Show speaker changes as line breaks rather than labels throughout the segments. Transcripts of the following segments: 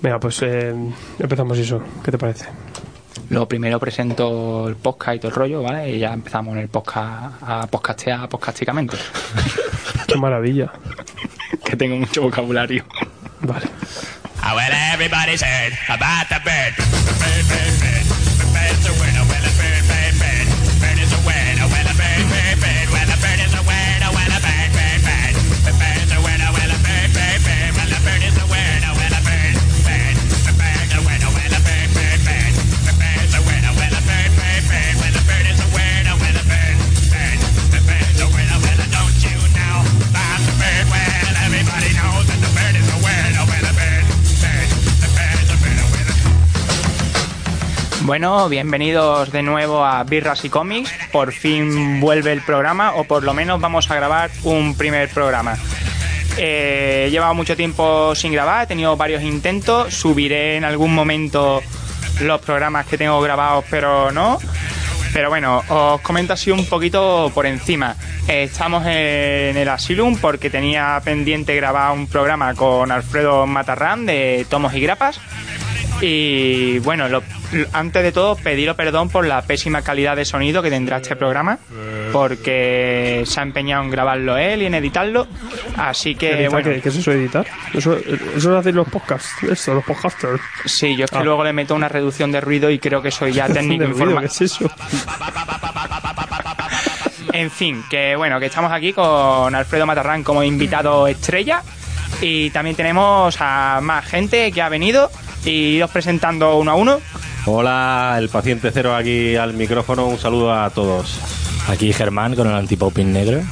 Venga, pues eh, empezamos eso. ¿Qué te parece?
Lo primero presento el podcast y todo el rollo, ¿vale? Y ya empezamos en el podcast a podcastear podcasticamente.
Qué maravilla.
que tengo mucho vocabulario.
Vale.
I will everybody's heard about the bird. The bird, bird, bird. The bird's a word, oh well a bird, bird, bird. Bird is a word, oh well a bird, bird, bird. Well a bird is a word, oh well a bird, bird, bird. The bird's a word, oh well a bird, bird, bird. Well a bird is a word, oh well a bird, bird. The bird's a word, oh well a bird, bird, bird. The bird's a word, oh well a bird, bird, bird. Well a bird is a word, oh well a bird, bird. The bird's a word, oh well a don't you know about the bird? Well everybody knows that the bird is a word, oh well a bird, bird. The bird's a word, oh well a
Bueno, bienvenidos de nuevo a Birras y Cómics. Por fin vuelve el programa, o por lo menos vamos a grabar un primer programa. Eh, he llevado mucho tiempo sin grabar, he tenido varios intentos. Subiré en algún momento los programas que tengo grabados, pero no. Pero bueno, os comento así un poquito por encima. Eh, Estamos en el Asylum porque tenía pendiente grabar un programa con Alfredo Matarrán de Tomos y Grapas. Y bueno, lo- antes de todo, pediros perdón por la pésima calidad de sonido que tendrá este programa, porque se ha empeñado en grabarlo él y en editarlo. Así que,
Editar,
Eh, bueno,
¿qué, qué es eso de editar? Eso, eso lo hacen los podcasts, eso, los podcasters.
sí, yo es que
Ah.
luego le meto una reducción de ruido y creo que soy ya técnico
De ruido, ¿Qué
informático.
es eso?
En fin, que bueno, que estamos aquí con Alfredo Matarrán como invitado estrella. Y también tenemos a más gente que ha venido y iros presentando uno a uno.
Hola, el paciente cero aquí al micrófono. Un saludo a todos.
Aquí Germán con el antipoping negro.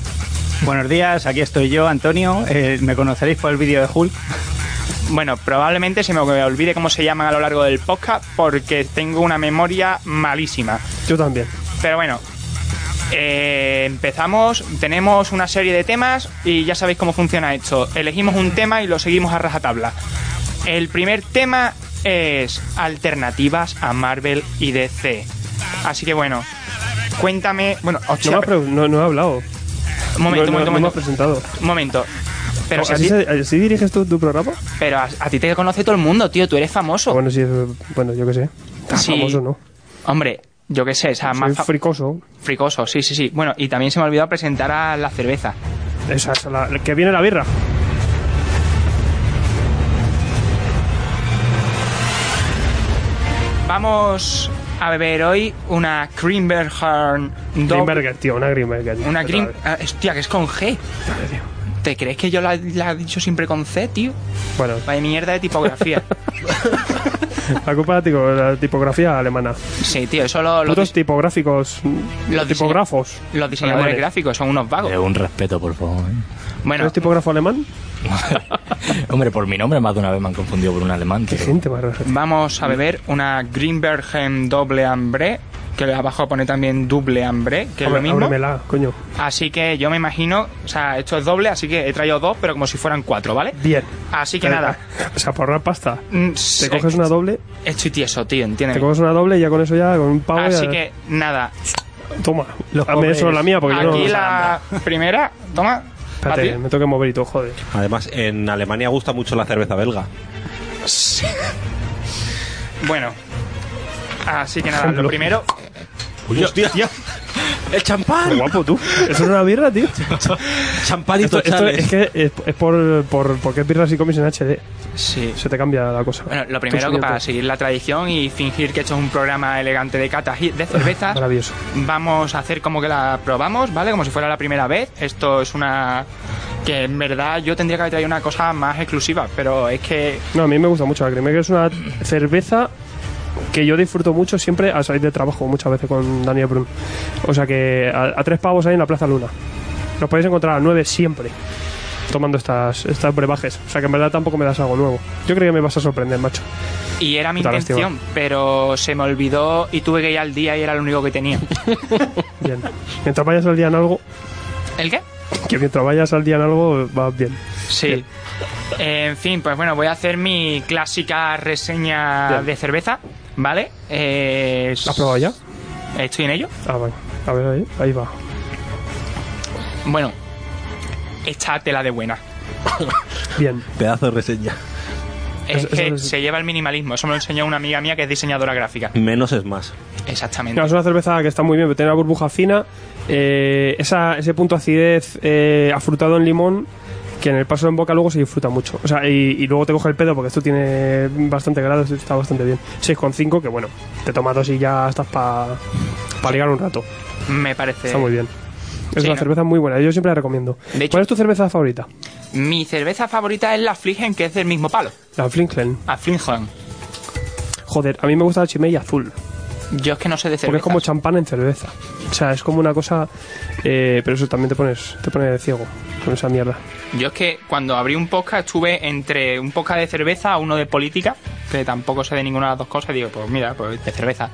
Buenos días, aquí estoy yo, Antonio. Eh, me conoceréis por el vídeo de Hulk.
Bueno, probablemente se me olvide cómo se llaman a lo largo del podcast porque tengo una memoria malísima.
Yo también.
Pero bueno, eh, empezamos, tenemos una serie de temas y ya sabéis cómo funciona esto. Elegimos un tema y lo seguimos a rajatabla. El primer tema es alternativas a Marvel y DC. Así que bueno, cuéntame... Bueno,
No,
hostia,
me has pre- no, no he hablado.
un
no,
momento, un momento,
no- no
un
me has
momento.
presentado.
Un momento. Pero, si a,
¿Así,
ti,
se- así diriges tú tu programa?
pero a- a ti te conoce todo el mundo, tío, tú eres famoso.
Bueno, sí, eh, bueno, yo qué sé. Tan
Oh. Sí.
famoso, ¿no?
Hombre, yo qué sé, o sea,
Soy
más fa-
fricoso.
fricoso, sí, sí, sí. Bueno, y también se me ha olvidado presentar a la cerveza.
Esa es la, la que viene la birra.
Vamos a beber hoy una Greenberghorn doble-
Grimberger, tío, una Grimberger.
Una
Otra
Green...
vez.
ah, hostia, que es con G. ¿Te crees que yo la, la he dicho siempre con C, tío?
Bueno,
Vaya mierda de tipografía.
la culpa de la tipografía alemana.
Sí, tío, eso lo, lo
Otros
dis-
tipográficos,
Los
tipógrafos.
los diseñadores
alemanes.
gráficos son unos vagos.
Eh, un respeto, por favor. ¿eh?
Bueno,
¿Eres tipógrafo alemán?
Hombre, por mi nombre más de una vez me han confundido por un alemán.
Qué
tío.
gente más rara.
vamos a beber una Greenbergen doble hambre, que abajo pone también doble hambre, que es lo
Ábre-
mismo.
ábremela, coño.
Así que yo me imagino, o sea, esto es doble, así que he traído dos, pero como si fueran cuatro, ¿vale?
Bien.
Así que nada.
O sea, para ahorrar pasta.
mm,
Te
se-
coges una doble,
Estoy tieso, tío,
te
entiéndeme.
coges una doble y ya con eso ya, con un pavo
Así
ya-
que nada.
Toma,
Los
hazme
pobres.
eso la mía porque yo no...
Aquí la primera, toma. pa'
Espérate, eh.
ti.
me tengo que mover y todo, joder.
Además, en Alemania gusta mucho la cerveza belga.
Bueno. Así que nada, lo primero,
¡Hostia! ¡El
Qué
champán!
guapo tú. ¿Eso es una birra, tío?
¡Champadito
Esto, esto es que es, es por, por porque es birras y comis en HD.
sí.
Se te cambia la cosa.
Bueno, lo
Tú
primero que
siguiente.
para seguir la tradición y fingir que esto es un programa elegante de catas y- de cervezas,
Maravilloso.
vamos a hacer como que la probamos, ¿vale? Como si fuera la primera vez. Esto es una... Que en verdad yo tendría que haber traído una cosa más exclusiva, pero es que...
No, a mí me gusta mucho la Grimberger. Es una cerveza que yo disfruto mucho siempre al salir de trabajo, muchas veces con Daniel Brun. O sea que a, a tres pavos ahí en la Plaza Luna. Los podéis encontrar a nueve siempre tomando estas, estas brebajes. O sea que en verdad tampoco me das algo nuevo. Yo creo que me vas a sorprender, macho.
Y era mi
Puta lástima.
intención, pero se me olvidó y tuve que ir al día y era lo único que tenía.
Bien. Mientras vayas al día en algo,
¿El qué?
que mientras vayas al día en algo, va bien.
Sí. En fin, pues bueno, voy a hacer mi clásica reseña
Bien.
de cerveza, ¿vale? Eh,
¿La ¿Has probado ya?
Estoy en ello.
Ah, vale. A ver, ahí, ahí va.
Bueno, esta tela de buena.
Bien.
Pedazo de reseña.
Es
Eso-
que
eso es- Mm.
se lleva el minimalismo. Eso me lo enseñó una amiga mía que es diseñadora gráfica.
Menos es más.
Exactamente.
Mira, es una cerveza que está muy bien, pero tiene una burbuja fina. eh, esa, ese punto de acidez eh, afrutado en limón, que en el paso en boca luego se disfruta mucho. O sea, y, y luego te coge el pedo, porque esto tiene bastante grados, está bastante bien. 6,5, que bueno, te tomas dos y ya estás para ligar un rato.
Me parece.
Está muy bien. Es
Sí,
una
¿no?
cerveza muy buena, yo siempre la recomiendo.
De hecho-
¿Cuál es tu cerveza favorita?
Mi cerveza favorita es la Fligen, que es del mismo palo.
La Flinchen.
A Fligen.
Joder, a mí me gusta la chimella azul.
Yo es que no sé de cerveza.
Porque es como champán en cerveza. O sea, es como una cosa. eh, pero eso también te pones, te pone ciego con esa mierda.
Yo es que cuando abrí un podcast estuve entre un podcast de cerveza, uno de política, que tampoco sé de ninguna de las dos cosas, y digo, pues mira, pues de cerveza.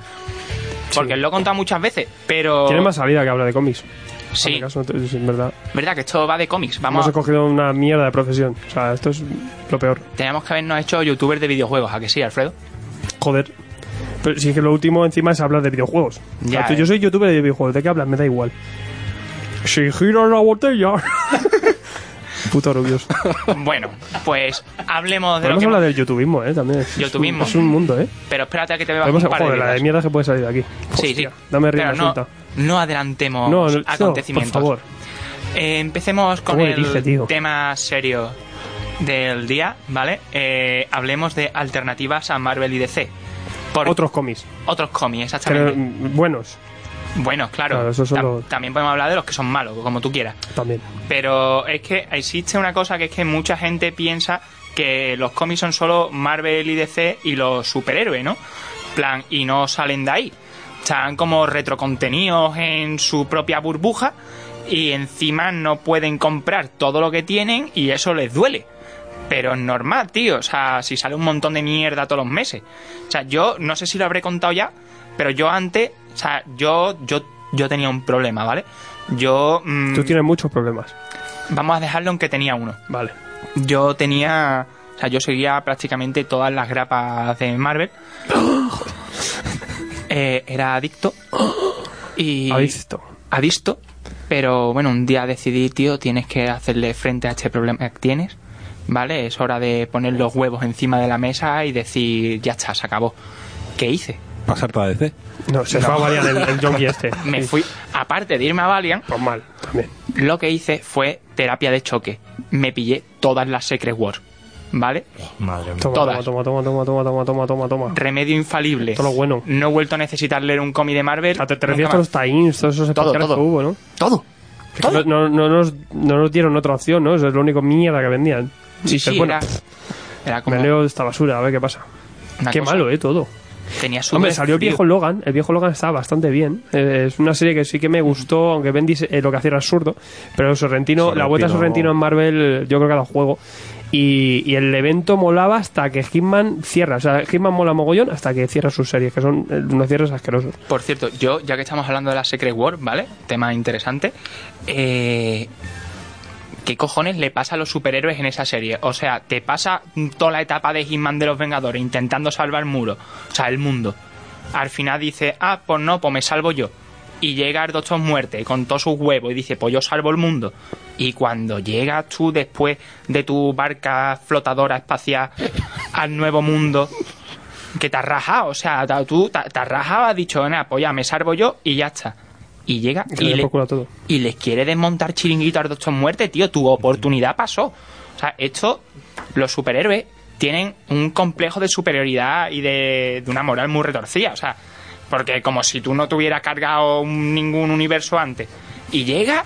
Porque lo he contado muchas veces, pero...
Tiene más salida que habla de cómics. En mi
Sí,
caso, entonces, en verdad.
verdad que esto va de cómics. Vamos,
Hemos escogido una mierda de profesión. O sea, esto es lo peor.
tenemos que habernos hecho youtubers de videojuegos, ¿a que sí, Alfredo?
Joder. Pero si es que lo último encima es hablar de videojuegos. O sea,
Ya,
tú-
eh.
Yo soy youtuber de videojuegos. ¿De qué hablas? Me da igual. Si giras la botella. Puto orgulloso.
bueno, pues hablemos de lo
Podemos
que...
hablar del youtubismo, ¿eh? También. Es- es un-
Youtubismo.
Es un mundo, ¿eh?
Pero espérate a que te bebas
Podemos,
un par de
joder, la de
birras.
mierda que puede salir de aquí.
Sí, sí.
Hostia, Dame rienda
Pero no,
suelta.
no adelantemos
No, no,
acontecimientos.
no, por favor.
Eh, empecemos con
¿Cómo
el
dirige, tío?
tema serio del día, ¿vale? Eh, hablemos de alternativas a Marvel y DC. Por
Otros cómics.
otros
que
cómics,
no-
exactamente.
mm, buenos
Buenos, claro.
Claro, esos son
Ta-
los-
También podemos hablar de los que son malos, como tú quieras.
también.
Pero es que existe una cosa que es que mucha gente piensa que los cómics son solo Marvel y DC y los superhéroes, ¿no? Plan, y no salen de ahí. Están como retrocontenidos en su propia burbuja y encima no pueden comprar todo lo que tienen y eso les duele. Pero es normal, tío. O sea, si sale un montón de mierda todos los meses. O sea, yo no sé si lo habré contado ya, pero yo antes, o sea, yo, yo, yo tenía un problema, ¿vale? Yo... mm,
Tú tienes muchos problemas.
Vamos a dejarlo en que tenía uno.
Vale.
Yo tenía. O sea, yo seguía prácticamente todas las grapas de Marvel. Eh, era adicto. Y.
Adicto.
Adicto. Pero bueno, un día decidí, tío, tienes que hacerle frente a este problema que tienes. ¿Vale? Es hora de poner los huevos encima de la mesa y decir, ya está, se acabó. ¿Qué hice?
Pasarte a DC.
No, se fue a variar el, el yonki este.
Me
Sí.
fui. Aparte de irme a Valiant,
Pues mal, también.
lo que hice fue terapia de choque. Me pillé todas las Secret Wars. ¿Vale?
Madre mía.
Toma,
Todas.
toma, toma, toma, toma, toma, toma, toma, toma.
remedio infalible.
Todo lo bueno.
No he vuelto a necesitar leer un cómic de Marvel.
O sea, te, te
nunca
refieres a
más.
los tie-ins, todos esos
Todo,
especiales
todo.
que hubo, ¿no?
Todo.
Es que No, no, no nos, no nos dieron otra opción, ¿no? Eso es lo único mierda que vendían.
Sí,
Dices,
sí,
bueno,
era, era como
me leo esta basura, a ver qué pasa.
una
Qué
cosa.
malo, ¿eh? Todo.
Tenía su
Hombre,
vez
salió el
frío.
viejo Logan. El viejo Logan estaba bastante bien. Eh, es una serie que sí que me gustó, aunque Bendy eh, lo que hacía era absurdo. Pero Sorrentino, la vuelta de Sorrentino en Marvel, yo creo que da juego. Y, y el evento molaba hasta que Hitman cierra. O sea, Hitman mola mogollón hasta que cierra sus series, que son eh, unos cierres asquerosos.
Por cierto, yo, ya que estamos hablando de la Secret War, ¿vale? Tema interesante. eh, ¿Qué cojones le pasa a los superhéroes en esa serie? O sea, te pasa toda la etapa de Hitman de los Vengadores intentando salvar muro, o sea, el mundo. Al final dice, ah, pues no, pues me salvo yo. Y llega el Doctor Muerte con todos sus huevos y dice, pues yo salvo el mundo. Y cuando llegas tú después de tu barca flotadora espacial al nuevo mundo, que te has rajado, o sea, ta- tú ta- te has rajado, has dicho, nada, pues ya me salvo yo y ya está. Y llega
Que le
y
den
le,
por culo a todo.
y les quiere desmontar chiringuito al Doctor Muerte, tío. Tu oportunidad pasó. O sea, esto, los superhéroes tienen un complejo de superioridad y de, de una moral muy retorcida. O sea, porque como si tú no tuvieras cargado un- ningún universo antes. Y llega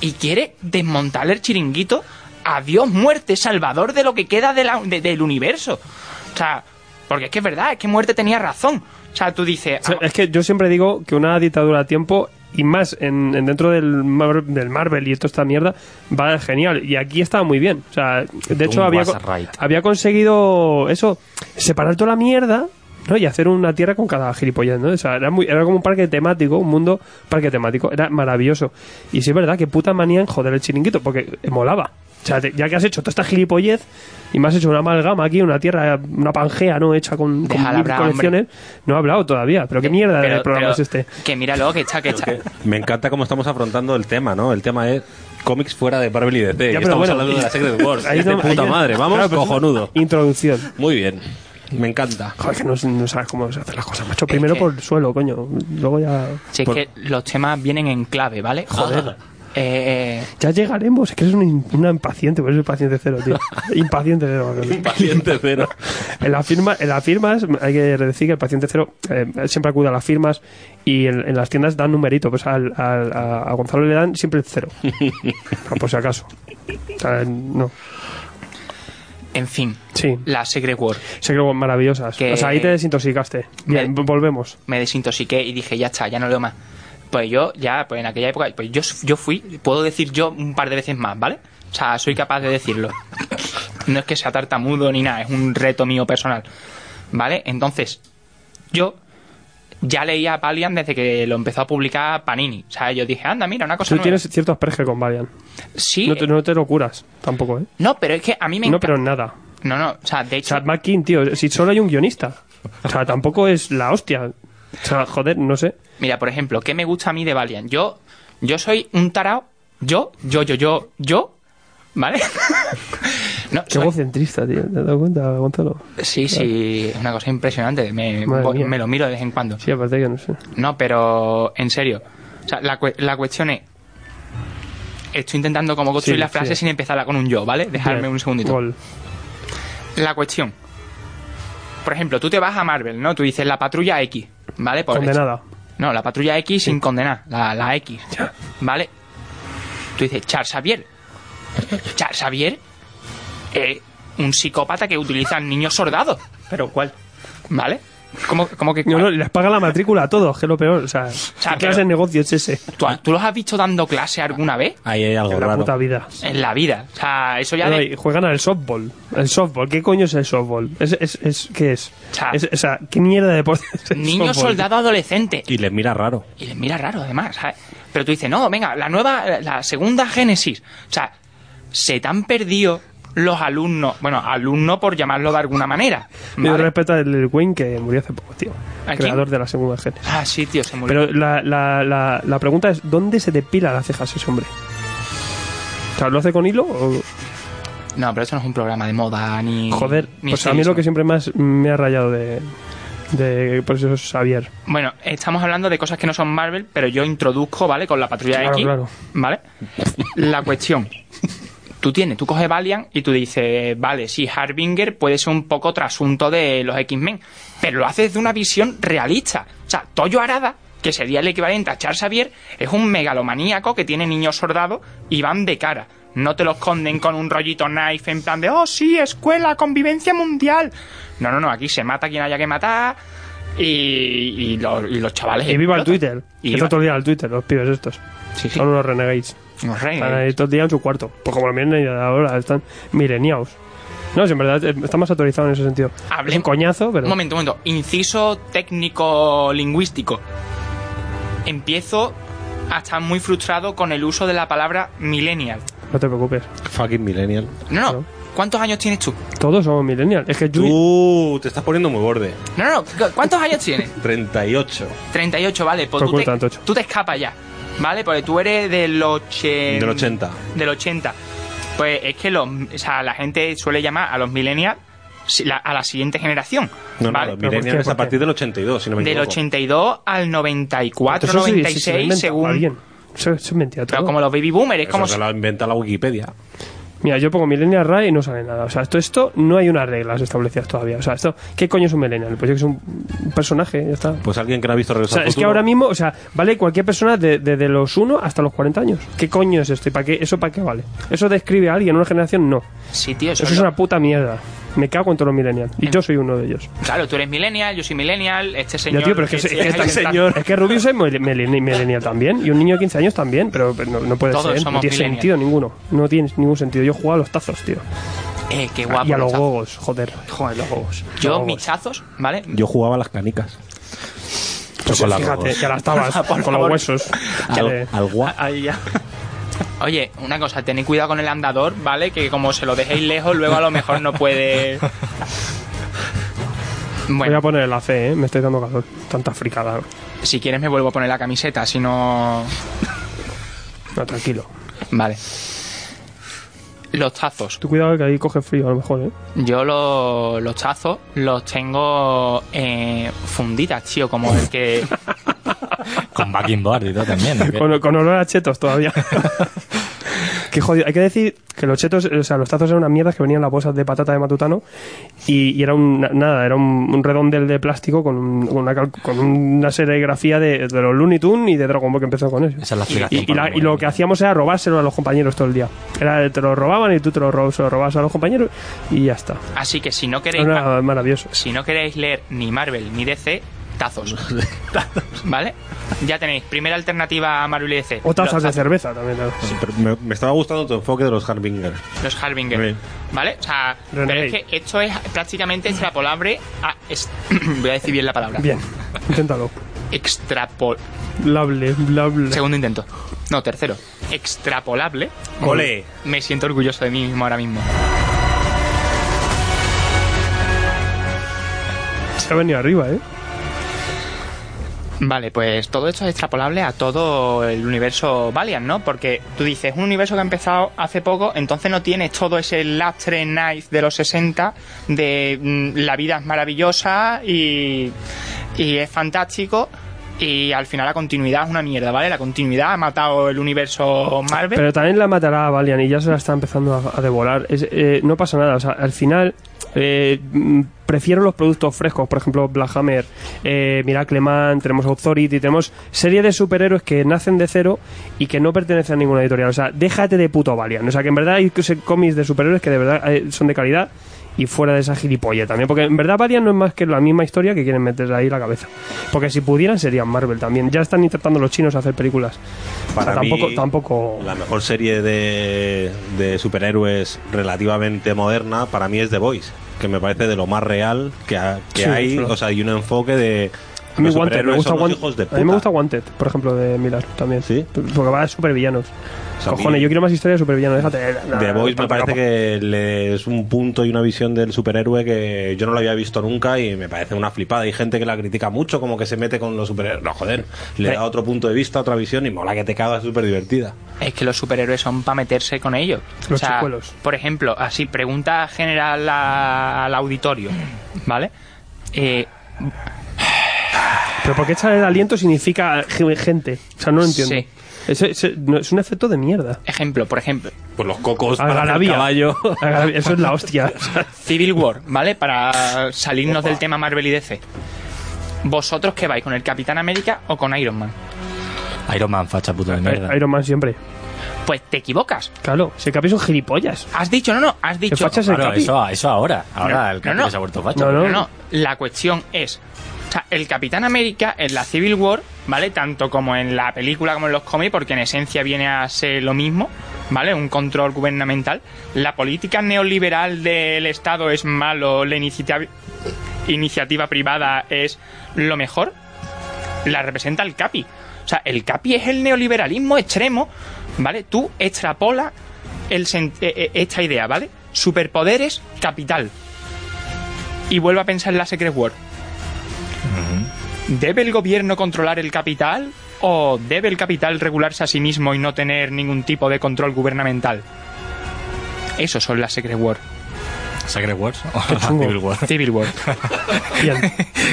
y quiere desmontar el chiringuito. Adiós, muerte, salvador de lo que queda de la- de- del universo. O sea, porque es que es verdad, es que muerte tenía razón. O sea, tú dices.
O sea, es que yo siempre digo que una dictadura a tiempo y más en, en dentro del, Mar- del Marvel y toda esta mierda va genial y aquí estaba muy bien o sea de hecho
Doom
había,
was
co-
right.
había conseguido eso separar toda la mierda ¿no? y hacer una tierra con cada gilipollas ¿no? o sea era, muy, era como un parque temático un mundo parque temático era maravilloso y sí es verdad que puta manía en joder el chiringuito porque eh, molaba o sea, te- ya que has hecho toda esta gilipollez y me has hecho una amalgama aquí, una tierra, una pangea, ¿no? Hecha con, con
Déjala
mil
hablar,
colecciones. No ha hablado todavía, pero qué mierda
pero-
de programa
pero-
es este.
Que míralo, que está, que está.
Me encanta cómo estamos afrontando el tema, ¿no? El tema es cómics fuera de Marvel y DC.
Ya,
y
pero
estamos
bueno,
hablando de la Secret Wars.
Ahí
de
no-
puta
ahí-
madre, vamos,
Claro, pues, pero es una
cojonudo.
Introducción.
Muy bien, me encanta.
Joder, que no, no sabes cómo se hacen las cosas, macho. Primero
que-
por el suelo, coño. Luego ya.
Si es que los temas vienen en clave, ¿vale?
Ah,
Joder. Eh,
Ya llegaremos. Es que eres un in- una impaciente, por eso es paciente cero, tío. impaciente cero. macho.
Paciente cero.
En, la firma, en las firmas, hay que decir que el paciente cero eh, siempre acude a las firmas y en, en las tiendas dan numerito. Pues al, al- a, a Gonzalo le dan siempre el cero. Ah, por si acaso. O sea, no.
en fin,
Sí.
la Secret War.
Se creo maravillosas.
Que-
O sea, ahí te desintoxicaste. Bien,
Me-
volvemos.
Me desintoxiqué y dije, ya está, ya no leo más. Pues yo, ya, pues en aquella época, pues yo, yo fui, puedo decir yo un par de veces más, ¿vale? O sea, soy capaz de decirlo. No es que sea tartamudo ni nada, es un reto mío personal. ¿Vale? Entonces, yo ya leía Valiant desde que lo empezó a publicar Panini. O sea, yo dije, anda, mira, una cosa
Tú
nueva.
tienes cierto asperger con Valiant.
Sí, eh,
No te, no te lo curas, tampoco, ¿eh?
no, pero es que a mí me
No,
encanta-
pero en nada.
No, no, o sea, de
O
hecho...
sea, Matt King, tío, si solo hay un guionista. O sea, tampoco es la hostia. O sea, joder, no sé.
Mira, por ejemplo, ¿qué me gusta a mí de Valiant? Yo, yo soy un tarao. Yo, yo, yo, yo, yo. ¿Vale? no,
Qué
soy-
egocentrista, tío. ¿Te has dado cuenta, Gonzalo?
sí, sí, es una cosa impresionante. Me,
Madre
voy-
mía.
me lo miro de vez en cuando.
Sí, aparte que no sé.
No, pero en serio. O sea, la, cue- la cuestión es. Estoy intentando como construir
Sí,
la frase
sí.
sin empezarla con un yo, ¿vale? Dejarme
Bien,
un segundito.
Gol.
La cuestión. Por ejemplo, tú te vas a Marvel, ¿no? Tú dices la patrulla X, ¿vale? Por
Condenada.
No, la patrulla X sin condenar, la, la X. ¿Vale? Tú dices, Charles Xavier. Charles Xavier es un psicópata que utiliza niños soldados,
¿Pero cuál?
¿vale? ¿Cómo, cómo que
No, no, les paga la matrícula a todos, que es lo peor. O sea, ¿qué
pero-
clase de negocio es ese?
¿tú, tú los has visto dando clase alguna vez?
Ahí hay algo
En la
raro.
puta vida.
En la vida. O sea, eso ya
Bueno,
de-
y juegan al softball. El softball, ¿qué coño es el softball? ¿Es, es, es, ¿Qué es?
Cha.
Es- o sea, ¿qué mierda de deporte es el
niño
softball?
soldado adolescente.
Y les mira raro.
Y les mira raro, además. ¿sabes? Pero tú dices, no, venga, la nueva, la segunda Génesis. O sea, se te han perdido los alumnos. Bueno, alumnos por llamarlo de alguna manera.
Yo
¿vale?
respeto al Lil Wayne que murió hace poco, tío.
¿A quién?
Creador de la segunda gen.
Ah, sí, tío, se murió.
Pero la, la, la, la pregunta es, ¿dónde se depila las cejas ese hombre? O sea, ¿lo hace con hilo? o-
No, pero esto no es un programa de moda ni.
Joder,
ni
pues a mí
estilismo.
lo que siempre más me ha rayado de... de por eso es Xavier.
Bueno, estamos hablando de cosas que no son Marvel, pero yo introduzco, ¿vale? Con la patrulla
Claro,
X.
claro.
¿Vale? La cuestión. Tú tienes, tú coges Valiant y tú dices, vale, sí, Harbinger puede ser un poco trasunto de los X-Men, pero lo haces de una visión realista. O sea, Toyo Arada, que sería el equivalente a Charles Xavier, es un megalomaníaco que tiene niños soldados y van de cara. No te lo esconden con un rollito knife en plan de, oh, sí, escuela, convivencia mundial. No, no, no, aquí se mata quien haya que matar y, y los, y los chavales.
Y viva el
explotan.
Twitter.
Y
Y
viva-
todo el día al Twitter, los pibes estos.
Sí, sí.
Son unos renegades.
Los
Están
reyes.
ahí todo el día en su cuarto. Pues como lo miren ahí ahora, están mileniaos. No, si en verdad eh, está más autorizado en ese sentido.
Hablemos-
Es un coñazo, pero.
Un momento, un momento. Inciso técnico lingüístico. Empiezo a estar muy frustrado con el uso de la palabra millennial.
No te preocupes.
Fucking millennial.
No, no.
No.
¿Cuántos años tienes tú?
Todos somos millennials. Es que yo.
Tú te estás poniendo muy borde.
No, no, no. ¿Cuántos años tienes?
38.
38, vale. Pues
Te
tú,
ocultan,
te,
tocho.
tú te escapas ya. ¿Vale? Porque tú eres del 80.
Del 80.
Del 80. Pues es que los, o sea, la gente suele llamar a los millennials si- la- a la siguiente generación.
No,
¿vale?
no,
pero ¿por
los
qué?
millennials
¿Por
a
qué?
partir del 82, si no me
Del
equivoco.
82 al 94,
Eso sí, sí, se lo
96,
inventa
según.
Alguien. Eso, eso es mentira.
Pero
todo.
como los baby boomers, es
Eso
como.
se
si-
lo inventa la Wikipedia.
Mira, yo pongo millennial RAE y no sale nada. O sea, esto, esto no hay unas reglas establecidas todavía. O sea, esto. ¿Qué coño es un millennial? Pues yo que soy un un personaje, ya está. O
Pues alguien que no ha visto Regreso
sea,
al
es que
Futuro.
ahora mismo, o sea, vale cualquier persona de- desde los 1 hasta los 40 años. ¿Qué coño es esto? ¿Y para qué? ¿Eso para qué vale? ¿Eso describe a alguien, una generación? No.
Sí, tío,
Eso
eso es
Pues es
lo-
una puta mierda. Me cago en todos los millennials. Y yo soy uno de ellos.
Claro, tú eres millennial, yo soy millennial, este señor.
Ya, tío, pero es que, se-
este
es que-
señor-
es que Rubius es mil- mil- millennial también. Y un niño de 15 años también. Pero pero no, no puede
Todos
ser. No
somos
tiene
millennials.
sentido ninguno. No tiene ningún sentido. Yo jugaba a los tazos, tío.
Eh, qué guapo.
y a los
está.
gogos, joder. Joder, los gogos.
Yo,
Los
mis
gogos.
chazos, ¿vale?
Yo jugaba a las canicas. Chocolate.
Pues Fíjate, ya las tabas
Por
con los
favor.
huesos.
Al,
Vale.
al guap.
Ahí ya.
Oye, una cosa, tened cuidado con el andador, ¿vale? Que como se lo dejéis lejos, luego a lo mejor no puede.
Voy a
Bueno,
poner el AC, ¿eh? Me estoy dando calor. Tanta fricada.
si quieres me vuelvo a poner la camiseta, si no.
No, tranquilo.
Vale. Los tazos.
Tú cuidado que ahí coge frío a lo mejor, ¿eh?
Yo lo- los tazos los tengo eh, funditas, tío, como el que...
Con backing board y todo también. ¿o qué?
Con, con olor a chetos todavía. Qué jodido. Hay que decir que los chetos, o sea, los tazos eran unas mierdas que venían en las bolsas de patata de matutano y, y era un, nada, era un, un redondel de plástico con, un- con una, cal- con una serigrafía de, de los Looney Tunes y de Dragon Ball que empezó con eso.
Esa es la
Y,
explicación.
y la- y lo que hacíamos era robárselo a los compañeros todo el día. Era, te lo robaban y tú te lo ro- se lo robabas a los compañeros y ya está.
Así que si no queréis...
Era maravilloso.
Si no queréis leer ni Marvel ni DC, tazos. ¿Vale? Ya tenéis. Primera alternativa a Marvel y DC.
O tazas
los,
de cerveza también. ¿no?
Pero Me, me estaba gustando tu enfoque de los Harbinger.
Los Harbinger.
Bien.
¿Vale? O sea,
Renegade.
pero es que esto es prácticamente extrapolable a... es- voy a decir bien la palabra.
Bien, inténtalo.
Extrapol...
Lable, blable.
Segundo intento. No, tercero. Extrapolable.
Ole.
Me siento orgulloso de mí mismo ahora mismo.
Se ha venido arriba, ¿eh?
Vale, pues todo esto es extrapolable a todo el universo Valiant, ¿no? Porque tú dices, un universo que ha empezado hace poco, entonces no tienes todo ese lastre knife de los 60 de mm, la vida es maravillosa y, y es fantástico y al final la continuidad es una mierda, ¿vale? La continuidad ha matado el universo Marvel.
Pero también la matará a Valiant y ya se la está empezando a, a devorar. Es- eh, no pasa nada, o sea, al final eh, mm, prefiero los productos frescos, por ejemplo, Black Hammer, eh, Miracle Man, tenemos Authority, tenemos serie de superhéroes que nacen de cero y que no pertenecen a ninguna editorial. O sea, déjate de puto Valiant. O sea, que en verdad hay cos- cómics de superhéroes que de verdad eh, son de calidad y fuera de esa gilipolle también. Porque en verdad Valiant no es más que la misma historia que quieren meter ahí la cabeza. Porque si pudieran serían Marvel también. Ya están intentando los chinos hacer películas.
Para
O sea, tampoco,
mí,
tampoco...
La mejor serie de, de superhéroes relativamente moderna para mí es The Voice, que me parece de lo más real que, ha- que
Sí,
hay.
claro.
O sea, hay un enfoque de.
A mí,
los
Wanted, me
superhéroes
gusta
son los
Wanted.
hijos de
a mí me
puta.
gusta Wanted, por ejemplo, de Miller también.
¿Sí?
Porque va de supervillanos.
sea, a mí-
Cojones, yo quiero más historias de supervillanos. Déjate.
The Voice
tanta
me parece
capa.
que le es un punto y una visión del superhéroe que yo no lo había visto nunca y me parece una flipada. Hay gente que la critica mucho, como que se mete con los superhéroes. No, joder, le
Sí.
da otro punto de vista, otra visión y mola que te cagas, es súper divertida.
Es que los superhéroes son para meterse con ellos.
Los chicuelos.
Por ejemplo, así, pregunta general a- al auditorio, ¿vale? Eh,
Pero porque echar el aliento significa ge- gente. O sea, no lo entiendo.
Sí.
Ese- ese- no, es un efecto de mierda.
ejemplo, por ejemplo,
Pues los cocos
para hacer Algarabía. caballo. Eso es la hostia. O sea,
Civil War, ¿vale? Para salirnos del tema Marvel y DC. ¿Vosotros qué vais? ¿Con el Capitán América o con Iron Man?
Iron Man, facha puta de mierda.
Iron Man siempre.
Pues te equivocas.
Claro, si el Capi son gilipollas.
Has dicho, no, no, has dicho.
Que facha es el
Claro,
Capi.
eso, eso ahora. Ahora
No,
el
no,
Capi
no.
se ha vuelto facha.
No, no.
No, no, la cuestión es. O sea, el Capitán América en la Civil War, ¿vale? Tanto como en la película como en los cómics, porque en esencia viene a ser lo mismo, ¿vale? Un control gubernamental. La política neoliberal del Estado es malo, la iniciativa, iniciativa privada es lo mejor. La representa el Capi. O sea, el Capi es el neoliberalismo extremo, ¿vale? Tú extrapola el sen- eh, eh, esta idea, ¿vale? Superpoderes, capital y vuelve a pensar en la Secret War. ¿Debe el gobierno controlar el capital o debe el capital regularse a sí mismo y no tener ningún tipo de control gubernamental? Esos son las Secret War.
Sacred Wars.
chungo.
Civil War.
Civil War.
Bien.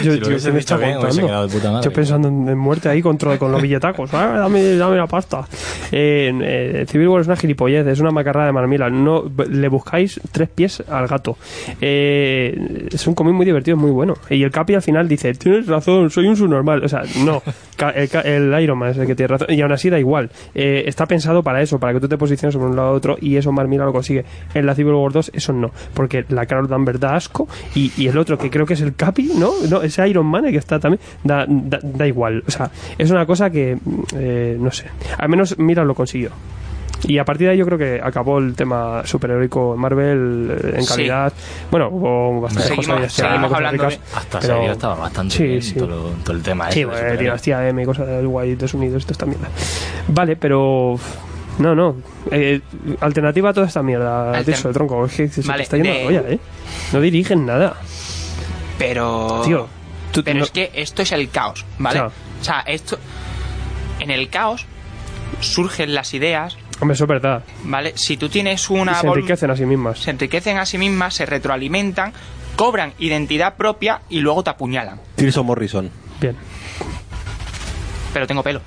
Yo,
Si lo
yo-
hubiese
me
dicho
está
bien, hubiese
contando.
quedado de puta madre.
Yo pensando en, en muerte ahí con, tro- con los billetacos. Ah, dame, dame la pasta. Eh, eh, Civil War es una gilipollez, es una macarrada de marmila. No, b- le buscáis tres pies al gato. Eh, es un cómic muy divertido, es muy bueno. Y el Capi al final dice, tienes razón, soy un subnormal. O sea, no. Ca- El, ca- el Iron Man es el que tiene razón. Y aún así da igual. Eh, está pensado para eso, para que tú te posiciones sobre un lado u otro y eso Marmila lo consigue. En la Civil War 2 eso no, porque la Carol Danvers da asco y, y el otro que creo que es el Capi, ¿no? No, ese Iron Man el que está también, da, da, da igual. O sea, es una cosa que, mm, eh, no sé, al menos Mira lo consiguió. Y a partir de ahí yo creo que acabó el tema superheroico en Marvel eh, en
Sí.
calidad. Bueno, hubo bastantes
Seguimos-
cosas. ya se
seguimos
cosas
hablando
ricas,
Hasta
pero-
serio estaba bastante
Sí,
bien
sí.
Todo, lo- todo el tema. este,
Sí,
ese de
bueno,
superhéroes.
Dinastía M y cosas del guay de Unidos, toda esta mierda. Vale, pero. No, no. Eh, alternativa a toda esta mierda,
Altern-
Tirso de tronco. Es que se, se
Vale,
te está yendo
de-
la olla, ¿eh? No dirigen nada,
Pero.
tío. Tú-
Pero
no-
es que esto es el caos, ¿vale?
Claro.
O sea, esto. En el caos surgen las ideas,
Hombre, eso es verdad.
¿vale? Si tú tienes
Y
una...
se
vol-
enriquecen a sí mismas.
se enriquecen a sí mismas, se retroalimentan, cobran identidad propia y luego te apuñalan.
Tilson Morrison.
Bien.
Pero tengo pelo.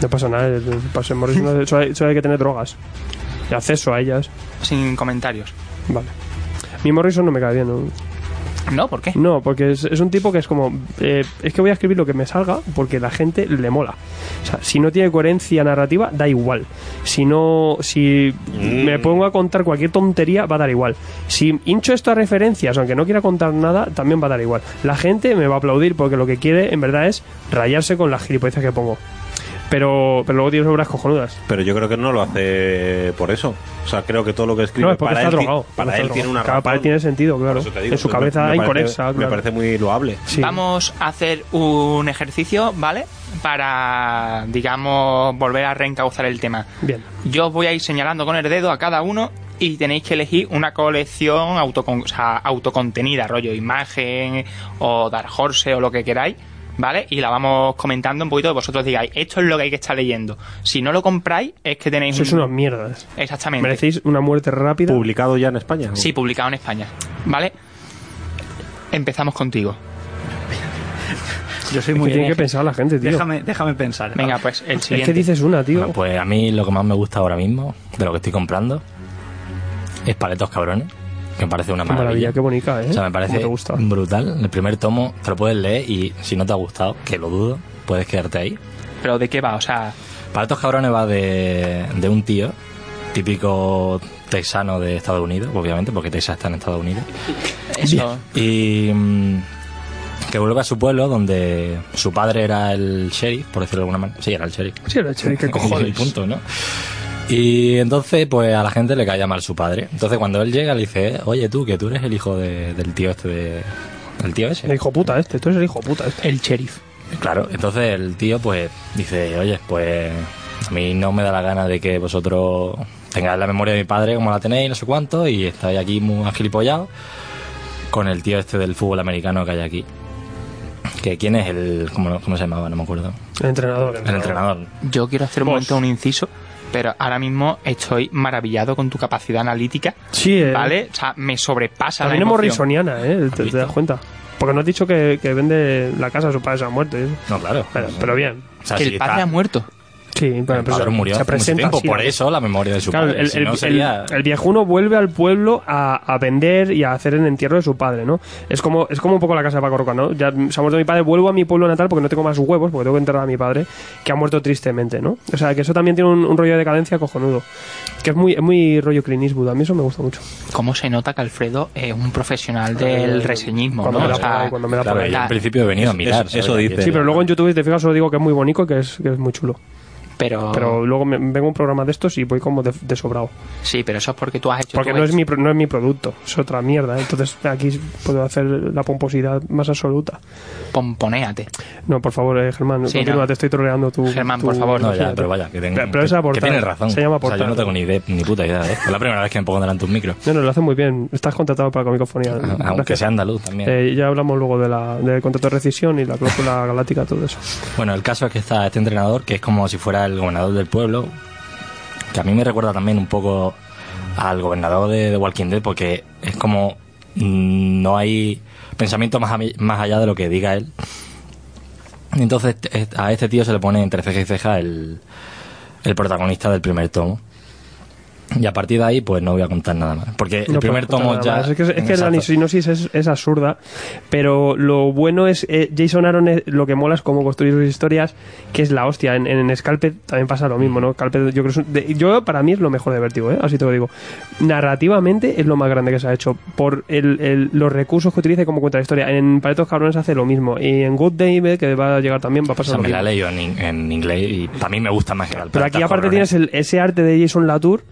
No pasa nada. eh, Para ser Morrison no- solo hay, solo hay que tener drogas. Y acceso a ellas.
Sin comentarios.
Vale. Mi Morrison no me cae bien. No,
No, ¿por qué?
No, porque es, es un tipo que es como. eh, es que voy a escribir lo que me salga porque la gente le mola. O sea, si no tiene coherencia narrativa, da igual. Si no. Si
Mm.
me pongo a contar cualquier tontería, va a dar igual. Si hincho esto a referencias, aunque no quiera contar nada, también va a dar igual. La gente me va a aplaudir porque lo que quiere, en verdad, es rayarse con las gilipolleces que pongo. Pero, pero luego tienes obras cojonudas.
Pero yo creo que no lo hace por eso. O sea, creo que todo lo que escribe
No, es porque
para
está
él, ti-
drogado.
para
Está
él tiene
drogado.
una
Claro,
razón.
para él tiene sentido,
Por
claro.
eso te digo,
en su
me-
cabeza
me parece-
inconexa,
Me
claro.
parece muy loable.
Sí.
Vamos a hacer un ejercicio, ¿vale? Para, digamos, volver a reencauzar el tema.
Bien.
Yo os voy a ir señalando con el dedo a cada uno y tenéis que elegir una colección autocon- o sea, autocontenida, rollo imagen o Dark Horse o lo que queráis, ¿vale? Y la vamos comentando un poquito y vosotros digáis, esto es lo que hay que estar leyendo. Si no lo compráis, es que tenéis...
Sois
un-
unas mierdas.
Exactamente.
Merecéis una muerte rápida.
¿Publicado ya en España?
Sí, publicado en España, ¿vale? Empezamos contigo.
Yo soy
Que
muy...
tiene que pensar la gente, tío.
Déjame, déjame pensar.
Venga, pues el
es que
siguiente.
dices una, tío.
Bueno, pues a mí lo que más me gusta ahora mismo, de lo que estoy comprando, es Paletos Cabrones, que me parece una
Qué maravilla,
maravilla.
qué bonita, ¿eh?
O sea, me
Cómo
parece
te gusta.
brutal. El primer tomo te lo puedes leer y si no te ha gustado, que lo dudo, puedes quedarte ahí.
Pero ¿de qué va? O sea,
Para estos cabrones va de, de un tío, típico texano de Estados Unidos, obviamente, porque Texas está en Estados Unidos.
eso...
Y mm, que vuelve a su pueblo donde su padre era el sheriff, por decirlo de alguna manera. Sí, era el sheriff.
Sí, lo he hecho, ¿y qué
Y
cojones.
punto, ¿no? Y entonces, pues a la gente le caía mal su padre. Entonces, cuando él llega, le dice, oye tú, que tú eres el hijo de- del tío este de... El tío ese.
El hijo puta este, tú eres el hijo puta este.
El sheriff.
Claro, entonces el tío pues dice, oye, pues a mí no me da la gana de que vosotros tengáis la memoria de mi padre como la tenéis, no sé cuánto, y estáis aquí muy agilipollados con el tío este del fútbol americano que hay aquí. Que quién es el... ¿Cómo, cómo se llamaba? No me acuerdo.
El entrenador.
El entrenador.
Yo quiero hacer un
Vos.
momento un inciso, pero ahora mismo estoy maravillado con tu capacidad analítica,
Sí, eh.
¿vale? O sea, me sobrepasa la
También es
emoción.
morrisoniana, ¿eh? Te, te das cuenta. Porque no has dicho que, que vende la casa a su padre se ha muerto. ¿eh?
No, claro.
Pero, pero bien.
O sea,
que
sí,
el padre
está-
ha muerto.
Sí, pero,
el
pero
padre murió
se
hace mucho
presenta
tiempo,
así,
por
¿no?
eso la memoria de su
Claro,
padre.
el,
si
el-
no sería...
el- el viejuno vuelve al pueblo a, a vender y a hacer el entierro de su padre, ¿no? Es como, es como un poco la casa de Paco Roca, ¿no? Ya mm, se ha muerto mi padre, vuelvo a mi pueblo natal porque no tengo más huevos, porque tengo que enterrar a mi padre, que ha muerto tristemente, ¿no? O sea, que eso también tiene un, un rollo de decadencia cojonudo. Que es muy, es muy rollo Clint Eastwood, a mí eso me gusta mucho.
¿Cómo se nota que Alfredo es un profesional del reseñismo,
Eh, Cuando
no?
me
O
la
sea,
ponga, cuando me la
Claro,
ponga.
yo
la-
en principio he venido a mirar.
eso- eso
¿sabes?
dice.
Sí, pero luego en YouTube, si te fijas, solo digo que es muy bonito, que es, que es muy chulo.
pero,
Ah.
Pero luego me, vengo a un programa de estos y voy como de, de sobrado.
sí, pero eso es porque tú has hecho
Porque
tu
no es,
ex-
mi, pro- no es mi producto, es otra mierda. ¿eh? Entonces aquí puedo hacer la pomposidad más absoluta.
pomponéate.
No, por favor, eh, Germán,
Sí,
continúa,
no.
te estoy troleando tú.
Germán, por favor.
No, ya,
imagínate.
pero vaya, que tengo...
Pero- pero es
que- que
aportar.
tienes razón.
Se llama
o sea, yo
aportar.
no tengo ni, idea, ni puta idea de esto. Es la primera vez que me pongo delante de un micro.
No, no, lo hace muy bien. Estás contratado para Comicofonía.
Ah, Aunque
Ah, Gracias.
sea andaluz también.
Eh, ya hablamos luego de la, del contrato de rescisión y la cláusula galáctica, todo eso.
Bueno, el caso es que está este entrenador, que es como si fuera el gobernador del pueblo, que a mí me recuerda también un poco al gobernador de, de Walking Dead, porque es como mm, no hay pensamiento más, a mi- más allá de lo que diga él. Y Entonces te- a este tío se le pone entre ceja y ceja el, el protagonista del primer tomo. Y a partir de ahí, pues no voy a contar nada más. Porque el
No
primer
puedo
tomo
contar
ya...
nada más. Es que, es que la
Exacto.
sinosis es, es absurda, pero lo bueno es. eh, Jason Aaron es- lo que mola es cómo construir sus historias, que es la hostia. En, en Scalped también pasa lo mismo, ¿no? Scalped, yo creo. es un- de- yo, para mí es lo mejor de Vertigo, ¿eh? Así te lo digo. Narrativamente es lo más grande que se ha hecho. Por el- el- los recursos que utiliza y cómo cuenta la historia. En Paletos Cabrones hace lo mismo. Y en Good Day, eh, que va a llegar también, va a
O sea,
pasar lo
me la he
mismo.
leído en, in- en inglés y también me gusta más que el
Pero aquí aparte tienes el- ese arte de Jason Latour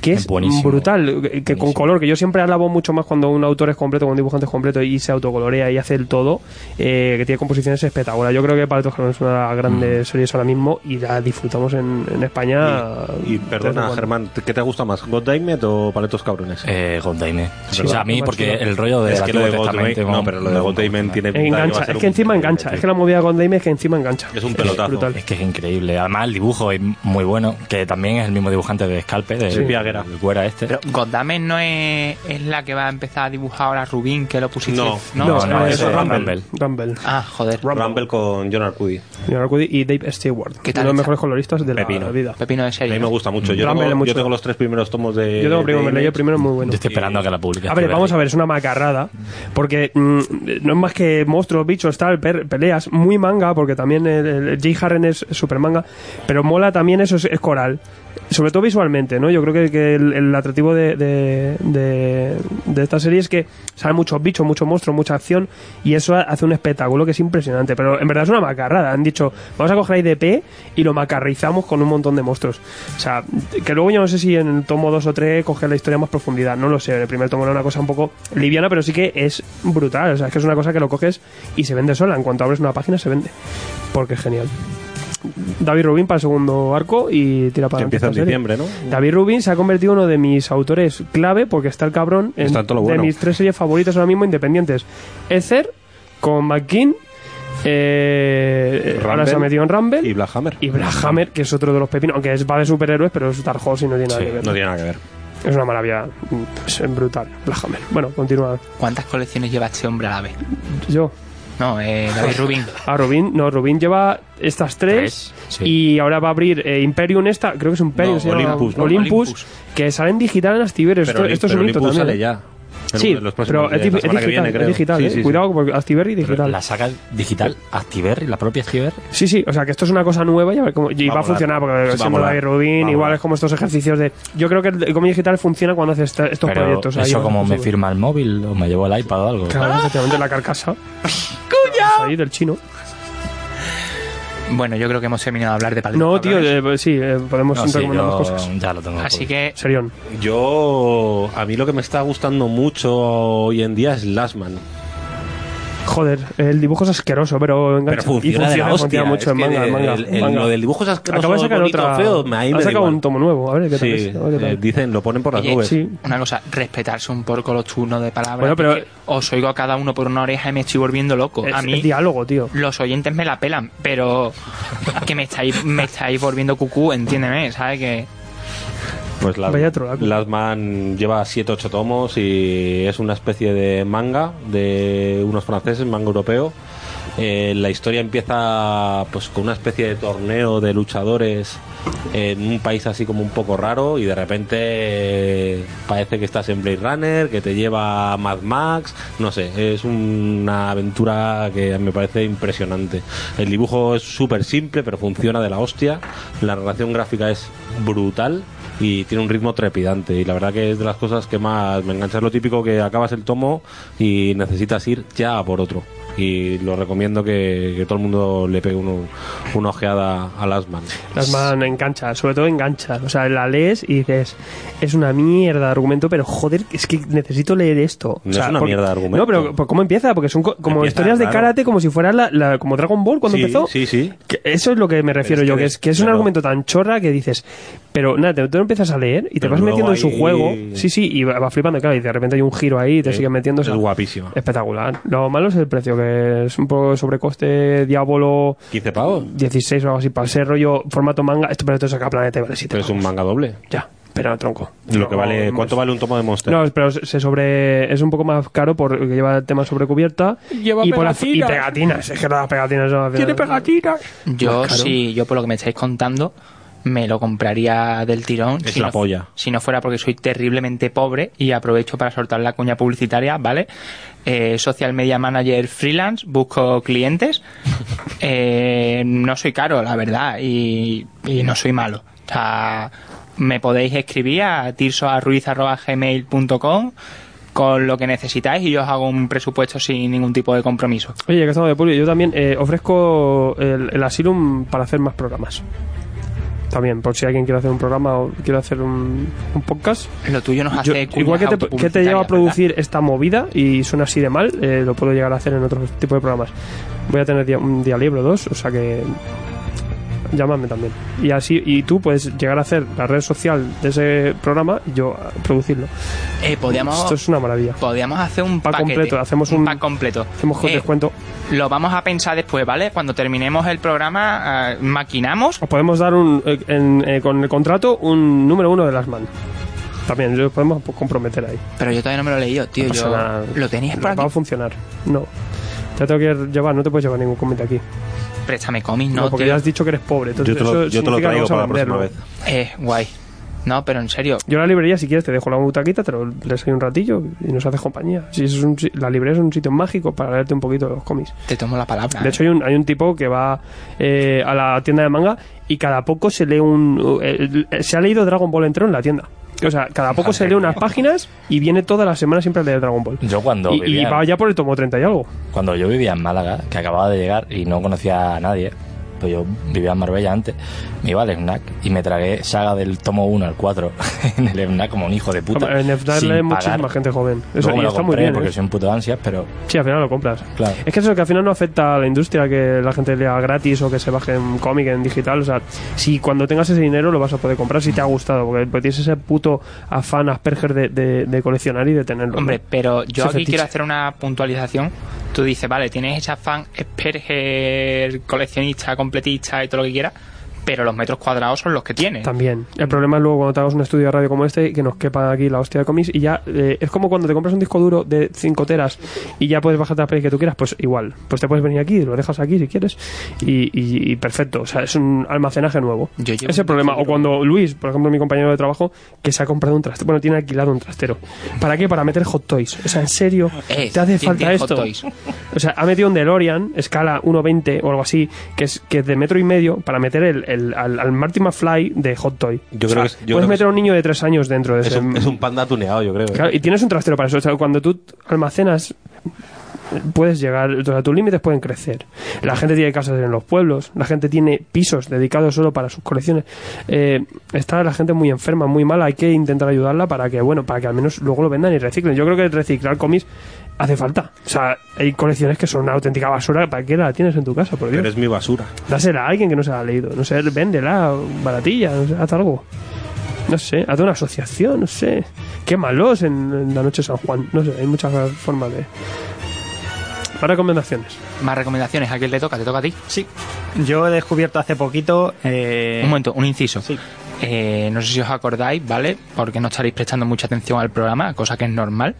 que es
Buenísimo.
brutal, que- que con
Buenísimo.
color, que yo siempre alabo mucho más cuando un autor es completo, cuando un dibujante es completo y se autocolorea y hace el todo, eh, que tiene composiciones espectaculares. Yo creo que Paletos Germanos es una de las
Mm.
grandes series ahora mismo y la disfrutamos en, en España.
Y,
de
y
vez en
perdona,
cuando.
Germán, ¿qué te gusta más? ¿God Daimet o Paletos Cabrones?
Eh, Gold Daimer.
Sí,
o sea, a mí,
más
porque
chulo.
el rollo de
es que lo de God
Testamento,
Daimet-
vamos,
No, pero lo de God Daimet tiene. pinta de que va a
Engancha,
ser
es que
un-
encima engancha, es que la movida con Dame es que encima engancha.
Es un pelotazo.
brutal.
Es que es increíble. Además, el dibujo es muy bueno, que también es el mismo dibujante de Scalpe, de
Sí. Viaguera.
del Güera este.
Pero Goddamen no es, es la que va a empezar a dibujar ahora Rubín, que lo pusiste.
No.
no, no,
eh,
eso es Rumble.
Rumble.
Ah, joder.
Rumble con John Arcudi.
Leonardo Cudi y Dave Stewart, uno
¿Qué
de
tal
los
está?
mejores coloristas de la
Pepino.
vida.
Pepino de
A
serie.
mí me
¿no?
gusta mucho. Yo
Rumble es
tengo,
mucho.
yo tengo los tres primeros tomos de.
Yo tengo primero, me
de
leí el
Image.
primero, es muy bueno.
Yo estoy esperando a que la publique.
A ver, vamos a ver, es una macarrada. Porque mm, no es más que monstruos, bichos, tal, per- peleas. Muy manga, porque también el, el Jay Harren es super manga. Pero mola también eso, es, es coral. Sobre todo visualmente, ¿no? Yo creo que, que el, el atractivo de, de, de- de esta serie es que salen muchos bichos, muchos monstruos, mucha acción. Y eso hace un espectáculo que es impresionante. Pero en verdad es una macarrada. Han dicho, vamos a coger a IDP y lo macarrizamos con un montón de monstruos. O sea, que luego yo no sé si en el tomo 2 o 3 coge la historia más profundidad. No lo sé. En el primer tomo era una cosa un poco liviana, pero sí que es brutal. O sea, es que es una cosa que lo coges y se vende sola. En cuanto abres una página, se vende. Porque es genial. David Rubin para el segundo arco y tira para adelante
Que empieza en
esta serie.
diciembre, ¿no?
David Rubin se ha convertido en uno de mis autores clave porque está el cabrón en
Está en todo lo bueno.
de mis tres series favoritas ahora mismo independientes. Ether con McKean, eh,
Rumble
ahora se ha metido en Rumble
Y Black Hammer.
y Black Hammer, que es otro de los pepinos, aunque es, va de superhéroes, pero es Dark Horse y no tiene nada
Sí,
que ver.
No tiene nada que ver.
Es una maravilla mm, es brutal, Black Hammer. Bueno, continúa.
¿Cuántas colecciones lleva este hombre a la vez?
Yo.
No, eh, David Rubín.
Ah, Rubin, no, Rubin lleva estas tres,
Tres, sí.
y ahora va a abrir eh, Imperium esta, creo que es Imperium,
No,
se llama,
Olympus, ¿no?
Olympus,
Olympus.
que sale en digital en Astiberes. Esto,
Oli-
esto es un hito
Olympus
también.
sale
¿eh?
ya. En
Sí,
uno de los próximos
pero es,
días,
di-
la
es
semana que
digital,
viene,
es
creo.
digital,
Sí,
eh.
sí, sí.
cuidado porque Astiberri digital.
La saga digital Activer y la propia Activer.
Sí, sí, o sea que esto es una cosa nueva y, a ver cómo, y
Va a
va, a
molar.
funcionar porque
Va a
siendo
molar.
David
Va a
Rubin,
molar.
igual es como estos ejercicios de... Yo creo que el cómic digital funciona cuando haces esta- estos
Pero
proyectos. ahí
eso
va,
como
pues,
me
sí.
firma el móvil o me llevo el iPad o algo.
Ah.
Claro, efectivamente, la carcasa. ¡Cuya! Ahí del chino.
Bueno, yo creo que hemos terminado de hablar de paletas.
No, tío,
cabrones.
eh, pues sí, eh, podemos
No, sí,
recomendar más
yo
cosas.
ya lo tengo.
Así
pues.
Eh.
que
Serión.
Yo. A mí lo que me está gustando mucho hoy en día es Lashman.
Joder, el dibujo es asqueroso, pero engancha.
Pero funciona,
y
de la
funciona,
hostia.
funciona mucho
Es
en
que
manga, en manga,
el- el-
manga.
Lo del dibujo es asqueroso,
Acaba de sacar
bonito,
otra...
feo. a mí me
ha
da
sacado
igual.
un tomo nuevo, a ver qué tal
Sí,
es, a ver qué tal
eh,
es.
dicen, lo ponen por las
Oye,
nubes.
Sí.
Una cosa, respetarse un poco los turnos de palabras.
Bueno, pero-
que Os oigo a cada uno por una oreja y me estoy volviendo loco.
Es-
a mí
es diálogo, tío.
los oyentes me la pelan, pero que me estáis, me estáis volviendo cucú, entiéndeme, ¿sabes? Que
Pues Las-
Vaya trolaco.
Lastman lleva 7-8 tomos y es una especie de manga de unos franceses, manga europeo. Eh, la historia empieza pues con una especie de torneo de luchadores en un país así como un poco raro y de repente eh, parece que estás en Blade Runner, que te lleva a Mad Max, no sé, es una aventura que me parece impresionante. El dibujo es súper simple pero funciona de la hostia, la relación gráfica es brutal y tiene un ritmo trepidante y la verdad que es de las cosas que más me engancha es lo típico que acabas el tomo y necesitas ir ya a por otro y lo recomiendo que, que todo el mundo le pegue uno- una ojeada a Lastman
Las man engancha, sobre todo engancha. O sea, la lees y dices, es una mierda de argumento, pero joder, es que necesito leer esto.
No
O sea,
es una
porque-
mierda de argumento.
No, pero pues, ¿cómo empieza? Porque son co- como
Empieza
historias de
raro.
karate, como si fuera la, la- como Dragon Ball cuando
Sí,
empezó.
sí, sí.
Que eso es lo que me refiero
Es
yo,
que
que es, que es un
claro.
argumento tan chorra que dices, pero nada, te- tú lo empiezas a leer y te
Pero
vas
luego
metiendo en su
ahí-
juego. Sí, sí, y va va flipando, claro, y de repente hay un giro ahí y te
Sí,
siguen metiendo. o
Eh, es
sea,
guapísima.
Eh, Espectacular. Lo malo es el precio, que es un poco sobrecoste, diablo.
15 pavos
16 o algo así, para ser rollo formato manga, esto pero esto saca planeta y vale 7
pero es un manga doble
Ya, pero no, tronco.
lo que
No,
vale
hemos-
cuánto vale un tomo de Monster
No, pero se se sobre es un poco más caro porque lleva temas sobre cubierta
Lleva
y, por la- y
pegatinas.
pegatinas, es que las pegatinas son al final-
yo
Más caro.
sí, yo por lo que me estáis contando, me lo compraría del tirón.
Es la
no,
polla.
Si no fuera porque soy terriblemente pobre y aprovecho para soltar la cuña publicitaria, ¿vale? Eh, social media manager freelance, busco clientes. Eh, no soy caro, la verdad, y, y no soy malo. O sea, me podéis escribir a tirsoarruiz.gmail.com con lo que necesitáis y yo os hago un presupuesto sin ningún tipo de compromiso.
Oye, que estamos de público, yo también eh, ofrezco el, el Asylum para hacer más programas. También, por si alguien quiere hacer un programa o quiere hacer un, un podcast.
Lo tuyo nos
Yo-
hace Eh, cuñas
igual que te, que te lleva a
autopublicitarias,
producir esta movida y suena así de mal, eh, lo puedo llegar a hacer en otro tipo de programas. Voy a tener día- un día libre o dos, o sea que llámame también. Y así y tú puedes llegar a hacer la red social de ese programa y yo a producirlo.
¿verdad? Eh, podíamos,
Esto es una maravilla.
podíamos hacer un
Pack
paquete,
completo, hacemos un-
pack completo.
Hacemos con
Eh,
descuento.
Lo vamos a pensar después, ¿vale? Cuando terminemos el programa, ah, maquinamos.
Os podemos dar un, eh, en- eh, con el contrato un número uno de las man. También lo podemos comprometer ahí.
Pero yo todavía no me lo he leído, tío.
No pasa
yo,
nada.
lo tenías por aquí.
Va a funcionar. No. Te tengo que llevar, no te puedes llevar ningún comité aquí.
Préstame cómics,
No,
no,
porque
tío.
ya has dicho que eres pobre. Entonces
Yo te lo,
eso
yo te lo
significa que
traigo
vamos a
para la
venderlo.
próxima vez.
Eh, guay. No, pero en serio.
Yo en la librería, si quieres, te dejo la butaquita, te lo lees ahí un ratillo y nos haces compañía. Si eso es un si- la librería es un sitio mágico para leerte un poquito de los cómics.
Te tomo la palabra.
De
¿eh?
hecho, hay un, hay un tipo que va eh, a la tienda de manga y cada poco se lee un. eh, eh, se ha leído Dragon Ball entero en la tienda. O sea, cada poco se lee unas páginas y viene todas las semanas siempre a leer Dragon Ball.
Yo cuando
Y, y
vivía,
va ya por el tomo 30 y algo.
cuando yo vivía en Málaga, que acababa de llegar y no conocía a nadie, pues yo vivía en Marbella antes, me iba al FNAC y me tragué saga del tomo 1 al 4 en el FNAC como un hijo de puta.
en FNAC
sin
lee
pagar.
muchísima gente joven. Eso
Luego
y
me lo
está muy
compré
bien.
porque
¿eh?
soy un puto ansias, pero
Sí, al final lo compras.
Claro.
Es que eso que al final no afecta a la industria, que la gente lea gratis o que se baje en cómic, en digital. O sea, si cuando tengas ese dinero lo vas a poder comprar si te ha gustado, porque porque tienes ese puto afán Asperger de, de- de coleccionar y de tenerlo.
Hombre, pero
Ese
yo aquí
fetiche.
quiero hacer una puntualización. Tú dices, vale, tienes esa fan Asperger, coleccionista, completista y todo lo que quieras, pero los metros cuadrados son los que tienes.
También. El problema es luego cuando te hagas un estudio de radio como este que nos quepa aquí la hostia de cómics y ya eh, es como cuando te compras un disco duro de 5 teras y ya puedes bajarte la peli que tú quieras, pues igual. Pues te puedes venir aquí, lo dejas aquí si quieres y, y- y perfecto. O sea, es un almacenaje nuevo.
Yo llevo
Ese
un
problema.
disco
O cuando Luis, por ejemplo, mi compañero de trabajo, que se ha comprado un trastero. Bueno, tiene alquilado un trastero. ¿Para qué? Para meter hot toys. O sea, en serio,
Eh,
te hace
¿quién
falta
tiene Hot
esto.
Toys?
O sea, ha metido un DeLorean, escala 1.20 o algo así, que es, que es de metro y medio, para meter el, el- al, al Marty McFly de Hot Toy. O sea,
Yo creo que es- yo creo
puedes
que
meter
es-
a un niño de 3 años dentro de
Es
ese.
un, es un panda tuneado, yo creo. ¿eh?
Claro, y tienes un trastero para eso. O sea, cuando tú almacenas, puedes llegar. O sea, tus límites pueden crecer. La gente tiene casas en los pueblos, la gente tiene pisos dedicados solo para sus colecciones. Eh, está la gente muy enferma, muy mala. Hay que intentar ayudarla para que, bueno, para que al menos luego lo vendan y reciclen. Yo creo que reciclar cómics hace falta. O sea, hay colecciones que son una auténtica basura. ¿Para qué la tienes en tu casa, por Dios?
Pero es mi basura.
Dásela a alguien que no se la ha leído. No sé, véndela baratilla, no sé, haz algo. No sé, haz una asociación, no sé. Qué malos en, en la noche de San Juan. No sé, hay muchas formas de. Más recomendaciones.
Más recomendaciones, ¿a quién le toca? ¿Te toca a ti?
Sí. Yo he descubierto hace poquito. eh,
Un momento, un inciso.
Sí.
Eh, no sé si os acordáis, ¿vale? Porque no estaréis prestando mucha atención al programa, cosa que es normal.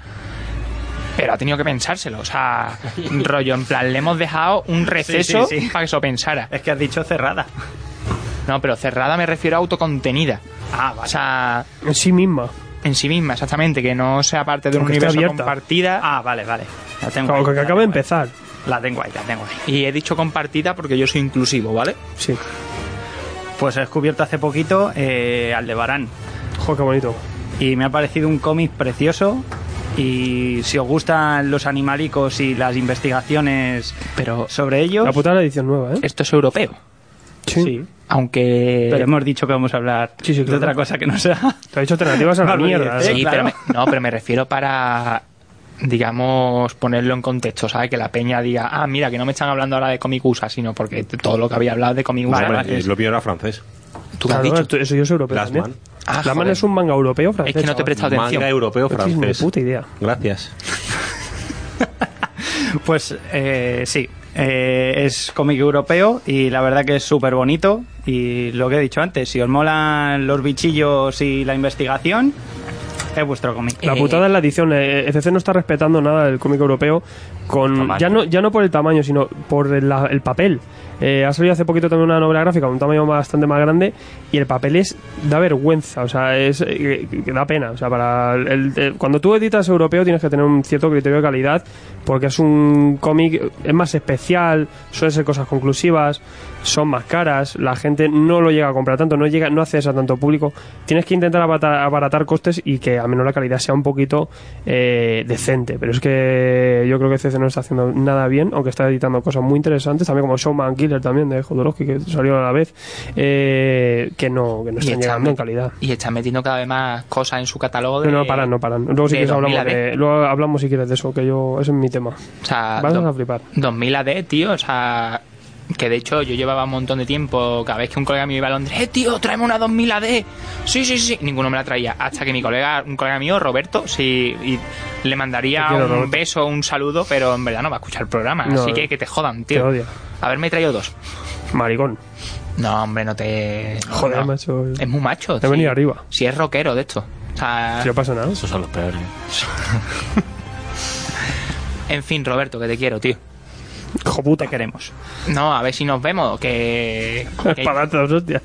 Pero ha tenido que pensárselo. O sea, rollo, en plan, le hemos dejado un receso
sí, sí.
para que se lo pensara.
Es que has dicho cerrada.
No, pero cerrada me refiero a autocontenida.
Ah,
O sea,
En sí misma.
en sí misma, exactamente, que no sea parte de un
Porque esté
universo
abierta.
compartida.
Ah, vale, vale. La tengo
Como
ahí,
que acaba
la
de
tengo ahí.
empezar.
La tengo ahí, la tengo ahí.
Y he dicho compartida porque yo soy inclusivo, ¿vale?
Sí.
Pues he descubierto hace poquito eh, Aldebarán.
Joder, qué bonito.
Y me ha parecido un cómic precioso. Y si os gustan los animalicos y las investigaciones
Pero
sobre ellos.
La puta de la edición nueva, ¿eh?
esto es europeo.
Sí.
Aunque.
Pero hemos dicho que vamos a hablar
Sí, sí,
de
claro.
otra cosa que no sea.
Te ha dicho alternativas a la
Barbaridad,
mierda.
¿eh?
¿no?
Sí,
claro.
pero me- no, pero me refiero para, digamos, ponerlo en contexto, ¿sabes? Que la peña diga, ah, mira, que no me están hablando ahora de Comikusa, sino porque t- todo lo que había hablado de Comikusa.
Hombre,
¿vale?
eh, Lo mío era francés.
Tú que has
Claro,
dicho.
tú- eso yo soy europeo.
Las
también.
Man.
Ah,
la man
joder.
es un manga europeo francés.
Es que no te he
chaval.
prestado atención.
Manga europeo
Es que es mi
francés.
puta idea.
Gracias.
Pues eh, sí, eh, es cómic europeo y la verdad que es súper bonito. Y lo que he dicho antes, si os molan los bichillos y la investigación, es vuestro cómic.
La
Eh,
putada es la edición. eh, ECC no está respetando nada del cómic europeo. con
Tamaño.
ya no, ya no por el tamaño, sino por el, la- el papel. Eh, ha salido hace poquito también una novela gráfica, un tamaño bastante más grande, y el papel es da vergüenza, o sea, es eh, que- que da pena. O sea, para el- el- eh, cuando tú editas europeo tienes que tener un cierto criterio de calidad, porque es un cómic, eh, es más especial, suelen ser cosas conclusivas, son más caras, la gente no lo llega a comprar tanto, no llega, no haces a tanto público. Tienes que intentar abata- abaratar costes y que al menos la calidad sea un poquito eh, decente. Pero es que yo creo que CC no está haciendo nada bien, aunque está editando cosas muy interesantes, también como Showman Killer también de Jodorowsky, que salió a la vez, eh, que no, que no están
está
llegando en
met-
calidad.
y está metiendo cada vez más cosas en su catálogo. De,
No, no paran, no paran. Luego si
de
quieres
2000
hablamos
AD.
de, luego hablamos si quieres de eso, que yo ese es mi tema.
O sea,
Vas
do-
a flipar.
2000 AD, tío, o sea, que de hecho yo llevaba un montón de tiempo, cada vez que un colega mío iba a Londres, eh, tío, tráeme una 2000 AD. Sí, sí, sí, ninguno me la traía, hasta que mi colega, un colega mío, Roberto, sí, y le mandaría
Te quiero,
un
Roberto.
beso, un saludo, pero en verdad no va a escuchar el programa,
No,
así
no.
que que te jodan,
Te
tío.
odia.
Haberme traído dos.
Maricón.
No, hombre, no te... no,
Joder,
no.
macho. eh.
Es muy macho.
Te he
sí. Ah.
venido arriba.
Si es rockero de esto. O sea,
Si no pasa nada.
Esos son los peores.
en fin, Roberto, que te quiero, tío.
Hijo puta.
Te queremos.
No, a ver si nos vemos, que... que-
Para dos hostias.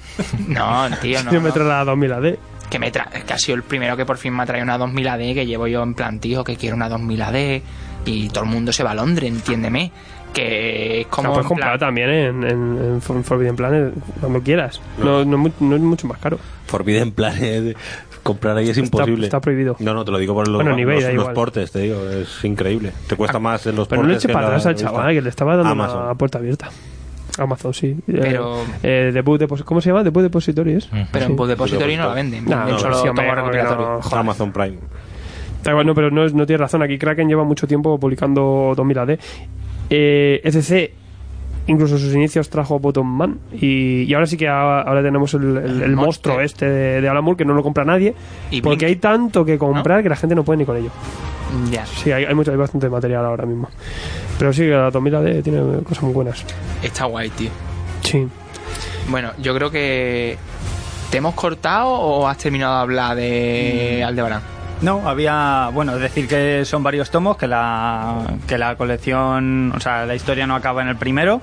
No, tío, no.
Yo me
no.
trae la 2000 AD.
que me tra que ha sido el primero que por fin me ha traído una 2000 AD, que llevo yo en plan, tío, que quiero una 2000 AD, y todo el mundo se va a Londres, entiéndeme. Que es como.
La puedes
en plan-
comprar también en, en, en For- Forbidden Planet cuando quieras. No, no, es mu- no es mucho más caro.
Forbidden Planet. Comprar ahí es imposible.
está prohibido.
No, no, te lo digo por los,
Bueno, en eBay
los-
da
los
igual. Ah,
portes, te digo. Es increíble. Te cuesta más en los
Pero no le
portes.
eche
que
para
en la
atrás al
revista.
chaval que le estaba dando
Amazon.
una puerta abierta. Amazon, sí. Eh,
Pero- Mm.
eh, Debut Depos- ¿Cómo se llama? Debut Depository es.
Pero en
Sí.
Book Depository no la venden.
No,
venden
no,
solo
sí, hombre,
tomos
no, que
recopilatorios.
no, joder.
Amazon Prime.
Da igual, no, pero no, es- no tienes razón. Aquí Kraken lleva mucho tiempo publicando 2000 AD. Eh, ECC, incluso en sus inicios, trajo Bottom Man. Y, y ahora sí que a- ahora tenemos el, el- el
El
monstruo
monster.
este de, de Alan Moore que no lo compra nadie.
Y
porque hay
Blink.
tanto que comprar que la gente no puede ni con ello.
Ya.
Sí, hay, hay mucho, hay bastante material ahora mismo. Pero sí, la 2000 AD tiene cosas muy buenas.
Está guay, tío.
Sí.
Bueno, yo creo que. ¿Te hemos cortado o has terminado de hablar
Mm.
de Aldebarán?
No, había, bueno, es decir que son varios tomos, que la, que la colección, o sea, la historia no acaba en el primero,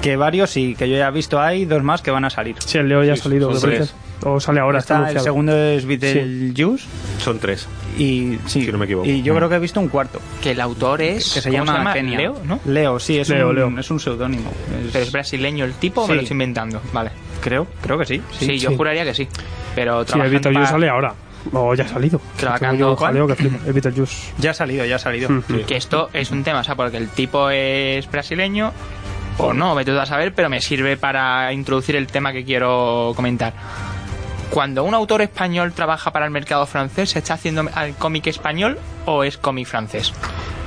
que varios y que yo ya he visto hay dos más que van a salir.
Sí, el Leo ya ha salido,
son
me parece. O sale ahora, está,
Está, el
anunciado.
segundo es Beetlejuice
Son tres.
y sí,
Si no me equivoco.
y
Mm.
yo creo que he visto un cuarto
Que el autor es.
que se
¿cómo
llama, Kenia.
Leo, ¿no?
Leo, sí, es
Leo,
un,
Leo.
es un seudónimo. Es-
Pero es brasileño el tipo o me
Sí.
lo estoy inventando. Vale.
creo, creo que sí.
Sí, yo
sí.
juraría que sí. Pero
Sí, el
trabajan
Beetlejuice
para-
sale ahora. O ya ha salido.
Trabajando
Tengo yo
con-
jaleo que flipa. El Beetlejuice.
Ya ha salido, ya ha salido.
Que esto es un tema, o sea, porque el tipo es brasileño o no, me tú a saber, pero me sirve para introducir el tema que quiero comentar. Cuando un autor español trabaja para el mercado francés, ¿se está haciendo al cómic español o es cómic francés?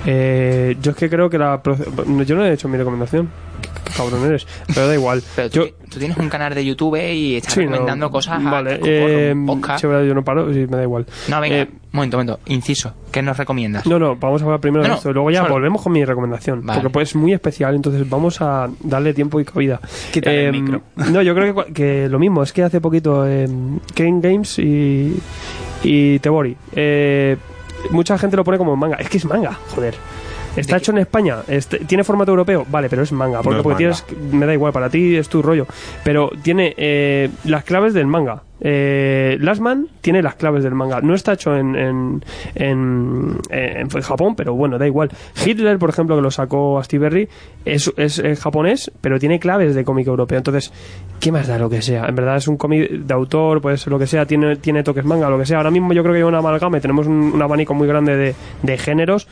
Eh, yo es que creo que la. proce- no, Yo no he hecho mi recomendación. Qué Cabrón eres. Pero da igual.
Pero tú,
yo.
tú tienes un canal de YouTube y estás
sí, no,
recomendando cosas a
Vale,
a-
eh,
un podcast.
sí, verdad, yo no paro, sí, me da igual.
No, venga,
Eh,
momento, momento. Inciso, ¿qué nos recomiendas?
no, no, vamos a hablar primero
No,
de
no,
esto. Luego ya
solo.
volvemos con mi recomendación.
Vale.
Porque pues es muy especial, entonces vamos a darle tiempo y cabida. Em,
Quítale el micro.
No, yo creo que, cua- que lo mismo. Es que hace poquito eh, Kane Games y, y Tebori. eh, mucha gente lo pone como manga. Es que es manga, joder. Está
¿De
hecho en España, este- tiene formato europeo, vale, pero es manga. ¿Por qué?
No es
Porque
manga.
tienes, me da igual, para ti es tu rollo. Pero tiene eh, las claves del manga. Eh, Last Man tiene las claves del manga. No está hecho en, en, en- en- en Japón, pero bueno, da igual. Hitler, por ejemplo, que lo sacó a Steve Berry, es, es, eh, japonés, pero tiene claves de cómic europeo. Entonces, ¿qué más da lo que sea? En verdad es un cómic de autor, pues lo que sea, tiene, tiene toques manga, lo que sea. Ahora mismo yo creo que hay una amalgama y tenemos un, un abanico muy grande de, de géneros.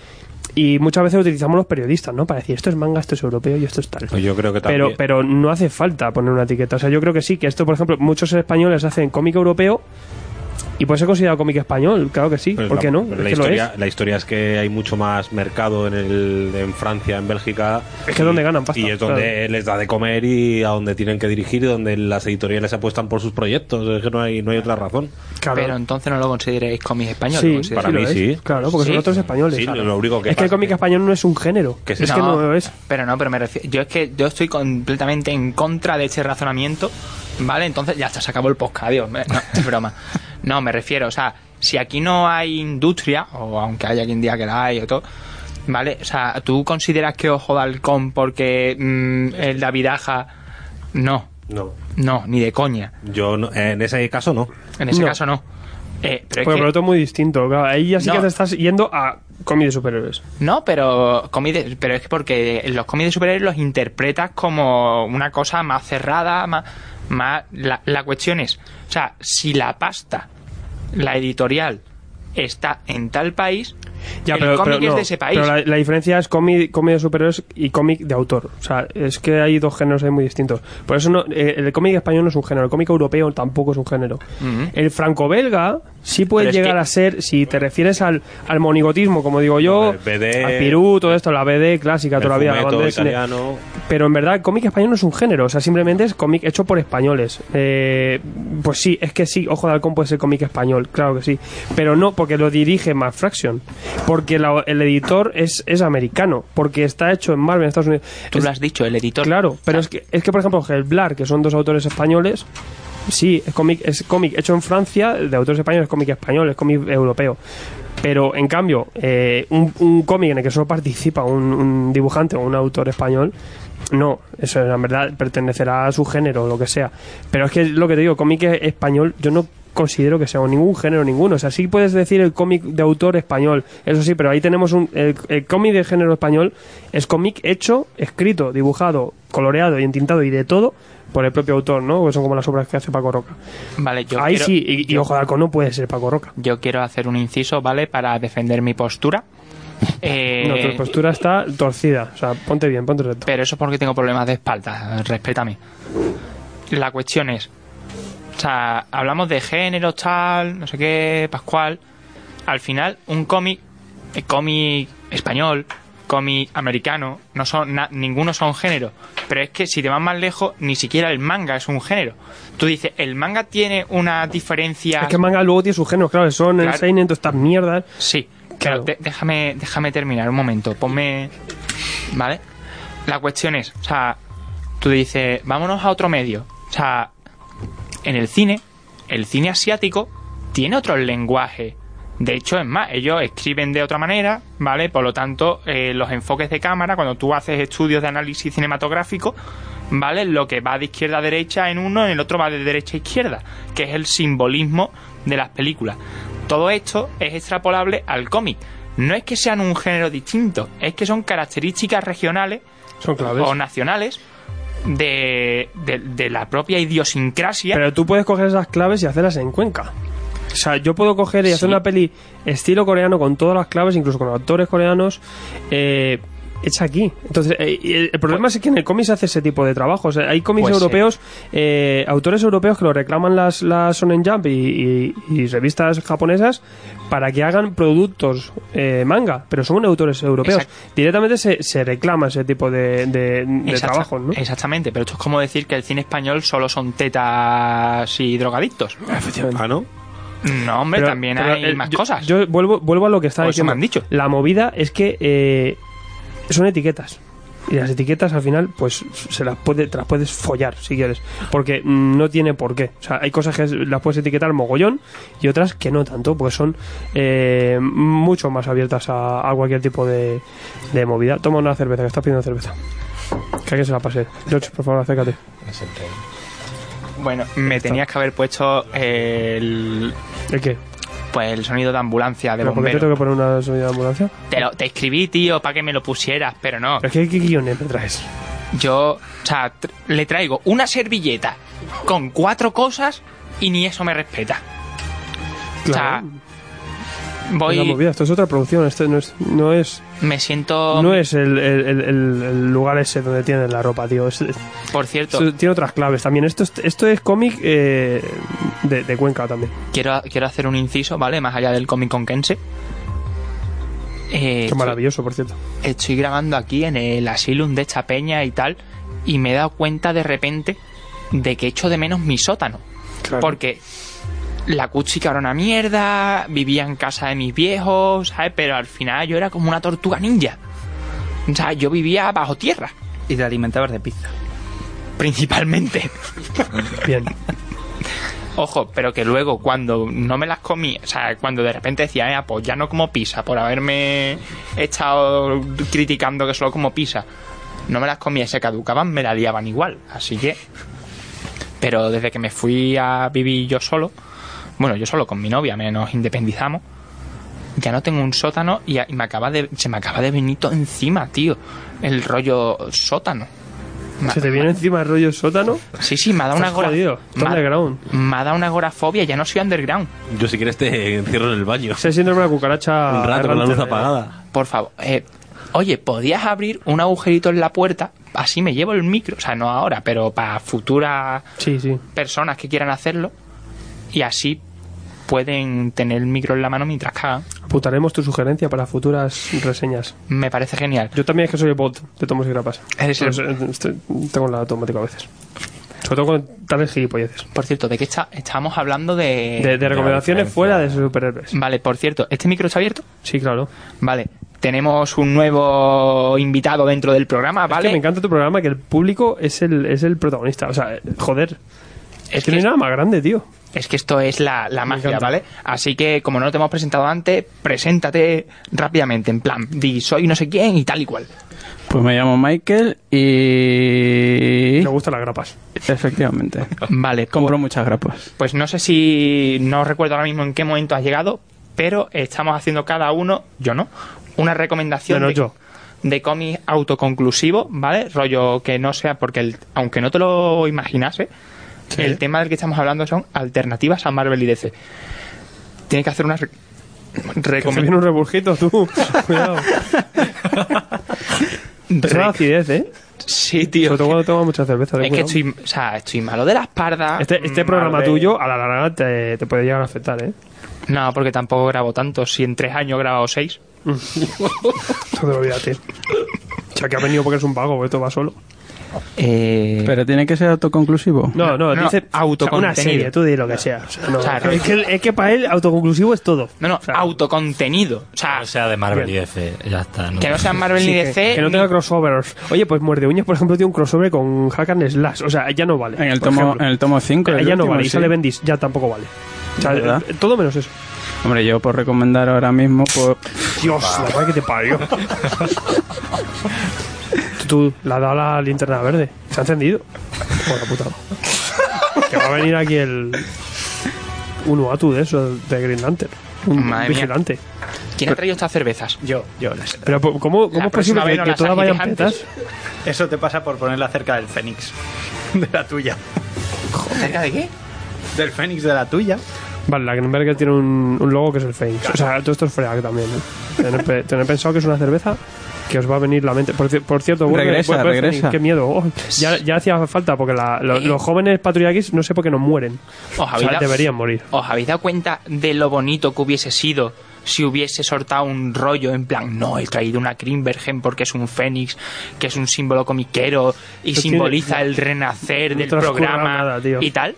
Y muchas veces utilizamos los periodistas, ¿no? Para decir, esto es manga, esto es europeo y esto es tal.
Pues yo creo que
pero,
también.
pero no hace falta poner una etiqueta. O sea, yo creo que sí, que esto, por ejemplo, muchos españoles hacen cómic europeo y puede ser considerado cómic español, claro que sí.
Pues
¿Por
la-
qué no?
pero
Es que
La,
lo
historia,
es.
la historia es que hay mucho más mercado en, el, en Francia, en Bélgica.
Es que
y-
donde ganan pasta,
Y es donde les da de comer y a donde tienen que dirigir y donde las editoriales apuestan por sus proyectos. Es que no hay, no hay otra razón.
Claro.
Pero entonces no lo consideréis cómic español.
Sí,
lo consideréis-
para
lo
mí
es.
sí.
Claro, porque
Sí.
son otros españoles.
Sí,
claro.
lo único que
es que el
pasa
cómic
que-
español no es un género.
que
es
se-
que no lo es.
Pero no, pero me refiero. Yo es que yo estoy completamente en contra de ese razonamiento, ¿vale? Entonces ya está, se acabó el podcast, adiós. Me- No, es broma. No, me refiero, o sea, si aquí no hay industria, o aunque haya quien diga que la hay o todo, ¿vale? O sea, ¿tú consideras que Ojo de Halcón porque mm, el David Aja. No,
No.
no, ni de coña.
Yo no- en ese caso no.
En ese
No.
caso no. Eh, pero es
Porque
que-
por otro es muy distinto. Claro, ahí ya sí
No.
que te estás yendo a cómic de superhéroes.
No, pero, cómic de- pero es que porque los cómics de superhéroes los interpretas como una cosa más cerrada, más... más la, la cuestión es, o sea, si la pasta, la editorial, está en tal país,
Ya,
el
pero,
cómic
pero
es
no,
de ese país.
pero la, la diferencia es cómic, cómic de superhéroes y cómic de autor. O sea, es que hay dos géneros ahí muy distintos. Por eso no, eh, el cómic español no es un género, el cómic europeo tampoco es un género. El franco-belga sí puede
Pero es
llegar
que-
a ser, si te refieres al, al monigotismo, como digo yo,
El BD,
al pirú, todo esto, la BD clásica
El
todavía, la
fumeto
banda de cine.
italiano.
Pero en verdad, el cómic español no es un género, o sea, simplemente es cómic hecho por españoles. Eh, pues sí, es que sí, Ojo de Halcón puede ser cómic español, claro que sí. Pero no, porque lo dirige Matt Fraction. Porque la- el editor es, es americano, porque está hecho en Marvel, en Estados Unidos.
tú
Es-
lo has dicho, el editor.
Claro, pero es que, es que por ejemplo, Gelblar, que son dos autores españoles, sí, es cómic, es cómic hecho en Francia, de autores españoles, es cómic español, es cómic europeo. Pero en cambio, eh, un, un cómic en el que solo participa un, un dibujante o un autor español, no, eso en verdad pertenecerá a su género o lo que sea. Pero es que lo que te digo, cómic español, yo no considero que sea ningún género ninguno. O sea, sí puedes decir el cómic de autor español, eso sí, pero ahí tenemos un. El, el cómic de género español es cómic hecho, escrito, dibujado, coloreado y entintado y de todo por el propio autor, ¿no? Que son como las obras que hace Paco Roca.
Vale, yo
ahí
quiero-
sí, y, y ojo de halcón no puede ser Paco Roca.
Yo quiero hacer un inciso, ¿vale? Para defender mi postura. Eh,
No, tu postura está torcida. O sea, ponte bien, ponte recto.
Pero eso es porque tengo problemas de espalda, respétame. La cuestión es, o sea, hablamos de género, tal, no sé qué, Pascual. Al final, un cómic, eh, cómic español, cómic americano, no son na- ninguno son género. Pero es que si te vas más lejos, ni siquiera el manga es un género. Tú dices, el manga tiene una diferencia...
Es que manga luego tiene sus géneros, claro, son el
Claro.
Seinen, todas estas mierdas.
Sí,
Claro.
claro. déjame, déjame terminar un momento. Ponme. ¿Vale? La cuestión es, o sea, tú dices, vámonos a otro medio. O sea, en el cine, el cine asiático tiene otro lenguaje. De hecho, es más, ellos escriben de otra manera, ¿vale? Por lo tanto, eh, los enfoques de cámara, cuando tú haces estudios de análisis cinematográfico, ¿vale? Lo que va de izquierda a derecha en uno, en el otro va de derecha a izquierda, que es el simbolismo de las películas. Todo esto es extrapolable al cómic. No es que sean un género distinto, es que son características regionales
Son claves.
o nacionales de, de- de la propia idiosincrasia.
Pero tú puedes coger esas claves y hacerlas en Cuenca. O sea, yo puedo coger y hacer
Sí.
una peli estilo coreano con todas las claves, incluso con actores coreanos, eh, hecha aquí. Entonces, eh, y el, el problema es que en el cómic se hace ese tipo de trabajo. O sea, hay cómics
Pues sí.
europeos, eh, autores europeos que lo reclaman las, las Shonen Jump y, y- y revistas japonesas para que hagan productos eh, manga, pero son autores europeos.
Exacto.
Directamente se, se reclama ese tipo de, de, de
Exacta-
trabajos, ¿no?
Exactamente, pero esto es como decir que el cine español solo son tetas y drogadictos.
Ah, ¿no?
No, hombre,
Pero-
también
pero,
hay
eh,
más
yo-
cosas.
Yo vuelvo, vuelvo a lo que estaba
O eso
diciendo.
me han dicho.
La movida es que eh, son etiquetas. Y las etiquetas al final, pues se las puede, te las puedes follar si quieres. Porque mm, no tiene por qué. O sea, hay cosas que es- las puedes etiquetar mogollón y otras que no tanto, porque son eh, mucho más abiertas a, a cualquier tipo de, de movida. Toma una cerveza, que estás pidiendo cerveza. Que hay que se la pase. George, por favor, acércate.
bueno, me tenías que haber puesto el,
¿El qué?
pues, el sonido de ambulancia, de
¿Pero ¿Por qué te
bombero.
tengo que poner una subida de ambulancia?
Te, lo- te escribí, tío, para que me lo pusieras, pero no.
¿Pero qué, qué guiones me traes?
Yo, o sea, tr- le traigo una servilleta con cuatro cosas y ni eso me respeta. O sea,
Es la
voy,
movida, pues Esto es otra producción, esto no es, no es,
me siento,
no es el, el- el- el- el lugar ese donde tienen la ropa, tío. Es- es-
por cierto,
esto tiene otras claves también. Esto es, esto es cómic eh, de, de Cuenca también.
quiero, quiero hacer un inciso, ¿vale? Más allá del cómic conquense. Eh,
Qué maravilloso, por cierto.
estoy grabando aquí en el asylum de esta peña y tal, y me he dado cuenta de repente de que echo de menos mi sótano. Porque la cuchica era una mierda, vivía en casa de mis viejos, ¿sabes? Pero al final yo era como una tortuga ninja. O sea, yo vivía bajo tierra,
Y te alimentabas de pizza.
principalmente.
Bien.
Ojo, pero que luego cuando no me las comí, o sea, cuando de repente decía, eh, pues ya no como pizza, por haberme estado criticando que solo como pizza, no me las comía, se caducaban, me la liaban igual. Así que. Pero desde que me fui a vivir yo solo, bueno, yo solo con mi novia, me- nos independizamos, ya no tengo un sótano y, a- y me acaba de, se me acaba de venir todo encima, tío. El rollo sótano.
Se te viene encima el rollo sótano.
Sí, sí, me ha dado una
Estás
agora.
jodido. Estás
me ha-
underground.
Me ha dado una agorafobia, ya no soy underground.
Yo si quieres te encierro en el baño.
Ese síndrome de la cucaracha.
Un rato con la
errante.
luz apagada.
Por favor. eh, oye, ¿podías abrir un agujerito en la puerta? Así me llevo el micro. O sea, no ahora, pero para futuras
Sí, sí.
personas que quieran hacerlo. Y así pueden tener el micro en la mano mientras cagan.
Apuntaremos tu sugerencia para futuras reseñas.
Me parece genial.
Yo también es que soy el bot de tomos y grapas.
Eres el-
Pues, eh, estoy- tengo la automático a veces. Sobre todo con tales gilipolleces.
Por cierto, ¿de qué está, estamos hablando de...
De, de recomendaciones
diferencia.
fuera de superhéroes.
Vale, por cierto, ¿este micro está abierto?
Sí, claro.
Vale, tenemos un nuevo invitado dentro del programa,
Es que me
¿vale?
encanta tu programa, que el público es el, es el protagonista. O sea, eh, joder. Es que no hay nada más grande, tío.
es que esto es la, la magia,
encanta.
¿vale? Así que, como no te hemos presentado antes, preséntate rápidamente, en plan, di soy no sé quién y tal y cual.
Pues me llamo Michael y...
Me gustan las grapas.
Efectivamente.
Vale,
Compro muchas grapas.
pues no sé si, no recuerdo ahora mismo en qué momento has llegado, pero estamos haciendo cada uno, yo no, una recomendación
Menos
de,
yo.
de cómic autoconclusivo, ¿vale? Rollo que no sea, porque el- aunque no te lo imaginase, el tema del que estamos hablando son alternativas a Marvel y DC. Tienes que hacer unas re-
Que te
recomen-
viene un reburjito, tú. Cuidado. Es una
re-
acidez, ¿eh?
Sí, tío.
Sobre todo cuando tomas mucha cerveza. ten
Es que
cuidado.
estoy, o sea, estoy malo de la espalda.
Este, este
malo
programa
de-
tuyo, a la larga, te, te puede llegar a afectar, ¿eh?
No, porque tampoco grabo tanto. Si en tres años he grabado seis.
No te lo olvides. O sea, que ha venido porque es un vago, porque esto va solo.
Eh,
Pero tiene que ser autoconclusivo.
No, no,
No,
dice
no, autocontenido.
Una serie, tú di lo que sea. O sea, no.
O sea,
es, que, es que para él autoconclusivo es todo.
no, no,
O sea,
autocontenido. O sea,
O sea, de Marvel y DC, ya está. ¿no?
que no sea Marvel
sí,
ni
que,
DC.
que no
ni-
tenga crossovers. Oye, pues Muerde Uñas, por ejemplo, tiene un crossover con Hack and Slash. O sea, ya no vale.
En el
por
tomo,
ejemplo.
en el tomo 5.
ya no vale. Y sale Bendis, ya tampoco vale. O sea,
¿Verdad?
eh, todo menos eso.
Hombre, yo por recomendar ahora mismo, pues...
Dios, la madre que te parió. Tú, la da la linterna verde. Se ha encendido. Joder, puta. Que va a venir aquí el. Un Uatu de eso, de Green Lantern. Un
Madre mía.
vigilante.
¿Quién ha traído estas cervezas?
Yo, yo.
Pero, ¿cómo, cómo
La
es posible
próxima vez
que,
no
que
las
todas
agites
vayan
antes.
petas?
Eso te pasa por ponerla cerca del Fénix. De la tuya.
¿Cerca de qué?
Del Fénix de la tuya.
Vale, la Greenberger tiene un, un logo que es el Fénix. O sea, todo esto es freak también. ¿eh? Tener, pe- tener pensado que es una cerveza que os va a venir la mente. Por, ci- por cierto, vuelve-
Regresa,
vuelve el
regresa.
Fénix, Qué miedo. Oh, ya, ya hacía falta porque la- lo- los jóvenes Patrulla X no sé por qué no mueren.
Os
O
habéis
sea,
dado-
deberían morir.
¿Os habéis dado cuenta de lo bonito que hubiese sido si hubiese soltado un rollo en plan, no, he traído una Grimbergen porque es un fénix, que es un símbolo comiquero y
No
simboliza
tiene-
el renacer
no
del
transcurre
programa
nada, tío.
y tal?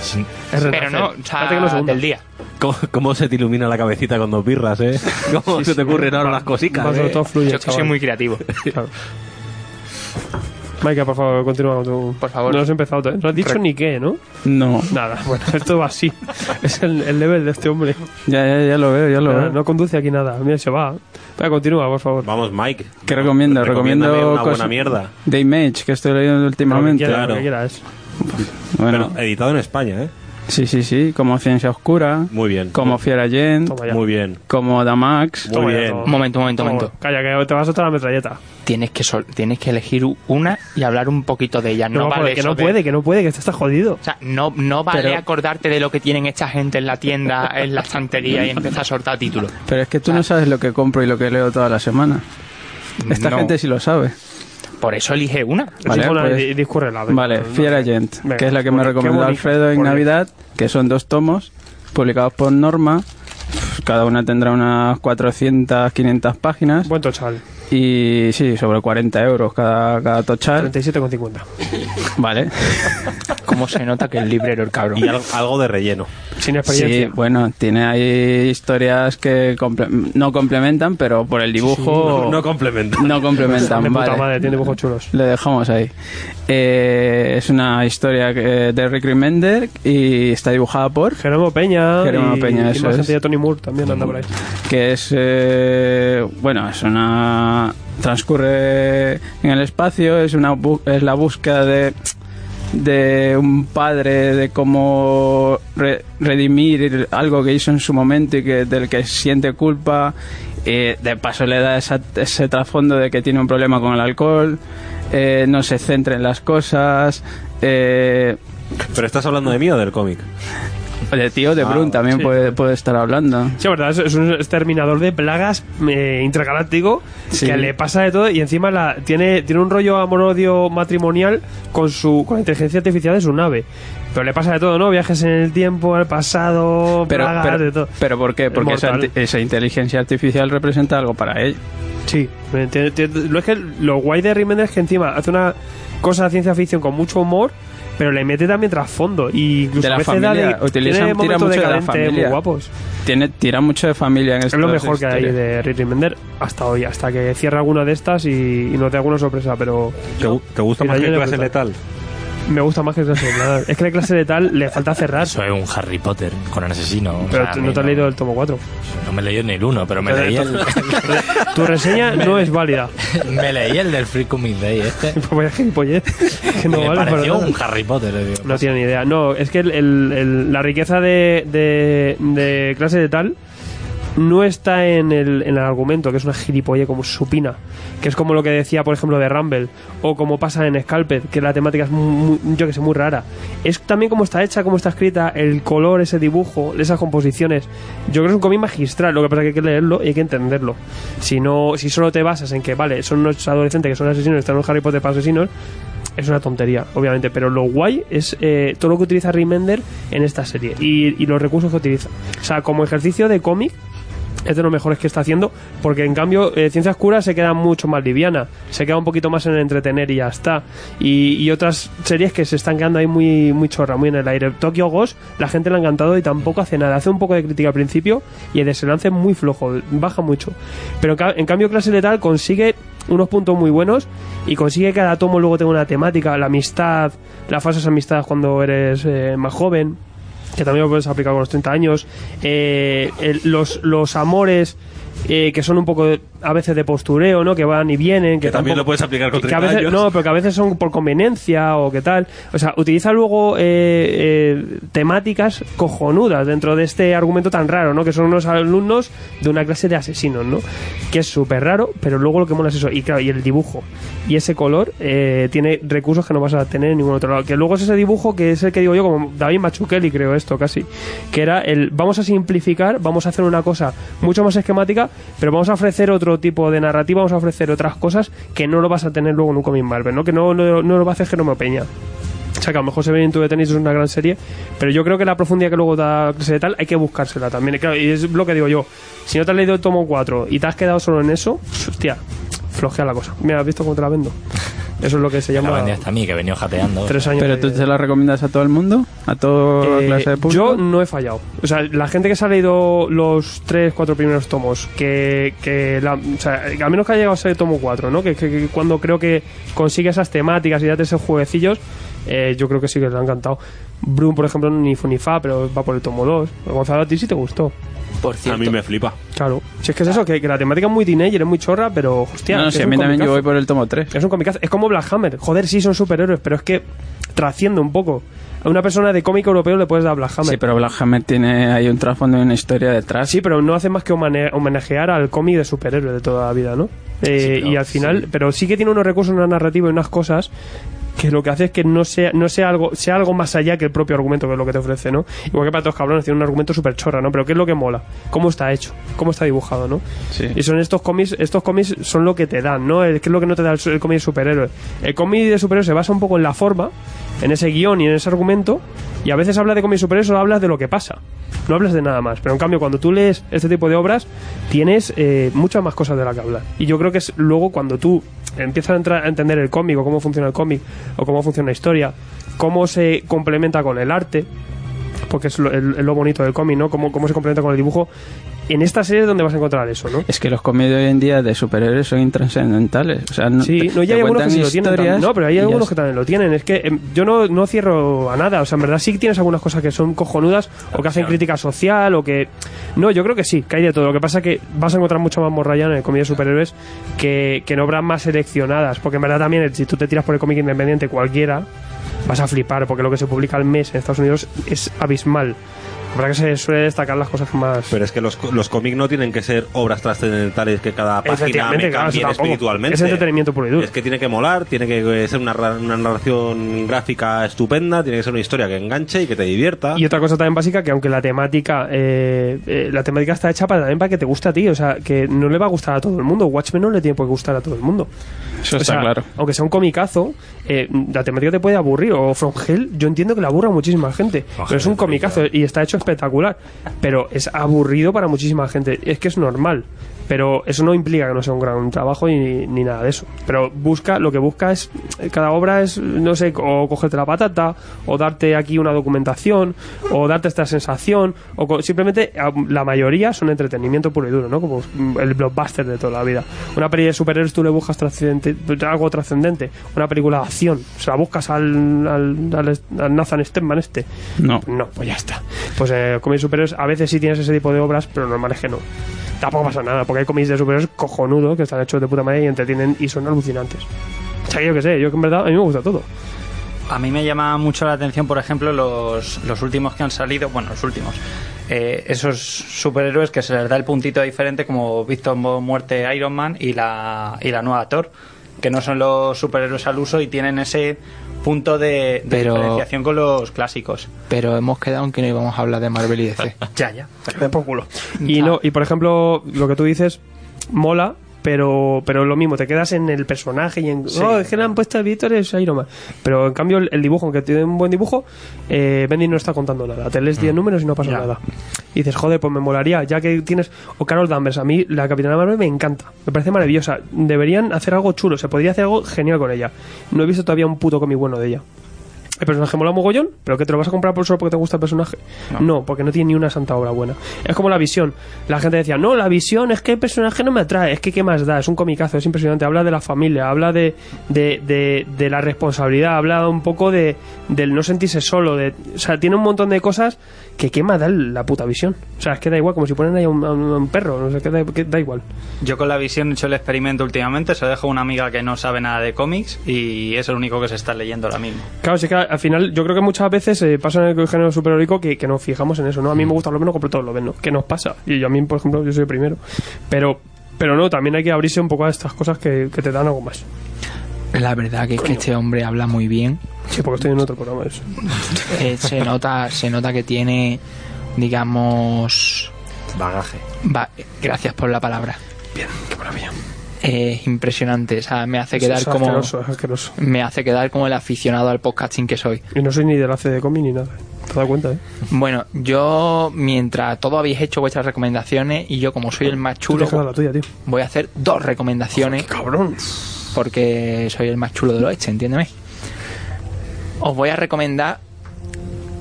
Sí.
Es
Pero
renacer.
no, o sea,
Espérate que lo segundo.
del día.
¿Cómo, cómo se te ilumina la cabecita con dos birras, eh? ¿Cómo se te ocurren ahora las cositas?
Más
eh?
sobre todo fluye,
Yo que soy
chaval.
muy creativo.
Claro. Maika, por favor, continúa con tu...
Por favor.
No has empezado, todavía. no has dicho
Re-
ni qué, ¿no?
No.
Nada, bueno, esto va así. Es el, el level de este hombre.
Ya, ya, ya lo veo, ya lo
Nada,
veo.
no conduce aquí nada. Mira, se va. Venga, continúa, por favor.
Vamos, Mike.
¿Qué recomiendo?
Recomiéndame
Recomiendo
una buena
cosas-
mierda.
The Image, que estoy leyendo
Lo que
últimamente.
quieras, lo que
claro.
quieras.
Bueno,
Pero editado en España, ¿eh?
sí, sí, sí. Como Ciencia Oscura.
Muy bien.
Como Fiera Gent.
Toma ya.
Muy bien.
Como Damax.
Muy
Toma ya
bien.
todo.
Un momento, un momento, un
Toma,
momento.
Calla, que te vas a soltar la metralleta.
Tienes que, sol- tienes que elegir u- una y hablar un poquito de ella. No,
No,
vale
joder, que
eso
no
de-
puede, que no puede, que este está jodido.
O sea, no, no vale
Pero-
acordarte de lo que tienen esta gente en la tienda, en la estantería y empezar a soltar títulos.
Pero es que
Ah.
tú no sabes lo que compro y lo que leo toda la semana. Esta
No.
gente sí lo sabe.
Por eso elige una.
Vale,
Vale,
pues-
discurre la
Vale, Fiera Gent,
Venga,
que es la que me
bueno, qué
recomendó
bonito,
Alfredo en
por Dios.
Navidad, que son dos tomos publicados por Norma. Pff, Cada una tendrá unas 400, 500 páginas.
Buen tochal,
Y sí, sobre 40 euros cada, cada tochal.
37,50.
Vale.
¿Cómo se nota que es librero el cabrón?
Y al- algo de relleno.
Sin
Sí,
experiencia.
bueno, tiene ahí historias que comple- no complementan, pero por el dibujo
No complemento.
no complementan.
de puta
vale.
madre, tiene dibujos chulos.
Le dejamos ahí. Eh, es una historia que- de Rick Remender y está dibujada por,
Jerónimo Peña.
Jerónimo
y,
Peña,
y
eso
más
es.
gente de Tony Moore también anda por ahí.
que es, eh, bueno, es una... transcurre en el espacio, es, una, bu- es la búsqueda de, de un padre, de cómo re- redimir algo que hizo en su momento y que, del que siente culpa. Eh, de paso le da esa- ese trasfondo de que tiene un problema con el alcohol. eh, no se centren las cosas. eh,
Pero estás hablando de mí o del cómic.
de tío, de Brun también
sí.
puede, puede estar hablando.
Sí, es verdad, es, es un exterminador de plagas eh, intergaláctico
Sí.
que le pasa de todo y encima la, tiene, tiene un rollo amor-odio matrimonial con su con la inteligencia artificial de su nave. Pero le pasa de todo, ¿no? Viajes en el tiempo, al pasado,
Pero,
plagas, de todo.
pero, pero ¿por qué?
Es
Porque esa,
mortal.
inte- esa inteligencia artificial representa algo para él.
Sí, me entiendo- entiendo. lo es que lo guay de Remender es que encima hace una cosa de ciencia ficción con mucho humor, pero le mete también trasfondo. Y incluso
De la
a veces da
familia, utiliza-
tiene
tira
momentos
mucho de la
decadentes muy
familia.
guapos.
Tiene, tira mucho de familia en
Es
esto.
lo mejor que hay
eh,
de Rick Remender hasta hoy, hasta que cierre alguna de estas y, y nos dé alguna sorpresa, pero
¿Te, gu- te gusta
Mira,
más
yo
que
le
clase
gusta.
letal?
me gusta más que clase de tal. Es que la clase de tal le falta cerrar,
Eso es un Harry Potter con un asesino. O
pero
sea,
tú
a mí
no te has leído el tomo 4.
No me leí ni el uno, pero me leí el,
Tu reseña no es válida.
me leí el del Free Comic Day este.
Vaya gilipollez, que no
me
vale para
pareció
nada.
un Harry Potter. eh, digo.
No tiene ni idea. No, es que el- el- el- la riqueza de, de- de clase de tal no está en el, en el argumento, que es una gilipolle como supina, que es como lo que decía, por ejemplo, de Rumble, o como pasa en Scalped, que la temática es, muy, muy- yo que sé, muy rara. Es también como está hecha, cómo está escrita, el color, ese dibujo, esas composiciones. Yo creo que es un cómic magistral, lo que pasa es que hay que leerlo y hay que entenderlo. Si, no, si solo te basas en que, vale, son unos adolescentes que son asesinos, están en un Harry Potter para asesinos, es una tontería, obviamente, pero lo guay es eh, todo lo que utiliza Remender en esta serie y, y los recursos que utiliza. O sea, como ejercicio de cómic, es de los mejores que está haciendo, porque en cambio eh, Ciencias Curas se queda mucho más liviana, se queda un poquito más en el entretener y ya está. Y, y otras series que se están quedando ahí muy, muy chorra, muy en el aire. Tokyo Ghost, la gente le ha encantado y tampoco hace nada, hace un poco de crítica al principio y el desenlace es muy flojo, baja mucho. Pero en ca- en cambio Clase Letal consigue unos puntos muy buenos y consigue que cada tomo luego tenga una temática, la amistad, las falsas amistades cuando eres eh, más joven, que también lo puedes aplicar con los 30 años, eh, el- los, los amores eh, que son un poco de- a veces de postureo, ¿no? Que van y vienen, que,
Que también
tampoco-
lo puedes aplicar con
que a
30
veces,
años.
No, pero que a veces son por conveniencia o qué tal. O sea, utiliza luego eh, eh, temáticas cojonudas dentro de este argumento tan raro, ¿no? Que son unos alumnos de una clase de asesinos, ¿no? Que es súper raro, pero luego lo que mola es eso. Y claro, y el dibujo. Y ese color eh, tiene recursos que no vas a tener en ningún otro lado. Que luego es ese dibujo que es el que digo yo, como David Machukeli, creo esto casi. Que era el vamos a simplificar, vamos a hacer una cosa mucho más esquemática, pero vamos a ofrecer otro tipo de narrativa, vamos a ofrecer otras cosas que no lo vas a tener luego en un cómic Marvel, ¿no? Que no, no, no lo va a hacer Genoma Peña. O sea, que a lo mejor se ve en tu de tenis es una gran serie, pero yo creo que la profundidad que luego da clase de tal hay que buscársela también. Y Claro, y es lo que digo yo. Si no te has leído el tomo 4 y te has quedado solo en eso, hostia, flojea la cosa. Mira, ¿has visto cómo te la vendo? Eso es lo que se
La
llama
vendí hasta a mí, que he venido jateando.
tres años.
¿Pero
de-
tú se la recomiendas a todo el mundo? ¿A toda
Eh,
clase de público?
yo no he fallado. O sea, la gente que se ha leído los tres, cuatro primeros tomos, que, que la- o sea, al menos que ha llegado a ser el tomo 4, ¿no? Que, que- que cuando creo que consigue esas temáticas y date esos jueguecillos, eh, yo creo que sí que le ha encantado. Brun, por ejemplo, ni fu ni fa, pero va por el tomo 2. Gonzalo, a ti sí te gustó.
Por
A mí me flipa.
Claro. Si es que es eso, que, que la temática es muy teenager, es muy chorra, pero hostia.
no,
es
sí, a
un
mí también yo
comicazo. Eh,
voy por el tomo 3.
Es un comicazo. Es como Black Hammer. Joder, sí, son superhéroes, pero es que trasciende un poco. A una persona de cómic europeo le puedes dar Black Hammer.
Sí, pero Black Hammer tiene ahí un trasfondo y una historia detrás.
Sí, pero no hace más que homane- homenajear al cómic de superhéroe de toda la vida, ¿no? Eh, y al final, pero sí que tiene unos recursos, una narrativa y unas cosas que lo que hace es que no sea, no sea algo, sea algo más allá que el propio argumento que es lo que te ofrece, ¿no? Igual que para todos cabrones tiene un argumento súper chorra, ¿no? Pero ¿qué es lo que mola? ¿Cómo está hecho? ¿Cómo está dibujado, no?
Sí.
Y son estos cómics, estos cómics son lo que te dan, ¿no? El- ¿Qué es lo que no te da el, su- el cómic de superhéroe? El cómic de superhéroe se basa un poco en la forma, en ese guión y en ese argumento, y a veces habla de cómics de superhéroe, solo hablas de lo que pasa. No hablas de nada más. Pero en cambio, cuando tú lees este tipo de obras, tienes eh, muchas más cosas de las que hablar. Y yo creo que es luego cuando tú empiezas a, entrar, a entender el cómic, o cómo funciona el cómic, o cómo funciona la historia, cómo se complementa con el arte, porque es lo, el- lo bonito del cómic, ¿no? Cómo, cómo se complementa con el dibujo. En esta serie es donde vas a encontrar eso, ¿no?
Es que los cómics de hoy en día de superhéroes son intrascendentales. O sea, no,
Sí, no,
te
ya hay algunos que
cuentan
sí lo tienen.
historias
tam- No, pero
y
hay
ya
algunos
está.
que también lo tienen. Es que em, yo no, no cierro a nada. O sea, en verdad sí que tienes algunas cosas que son cojonudas o que hacen crítica social o que. No, yo creo que sí, que hay de todo. Lo que pasa es que vas a encontrar mucho más morralla en el cómic de superhéroes que, que en obras más seleccionadas. Porque en verdad también, el- si tú te tiras por el cómic independiente cualquiera, vas a flipar. Porque lo que se publica al mes en Estados Unidos es abismal. La verdad que se suele destacar las cosas más.
Pero es que los, co- los cómics no tienen que ser obras trascendentales que cada página
Efectivamente,
me
claro, eso
cambie
tampoco.
espiritualmente.
Es entretenimiento puro y duro.
Es que tiene que molar, tiene que eh, ser una, ra- una narración gráfica estupenda, tiene que ser una historia que enganche y que te divierta.
Y otra cosa también básica, que aunque la temática eh, eh, la temática está hecha para, también para que te guste a ti, o sea, que no le va a gustar a todo el mundo. Watchmen no le tiene por qué gustar a todo el mundo.
Eso
O
está
sea,
claro.
Aunque sea un comicazo, eh, la temática te puede aburrir. O From Hell, yo entiendo que le aburra a muchísima gente. pero es un comicazo y está hecho espectacular. Pero es aburrido para muchísima gente. Es que es normal. Pero eso no implica que no sea un gran trabajo ni, ni nada de eso. Pero busca, lo que busca es, eh, cada obra es, no sé, o cogerte la patata, o darte aquí una documentación, o darte esta sensación, o co- simplemente a- la mayoría son entretenimiento puro y duro, ¿no? Como mm, el blockbuster de toda la vida. Una peli de superhéroes tú le buscas trascendente- algo trascendente, una película de acción, se la buscas al, al, al- al Nathan Stedman este.
No.
No, pues ya está. Pues eh, cómics de superhéroes a veces sí tienes ese tipo de obras, pero normal es que no. Tampoco pasa nada, porque hay cómics de superhéroes cojonudos que están hechos de puta madre y entretienen y son alucinantes. O sea, que yo qué sé, yo que en verdad a mí me gusta todo.
A mí me llama mucho la atención, por ejemplo, los, los últimos que han salido, bueno, los últimos, eh, esos superhéroes que se les da el puntito diferente como Victor Mo- Muerte Iron Man y la, y la nueva Thor, que no son los superhéroes al uso y tienen ese punto de, de
Pero-
diferenciación con los clásicos.
Pero hemos quedado en que no íbamos a hablar de Marvel y DC.
Ya, ya.
de por culo. Y no, y por ejemplo, lo que tú dices mola, pero pero lo mismo, te quedas en el personaje y en oh, es que le han puesto a Víctor es Iron Man. Pero en cambio el, el dibujo, aunque tiene un buen dibujo, eh, Bendy no está contando nada. Te lees 10 números y no pasa nada. Y dices, joder, pues me molaría, ya que tienes o Carol Danvers, a mí la Capitana Marvel me encanta. Me parece maravillosa. Deberían hacer algo chulo, se podría hacer algo genial con ella. No he visto todavía un puto cómic bueno de ella. El personaje mola mogollón, pero que te lo vas a comprar por solo porque te gusta el personaje. No. porque no tiene ni una santa obra buena. Es como la visión. La gente decía, no, la visión es que el personaje no me atrae, es que qué más da, es un comicazo, es impresionante. Habla de la familia, habla de, de, de, de la responsabilidad, habla un poco de, del no sentirse solo. De, o sea, tiene un montón de cosas que qué más da la puta visión. O sea, es que da igual, como si ponen ahí a un, a un perro, no sé, que da, que da igual.
Yo con la visión he hecho el experimento últimamente, se lo dejo a una amiga que no sabe nada de cómics y es el único que se está leyendo ahora mismo.
Claro, sí que al final yo creo que muchas veces eh, pasa en el género superheroico que, que nos fijamos en eso, ¿no? A mí me gusta lo menos, compro todos los menos. ¿Qué nos pasa? Y yo a mí, por ejemplo, yo soy el primero. Pero, pero no, también hay que abrirse un poco a estas cosas que, que te dan algo más.
La verdad que es que este hombre habla muy bien.
Sí, porque estoy en otro programa de eso.
Eh, se nota, se nota que tiene, digamos,
Bagaje.
va- gracias por la palabra.
Bien, qué maravilla.
Es impresionante, o sea, me hace
Es,
quedar
es
como
asqueroso, es asqueroso.
me hace quedar como el aficionado al podcasting que soy.
Y no soy ni del AC de Comi ni nada. ¿Te has dado cuenta, eh?
Bueno, yo mientras todos habéis hecho vuestras recomendaciones y yo como soy el más
Tú
chulo
dejas la tuya, tío.
voy a hacer dos recomendaciones
Cabrón.
porque soy el más chulo del oeste, entiéndeme. Os voy a recomendar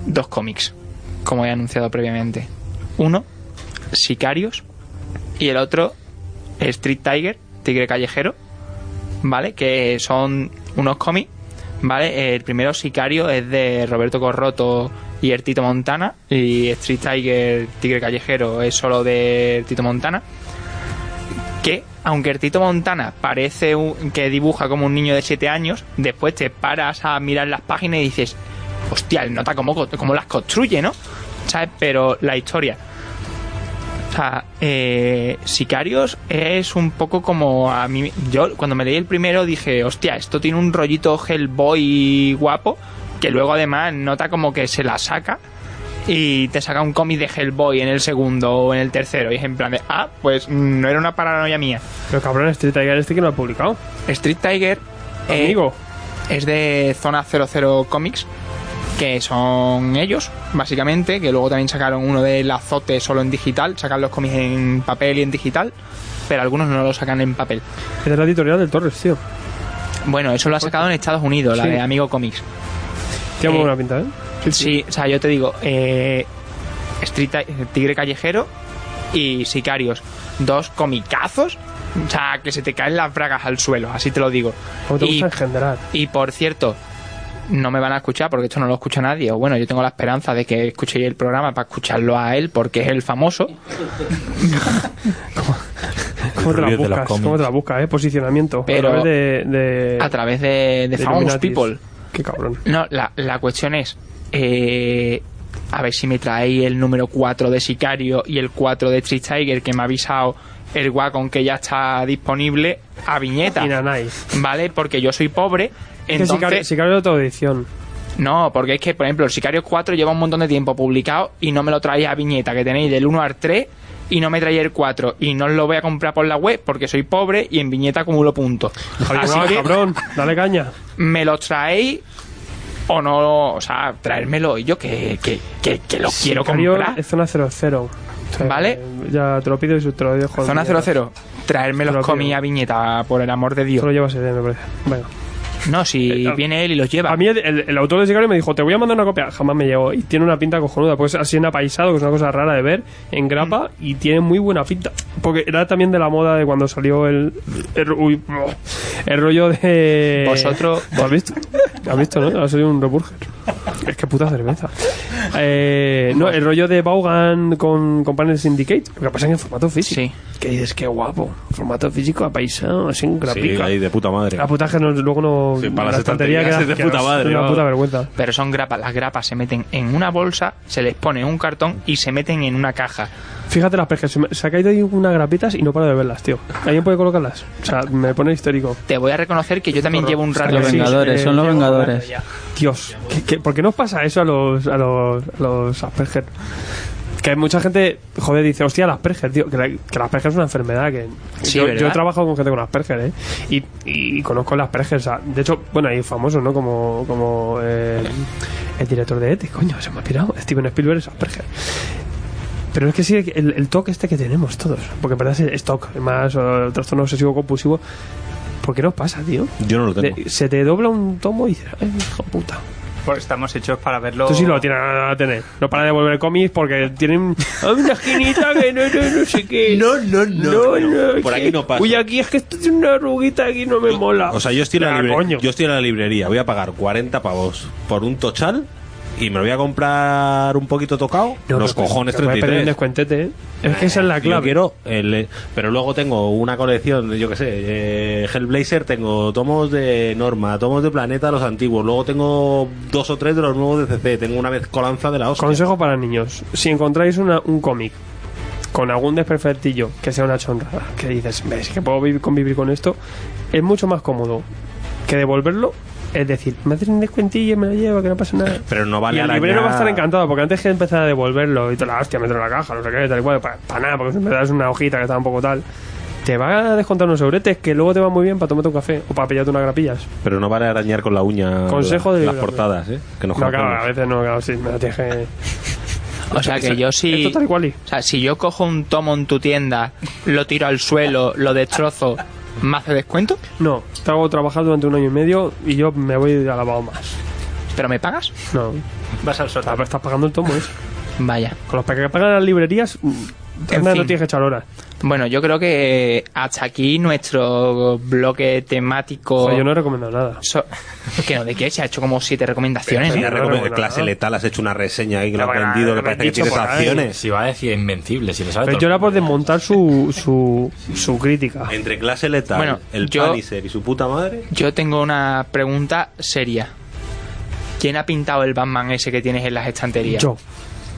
dos cómics, como he anunciado previamente. Uno, Sicarios, y el otro, Street Tiger, Tigre Callejero, ¿vale? Que son unos cómics, ¿vale? El primero, Sicario, es de Roberto Corroto y el Tito Montana, y Street Tiger, Tigre Callejero, es solo de Tito Montana que aunque el Tito Montana parece un- que dibuja como un niño de 7 años, después te paras a mirar las páginas y dices, hostia, él nota cómo, co- cómo las construye, ¿no? ¿Sabes? Pero la historia. O sea, eh, Sicarios es un poco como a mí. Yo cuando me leí el primero dije, hostia, esto tiene un rollito Hellboy guapo, que luego además nota como que se la saca y te saca un cómic de Hellboy en el segundo o en el tercero y es en plan de, ah, pues mm, no era una paranoia mía.
Pero cabrón, Street Tiger este que no lo ha publicado.
Street Tiger eh,
Amigo.
es de Zona 00 Comics, que son ellos, básicamente, que luego también sacaron uno del azote solo en digital, sacan los cómics en papel y en digital, pero algunos no lo sacan en papel.
Es de la editorial del Torres, tío.
Bueno, eso lo ha sacado en Estados Unidos, la
Pues Sí.
de Amigo Comics.
Tiene muy
Eh,
buena pinta, ¿eh?
Sí, o sea, yo te digo, eh, Street Ti- Tigre Callejero y Sicarios, dos comicazos, o sea, que se te caen las bragas al suelo, así te lo digo.
Como te
y-
gusta engendrar.
Y por cierto, no me van a escuchar porque esto no lo escucha nadie. O bueno, yo tengo la esperanza de que escuchéis el programa para escucharlo a él porque es el famoso.
Eh, ¿Cómo te la
ruido de los
buscas?
cómics.
¿Cómo te la buscas, eh? Posicionamiento.
Pero-
a través de... de...
A través de, de
de
Famous
Illuminatis.
People.
Qué cabrón.
No, la, la cuestión es. eh, a ver si me traéis el número 4 de Sicario y el 4 de Street Tiger que me ha avisado el Wacom que ya está disponible a viñeta.
Y Nanai.
¿Vale? Porque yo soy pobre.
Es que
Entonces,
Sicario, Sicario es otra edición.
No, porque es que, por ejemplo, el Sicario 4 lleva un montón de tiempo publicado y no me lo traéis a viñeta, que tenéis del 1 al 3 y no me traéis el 4 y no os lo voy a comprar por la web porque soy pobre y en viñeta acumulo puntos.
Javi,
Así
no,
que
cabrón, dale caña.
me lo traéis o no, o sea, traérmelo y yo que, que, que, que lo quiero
Sicario
comprar.
es zona 00. O sea,
Vale.
eh, Ya te lo pido y te lo dejo.
Zona
Ya.
00, traerme
Te lo
los
pido.
cómics a viñeta, por el amor de Dios.
Solo llevas idea, me parece. Venga.
No, si
Eh, a-
viene él y los lleva.
A mí el, el- el autor de Sicario me dijo, te voy a mandar una copia. Jamás me llegó. Y tiene una pinta cojonuda, pues así en apaisado, que es una cosa rara de ver, en grapa,
Mm.
y tiene muy buena pinta. Porque era también de la moda de cuando salió el... El, uy, el rollo de...
Vosotros-
¿Lo has visto? ¿Has visto, no? Ha salido un Reburger. Es que puta cerveza. Eh, no, el rollo de Vaughan con, con Panel Syndicate. Lo que pasa es que en formato físico.
Sí.
Que dices, qué guapo. Formato físico apaisado, así en
Sí,
grapica.
ahí de puta madre.
La puta es que no- luego no.
Sí, para
la
las
estantería
estanterías
queda
es de puta
asquerosa,
madre,
es Una
vamos.
puta vergüenza.
Pero son grapas, las grapas se meten en una bolsa, se les pone un cartón y se meten en una caja.
Fíjate las pescas. se me- Se ha caído ahí unas grapitas y no paro de verlas, tío. ¿Alguien puede colocarlas? O sea, me pone histérico.
Te voy a reconocer que yo también llevo un rato
Los
sí,
sin-
Vengadores,
eh,
son los
llevo
Vengadores.
Dios, ¿qué- qué- por qué nos pasa eso a los, a los, a los Asperger? Que hay mucha gente, joder, dice, hostia, las Asperger, tío, que, la, que la Asperger es una enfermedad. que
Sí,
yo,
¿verdad?
yo he trabajado con gente con Asperger, ¿eh? Y, y conozco las Asperger, o sea, de hecho, bueno, hay famosos, ¿no? Como, como eh, el director de ETE, coño, se me ha pirado. Steven Spielberg es Asperger. Pero es que sí, el, el toque este que tenemos todos, porque en verdad es, es TOC, más eh, trastorno obsesivo compulsivo. ¿Por qué nos pasa, tío?
Yo no lo tengo.
De- se te dobla un tomo y dices, ay, hijo de puta.
Pues estamos hechos para verlo.
Tú sí lo tienes a tener. No para de devolver cómics porque tienen "Ay, una esquinita que no, no, no sé qué. No, no, no.
Por
que-
aquí no pasa.
Uy, aquí es que esto tiene una arruguita aquí no me mola.
O sea, yo estoy, en la
Ah,
libre-
coño.
yo estoy en la librería, voy a pagar 40 pavos por un tochal y me lo voy a comprar un poquito tocado.
No,
los
pero- pues,
cojones
pero voy a pedir un
33.
descuentete, ¿eh? Es que esa es la
Yo
clave.
quiero el- pero luego tengo una colección, yo qué sé, eh, Hellblazer, tengo tomos de Norma, tomos de Planeta, los antiguos, luego tengo dos o tres de los nuevos de CC, tengo una mezcolanza de la hostia.
Consejo para niños. Si encontráis una- un cómic con algún desperfectillo que sea una chonrada, que dices, ves que puedo vivir- convivir con esto, es mucho más cómodo que devolverlo. Es decir, me haces un descuentillo y me lo llevo, que no pasa nada.
Pero no vale
y el
arañar-
librero va a estar encantado, porque antes que empezar a devolverlo y te la hostia, meterlo en la caja, no sé qué, tal y cual, para, nada, porque si me das una hojita que está un poco tal, te va a descontar unos sobretes que luego te va muy bien para tomarte un café o para pillarte unas grapillas.
Pero no vale arañar con la uña
Consejo
la-
de
las
librería.
portadas, ¿eh? Que nos
No, claro,
conocemos.
a veces no, claro, sí, me la tienes que-
O sea que yo sí.
Esto tal y cual y-
O sea, si yo cojo un tomo en tu tienda, lo tiro al suelo, lo destrozo, ¿me hace descuento?
No, te hago trabajar durante un año y medio y yo me voy a la más.
¿Pero me pagas?
No,
Vas al
Ah,
sótano.
pero estás pagando el tomo ese.
Vaya.
Con los que pagan las librerías, mm, anda,
fin.
no tienes que echar horas.
Bueno, yo creo que eh, hasta aquí nuestro bloque temático.
Joder, yo no he recomendado nada.
So- que no, de qué se ha hecho como siete recomendaciones. ¿eh?
Te
¿no?
recomiendo-
no, no, no.
clase letal, has hecho una reseña ahí que lo
Pero
has
bueno,
vendido, que
lo
parece que
has dicho
tienes
por ahí.
acciones.
Si va a decir invencible, si lo sabes.
Pero
todo
yo
el
era por
mundo.
desmontar su, su, su crítica.
Entre clase letal,
Bueno,
el
yo-
Paniser y su puta madre.
Yo tengo una pregunta seria. ¿Quién ha pintado el Batman ese que tienes en las estanterías?
Yo,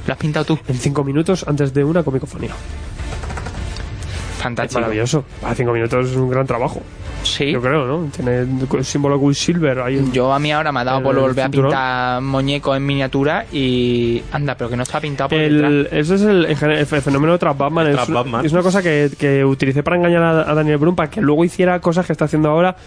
¿Lo has pintado tú?
en cinco minutos antes de una comicofonía. Es
Fantástico.
maravilloso. A cinco minutos es un gran trabajo.
Sí.
Yo creo, ¿no? Tiene el símbolo Quicksilver ahí. en-
Yo a mí ahora me ha dado por
El
volver a
cinturón.
pintar muñecos en miniatura y anda, pero que no está pintado por detrás.
El, ese es el, en general, el fe- fenómeno de Trap Batman. es,
Trap
una-
Batman.
es una cosa que, que utilicé para engañar a, a Daniel Brun para que luego hiciera cosas que está haciendo ahora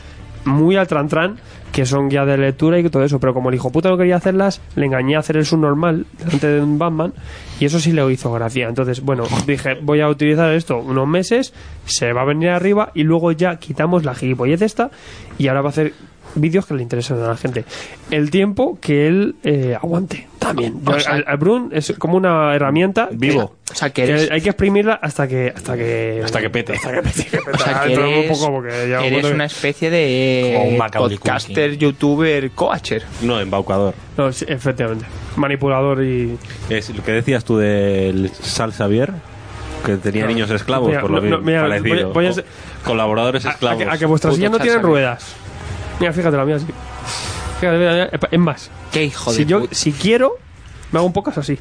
muy al trantrán, que son guía de lectura y todo eso. Pero como el hijo puta no quería hacerlas, le engañé a hacer el subnormal delante de un Batman y eso sí le hizo gracia. Entonces, bueno, dije, voy a utilizar esto unos meses, se va a venir arriba y luego ya quitamos la gilipollez esta y ahora va a hacer vídeos que le interesan a la gente. El tiempo que él eh, aguante también. Yo-
O sea,
al- al Brun es como una herramienta
Vivo.
O sea, que
que
eres,
hay que exprimirla hasta que hasta que
Hasta que pete.
hasta que pete, que
o sea,
petará
que
dentro de
eres-
un poco porque ya
eres
un
una especie de
Como un Macaulay
podcaster, youtuber, coacher.
No, embaucador.
no, sí, efectivamente manipulador y
Es lo que decías tú del Sal Xavier, que tenía niños esclavos,
Mira,
por lo
no,
mismo.
no, mira,
parecido.
voy- voy a
Co-
ser-
Colaboradores
a, a
esclavos.
que, a que vuestras
Puto
sillas no
Charles
tienen
Xavier.
ruedas mira fíjate la mía sí fíjate, mira, mira, es más
Qué hijo
si
de
yo
puta.
si quiero Me hago un podcast así.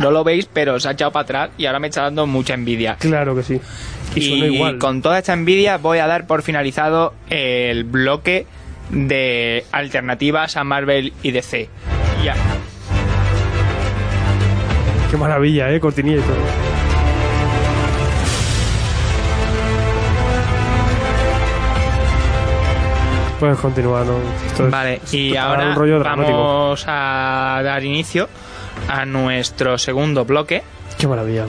No lo veis, pero se ha echado para atrás y ahora me está dando mucha envidia.
Claro que sí. Y, suena igual.
con toda esta envidia voy a dar por finalizado el bloque de alternativas a Marvel y DC. Ya.
Qué maravilla, ¿eh? Cortinilla y todo. Puedes continuar, ¿no? Esto es-
Vale,
esto
y
te da
ahora
un rollo dramático.
vamos a dar inicio a nuestro segundo bloque,
Qué maravilla.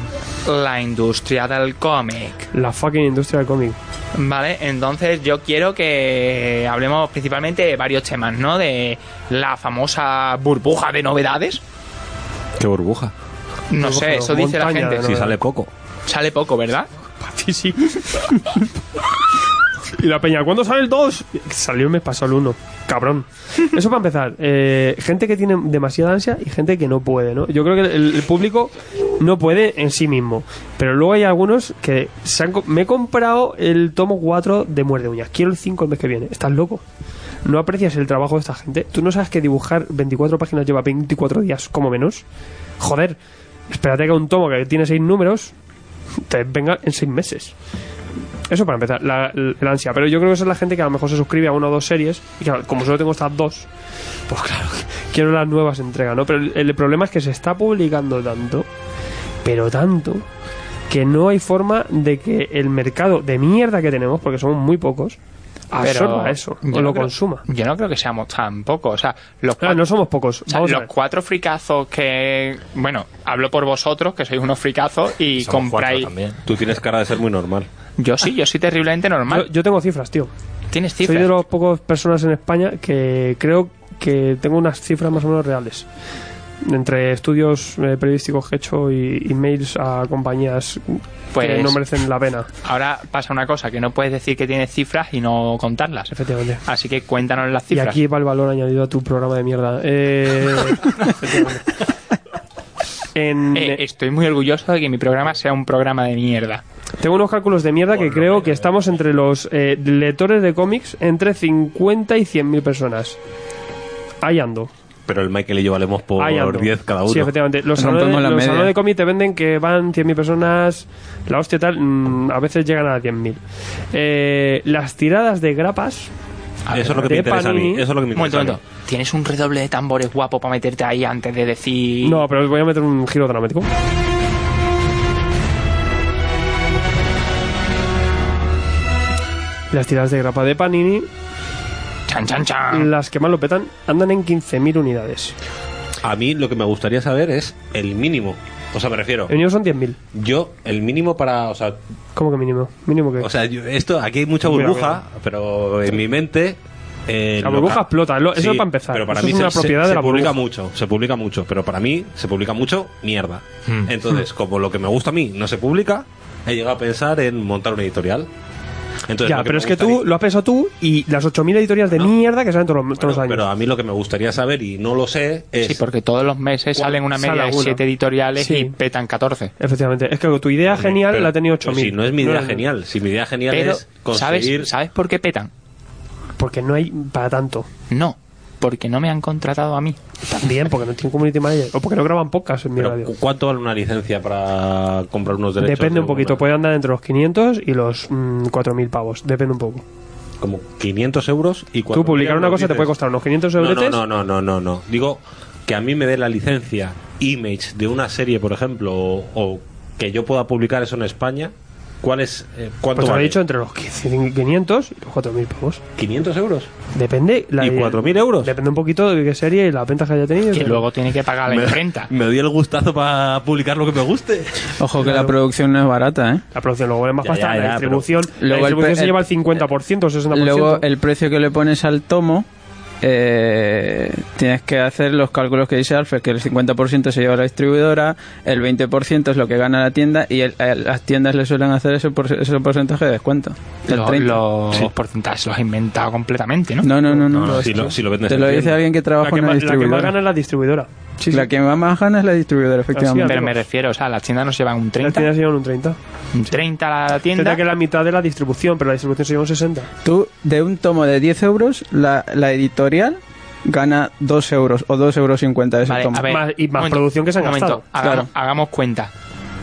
la industria del cómic.
La fucking industria del cómic.
Vale, entonces yo quiero que hablemos principalmente de varios temas, ¿no? De la famosa burbuja de novedades.
Qué burbuja.
No
Burbuja,
sé, eso dice la
montaña
gente.
de
Si
Pero-
sale poco.
Sale poco, ¿verdad?
Sí, sí. y la peña, ¿cuándo sale el 2? Salió el mes pasado el 1. Cabrón. Eso para empezar. eh, gente que tiene demasiada ansia y gente que no puede, ¿no? Yo creo que el, el público no puede en sí mismo. Pero luego hay algunos que se han co- me he comprado el tomo 4 de Muerde Uñas. Quiero el 5 el mes que viene. Estás loco. No aprecias el trabajo de esta gente. Tú no sabes que dibujar 24 páginas lleva 24 días, como menos. Joder. Espérate que un tomo que tiene 6 números te venga en seis meses. Eso para empezar, la, el ansia. Pero yo creo que esa es la gente que a lo mejor se suscribe a una o dos series. Y claro, como solo tengo estas dos, pues claro, quiero las nuevas entregas, ¿no? Pero el, el problema es que se está publicando tanto, pero tanto, que no hay forma de que el mercado de mierda que tenemos, porque somos muy pocos, absorba
Pero
eso
yo
o
no
lo
creo-
consuma.
Yo no creo que seamos tan pocos. O sea, los,
Claro,
cua-
no somos pocos.
o sea,
Vamos a
los
ver.
cuatro fricazos que. Bueno, hablo por vosotros, que sois unos fricazos y
Somos cuatro
compráis.
también.
Tú tienes cara de ser muy normal.
Yo sí, yo soy terriblemente
Yo,
normal.
yo tengo cifras, tío.
Tienes
Soy de
cifras.
las pocas personas en España que creo que tengo unas cifras más o menos reales. Entre estudios eh, periodísticos que he hecho y emails a compañías que
Pues-
no merecen la pena,
Ahora pasa una cosa, que no puedes decir que tienes cifras y no contarlas.
efectivamente.
Así que cuéntanos las cifras. Eh,
Y aquí va el valor añadido a tu programa de mierda. Eh, efectivamente. en,
Eh, estoy muy orgulloso de que mi programa sea un programa de mierda.
Tengo unos cálculos de mierda que creo que estamos entre los eh, lectores de cómics entre 50 y 100 mil personas. Ahí ando.
Pero el Michael y yo valemos
Ahí ando.
por 10 cada uno.
Sí, efectivamente. Los
Rompemos
salones,
la
los
media.
salones de cómic te venden que van 100.000 personas, la hostia tal, mm, a veces llegan a 10.000. Eh, las tiradas de grapas,
Eso es lo que
de
me interesa a mí.
Panini.
Eso es lo que me
Un momento,
interesa.
un
a mí.
momento. ¿Tienes un redoble de tambores guapo para meterte ahí antes de decir...?
no, pero os voy a meter un giro dramático. Las tiradas de grapa de Panini,
Chan, chan,
Ah.
chan.
las que más lo petan, andan en 15.000 unidades.
A mí lo que me gustaría saber es el mínimo. O sea, me refiero.
El mío son 10.000.
Yo, el mínimo para. O sea,
¿Cómo que mínimo? ¿Mínimo que
o sea yo- esto, aquí hay mucha
Mira,
burbuja, pero en mi mente. eh,
La
lo
burbuja
ca-
explota, lo- eso para empezar.
Pero para
Eso
mí
es
se-
una
se,
propiedad de
se
la
publica
burbuja.
mucho, se publica mucho, pero para mí se publica mucho mierda. Entonces, como lo que me gusta a mí no se publica, he llegado a pensar en montar una editorial. Entonces,
ya,
lo
pero
me
es que
gustaría-
tú lo has pensado tú y las 8.000 editoriales de mierda que salen todos los, todos los
Bueno,
años.
Pero a mí lo que me gustaría saber, y no lo sé, es.
Sí, porque todos los meses
¿Cuál?
salen una
Sale
media de
alguna.
7 editoriales
Sí.
y petan 14.
Efectivamente, es que tu idea genial
Pero-
la ha tenido 8.000.
pero Si no es mi idea
es-
genial, si mi idea genial
Pero,
es conseguir.
¿sabes, ¿sabes por qué petan?
Porque no hay para tanto.
No, porque no me han contratado a mí.
También, porque no tienen community manager. O porque no graban podcast en mi
pero
radio.
¿cu- ¿Cuánto vale una licencia para comprar unos derechos?
Depende
de
un poquito.
alguna?
Puede andar entre los 500 y los mm, 4.000 pavos. Depende un poco.
Como 500 euros y
Tú publicar una cosa te puede costar
costar
unos 500
No,
euros.
no, no, no, no, no, no. Digo que a mí me dé la licencia image de una serie, por ejemplo, o, o que yo pueda publicar eso en España. ¿Cuál es? eh,
Pues
¿Cuánto
te lo he
vale?
dicho entre los 15 500 y los 4.000 pavos.
¿500 euros?
Depende. La
¿Y 4.000 euros?
Depende un poquito de qué serie y las ventas que haya tenido.
Que
pero-
luego tiene que pagar la imprenta.
Me doy el gustazo para publicar lo que me guste.
Ojo que la producción no es barata, ¿eh?
La producción luego vale más
Ya,
pasta.
ya, ya,
la distribución,
pero-
la
Luego el
distribución
pe-
se lleva el 50% o 60%.
Luego el precio que le pones al tomo, eh, tienes que hacer los cálculos que dice Alfred, que el 50% se lleva la distribuidora, el 20% es lo que gana la tienda y el- a las tiendas le suelen hacer ese, por- ese porcentaje de descuento. El
Los,
30.
los porcentajes los has inventado completamente, ¿no?
No, no, no, no.
No, no, si lo, si lo vendes
Te
en
lo
tienda.
dice alguien que
la
trabaja
que,
en la
más, la que más
distribuidora.
gana es la distribuidora. Sí, sí.
La que más gana es la distribuidora, efectivamente.
Pero me refiero, o sea, las tiendas nos llevan un
Las
30,
tiendas se llevan un 30.
un 30 a
Tendrá
la tienda.
que la mitad de la distribución, pero la distribución se lleva un 60.
Tú, de un tomo de 10 euros, la, la editorial gana 2 euros o 2,50 euros cincuenta de ese
Vale,
tomo.
a ver.
Más- y más
momento,
producción que se han
un momento,
gastado.
Hagamos, hagamos cuenta.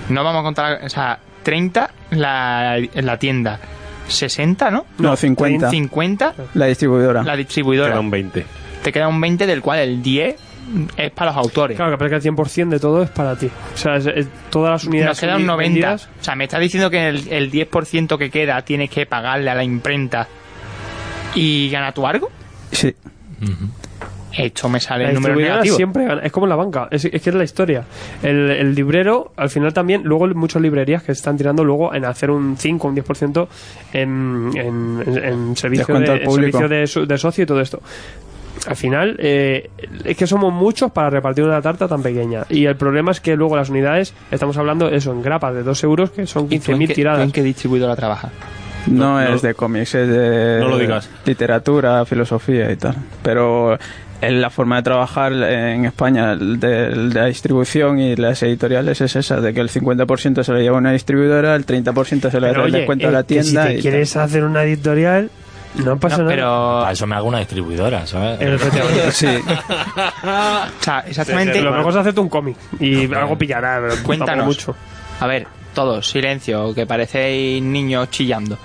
No vamos a contar. O sea, 30 la, en la tienda. 60, ¿no?
No, 50.
50
La distribuidora.
la distribuidora.
Era un 20.
Te queda un 20, del cual el 10 es para los autores.
Claro, que parece que el 100% de todo es para ti. O sea, es- es- todas las unidades.
Nos queda un 90.
vendidas-
O sea, me estás diciendo que el, el 10% que queda tienes que pagarle a la imprenta y gana tu algo.
Sí.
Esto me sale
La
el número
distribuidora
negativo.
siempre gana. Es como en la banca, es, es que es la historia. El, el librero, al final también, luego muchas librerías que están tirando luego en hacer un 5 un 10% en, en, en- en servicio,
Descuento
de,
al
en
público.
servicio de, so- de socio y todo esto. Al final, eh, es que somos muchos para repartir una tarta tan pequeña. Y el problema es que luego las unidades, estamos hablando eso, en grapas de 2 euros, que son
¿Y tú en
15.000
qué- tú
tiradas.
en qué distribuidora trabaja?
No,
No,
es
no.
de cómics, es de
No lo digas.
literatura, filosofía y tal. Pero en la forma de trabajar en España de la distribución y las editoriales es esa, de que el 50% se lo lleva una distribuidora, el 30% se lo
Pero
lleva el
oye,
descuento de
eh,
la
que
tienda.
si
y
te quieres hacer una editorial, no pasa
No,
nada.
pero.
Para eso me hago una distribuidora, ¿sabes?
El
tal. Sí,
O sea, exactamente.
Lo mejor es hacerte un cómic y algo pillará, pero tampoco
Cuéntanos.
mucho.
A ver, todos, silencio, que parecéis niños chillando.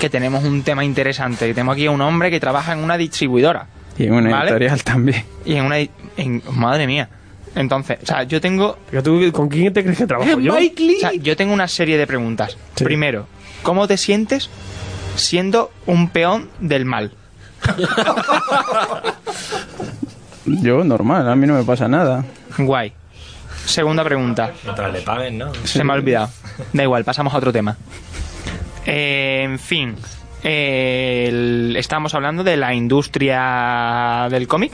Que tenemos un tema interesante. Que tenemos aquí a un hombre que trabaja en una distribuidora.
y en una
Vale.
editorial también.
Y en una. di- en- madre mía. Entonces, o sea, yo tengo
Pero tú, ¿con quién te crees que trabajo yo?
O sea, yo tengo una serie de preguntas. Primero, ¿cómo te sientes siendo un peón del mal?
Yo normal, a mí no me pasa nada.
Guay. Segunda pregunta.
Mientras le paguen, ¿no?
Se me ha olvidado. Da igual, pasamos a otro tema. Eh, en fin, eh, el- estamos hablando de la industria del cómic,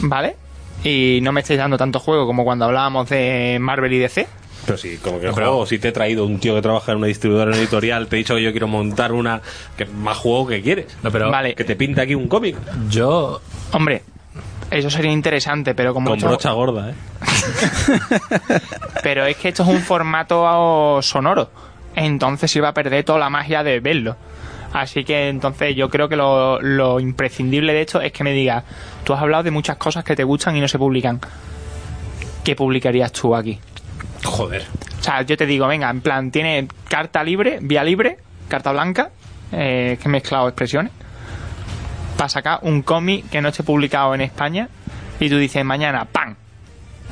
¿vale? Y no me estáis dando tanto juego como cuando hablábamos de Marvel y DC.
Pero sí, como que juego, si te he traído un tío que trabaja en una distribuidora en una editorial, te he dicho que yo quiero montar una que más juego que quieres.
No, pero
Vale.
Que te pinta aquí un cómic
yo
Hombre, eso sería interesante, pero como
con
esto-
brocha gorda, ¿eh?
Pero es que esto es un formato sonoro. Entonces iba a perder toda la magia de verlo. Así que entonces yo creo que lo, lo imprescindible de esto es que me diga, tú has hablado de muchas cosas que te gustan y no se publican. ¿Qué publicarías tú aquí?
Joder.
O sea, yo te digo, venga, en plan, tiene carta libre, vía libre, carta blanca, eh, que he mezclado expresiones, para sacar un cómic que no esté publicado en España y tú dices mañana, ¡pam!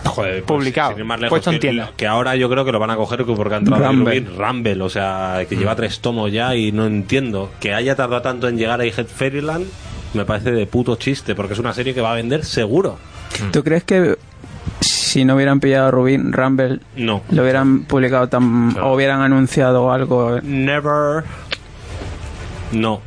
Joder, pues,
Publicado,
sin ir más
puesto en
que-
tienda.
Que ahora yo creo que lo van a coger porque ha entrado
Rumble.
Rumble. Rumble, o sea, que lleva tres tomos ya y no entiendo. Que haya tardado tanto en llegar a Egghead Fairyland me parece de puto chiste, porque es una serie que va a vender seguro.
Mm.
¿Tú crees que si no hubieran pillado a Rubin, Rumble,
No.
lo hubieran publicado tan,
Claro.
o hubieran anunciado algo?
Never. No.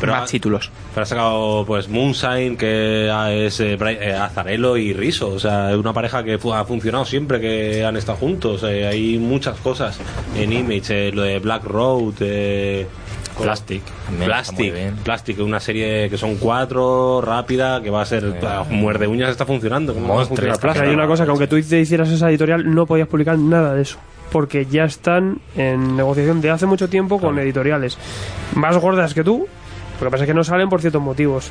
Pero
más
ha-
títulos.
Pero ha sacado pues Moonshine, que ah, es eh, Bri- eh, Azarello y Riso. O sea, es una pareja que fu- ha funcionado siempre que han estado juntos. Eh, hay muchas cosas en Image, eh, lo de Black Road. eh, con-
Plastic, también está muy bien.
Plastic, Plastic, una serie que son cuatro, rápida, que va a ser ah, muerde uñas, está funcionando. ¿Cómo no va a
Monstruos,
funcionar
está
Plaza,
Plastic?
hay una cosa que aunque tú te hicieras esa editorial no podías publicar nada de eso porque ya están en negociación de hace mucho tiempo con editoriales más gordas que tú lo que pasa es que no salen por ciertos motivos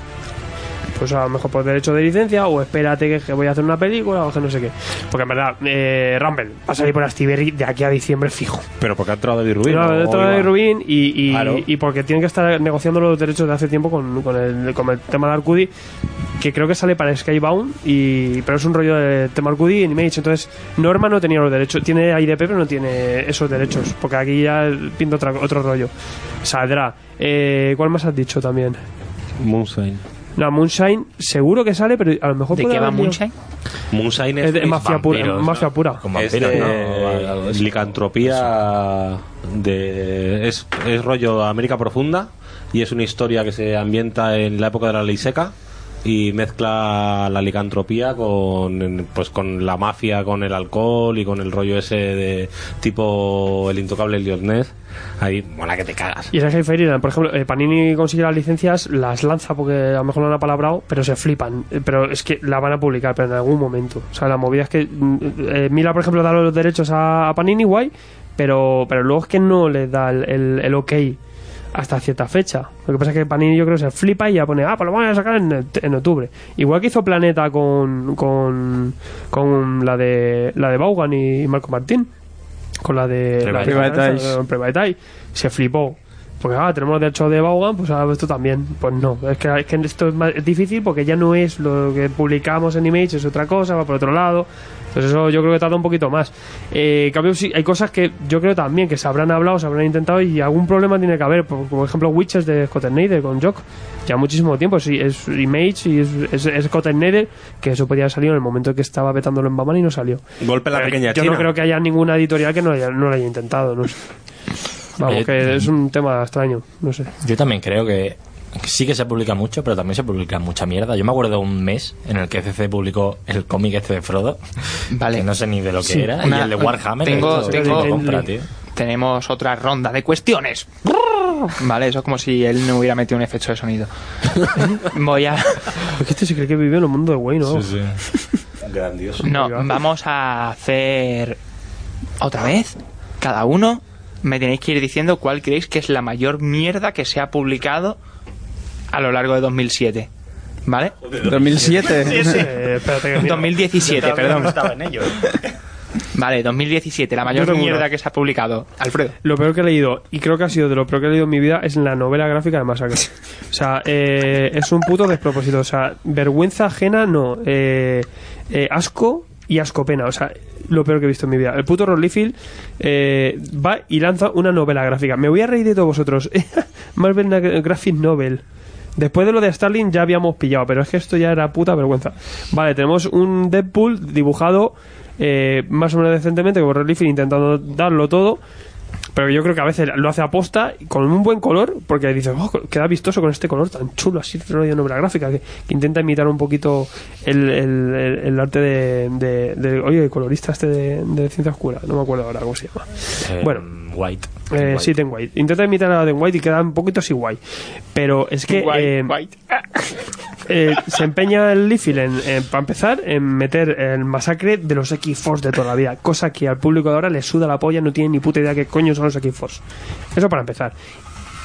pues a lo mejor por derecho de licencia o espérate que, que voy a hacer una película o que no sé qué porque en verdad eh, Rumble va a salir por Astiberri de aquí a diciembre fijo
Pero porque ha entrado David Rubin.
Claro,
¿no?
dentro de
Iba-
Rubin y, y,
Claro.
y porque tienen que estar negociando los derechos de hace tiempo con, con el, con el tema de Arcudi, que creo que sale para Skybound, y, pero es un rollo de tema Arcudi y Animage. Entonces, Norma no tenía los derechos, tiene AIDP, pero no tiene esos derechos, porque aquí ya pinta otra- otro rollo. Saldrá. Eh, ¿Cuál más has dicho también?
Moonshine.
La Moonshine, seguro que sale, pero a lo mejor
¿De
puede
qué va
haber-
Moonshine?
Moonshine es,
Es de- es mafia pura.
vampiros, ¿no?
mafia pura.
Con
Es
vampiros,
de-
¿no? O algo de eso.
licantropía de es, es rollo América profunda y es una historia que se ambienta en la época de la ley seca y mezcla la licantropía con pues con la mafia con el alcohol y con el rollo ese de tipo el intocable Lionel ahí mola que te cagas
Y esa Fairyland, por ejemplo, eh, Panini consigue las licencias, las lanza porque a lo mejor no han apalabrado, pero se flipan. Eh, Pero es que la van a publicar, pero en algún momento. O sea, la movida es que mm, eh, Mila, por ejemplo, da los derechos a, a Panini, guay, pero, pero luego es que no le da el, el- el ok hasta cierta fecha. Lo que pasa es que Panini yo creo que se flipa y ya pone, ah, pues lo vamos a sacar en, en octubre. Igual que hizo Planeta con, con, con la de la de Vaughan y Marco Martín, con la de la de-
Private Eyes.
eh, Private Eyes. Se flipó. Porque ah, tenemos los derechos de Vaughan, pues ahora esto también. Pues no, es que, es que esto es, más- es difícil porque ya no es lo que publicamos en Image, es otra cosa, va por otro lado. Entonces eso yo creo que tarda un poquito más. Eh, en cambio, sí, hay cosas que yo creo también que se habrán hablado, se habrán intentado y algún problema tiene que haber. Por, por ejemplo, Witches de Scott Snyder con Jock. Ya muchísimo tiempo, sí, es Image y es, es, es Scott Snyder, que eso podía salir en el momento en que estaba vetándolo en Batman y no salió.
Golpe a la
Pero
pequeña
yo
China.
no creo que haya ninguna editorial que no, haya- no lo haya intentado, no sé. Vamos,
Eh,
que es un tema extraño, no sé.
Yo también creo que sí que se publica mucho, pero también se publica mucha mierda. Yo me acuerdo de un mes en el que CC publicó el cómic este de Frodo,
Vale.
que no sé ni de lo que era, y
Una-
el de Warhammer.
tengo-
que
tengo-
lo compra, tío.
Tenemos otra ronda de cuestiones. Vale, eso es como si él no hubiera metido un efecto de sonido. Voy a.
Porque este se cree que vive en el mundo de Wayne, ¿no?
Grandioso.
No, vamos a hacer otra vez. Cada uno me tenéis que ir diciendo cuál creéis que es la mayor mierda que se ha publicado a lo largo de 2007. ¿Vale?
2007.
Eh, espérate que mira.
2017, perdón.
estaba en ello.
¿eh?
Vale, 2017, la mayor
tengo una.
mierda que se ha publicado. Alfredo.
Lo peor que he leído, y creo que ha sido de lo peor que he leído en mi vida, es la novela gráfica de Masacre. O sea, eh, es un puto despropósito. O sea, vergüenza ajena, no. Eh, eh, asco y asco pena. O sea, lo peor que he visto en mi vida. El puto Ron Liefeld, eh, va y lanza una novela gráfica. Me voy a reír de todos vosotros. Marvel Na- Graphic Novel. Después de lo de Starling ya habíamos pillado, pero es que esto ya era puta vergüenza. Vale, tenemos un Deadpool dibujado eh, más o menos decentemente, con Ron Liefeld intentando darlo todo. Pero yo creo que a veces lo hace aposta con un buen color, porque dices, oh, queda vistoso con este color tan chulo, así rollo novela gráfica, que, que intenta imitar un poquito el, el- el- el arte de, de- de- Oye, el colorista este de, de Ciencia Oscura, no me acuerdo ahora cómo se llama.
Eh,
Bueno.
White.
Eh,
White.
Sí, Ten White. Intenta imitar a Ten White y queda un poquito así guay. Pero es que.
White,
eh,
White.
eh, se empeña el Liefeld en, para empezar en meter el masacre de los X-Force de toda la vida, cosa que al público de ahora le suda la polla, no tiene ni puta idea qué coño son los X-Force. Eso para empezar.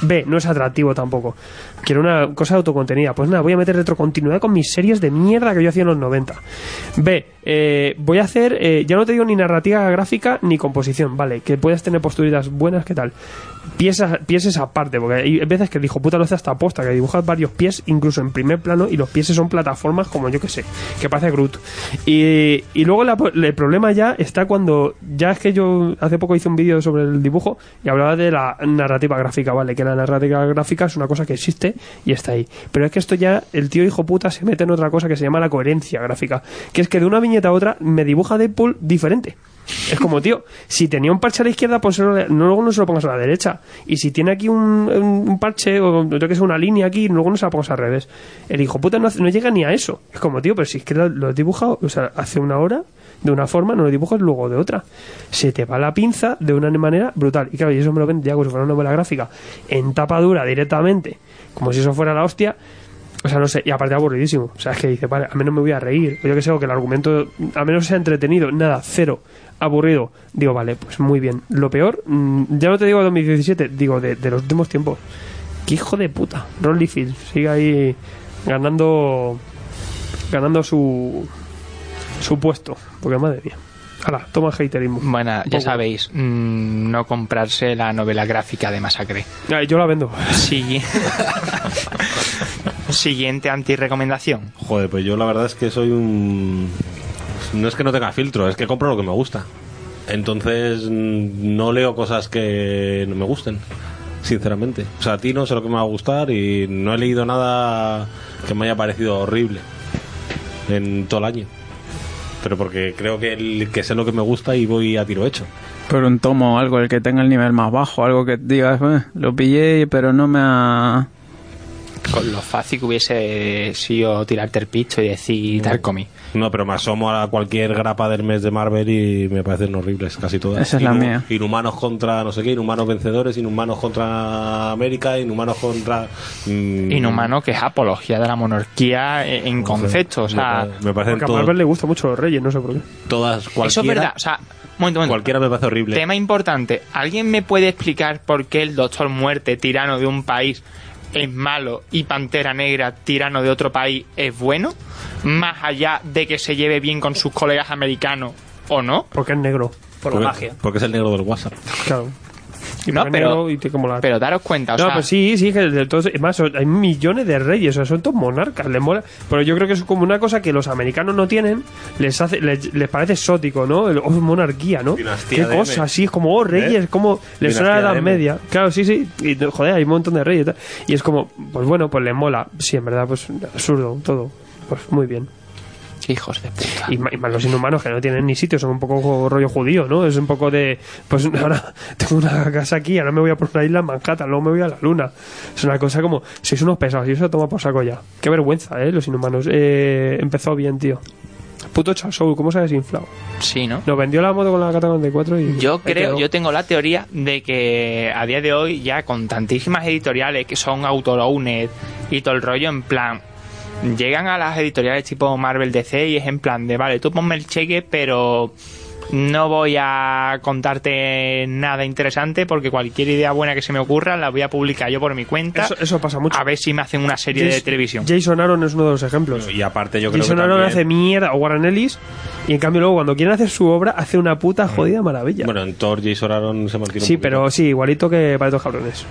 B, no es atractivo tampoco. Quiero una cosa autocontenida. Pues nada, voy a meter retrocontinuidad con mis series de mierda que yo hacía en los 90. B, eh, voy a hacer, eh, ya no te digo ni narrativa gráfica ni composición, ¿vale? Que puedas tener posturitas buenas, ¿qué tal? Piezas, piezas aparte, porque hay veces que el hijo puta lo hace hasta aposta, que dibujas varios pies, incluso en primer plano, y los pies son plataformas como yo que sé, que parece Groot. Y, y luego la- el problema ya está cuando, ya es que yo hace poco hice un vídeo sobre el dibujo y hablaba de la narrativa gráfica, ¿vale? Que la narrativa gráfica es una cosa que existe y está ahí. Pero es que esto ya, el tío hijo puta se mete en otra cosa que se llama la coherencia gráfica, que es que de una viñeta a otra me dibuja Deadpool diferente. Es como, tío, si tenía un parche a la izquierda, pónselo a la- no, luego no se lo pongas a la derecha. Y si tiene aquí un, un- un parche o yo que sé, una línea aquí, luego no se la pongas al revés. El hijo puta no, hace- no llega ni a eso. Es como, tío, pero si es que lo, lo he dibujado, o sea, hace una hora de una forma, no lo dibujas luego de otra. Se te va la pinza de una manera brutal. Y claro, y eso me lo vende ya como si fuera una novela gráfica en tapa dura directamente, como si eso fuera la hostia. O sea, no sé, y aparte aburridísimo. O sea, es que dice, vale, a menos me voy a reír. O yo que sé, o que el argumento a menos sea entretenido. Nada, cero. Aburrido. Digo, vale, pues muy bien. Lo peor, mm, ya no te digo 2017, digo de, de los últimos tiempos. Qué hijo de puta. Ron Liefeld sigue ahí ganando ganando su su puesto. Porque madre mía. Hala, toma haterismo.
Bueno, ya
Poco.
sabéis, mm, no comprarse la novela gráfica de Masacre.
Ay, Ah, yo la vendo.
Sigui- Siguiente antirecomendación.
Joder, pues yo la verdad es que soy un... No es que no tenga filtro, es que compro lo que me gusta. Entonces mm, no leo cosas que no me gusten, sinceramente. O sea, a ti no sé lo que me va a gustar y no he leído nada que me haya parecido horrible en todo el año. Pero porque creo que, el- que sé lo que me gusta y voy a tiro hecho.
Por un tomo o algo, el que tenga el nivel más bajo, algo que digas, "Eh, lo pillé, pero no me ha...
Con lo fácil que hubiese sido tirarte el picho y decir tal comí.
No, pero me asomo a cualquier grapa del mes de Marvel y me parecen horribles casi todas.
Esa es la
Inu-
mía.
Inhumanos contra no sé qué, inhumanos vencedores, inhumanos contra América, inhumanos contra. mm,
Inhumano que es apología de la monarquía en- en
no sé.
concepto. O sea,
Me- me parecen
Porque a
todo-
Marvel le gustan mucho los reyes, no sé por qué.
todas cualquiera.
eso es verdad. O sea, un momento, un momento.
Cualquiera me parece horrible.
Tema importante. ¿Alguien me puede explicar por qué el Doctor Muerte, tirano de un país, es malo y Pantera Negra, tirano de otro país, es bueno? Más allá de que se lleve bien con sus colegas americanos o no.
Porque es negro.
Por la
porque,
magia.
porque es el negro del WhatsApp.
Claro. Y
No,
porque es
pero-
negro y te como la-
Pero daros cuenta, o
no,
sea,
pues sí, sí, que del todo. es Más, son- hay millones de reyes, o sea, son todos monarcas, les mola. Pero yo creo que es como una cosa que los americanos no tienen, les hace les, les parece exótico, ¿no? El, oh, monarquía, ¿no?
Dinastía
Qué
de
cosa,
M.
así, es como, oh, reyes,
¿Eh?
como. Les
Dinastía
suena a la
de
Edad
M.
Media. Claro, sí, sí. Y, joder, hay un montón de reyes y tal. Y es como, pues bueno, pues les mola. Sí, en verdad, pues absurdo, todo. Pues muy bien.
hijos de puta.
Y, ma- y más los inhumanos que no tienen ni sitio, son un poco rollo judío, ¿no? Es un poco de, pues ahora tengo una casa aquí, ahora me voy a por una isla en Manhattan, luego me voy a la luna. Es una cosa como, sois unos pesados y eso toma por saco ya. Qué vergüenza, ¿eh? Los inhumanos. Eh, empezó bien, tío. Puto Chasou, ¿cómo se ha desinflado?
Sí, ¿no?
Nos vendió la moto con la K94 y...
Yo
ahí
creo,
quedó.
yo tengo la teoría de que a día de hoy, ya con tantísimas editoriales que son autoloaned y todo el rollo, en plan, llegan a las editoriales tipo Marvel DC y es en plan de, vale, tú ponme el cheque, pero no voy a contarte nada interesante porque cualquier idea buena que se me ocurra la voy a publicar yo por mi cuenta.
Eso, eso pasa mucho.
a ver si me hacen una serie de
Jason-
televisión.
Jason Aaron es uno de los ejemplos.
Y aparte, yo creo
Jason
que.
Aaron
también-
hace mierda, o Warren Ellis, y en cambio luego cuando quieren hacer su obra hace una puta
Mm.
jodida maravilla.
Bueno, en Thor Jason Aaron se mantiene un
Sí,
poquito.
pero sí, igualito que para estos cabrones.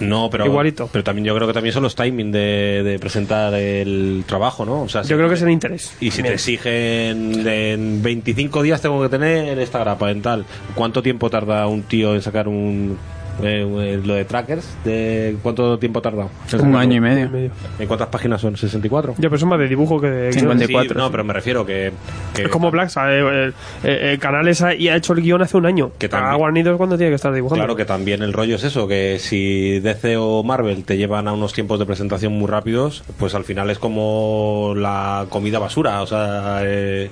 No, pero.
Igualito.
Pero también yo creo que también son los timing de, de presentar el trabajo, ¿no? O sea, si-
Yo creo que es el interés.
Y si te
Mira,
exigen en 25 días tengo que tener esta grapa en tal. ¿Cuánto tiempo tarda un tío en sacar un eh, lo de trackers? De cuánto tiempo tarda?
Un año y medio.
medio.
¿En cuántas páginas son? 64.
Ya, pero eso es más de dibujo que de...
Cincuenta. 54,
Sí, no,
sí.
pero me refiero que, que
Es como Black, ¿sabes? El, el- el canal esa y ha hecho el guión hace un año.
Que también-
Ah, Warner Bros. cuando tiene que estar dibujando.
Claro que también el rollo es eso, que si DC o Marvel te llevan a unos tiempos de presentación muy rápidos, pues al final es como la comida basura, o sea, eh,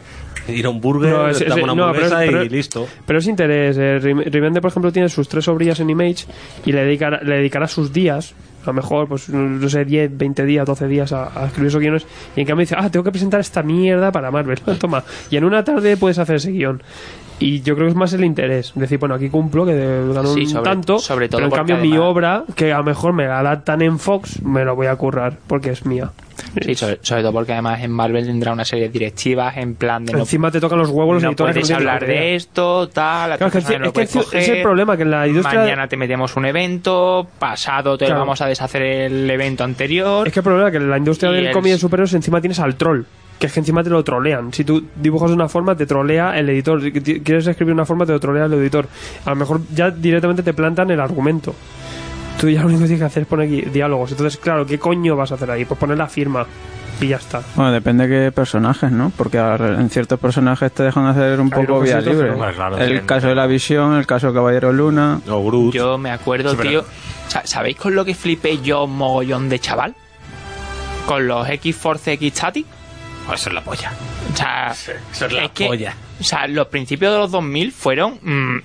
ir a un burger,
No, es- es-
dame una
no, pero es-
hamburguesa
pero-
y listo.
Pero es interés. eh, Rim- Remender, por ejemplo, tiene sus tres obrillas en Image y le dedicará, le dedicará sus días, a lo mejor, pues, no sé, 10, 20 días, 12 días a, a escribir esos guiones. Y en cambio dice, ah, tengo que presentar esta mierda para Marvel. Toma. Y en una tarde puedes hacer ese guión. Y yo creo que es más el interés. Decir, bueno, aquí cumplo, que de- gano
Sí,
un
sobre-
tanto.
sobre todo
pero en
porque
cambio, mi
además-
obra, que a lo mejor me la adaptan en Fox, me la voy a currar porque es mía.
Sí, sobre, sobre todo porque además en Marvel tendrá una serie de directivas en plan de no,
Encima te tocan los huevos los
no
editores que
puedes
no tienen
hablar
ni idea.
de esto, tal, a
Claro,
tu
es que
persona
es-
no lo
es que
puedes
es- es
coger,
el problema, que en la industria-
Mañana te metemos un evento, pasado te
Claro.
vamos a deshacer el evento anterior.
Es que el problema es que en la industria
Y
del
el-
cómic de superhéroes encima tienes al troll. Que es que encima te lo trolean. Si tú dibujas de una forma, te trolea el editor. Si ti- quieres escribir una forma, te lo trolea el editor. A lo mejor ya directamente te plantan el argumento. Tú ya lo único que tienes que hacer es poner aquí diálogos. Entonces, claro, ¿qué coño vas a hacer ahí? Pues poner la firma. Y ya está.
Bueno, depende de qué personajes, ¿no? Porque a- en ciertos personajes te dejan hacer un
Hay
poco
unos
vía
cositos
libre.
que no.
Bueno, claro,
el
depende.
caso de la visión, el caso de Caballero Luna.
O Groot.
Yo me acuerdo,
Sí, pero-
tío. sa- ¿Sabéis con lo que flipé yo mogollón de chaval? Con los X-Force Pues X-Static.
eso es la polla.
O sea,
Eso es la
que,
polla.
O sea, los principios de los 2000 fueron mm,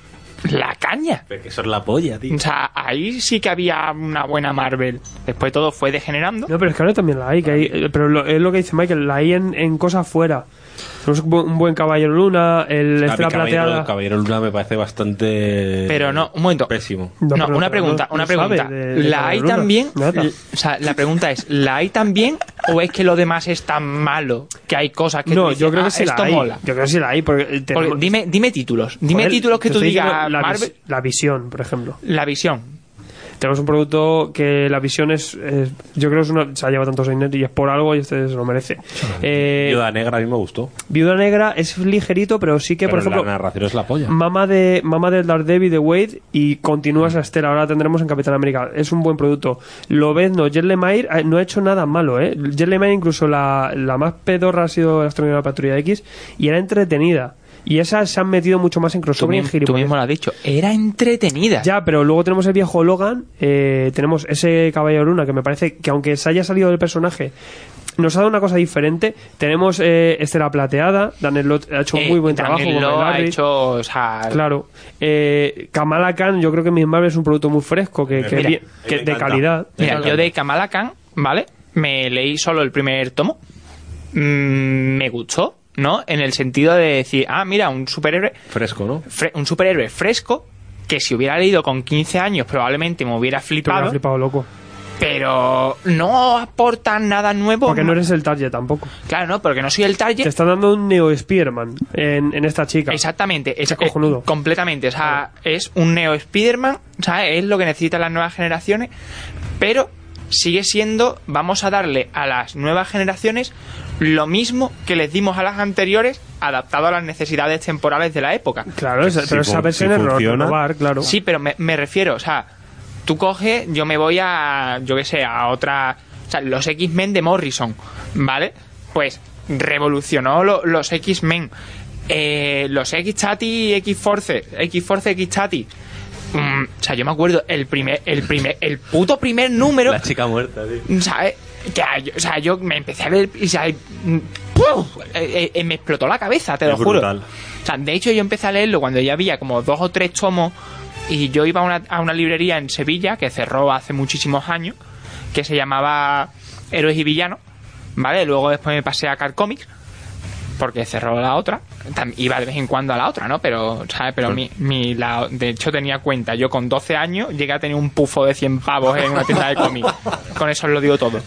la caña.
Eso es la polla,
Mm,
tío.
O sea, ahí sí que había una buena Marvel. Después todo fue degenerando.
No, pero es que ahora también la hay. Que hay eh, pero lo- es lo que dice Michael, la hay en, en cosas fuera. Tenemos un bu- un buen caballero luna, el
A mí
estrella
Caballero,
plateada.
Caballero Luna me parece bastante.
Pero no, un momento.
Pésimo.
No,
No,
pero-
una
pero
pregunta,
no-
una
no sabe
pregunta.
de- de
¿La hay
Caballero Luna.
también?
Nada.
l- O sea, la pregunta es, ¿la hay también o es que lo demás es tan malo que hay cosas que tú
No,
dices,
yo creo
"Ah,
que sí la
esto
hay.
mola?
Yo creo que sí la hay. Porque, eh,
Porque
tenemos-
dime, dime títulos, dime
Joder,
títulos que
te
tú
estoy diciendo
digas
la, vis-
Marvel,
la visión, por ejemplo.
la visión.
Tenemos un producto que la visión es. es- yo creo que es una, se ha llevado tantos dinero y es por algo y este se lo merece. Eh,
Viuda Negra a mí me gustó.
Viuda Negra es ligerito, pero sí que,
Pero
por ejemplo. Mm.
la narración es la polla.
Mama de Mama del Daredevil de Wade y continúa esa estela. Ahora la tendremos en Capitán América. Es un buen producto. Lo ves, no. Jet Lemire eh, no ha hecho nada malo, ¿eh? Jet Lemire, incluso la, la más pedorra ha sido la astronomía de la patrulla X y era entretenida. Y esas se han metido mucho más en
Tú,
crossover y en
mi- tú
gilipolleces.
mismo lo has dicho. Era entretenida.
Ya, pero luego tenemos el viejo Logan, eh, tenemos ese Caballero Luna que me parece que aunque se haya salido del personaje, nos ha dado una cosa diferente. Tenemos eh, Estela Plateada, Dan Lot ha hecho un
Eh,
muy buen
Daniel
trabajo. con
Lo
Mike
ha
Larry.
hecho, o sea,
Claro. Eh, Kamala Khan, yo creo que Miss Marvel es un producto muy fresco, que, que
Mira,
bien- que
me
de
encanta.
calidad.
Mira,
Venga,
yo
Carlos.
de Kamala Khan, ¿vale? Me leí solo el primer tomo. Mm, me gustó, ¿no? En el sentido de decir, ah, mira, un superhéroe,
Fresco, ¿no?
fre- un superhéroe fresco que si hubiera leído con 15 años probablemente me hubiera
Te hubiera
flipado,
flipado loco.
pero no aporta nada nuevo.
Porque no eres el target tampoco.
Claro, no, porque no soy el target.
Te está dando un Neo Spearman en, en esta chica.
Exactamente, es,
Está cojonudo.
eh, completamente. O sea, es un neo Spider-Man, ¿sabes? Es lo que necesitan las nuevas generaciones, pero sigue siendo, vamos a darle a las nuevas generaciones lo mismo que les dimos a las anteriores, adaptado a las necesidades temporales de la época.
Claro, esa-
si
pero esa
fun-
versión
si
es ro-
funciona.
renovar, claro.
Sí, pero me, me refiero, o sea, tú coges, yo me voy a, yo qué sé, a otra, o sea, los X-Men de Morrison, ¿vale? Pues revolucionó lo- los X-Men, Eh, los X-Tati, X-Force, X-Force, X-Tati. Mm, o sea, yo me acuerdo el primer, el primer, el puto primer número,
La chica muerta, tío.
¿sabes? Que, hay- o sea, eh, yo me empecé a ver y o sea, mm, ¡puf! Eh, eh, me explotó la cabeza, te
Es
lo juro.
brutal.
O sea, de hecho yo empecé a leerlo cuando ya había como dos o tres tomos y yo iba a una, a una librería en Sevilla que cerró hace muchísimos años, que se llamaba Héroes y Villanos, ¿vale? Luego después me pasé a Car Comics porque cerró la otra. Tam- iba de vez en cuando a la otra, ¿no? Pero, ¿sabes? Pero mi, mi- la- de hecho tenía cuenta. Yo con 12 años llegué a tener un pufo de 100 pavos en una tienda de cómics. Con eso os lo digo todo.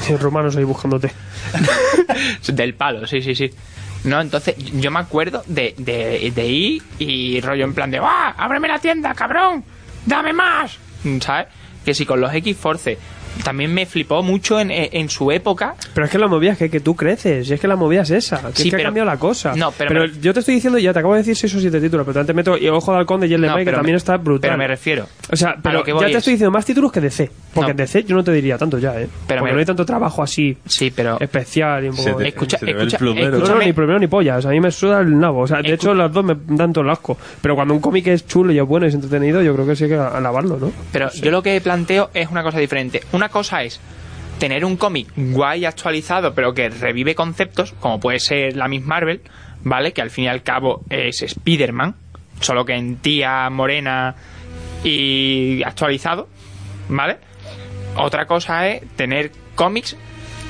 Sí, Romanos ahí buscándote.
Del palo, sí, sí, sí. No, entonces yo me acuerdo de, de, de ir y rollo en plan de ¡Ah! ¡Ábreme la tienda, cabrón! ¡Dame más! Mm, ¿Sabes? Que si con los X-Force también me flipó mucho en, en- en su época.
Pero es que la movida es que, que tú creces, y es que la movida es esa, que,
Sí,
es que
pero-
ha cambiado la cosa.
No, pero me-
yo te estoy diciendo, ya te acabo de decir 6 o 7 títulos, pero también te meto y Ojo de Halcón de Jen
No,
Lemay, que
pero
también
me-
está brutal.
Pero me refiero.
o sea,
a
pero
lo que
ya
voy
te
es-
estoy diciendo más títulos que DC, porque
No.
en DC yo no te diría tanto ya, ¿eh?
Pero
porque
me-
no hay tanto trabajo así
Sí, pero.
especial y un
Se
poco...
te-
Escucha,
se te ve el
escucha,
plumero.
No, no,
escúchame.
ni primero ni pollas, a mí me suda el nabo, o sea, de
Escu-
hecho las dos me dan todo el asco, pero cuando un cómic es chulo y es bueno y es entretenido, yo creo que sí hay que alabarlo, ¿no?
Pero yo lo que planteo es una cosa diferente. Una cosa es tener un cómic guay actualizado, pero que revive conceptos, como puede ser la Miss Marvel, ¿vale? Que al fin y al cabo es Spider-Man, solo que en tía, morena y actualizado, ¿vale? Otra cosa es tener cómics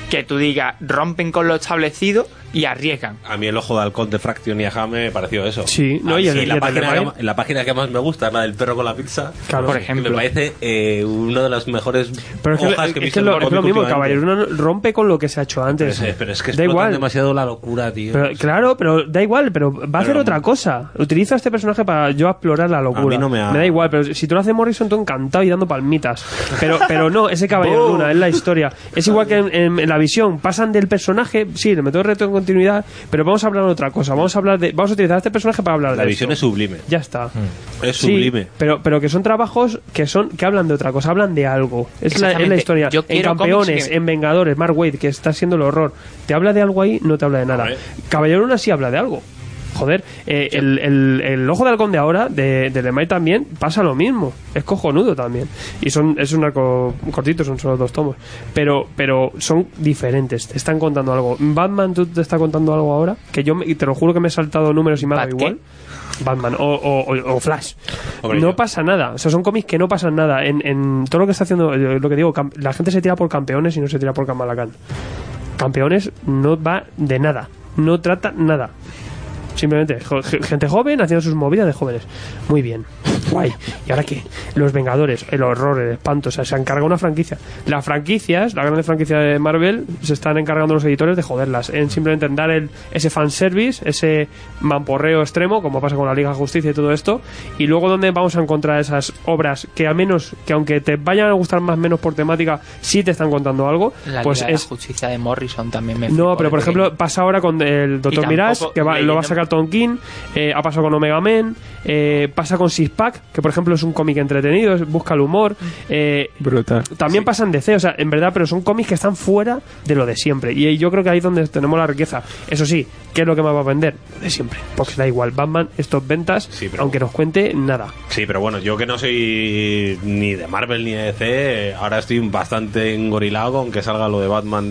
que tú digas rompen con lo establecido y arriesgan.
A mí el ojo de halcón de Fraction y Ajame me pareció eso.
Sí, no,
A
y
mí
el- y el
la,
de
página
Alemania.
que, la página que más me gusta es la del perro con la pizza.
Claro.
Por
Que
ejemplo.
Me parece eh, una de las mejores
Pero es que,
hojas que, he
es
visto
que
en
lo,
un
es lo
cómic
mismo,
últimamente.
Caballero Luna rompe con lo que se ha hecho antes.
Pero es, pero es
da
que explotan
igual.
demasiado la locura, tío.
Pero, claro, pero da igual, pero va a hacer
Pero-
otra cosa. Utiliza a este personaje para yo explorar la locura.
A mí no me ha-
da igual, pero si tú lo haces Morrison, tú encantado y dando palmitas. Pero, pero no, ese caballero luna es la historia. Es igual que en, en- en la visión. Pasan del personaje, sí, le meto el reto en continuidad, pero vamos a hablar de otra cosa. Vamos a hablar de, vamos a utilizar a este personaje para hablar de
la visión es
esto.
sublime.
Ya está.
Es
Sí,
sublime.
pero, pero que son trabajos que son que hablan de otra cosa, hablan de algo. Es la, es la
Exactamente.
historia.
Yo
en
quiero
Campeones,
cómics que-
en Vengadores, Mark Wade, que está siendo el horror. ¿Te habla de algo ahí? No te habla de nada.
ver.
Caballero Luna sí habla de algo. Joder, eh, el, el- el Ojo de Halcón de ahora, de, de Lemay también, pasa lo mismo. Es cojonudo también. Y son es un arco cortito, son solo dos tomos. Pero pero son diferentes, te están contando algo. Batman, tú te está contando algo ahora, que yo me- y te lo juro que me he saltado números y me ha dado
¿Bat qué?
igual. Batman o, o- o- o Flash.
Hombre,
no
yo-
pasa nada. O sea, son cómics que no pasan nada. En, en todo lo que está haciendo, eh, lo que digo, cam- la gente se tira por campeones y no se tira por Kamalacán. Campeones no va de nada. No trata nada. Simplemente jo- ge- gente joven haciendo sus movidas de jóvenes. Muy bien. Guay. ¿Y ahora qué? Los Vengadores, el horror, el espanto. O sea, se encarga una franquicia. Las franquicias, la gran franquicia de Marvel, se están encargando los editores de joderlas. En simplemente en dar el, ese fanservice, ese mamporreo extremo, como pasa con la Liga de Justicia y todo esto. Y luego, ¿dónde vamos a encontrar esas obras que, a menos que aunque te vayan a gustar más o menos por temática, sí te están contando algo?
La
pues
Liga de la
es
justicia de Morrison también me flipó ¿eh?
no, pero
de
por
pequeño.
ejemplo, pasa ahora con el
Y tampoco
Dr. Mirage, que va- lo va a
leyendo-
sacar Tom King, eh, ha pasado con Omega Men, eh, pasa con Six Pack, que por ejemplo es un cómic entretenido, es- busca el humor. eh,
Brutal.
también pasan DC, o sea, en verdad, pero son cómics que están fuera de lo de siempre. Y ahí yo creo que ahí es donde tenemos la riqueza. Eso sí, ¿qué es lo que más va a vender? Lo de siempre. Porque da igual, Batman, estos ventas,
Sí, pero-
aunque nos cuente nada.
Sí, pero bueno, yo que no soy ni de Marvel ni de DC, eh, ahora estoy bastante engorilado con que salga lo de Batman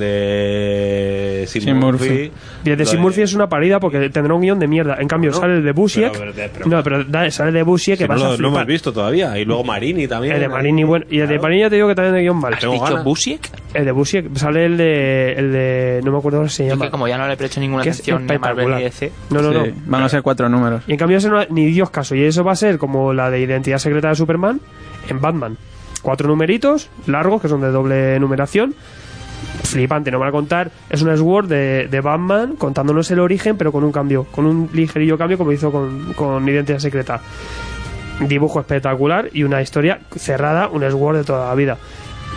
de Sim
Sim Murphy.
Y el de
Lo
Sid
de-
Murphy es una parida porque tendrá un guión de mierda. En cambio,
No,
sale el de Busiek.
pero- pero- pero-
no, pero da- sale el de Busiek
Si
que
no,
vas
lo,
a
no hemos
flipar.
visto todavía. Y luego Marini también.
el de Marini, bueno. Y el de
Claro. Ah,
Marini ya te digo que también de guión mal.
Tengo
¿Has dicho
ganas.
Busiek?
El de Busiek sale el de. El de no me acuerdo cómo se
Yo
llama.
que como ya no le presto ninguna
que es
atención ni a Marvel
espectacular.
ni DC.
No, no,
Sí,
no.
Van a ser cuatro números.
Y en cambio, eso no, ni Dios caso. Y eso va a ser como la de Identidad Secreta de Superman en Batman. Cuatro numeritos largos que son de doble numeración. Flipante, no van a contar. Es una Sword de, de Batman contándonos el origen, pero con un cambio, con un ligerillo cambio, como hizo con, con Identidad Secreta. Dibujo espectacular y una historia cerrada, un Sword de toda la vida.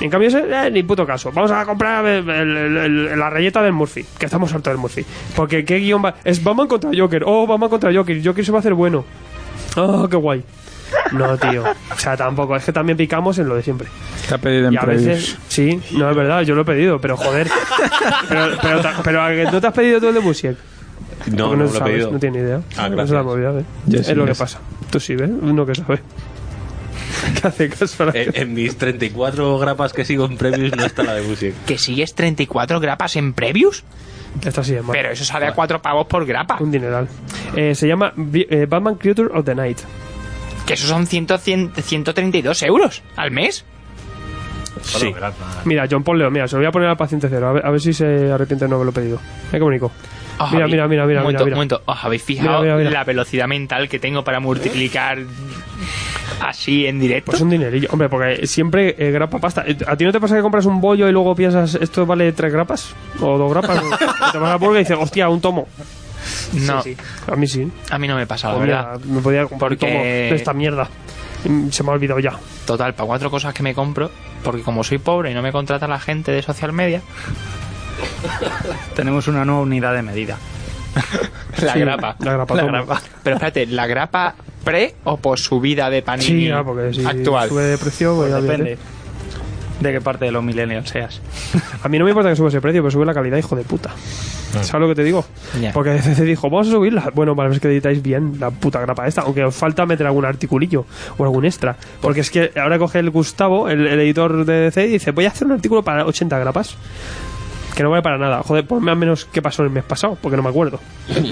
En cambio, ese, eh, ni puto caso. Vamos a comprar el- el- el- la rayeta del Murphy, que estamos hartos del Murphy. Porque qué guión va. Es Batman contra Joker. Oh, Batman contra Joker. Joker se va a hacer bueno. Oh, qué guay. No, tío. O sea, tampoco. Es que también picamos en lo de siempre.
Está pedido
Y
en
a
preview.
veces. Sí, no es verdad, yo lo he pedido, pero joder. Pero, pero, ta- pero ¿a que tú te has pedido tú el de Busiek. Porque
No, no, lo he
sabes,
pedido.
no tienes idea.
Ah,
No
gracias.
se la movida, ¿eh?
Yo
es
sí,
lo
yo
que
sí.
pasa. Tú sí, ¿ves? Uno que sabe. que hace caso a la
Eh,
gente.
en mis 34 grapas que sigo en premios no está la de Busiek.
¿Que sigues 34 grapas en previews?
Esta sí es mala.
Pero eso sale a 4 pavos por grapa.
Un dineral. Eh, se llama Vi- eh, Batman Creature of the Night.
Que eso son 100, 100, 132 euros al mes.
Sí.
Mira, John Paul Leo, mira, se lo voy a poner al paciente cero, a ver, a ver si se arrepiente de no haberlo pedido. Me comunico.
Os
Mira,
habéis-
mira, mira, mira,
Un Ah, momento,
mira, mira.
un momento. ¿Os habéis fijado
Mira, mira, mira.
la velocidad mental que tengo para multiplicar así en directo?
Pues un dinerillo. Hombre, porque siempre eh, grapa pasta. Eh, ¿A ti no te pasa que compras un bollo y luego piensas, esto vale tres grapas? ¿O dos grapas? O te vas a la pulga y dices, hostia, un tomo.
no,
A mí sí.
a mí no me pasa, la
Pues
verdad.
mira, me podía comprar
Ah, Porque-
un tomo de esta mierda. Mm, Se me ha olvidado ya.
Total, para cuatro cosas que me compro, porque como soy pobre y no me contrata la gente de social media,
Tenemos una nueva unidad de medida.
la
Sí,
grapa.
La grapa. tomo.
Pero espérate, ¿la grapa pre o por subida de panini
Sí, ya, porque si
actual?
sube de precio, pues ya
Depende
olvídate.
de qué parte de los millennials seas.
A mí no me importa que suba ese precio, pero sube la calidad, hijo de puta. ¿Sabes lo que te digo?
Ya.
Porque DCC dijo, vamos a subirla. Bueno, para ver que editáis bien la puta grapa esta, aunque os falta meter algún articulillo o algún extra. Porque es que ahora coge el Gustavo, el, el editor de DC, y dice, voy a hacer un artículo para 80 grapas. Que no vale para nada. Joder, ponme al menos qué pasó el mes pasado, porque no me acuerdo.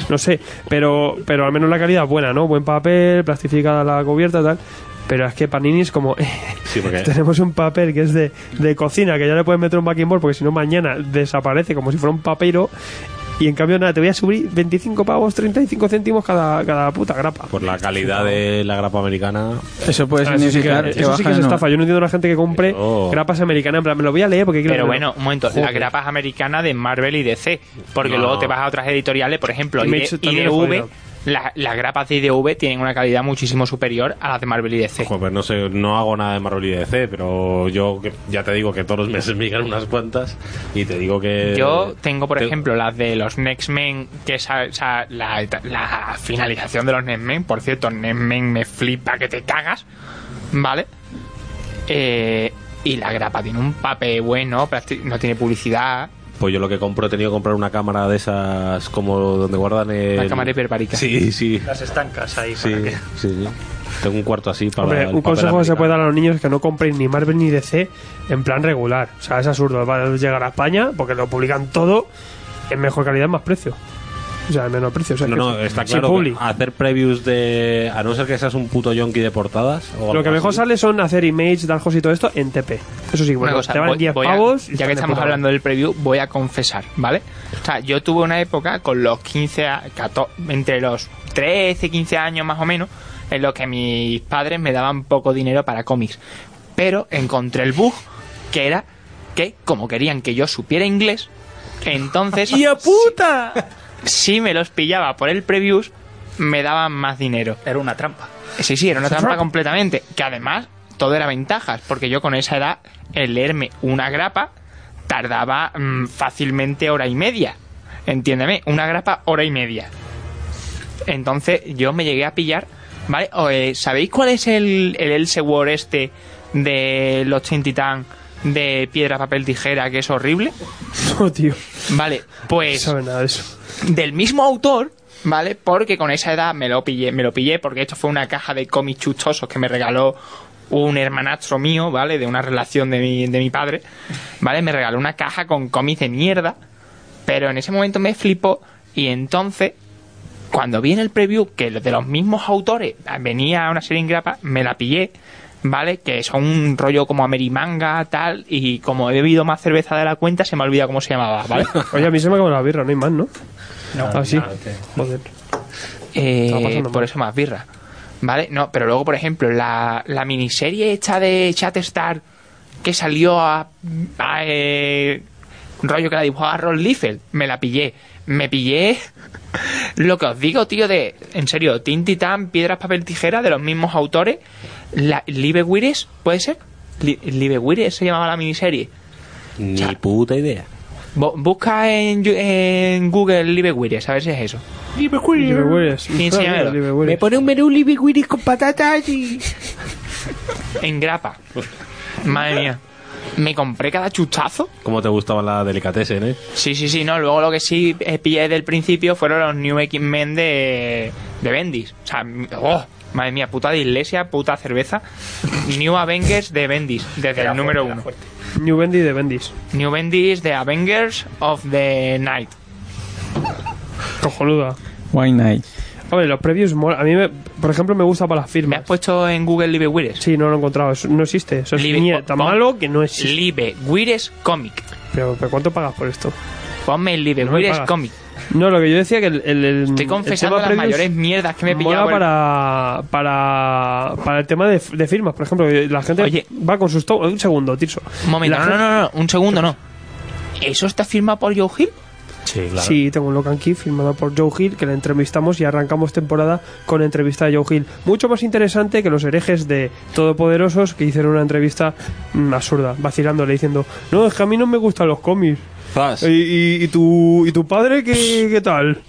No sé, pero, pero al menos la calidad es buena, ¿no? Buen papel, plastificada la cubierta, tal. Pero es que Panini es como...
Sí, porque
Tenemos un papel que es de, de cocina, que ya le puedes meter un backing board porque si no mañana desaparece como si fuera un papiro. Y en cambio, nada, te voy a subir 25 pavos, 35 céntimos cada, cada puta grapa.
por la calidad de la grapa americana.
Eso puede
Ah, Pues eso sí que,
significar que,
eso sí que es
baja de número.
estafa. Yo no entiendo a la gente que compre
Oh.
grapas americanas. En plan, me lo voy a leer porque quiero
Pero
leerlo.
bueno, un momento, las
Joder.
grapas americanas de Marvel y DC, porque
No.
luego te vas a otras editoriales, por ejemplo, E,
Image
ID-
también lo
IDV,
jodieron.
la- las grapas de IDV tienen una calidad muchísimo superior a las de Marvel y DC.
Ojo, pues no sé, no hago nada de Marvel y DC, pero yo que- ya te digo que todos los meses me llegan unas cuantas y te digo que.
Yo tengo, por
te-
ejemplo, las de los Next Men, que es o sea, la, eta- la finalización de los Next Men. Por cierto, Next Men me flipa que te cagas, ¿vale? Eh, y la grapa tiene un papel bueno, prácti- no tiene publicidad.
Pues yo lo que compro he tenido que comprar una cámara de esas como donde guardan el.
Una cámara hiperbárica.
Sí, sí.
Las estancas ahí.
Sí, sí, sí. Tengo un cuarto así para.
Hombre,
el
un
papel
consejo que se
americano.
puede dar a los niños es que no compren ni Marvel ni DC en plan regular. O sea, es absurdo. Va a llegar a España porque lo publican todo en mejor calidad, más precio. O sea, en menor precio. O sea,
No,
que
no,
sí.
está
Sin
claro. que
publi.
hacer previews de. A no ser que seas un puto yonki de portadas. o algo
Lo que mejor
así.
sale son hacer image, dar host y todo esto en TP. Eso sí,
Una
bueno, pues
cosa,
te van
voy-
10
voy a-
pavos. y
ya
están
que
de
estamos
puta madre.
hablando del preview, voy a confesar, ¿vale? O sea, yo tuve una época con los 15, a- 14, entre los 13, 15 años más o menos, en los que mis padres me daban poco dinero para cómics. Pero encontré el bug, que era que, como querían que yo supiera inglés, entonces,
¡Y a puta!
si me los pillaba por el previews, me daban más dinero.
Era una trampa.
Sí, sí, era una trampa completamente. Que además, todo era ventajas, porque yo con esa edad, el leerme una grapa tardaba mm, fácilmente hora y media. Entiéndeme, una grapa hora y media. Entonces yo me llegué a pillar ¿Vale? O, eh, ¿Sabéis cuál es el, el Elseworld este de los Teen Titans de piedra, papel, tijera, que es horrible?
No, tío.
Vale,
No
pues
sabes nada de eso.
del mismo autor, ¿vale? Porque con esa edad me lo pillé, me lo pillé porque esto fue una caja de cómics chuchosos que me regaló un hermanastro mío, ¿vale? De una relación de mi, de mi padre, ¿vale? Me regaló una caja con cómics de mierda, pero en ese momento me flipó y entonces, cuando vi en el preview que de los mismos autores venía una serie en grapa, me la pillé, ¿vale? Que son un rollo como Amerimanga, tal, y como he bebido más cerveza de la cuenta, se me ha olvidado cómo se llamaba, ¿vale?
Oye, a mí se me acabó la birra, no hay más, ¿no? No. Ah, sí. Joder.
Eh,
Estaba pasando
por
mal.
eso más birra. ¿Vale? No, pero luego, por ejemplo, la, la miniserie esta de Chatstar que salió a. a, eh, rollo que la dibujaba Ron Liefeld, me la pillé. Me pillé. Lo que os digo, tío, de. En serio, Teen Titan, Piedras, Papel, Tijera, de los mismos autores. La, Liebe Wires, ¿puede ser? Li- Liebe Wires se llamaba la miniserie.
Ni puta idea.
Bo- busca en, Yu- en Google Liebe Wires, a ver si es eso.
Liberwillies.
Sí, enséñamelo.
Liberwillies.
un menú libiquiris con patatas y...
En grapa. Madre mía. Me compré cada chuchazo.
¿Cómo te gustaba la delicatessen, eh?
Sí, sí, sí, no. Luego lo que sí eh, pillé del principio fueron los New X-Men de, de Bendis. O sea, m- oh, madre mía, puta de iglesia, puta cerveza. New Avengers de Bendis, desde el número uno.
New Bendy de Bendis.
New Bendis de Avengers of the Night.
Cojonuda.
Why Night.
Hombre, los previews mola. A mí, me, por ejemplo, me gusta para las
¿Me
firmas.
has puesto en Google Live Wires?
Sí, no lo he encontrado. Eso no existe. Eso es
Libre-
mie- tan
pon-
malo que no existe.
Live Wires Comic.
Pero, pero ¿cuánto pagas por esto?
Ponme en Live
No me
Wires
pagas.
Comic.
No, lo que yo decía que el, el, el-
Estoy
el
confesando
tema
las
previews
mayores mierdas que me he
mola
pillado. por el-
para, para para el tema de, de firmas, por ejemplo, que la gente
Oye.
va con sus to- un segundo, Tirso.
Un momento,
La
no, no,
gente-
no, no, un segundo, no. ¿Eso está firmado por Joe Hill?
Sí, claro.
Sí, tengo un Locan Key firmado por Joe Hill que le entrevistamos y arrancamos temporada con entrevista de Joe Hill. Mucho más interesante que los herejes de Todopoderosos que hicieron una entrevista mm, absurda, vacilándole diciendo: No, es que a mí no me gustan los cómics. ¿Y, y- y tu, y tu padre qué, qué tal?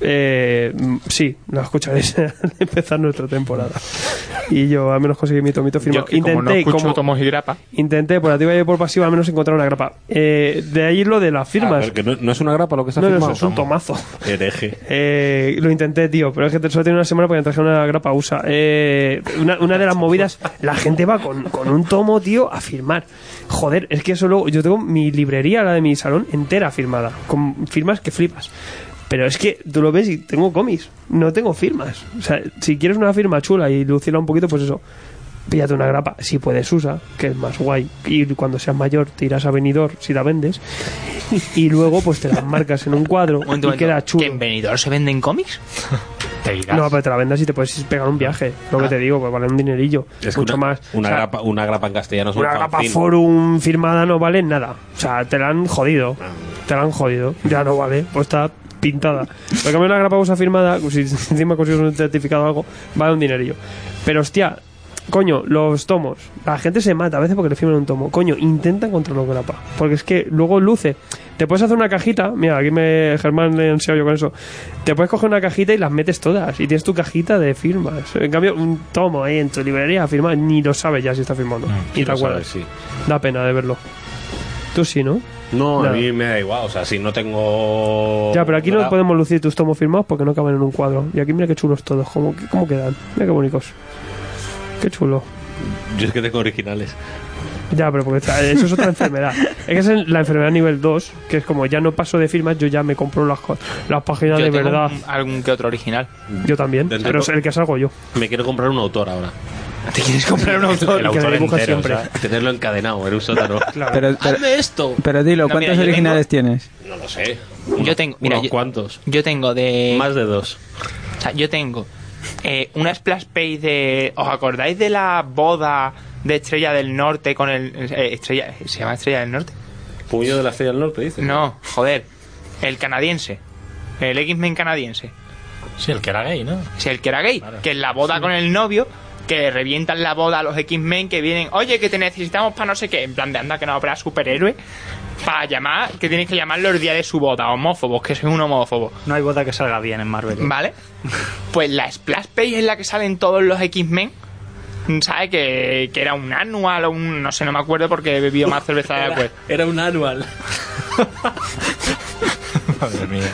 Eh, mm, sí, la escucharéis al empezar nuestra temporada. Y yo al menos conseguí mi tomito firmado.
Grapa.
intenté por activa y por pasiva al menos encontrar una grapa. Eh, de ahí lo de las
Ah,
firmas.
pero que no, no es una grapa lo que está
no, no, eso
firmado.
es un tomazo.
Hereje.
Eh, lo intenté, tío, pero es que solo tenía una semana porque me traje una grapa USA. Eh, una, una de las movidas, la gente va con, con un tomo, tío, a firmar. Joder, es que eso luego. Yo tengo mi librería, la de mi salón, entera firmada, con firmas que flipas. Pero es que tú lo ves y tengo cómics, no tengo firmas. O sea, si quieres una firma chula y lucirla un poquito, pues eso. Píllate una grapa, si puedes usa, que es más guay. Y cuando seas mayor te irás a Benidorm si la vendes. Y luego pues te las marcas en un cuadro
Momento,
y
momento.
queda chulo.
¿Que en Benidorm se venden cómics?
Te irás.
No, pero te la vendas y te puedes pegar un viaje. Lo que te digo, pues vale un dinerillo.
Es que
mucho
una,
más.
Una,
O sea,
grapa, una grapa en castellano es un
una grapa
fanzine.
forum firmada no vale nada. O sea, te la han jodido. Te la han jodido. Ya no vale. Pues está pintada. Pero cambio una grapa usa firmada, si encima consigues un certificado o algo, vale un dinerillo. Pero hostia, coño, los tomos. La gente se mata a veces porque le firman un tomo. Coño, intenta encontrar los grapa. Porque es que luego luce. Te puedes hacer una cajita. Mira, aquí me Germán le he enseñado yo con eso. Te puedes coger una cajita y las metes todas. Y tienes tu cajita de firmas. En cambio, un tomo ahí en tu librería firma, ni lo sabes ya si está firmando.
Y
ni te
lo
acuerdas.
sabes, Mm, sí.
Da pena de verlo. Tú sí, ¿no?
No, a
Nada.
mí me da igual. O sea, si no tengo.
Ya, pero aquí no
gra-
podemos lucir tus tomos firmados porque no caben en un cuadro. Y aquí mira qué chulos todos, cómo, cómo quedan. Mira qué bonitos. Qué chulo.
Yo es que tengo originales.
Ya, pero porque está- eso es otra enfermedad. Es que es en- la enfermedad nivel 2, que es como ya no paso de firmas, yo ya me compro las, co- las páginas
Yo
de
tengo
verdad.
un- algún que otro original.
Yo también,
Dentro-
pero es el que salgo yo.
Me quiero comprar un autor ahora.
¿Te quieres comprar un autor?
que lo dibuja siempre.
Tenerlo encadenado en un sótano.
Pero, pero,
Hazme esto.
pero dilo,
No,
¿cuántos
mira, yo
originales tienes?
No lo sé.
Yo tengo- mira,
unos
yo-
cuantos.
Yo tengo de.
Más de dos.
O sea, yo tengo eh, una splash page de. ¿Os acordáis de la boda de Estrella del Norte con el. eh, Estrella. ¿Se llama Estrella del Norte?
Puño de la Estrella del Norte, dice.
No, joder. El canadiense. El X-Men canadiense.
Sí, el que era gay, ¿no?
Si el que era gay, que en la boda con el novio, que revientan la boda a los X-Men que vienen, oye, que te necesitamos para no sé qué, en plan de anda que no habrá superhéroe. para llamar, que tienes que llamar los días de su boda, homófobos, que soy un homófobo.
No hay boda que salga bien en Marvel. ¿eh?
¿Vale? Pues la Splash Page es la que salen todos los X-Men. ¿Sabes? Que, que era un anual o un. No sé, no me acuerdo porque he bebido más cerveza de después.
Era un anual.
Madre mía.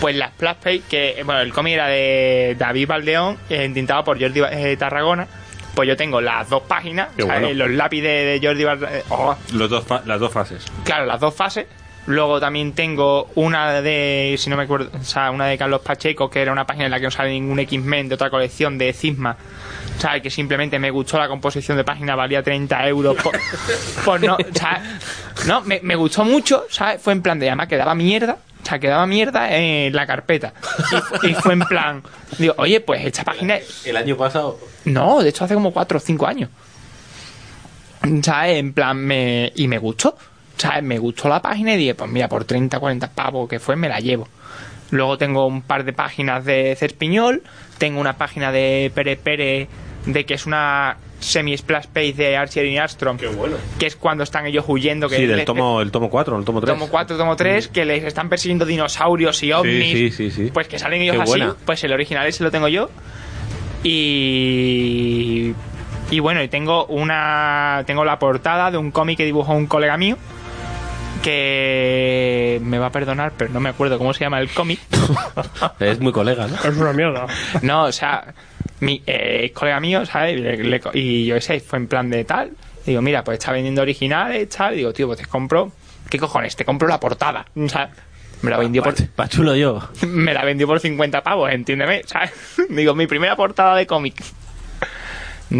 Pues la Splash Page, que. Bueno, el cómic era de David Valdeón, eh, entintado por Jordi eh, Tarragona. Pues yo tengo las dos páginas,
Qué
¿sabes?
bueno.
los lápices de Jordi eh, oh, Valdeón.
Los dos fa- las dos fases.
Claro, las dos fases. Luego también tengo una de, si no me acuerdo, o sea, una de Carlos Pacheco, que era una página en la que no sale ningún X-Men de otra colección de Cisma. O sea, que simplemente me gustó la composición de página, valía 30 euros. Por, por no, o sea, no me, me gustó mucho, ¿sabes? Fue en plan de, además, quedaba mierda. O sea, quedaba mierda en la carpeta. Y, fu- y fue en plan, digo, oye, pues esta página
El año pasado.
no, de hecho hace como 4 o 5 años. ¿Sabes? En plan, me... y me gustó. ¿Sabes? Me gustó la página y dije, pues mira, por 30, 40 pavos que fue, me la llevo. Luego tengo un par de páginas de Cerpiñol, tengo una página de Pere Pere, de que es una semi-splash page de Archer y Armstrong. Que es cuando están ellos huyendo. Que
Sí, del
les-
tomo, el tomo 4, el tomo 3.
Tomo 4, tomo 3, que les están persiguiendo dinosaurios y ovnis.
sí, sí, sí.
Pues que salen ellos
Qué
así.
buena.
Pues el original ese lo tengo yo. Y. Y bueno, y tengo una. Tengo la portada de un cómic que dibujó un colega mío. Que me va a perdonar, pero no me acuerdo cómo se llama el cómic.
Ah, Es muy colega, ¿no?
Es una mierda.
No, o sea, mi eh, colega mío, ¿sabes? Y, le- le co- y yo ese fue en plan de tal. Digo, mira, pues está vendiendo originales, tal. Y digo, tío, pues te compro. ¿Qué cojones? Te compro la portada. O sea, me la vendió por,
Pachulo yo.
me la vendió por 50 pavos, entiéndeme, ¿sabes? Digo, mi primera portada de cómic.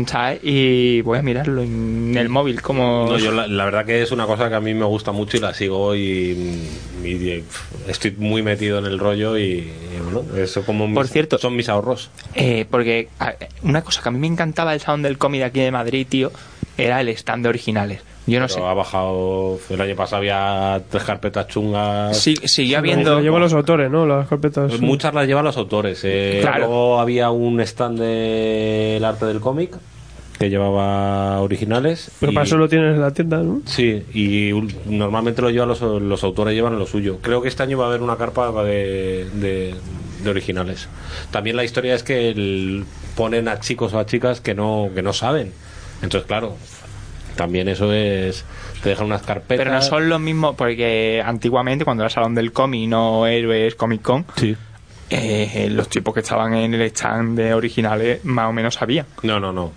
¿Sabes? Y voy a mirarlo en el móvil como...
No, yo la, la verdad que es una cosa que a mí me gusta mucho y la sigo y, y, pf, estoy muy metido en el rollo y, y bueno, eso como mis-
Por cierto.
son mis ahorros.
Eh, porque a- una cosa que a mí me encantaba del salón del cómic de aquí de Madrid, tío, era el stand de originales. Yo no
Pero ha bajado, el año pasado había tres carpetas chungas.
sé. Si, siguió
Lo
habiendo...
llevan los autores, ¿no? Las carpetas.
Pues Muchas las llevan los autores. eh.
Claro.
Luego había un stand del arte del cómic que llevaba originales.
Pero
y-
para eso lo tienes en la tienda, ¿no?
Sí, y un- normalmente lo llevan los, los autores llevan lo suyo. Creo que este año va a haber una carpa de, de- de originales. También la historia es que el- ponen a chicos o a chicas que no que no saben. Entonces, claro, también eso es te dejan unas carpetas.
Pero no son los mismos, porque antiguamente cuando era Salón del Cómic, no Héroes Comic Con,
Sí.
eh, los tipos que estaban en el stand de originales más o menos sabían.
No, no, no.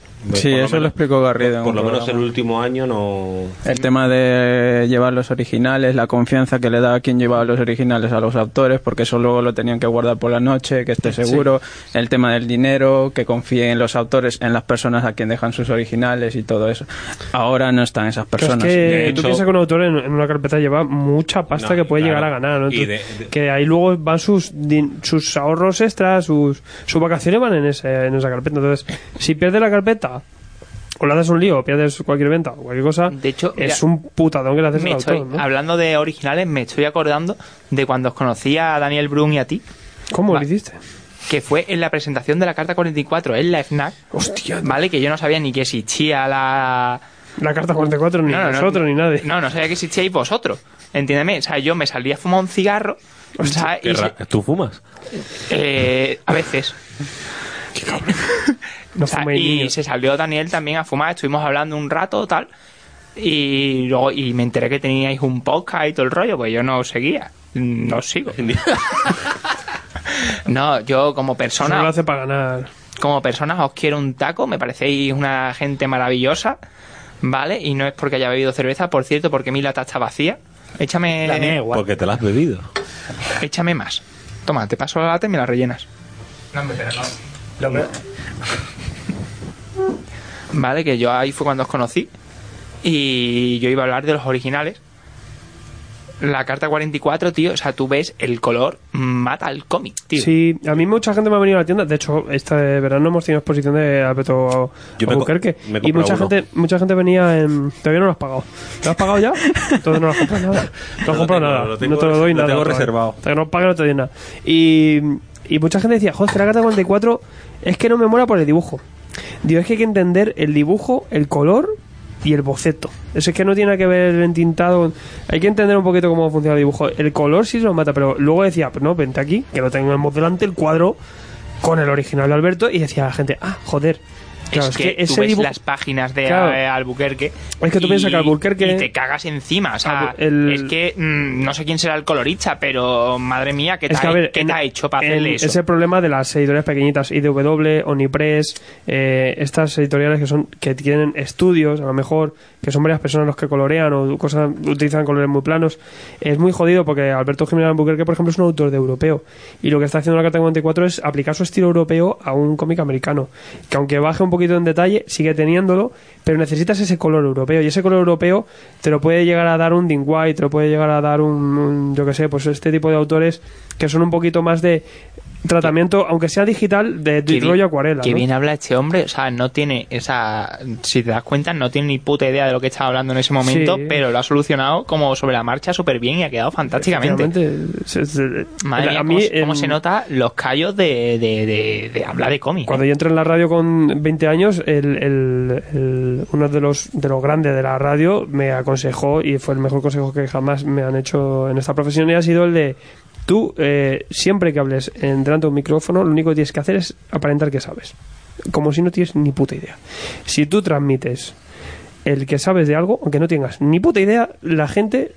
Por
Sí, eso lo
menos-
explicó Garrido. en
Por
un
lo menos el
programa.
último año no.
El tema de llevar los originales, la confianza que le daba quien llevaba los originales a los autores, porque eso luego lo tenían que guardar por la noche, que esté seguro. El tema del dinero, que confíen los autores en las personas a quien dejan sus originales y todo eso. Ahora no están esas
Pero
personas.
es que
De
tú
hecho-
piensas que un autor en, en una carpeta lleva mucha pasta
No,
que puede
claro.
llegar a ganar, ¿no?
Y
Entonces,
de- de-
que ahí luego van sus din- sus ahorros extras, sus, sus vacaciones van en, ese, en esa carpeta. Entonces, si pierdes la carpeta o le haces un lío, o pierdes cualquier venta o cualquier cosa,
De hecho,
es
mira,
un putadón que le haces
Me
al
estoy-
autor, ¿no?
Hablando de originales, me estoy acordando de cuando os conocí a Daniel Brun y a ti,
¿Cómo
Va.
lo hiciste?
que fue en la presentación de la Carta 44 en la FNAC,
Hostia,
¿vale? Que yo no sabía ni que existía la...
la carta 44 ni
No, no, no.
nosotros ni nadie.
No, no sabía que existíais vosotros, entiéndeme. O sea, yo me salía a fumar un cigarro, ¿sabes?
Qué
Y
ra-
se-
¿Tú fumas?
eh, a veces...
No
O sea,
fuméis,
y
niños.
se salió Daniel también a fumar, estuvimos hablando un rato, tal. Y luego y me enteré que teníais un podcast y todo el rollo, pues yo no os seguía, no os sigo. No, yo como
Eso no lo
persona,
hace para ganar.
como persona os quiero un taco, me parecéis una gente maravillosa, ¿vale? Y no es porque haya bebido cerveza, por cierto, porque mi lata está vacía.
La mía
Échame,
igual.
Porque te la has bebido.
échame más. Toma, te paso la lata y me la rellenas.
Lo que-
¿vale? Que yo ahí fue cuando os conocí. Y yo iba a hablar de los originales. La carta 44, tío, o sea, tú ves el color mata al cómic, tío.
Sí, a mí mucha gente me ha venido a la tienda. De hecho, este verano hemos tenido exposición de Alberto
Yo me co-
Albuquerque.
me he
Y
comprado
mucha
uno.
gente, mucha gente venía en... Todavía no lo has pagado. ¿Lo has pagado ya? Entonces no lo has comprado nada. No has
lo
comprado
tengo,
nada.
lo tengo
no te lo
res-
doy
lo
nada.
tengo
todavía.
reservado.
Hasta que no pague no te doy nada. Y, y mucha gente decía, joder, es que la carta 44 es que no me mola por el dibujo. Digo, es que hay que entender el dibujo, el color y el boceto. Eso es que no tiene nada que ver el entintado. Hay que entender un poquito cómo funciona el dibujo. El color sí se lo mata, pero luego decía, pues no, vente aquí, que lo tenemos delante, el cuadro con el original de Alberto, y decía la gente, ah, joder. Claro,
es, que,
ese
tú ves
dibujo-
las páginas de
Claro.
eh, Albuquerque.
Es que tú piensas que Albuquerque-
Y te cagas encima. O sea,
Albu- el-
es que mm, no sé quién será el colorista, pero madre mía, ¿qué, te,
Es que,
ha,
a ver,
qué
en-
te ha hecho para
en
hacerle eso?
Ese problema de las editoriales pequeñitas, IDW, Onipress, eh, estas editoriales que son que tienen estudios, a lo mejor, que son varias personas los que colorean o cosas, utilizan colores muy planos, es muy jodido porque Alberto Jiménez Albuquerque, por ejemplo, es un autor de europeo. Y lo que está haciendo la Carta 44 es aplicar su estilo europeo a un cómic americano. Que aunque baje un poquito en detalle, sigue teniéndolo, pero necesitas ese color europeo. Y ese color europeo te lo puede llegar a dar un Dean White, te lo puede llegar a dar un, un, yo que sé, pues este tipo de autores que son un poquito más de tratamiento, aunque sea digital, de, de
Qué bien-
rollo acuarela.
Qué
¿no?
bien habla este hombre, o sea, no tiene esa. Si te das cuenta, no tiene ni puta idea de lo que estaba hablando en ese momento,
Sí.
pero lo ha solucionado como sobre la marcha súper bien y ha quedado fantásticamente.
Efectivamente, se- se-
Madre
a
mía,
mí,
cómo, se- cómo
em,
se nota los callos de, de, de, de hablar de cómic.
Cuando yo entré en la radio con 20 años, el, el- el- uno de los, de los grandes de la radio me aconsejó, y fue el mejor consejo que jamás me han hecho en esta profesión, y ha sido el de, tú, eh, siempre que hables en delante de un micrófono, lo único que tienes que hacer es aparentar que sabes. Como si no tienes ni puta idea. Si tú transmites el que sabes de algo, aunque no tengas ni puta idea, la gente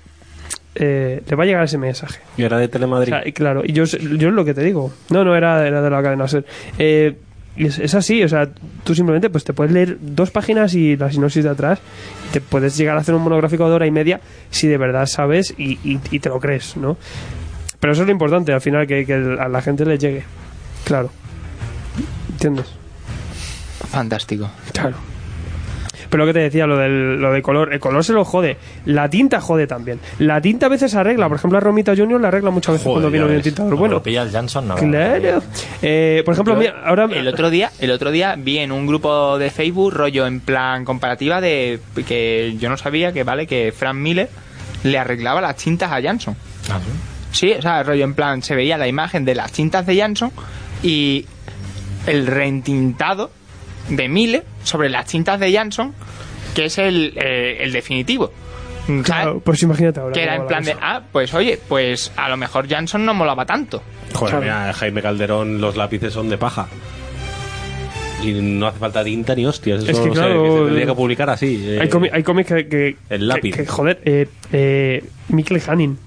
eh, le va a llegar ese mensaje.
Y era de Telemadrid.
O sea, y claro, y yo, es- yo es lo que te digo. No, no, era, era de la cadena SER. Eh, y es, es así, o sea, tú simplemente pues te puedes leer dos páginas y la sinopsis de atrás. Te puedes llegar a hacer un monográfico de hora y media si de verdad sabes y, y- y te lo crees, ¿no? Pero eso es lo importante, al final, que, que a la gente le llegue. Claro. ¿Entiendes?
Fantástico.
Claro. Pero lo que te decía, lo del, lo del color, el color se lo jode. La tinta jode también. La tinta a veces arregla. Por ejemplo, a Romita Junior la arregla muchas veces cuando viene un tintador bueno.
Lo pilla el Johnson, no.
Claro. Eh, por ejemplo,
Yo,
mira, ahora.
el otro día el otro día vi en un grupo de Facebook rollo en plan comparativa de que yo no sabía que vale que Frank Miller le arreglaba las tintas a Jansson
Ah, sí.
sí o sea rollo en plan se veía la imagen de las tintas de Jansson y el reentintado de Miller sobre las tintas de Jansson que es el, eh, el definitivo O sea,
Claro, pues imagínate ahora.
que era
cómo
en
va
plan
la
de
cosa.
ah pues oye pues a lo mejor Jansson no molaba tanto
Joder,
Claro.
mira, Jaime Calderón, los lápices son de paja. Y no hace falta tinta ni hostias. Eso
Es que,
no sé,
claro,
que se
eh,
tendría que publicar así. eh,
ah,
Hay, cómi- hay cómics que, que-
El lápiz.
que- que, joder, eh, eh, Mickey Hanning.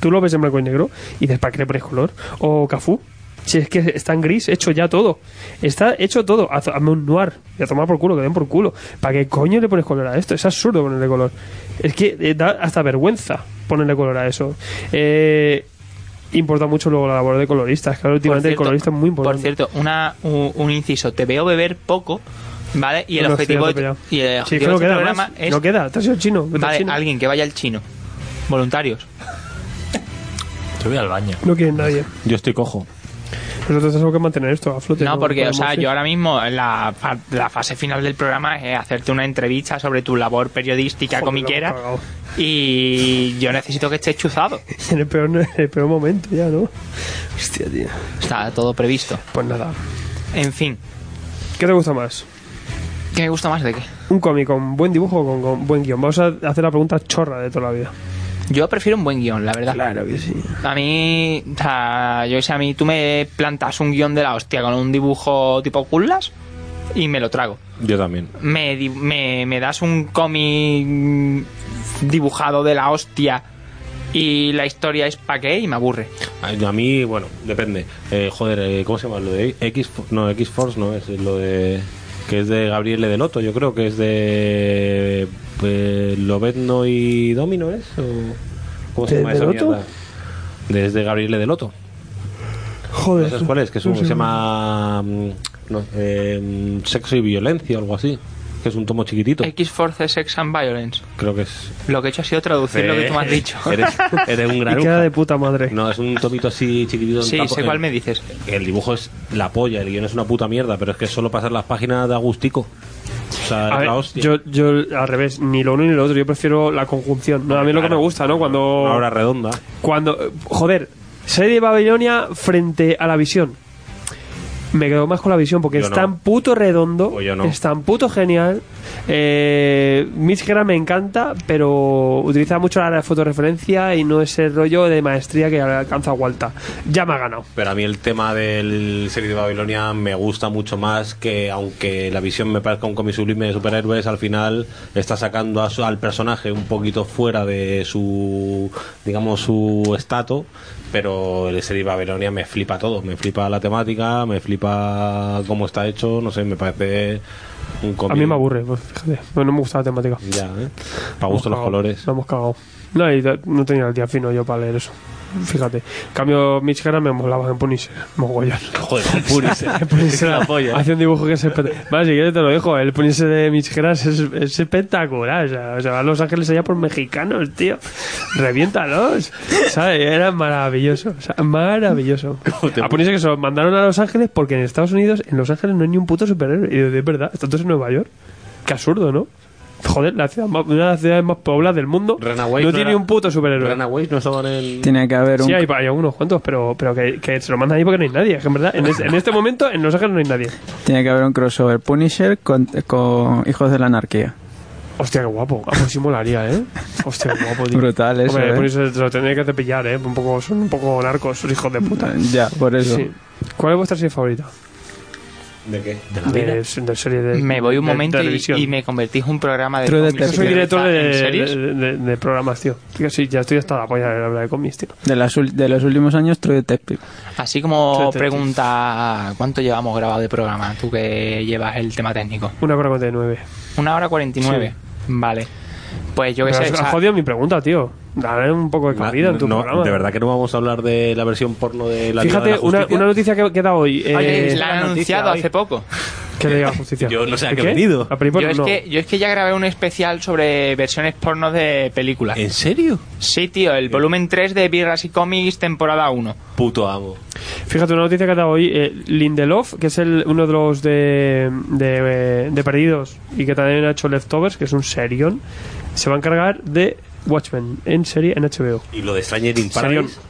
Tú lo ves en blanco y negro y dices, ¿para qué le pones color? O Cafú. Si es que está en gris, hecho ya todo. Está hecho todo. Haz- Hazme un noir. Y a tomar por culo, que den por culo. ¿Para qué coño le pones color a esto? Es absurdo ponerle color. Es que eh, da hasta vergüenza ponerle color a eso. Eh, importa mucho luego la labor de coloristas. Claro, últimamente el colorista es muy importante.
Por cierto, una, un, un inciso. Te veo beber poco, ¿vale? Y el
No,
objetivo,
estoy atropellado.
y el
Sí, es que
objetivo
no
de este
queda
programa
más.
es
No queda, te has ido al chino. vete al
vale,
chino.
alguien que vaya al chino. Voluntarios.
Yo voy al baño.
No quiere nadie.
Yo estoy cojo.
Nosotros tenemos que mantener esto a flote.
No, porque, o
podemos
sea,
ir.
yo ahora mismo la, fa- la fase final del programa es hacerte una entrevista sobre tu labor periodística
Joder,
comiquera
lo hemos cagado.
y yo necesito que estés chuzado.
En el peor, en el peor momento ya, ¿no? Hostia, tío.
Está todo previsto.
Pues nada.
En fin,
¿Qué te gusta más?
¿qué me gusta más de qué?
¿Un cómic con buen dibujo o con, con buen guión? Vamos a hacer la pregunta chorra de toda la vida.
Yo prefiero un buen guión, la verdad.
Claro que sí.
A mí, o sea, yo sé, a mí tú me plantas un guión de la hostia con un dibujo tipo Kullas y me lo trago.
Yo también.
Me, di- me, me das un cómic dibujado de la hostia y la historia es pa' qué y me aburre.
A a mí, bueno, depende. Eh, joder, eh, ¿cómo se llama? Lo de X. No, X-Force no es. es Lo de. Que es de Gabriel Deloto, yo creo que es de. eh, Lobezno y Domino, ¿es? ¿O ¿Cómo se
¿De
llama esa
Delotto?
mierda? Desde Gabriel Deloto.
Joder.
¿No
Pues,
sabes cuál es? Que es un, se llama. mm, no, eh, Sexo y Violencia o algo así. Que es un tomo chiquitito.
X-Force Sex and Violence.
Creo que es. Eh,
Lo que he hecho ha sido traducir lo que tú me has dicho.
Eres, eres un
Y queda
granuja.
de puta madre.
No, es un tomito así chiquitito. en
Sí,
tapo-
sé cuál
en-
me dices.
El dibujo es la polla, el guión es una puta mierda, pero es que es solo pasar las páginas de Agustico. O sea,
A
es
ver,
la hostia.
yo, yo al revés, ni lo uno ni lo otro, yo prefiero la conjunción. No, a mí lo que me gusta, ¿no? Cuando.
Una obra redonda.
Cuando. Joder, serie de Babilonia frente a la visión. Me quedo más con la visión porque
Yo
es
no.
tan puto redondo,
O yo no.
es tan puto genial. Eh, Mizkera me encanta, pero utiliza mucho la fotorreferencia y no ese rollo de maestría que alcanza Walta. Ya me ha ganado.
Pero a mí el tema del serie de Babilonia me gusta mucho más que, aunque la visión me parezca un cómic sublime de superhéroes, al final está sacando a su- al personaje un poquito fuera de su, digamos, su estatus. Pero el serie de Babilonia me flipa todo. Me flipa la temática, me flipa cómo está hecho, no sé, me parece un cómic.
A mí me aburre, pues, fíjate. No, no me gusta la temática.
Ya, ¿eh? Para gusto los
Cagao.
colores.
Lo hemos cagado. No, y da- no tenía el día fino yo para leer eso. Fíjate. En cambio, Mitch Hanna me molaba en Punisher. Mogollón.
Joder, con Punisher.
Punisher pues Hace un dibujo que es espectacular. Vale, si quieres te lo dejo. El Punisher de Mitch Hanna es, es espectacular. O sea, o sea, va a Los Ángeles allá por mexicanos, tío. Reviéntalos. ¿Sabes? Era maravilloso. O sea, maravilloso. A Punisher que se lo mandaron a Los Ángeles porque en Estados Unidos, en Los Ángeles no hay ni un puto superhéroe. Y de verdad, están todos en Nueva York. Qué absurdo, ¿no? Joder, la ciudad más- una de las ciudades más pobladas del mundo
Runaways
no
no
tiene
era-
un puto superhéroe.
Runaways no estaban en.
Tiene que haber un...
Sí, hay, hay algunos cuantos, pero, pero que, que se lo mandan ahí porque no hay nadie. que En verdad, en, es- en este momento en Los Ángeles no hay nadie.
Tiene que haber un crossover Punisher con, con Hijos de la Anarquía.
Hostia, qué guapo. Ah, pues sí molaría, ¿eh? Hostia, qué guapo, tío.
Brutal eso,
Hombre,
¿eh?
por eso se lo tendría que cepillar, ¿eh? Un poco, son un poco narcos, sus hijos de puta.
Ya, por eso.
Sí. ¿Cuál es vuestra serie favorita?
¿De qué?
De, de serie de
Me voy un
de-
momento
de
y-
televisión.
y, me convertís en un programa de.
True
cómics.
Yo soy
Detective.
director de,
¿En series?
de- de- de programas, tío. Tío, sí, ya estoy hasta la polla de hablar de cómics, tío.
De, las ul- de los últimos años, True Detective.
Así como
True Detective.
pregunta, ¿cuánto llevamos grabado de programa? Tú que llevas el tema técnico.
Una hora 49.
Una hora 49. Vale. Pues yo que
Pero
sé.
has- has
echa-
jodido mi pregunta, tío. Dale un poco de cabida en tu
no,
programa.
De verdad que no vamos a hablar de la versión porno de la Liga de
Fíjate,
la
una,
Justicia?
una noticia que, que da hoy. Eh,
Oye, la han
noticia
anunciado
hoy.
hace poco.
¿Qué le diga justicia?
Yo no sé a
¿El
qué ha venido.
La película
Yo es,
no.
que, yo es que ya grabé un especial sobre versiones pornos de películas.
Eh.
¿En serio?
Sí, tío, el volumen 3 de Birras y Comics, temporada 1.
Puto amo.
Fíjate, una noticia que ha dado hoy eh, Lindelof, que es el, uno de los de, de, eh, de Perdidos y que también ha hecho Leftovers, que es un serión, se va a encargar de Watchmen en serie en HBO.
Y lo de Stranger in
Serión.
Paradise.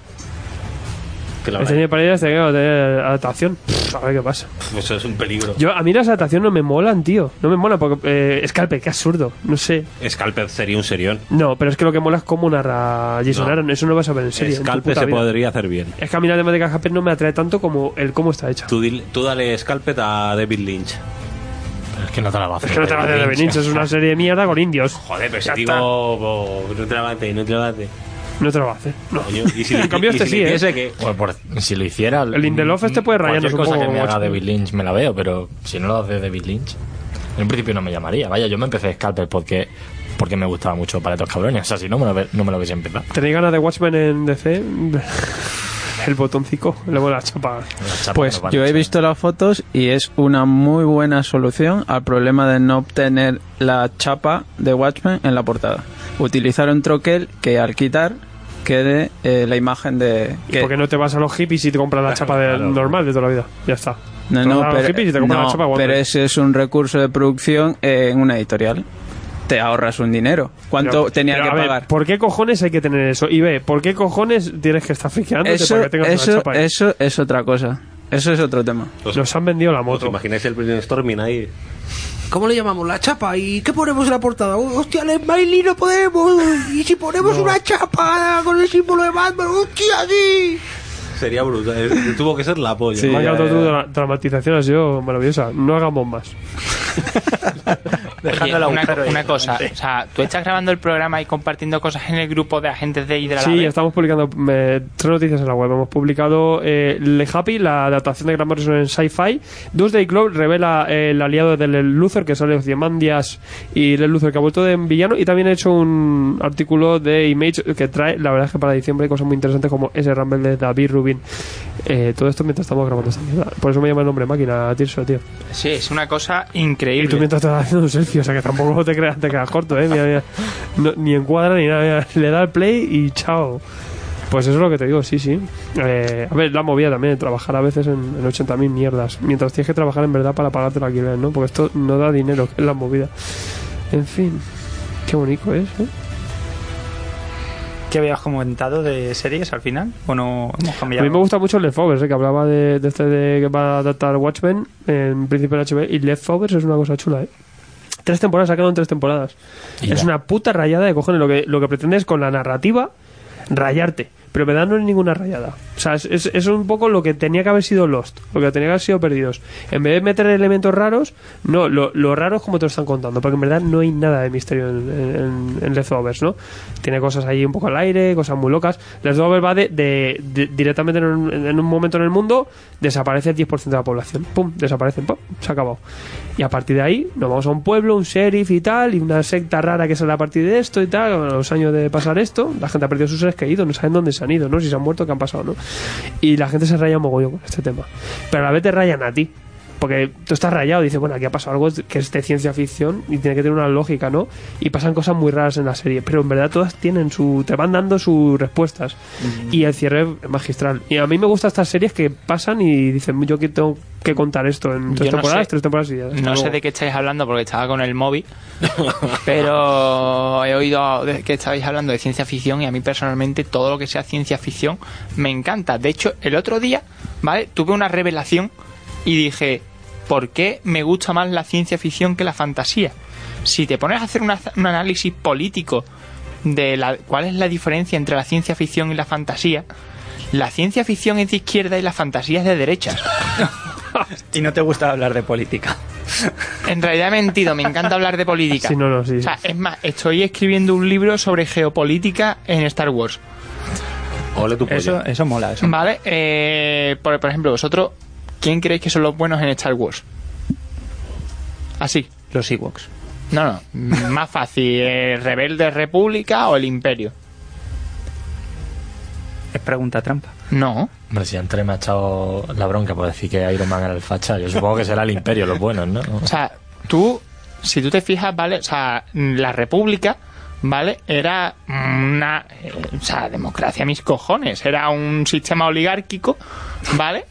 Que
En
la verdad,
serie de Perdidos tiene que tener adaptación. Pff, a ver qué pasa.
pf, eso es un peligro.
Yo, a mí las adaptaciones no me molan, tío. No me molan porque... Eh, Scalpe, qué absurdo. No sé.
Scalper sería un serión.
No, pero es que lo que mola es cómo narra Jason
No.
Aaron. Eso no lo vas a ver en serie. en tu
Scalper
puta
se
vida.
podría hacer bien.
Es que a mí la temática de Scalpel no me atrae tanto como el cómo está hecha.
Tú, dil- tú dale Scalpet a David Lynch.
Es que no te la va a hacer.
Es que no te va a hacer de Beninch, es una serie de mierda con indios.
Joder, pero si
Ya
digo,
está.
bo- no te la bate, no te la bate.
No te lo va a hacer. No.
Coño, y si le-
En cambio,
y
este
si
sí,
le
¿eh?
diese que-
Pues por- si lo hiciera.
El Lindelof este puede rayarnos
cualquier
un
cosa
poco
que me
como
haga
Watchmen.
David Lynch me la veo, pero si no lo hace David Lynch, en principio no me llamaría. Vaya, yo me empecé Scalper porque, porque me gustaba mucho Paletos Cabrones. O sea, si no me lo, ve- no me lo hubiese empezado.
¿Tenéis ganas de Watchmen en DC? El botoncico, luego la chapa.
La chapa
Pues
nos van a
yo he
echar.
visto las fotos y es una muy buena solución al problema de no obtener la chapa de Watchmen en la portada. Utilizar un troquel que al quitar quede eh, la imagen de... que-
Porque no te vas a los hippies y te compras la chapa de- normal de toda la vida. Ya está.
no,
Te
no,
vas a los hippies y te
pero,
compras
no,
la chapa de
pero
Watchmen.
ese es un recurso de producción eh, en una editorial. Te ahorras un dinero. ¿Cuánto
Pero-
tenía
pero,
que
a ver,
pagar?
¿Por qué cojones hay que tener eso? Y ve, ¿por qué cojones tienes que estar friqueándote
Eso,
para que tengas una
eso,
chapa ahí?
eso es otra cosa. Eso es otro tema.
Nos han vendido la
¿Os
moto.
imagináis el brainstorming ahí? ¿Cómo le llamamos? La chapa. ¿Y qué ponemos en la portada? ¡Hostia, el Smiley no podemos! ¿Y si ponemos una chapa con el símbolo de Batman? ¡Hostia, sí! Sería brutal. Eh, Tuvo que ser la polla.
Me ha
Sí, ya,
encantado tu
ya.
dra- dramatización, ha sido maravillosa. No hagamos más.
Oye, una, una cosa, o sea, tú estás grabando el programa y compartiendo cosas en el grupo de agentes de Hydra.
Sí, estamos publicando eh, tres noticias en la web. Hemos publicado eh, Le Happy, la adaptación de Gran Morrison en Sci-Fi. Doomsday Club revela eh, el aliado del Lex Luthor que sale de Diamandias y el Luthor que ha vuelto de villano. Y también he hecho un artículo de Image que trae, la verdad es que para diciembre hay cosas muy interesantes como ese Rumble de David Rubin. Eh, todo esto mientras estamos grabando esta mierda. Por eso me llama el nombre máquina, Tirso, tío.
Sí, es una cosa
Y tú
increíble.
mientras estás haciendo un selfie, o sea que tampoco te creas, te quedas corto, eh. Mira, mira. No, ni encuadra ni nada, mira. le da el play y chao. Pues eso es lo que te digo, sí, sí. Eh, a ver, la movida también, trabajar a veces en, en 80.000 mierdas. Mientras tienes que trabajar en verdad para pagarte el alquiler, ¿no? Porque esto no da dinero, que es la movida. En fin, qué bonito es, ¿eh?
¿Qué habías comentado de series al final? ¿O no hemos
A
cambiado?
mí me gusta mucho Leftovers, ¿eh? que hablaba de, de este de que va a adaptar Watchmen en principio en HBO y Leftovers es una cosa chula, ¿eh? Tres temporadas, se ha quedado en tres temporadas.
Y
es
ya.
una puta rayada de cojones. Lo que, lo que pretendes con la narrativa, rayarte. Pero me no es ninguna rayada. O sea, es, es- es un poco lo que tenía que haber sido Lost, lo que tenía que haber sido Perdidos. En vez de meter elementos raros, no, lo, lo raro es como te lo están contando, porque en verdad no hay nada de misterio en, en, en Leftovers, ¿no? Tiene cosas ahí un poco al aire, cosas muy locas. Leftovers va de, de- de- directamente en un, en un momento en el mundo, desaparece el 10% de la población. Pum, desaparecen, pum, se ha acabado. Y a partir de ahí nos vamos a un pueblo, un sheriff y tal, y una secta rara que sale a partir de esto y tal. A los años de pasar esto, la gente ha perdido sus seres queridos, no saben dónde se han ido, ¿no? Si se han muerto, qué han pasado, ¿no? Y la gente se raya un mogollón con este tema. Pero a la vez te rayan a ti. Porque tú estás rayado, dices, bueno, aquí ha pasado algo que es de ciencia ficción y tiene que tener una lógica, ¿no? Y pasan cosas muy raras en la serie, pero en verdad todas tienen su. te van dando sus respuestas. Y el cierre es magistral. Y a mí me gustan estas series que pasan y dicen, yo que tengo que contar esto en tres
Yo no
temporadas,
sé.
tres temporadas y ya.
No sé de qué estáis hablando porque estaba con el móvil, pero he oído de que estabais hablando de ciencia ficción y a mí personalmente todo lo que sea ciencia ficción me encanta. De hecho, el otro día, ¿vale? Tuve una revelación y dije, ¿por qué me gusta más la ciencia ficción que la fantasía? Si te pones a hacer una- un análisis político de la, cuál es la diferencia entre la ciencia ficción y la fantasía, la ciencia ficción es de izquierda y la fantasía es de derechas.
Y no te gusta hablar de política.
En realidad he mentido, me encanta hablar de política.
Sí, no, no, sí.
O sea, es más, estoy escribiendo un libro sobre geopolítica en Star Wars.
Ole tu pollo.
Eso, eso mola, eso.
¿Vale? Eh, por, por ejemplo, vosotros, ¿quién creéis que son los buenos en Star Wars? Así.
Los Ewoks.
No, no. Más fácil, ¿el rebelde república o el imperio?
Es pregunta trampa.
No.
Hombre, si antes me ha echado la bronca por decir que Iron Man era el facha, yo supongo que será el imperio, los buenos, ¿no?
O sea, tú, si tú te fijas, ¿vale? O sea, la República, ¿vale? Era una. eh, o sea, democracia, mis cojones. Era un sistema oligárquico, ¿vale?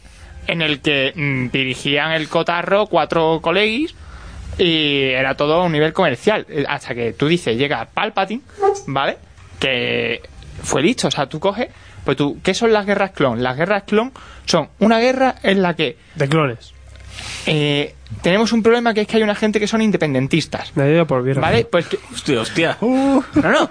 En el que mm, dirigían el cotarro cuatro colegis y era todo a un nivel comercial. Eh, Hasta que tú dices, llega Palpatine, ¿vale? Que fue listo. O sea, tú coges. Pues tú, ¿qué son las guerras clon? Las guerras clon son una guerra en la que
De clones.
eh, tenemos un problema que es que hay una gente que son independentistas.
Nadie da por bien.
¿Vale? Pues, que-
Hostia, hostia.
no, no.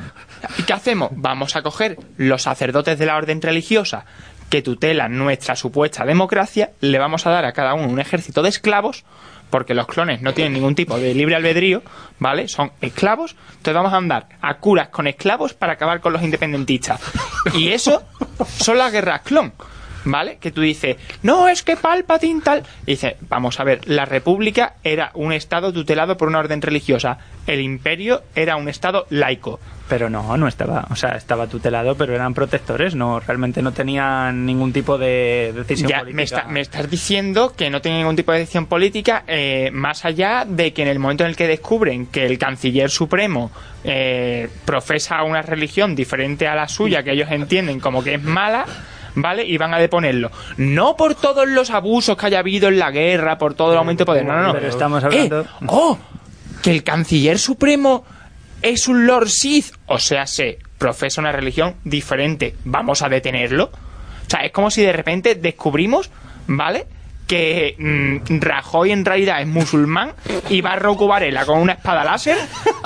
¿Y qué hacemos? Vamos a coger los sacerdotes de la orden religiosa que tutelan nuestra supuesta democracia, le vamos a dar a cada uno un ejército de esclavos, porque los clones no tienen ningún tipo de libre albedrío, ¿vale? Son esclavos, entonces vamos a andar a curas con esclavos para acabar con los independentistas. Y eso son las guerras clon. ¿Vale? Que tú dices, no, es que Palpatine tal. Y dice, vamos a ver, la República era un estado tutelado por una orden religiosa. El Imperio era un estado laico.
Pero no, no estaba. O sea, estaba tutelado, pero eran protectores. No, realmente no tenían ningún tipo de decisión
Ya,
política.
me, está- me estás diciendo que no tiene ningún tipo de decisión política, eh, más allá de que en el momento en el que descubren que el canciller supremo eh, profesa una religión diferente a la suya, que ellos entienden como que es mala, ¿vale? Y van a deponerlo. No por todos los abusos que haya habido en la guerra, por todo el aumento de poder. No, no, no.
Pero estamos hablando-
Eh, ¡Oh! Que el canciller supremo es un Lord Sith. O sea, se profesa una religión diferente. Vamos a detenerlo. O sea, es como si de repente descubrimos, ¿vale? Que mm, Rajoy en realidad es musulmán y va Rocco Varela con una espada láser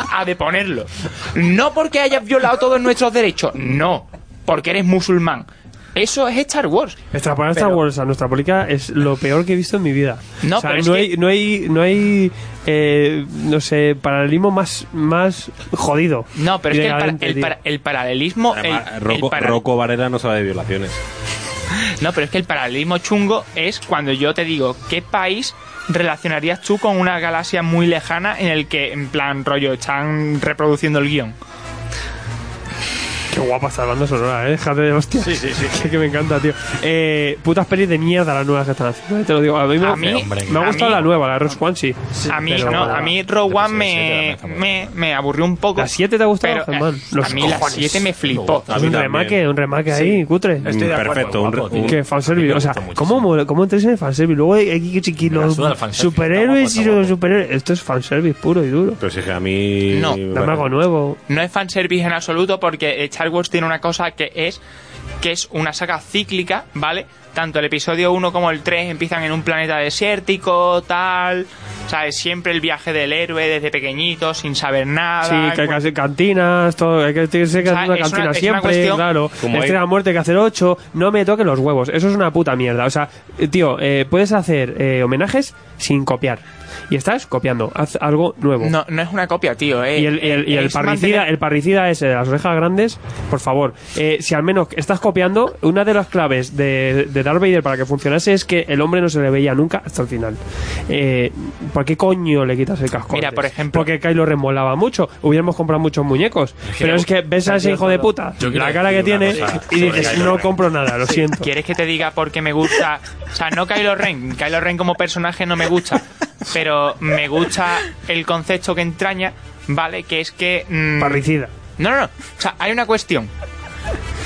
a deponerlo. No porque hayas violado todos nuestros derechos, no, porque eres musulmán. Eso es Star Wars.
Extrapolar Star Wars a nuestra política es lo peor que he visto en mi vida.
No,
O sea,
pero es
no,
que-
hay, no hay, no hay, eh, no sé, paralelismo más, más jodido.
No, pero es que el, para-
Directamente,
el
tío.
para- el paralelismo. el-
Además,
el
Rocco,
para-
Rocco Varela no sabe de violaciones.
No, pero es que el paralelismo chungo es cuando yo te digo qué país relacionarías tú con una galaxia muy lejana en el que, en plan, rollo, están reproduciendo el guión.
Qué guapa está la banda sonora, eh. Déjate de hostia. Sí, sí, sí. que me encanta, tío. Eh, putas pelis de mierda las nuevas que están haciendo. eh, Te lo digo. A mí me,
A mí- hombre,
me ha
a
gustado
mí-
la nueva, la de Rush One, sí.
a mí,
Pero-
no, a mí Rogue
pero
One
sí, sí,
me,
sí, sí,
me, me aburrió un poco.
¿La 7 te ha gustado,
pero, eh,
Germán?
a
Los
mí la
cojones.
7 me flipó.
A
Es
mí
un
también.
remake, un remake ahí, cutre.
Estoy de acuerdo,
Mm, Perfecto. un-
guapo,
un-
tío.
Que fanservice,
Me
o sea,
gusta
¿cómo,
muchísimo.
mola- ¿cómo entras en el fanservice? Luego hay aquí
Me la
chiquitos
suda el fanservice,
superhéroes
está
y
guapo,
los
está
superhéroes. Esto es fanservice puro y duro.
Pero si es que a mí...
No,
me
Dame
parece-
algo nuevo.
No es fanservice en absoluto porque Star Wars tiene una cosa que es que es una saga cíclica, ¿vale? Tanto el episodio 1 como el 3 empiezan en un planeta desértico, tal, ¿sabes? Siempre el viaje del héroe desde pequeñito, sin saber nada.
Sí, que hay que
encuent-
hacer pues cantinas, todo, hay que decir que
O sea,
hacer una
es una-
cantina
es una
siempre,
cuestión-
claro.
Como
Estrella
hay-
de la muerte hay que hacer ocho, no me toquen los huevos, eso es una puta mierda. O sea, eh, tío, eh, puedes hacer eh, homenajes sin copiar. Y estás copiando, haz algo nuevo.
No, no es una copia, tío. eh.
Y el, y el- y el
Es
parricida,
mantener-
el parricida ese de las orejas grandes, por favor, eh, si al menos estás copiando, una de las claves de, de Darth Vader para que funcionase es que el hombre no se le veía nunca hasta el final. Eh, ¿Por qué coño le quitas el casco?
Mira,
antes?
por ejemplo-
Porque Kylo Ren molaba mucho. Hubiéramos comprado muchos muñecos. Pero es que ves a ese hijo de puta,
Yo quiero
la cara que
decir una
tiene,
cosa
y
sobre
dices,
Kylo
no
Ren".
compro nada, lo siento.
¿Quieres que te diga por qué me gusta? O sea, no Kylo Ren. Kylo Ren como personaje no me gusta. Pero me gusta el concepto que entraña, ¿vale? Que es que. mm,
Parricida.
no, no, no. O sea, hay una cuestión.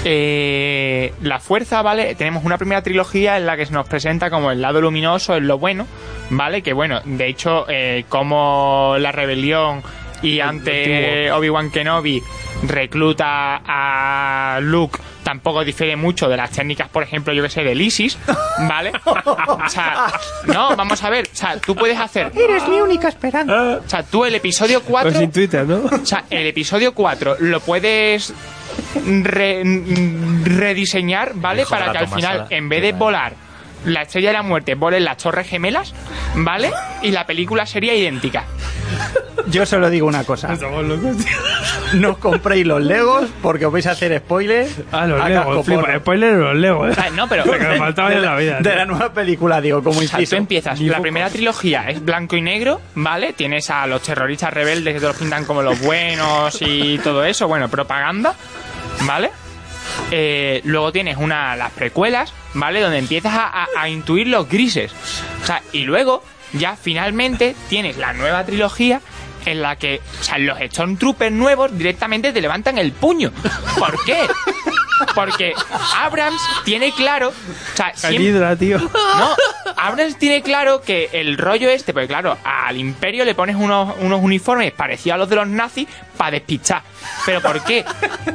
Eh, la fuerza, ¿vale? Tenemos una primera trilogía en la que se nos presenta como el lado luminoso, es lo bueno, ¿vale? Que bueno, de hecho, eh, como la rebelión y ante Obi-Wan Kenobi recluta a Luke tampoco difiere mucho de las técnicas, por ejemplo, yo que sé, del ISIS, ¿vale? O sea, no, vamos a ver, o sea, tú puedes hacer... Eres mi única esperanza. O sea, tú el episodio 4...
Pues sin Twitter, ¿no?
O sea, el episodio 4 lo puedes re- rediseñar, ¿vale?
Hijo de
Para
la
que al
Tomasada.
final, en vez de volar la estrella de la muerte, volen las torres gemelas, ¿vale? Y la película sería idéntica.
Yo solo digo una cosa. No os compréis los Legos porque os vais a hacer spoilers.
Ah, los
a
Lego,
cascoporro.
flipa. Spoiler, los Lego, eh.
O sea, Ah, no, pero...
Lo que me faltaba en la vida.
De
tío.
la nueva película, digo, como
O sea, tú
inciso.
empiezas, la primera trilogía es blanco y negro, ¿vale? Tienes a los terroristas rebeldes que te los pintan como los buenos y todo eso, bueno, propaganda, ¿vale? Eh, luego tienes una las precuelas, ¿vale? Donde empiezas a, a- a intuir los grises. O sea, y luego ya finalmente tienes la nueva trilogía en la que, o sea, los Stormtroopers nuevos directamente te levantan el puño. ¿Por qué? Porque Abrams tiene claro, o sea, siempre-
Calidra, tío.
no, Abrams tiene claro que el rollo este, porque claro, al imperio le pones unos, unos uniformes parecidos a los de los nazis para despistar. ¿Pero por qué?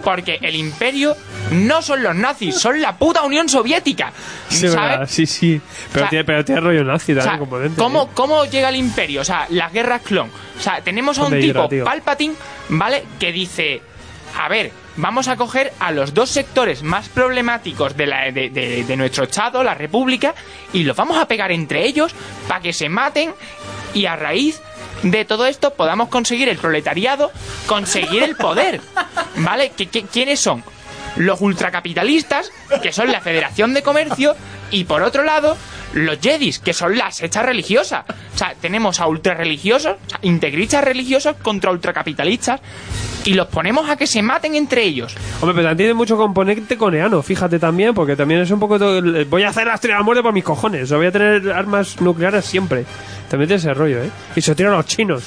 Porque el imperio no son los nazis, son la puta Unión Soviética.
Sí,
¿sabes?
verdad, sí, sí. Pero,
O sea,
tiene, pero tiene rollo nazi
O
también,
sea,
componente. eh.
¿cómo, ¿Cómo llega el imperio? O sea, las guerras clon. O sea, tenemos a
Son
un
de
tipo,
Hydra, tío.
Palpatine, ¿vale? Que dice, a ver, vamos a coger a los dos sectores más problemáticos de, la- de- de- de nuestro Estado, la República, y los vamos a pegar entre ellos para que se maten y a raíz de todo esto podamos conseguir el proletariado, conseguir el poder, ¿vale? ¿Qué, qué- quiénes son? Los ultracapitalistas, que son la Federación de Comercio, y por otro lado, los jedis, que son la secta religiosa. O sea, tenemos a ultrarreligiosos, o sea, integristas religiosos contra ultracapitalistas y los ponemos a que se maten entre ellos.
Hombre, pero también tiene mucho componente coreano, fíjate también, porque también es un poco. todo el- Voy a hacer la estrella de la muerte por mis cojones. O sea, voy a tener armas nucleares siempre. También tiene ese rollo, ¿eh? Y se tiran los chinos,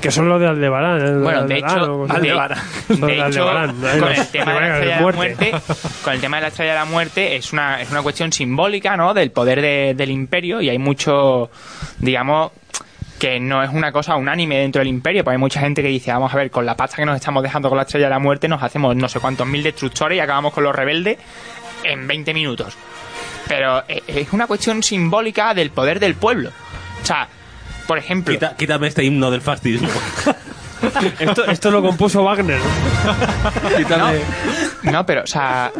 que son los de Aldebarán. eh,
Bueno, de
Aldebarán,
hecho,
o-
de-
Aldebarán.
de
Son
hecho,
Aldebarán, ¿no?
con el
Los-
tema de la
Aldebarán,
estrella de la
muerte.
muerte, con el tema de la estrella de la muerte es una, es una cuestión simbólica, ¿no? Del poder de- del imperio y hay mucho, digamos, que no es una cosa unánime dentro del imperio, porque hay mucha gente que dice, vamos a ver, con la pasta que nos estamos dejando con la estrella de la muerte nos hacemos no sé cuántos mil destructores y acabamos con los rebeldes en 20 minutos. Pero eh, es una cuestión simbólica del poder del pueblo. O sea, por ejemplo...
Quita- quítame este himno del fascismo.
Esto, esto lo compuso Wagner.
quítame.
No, pero, o sea,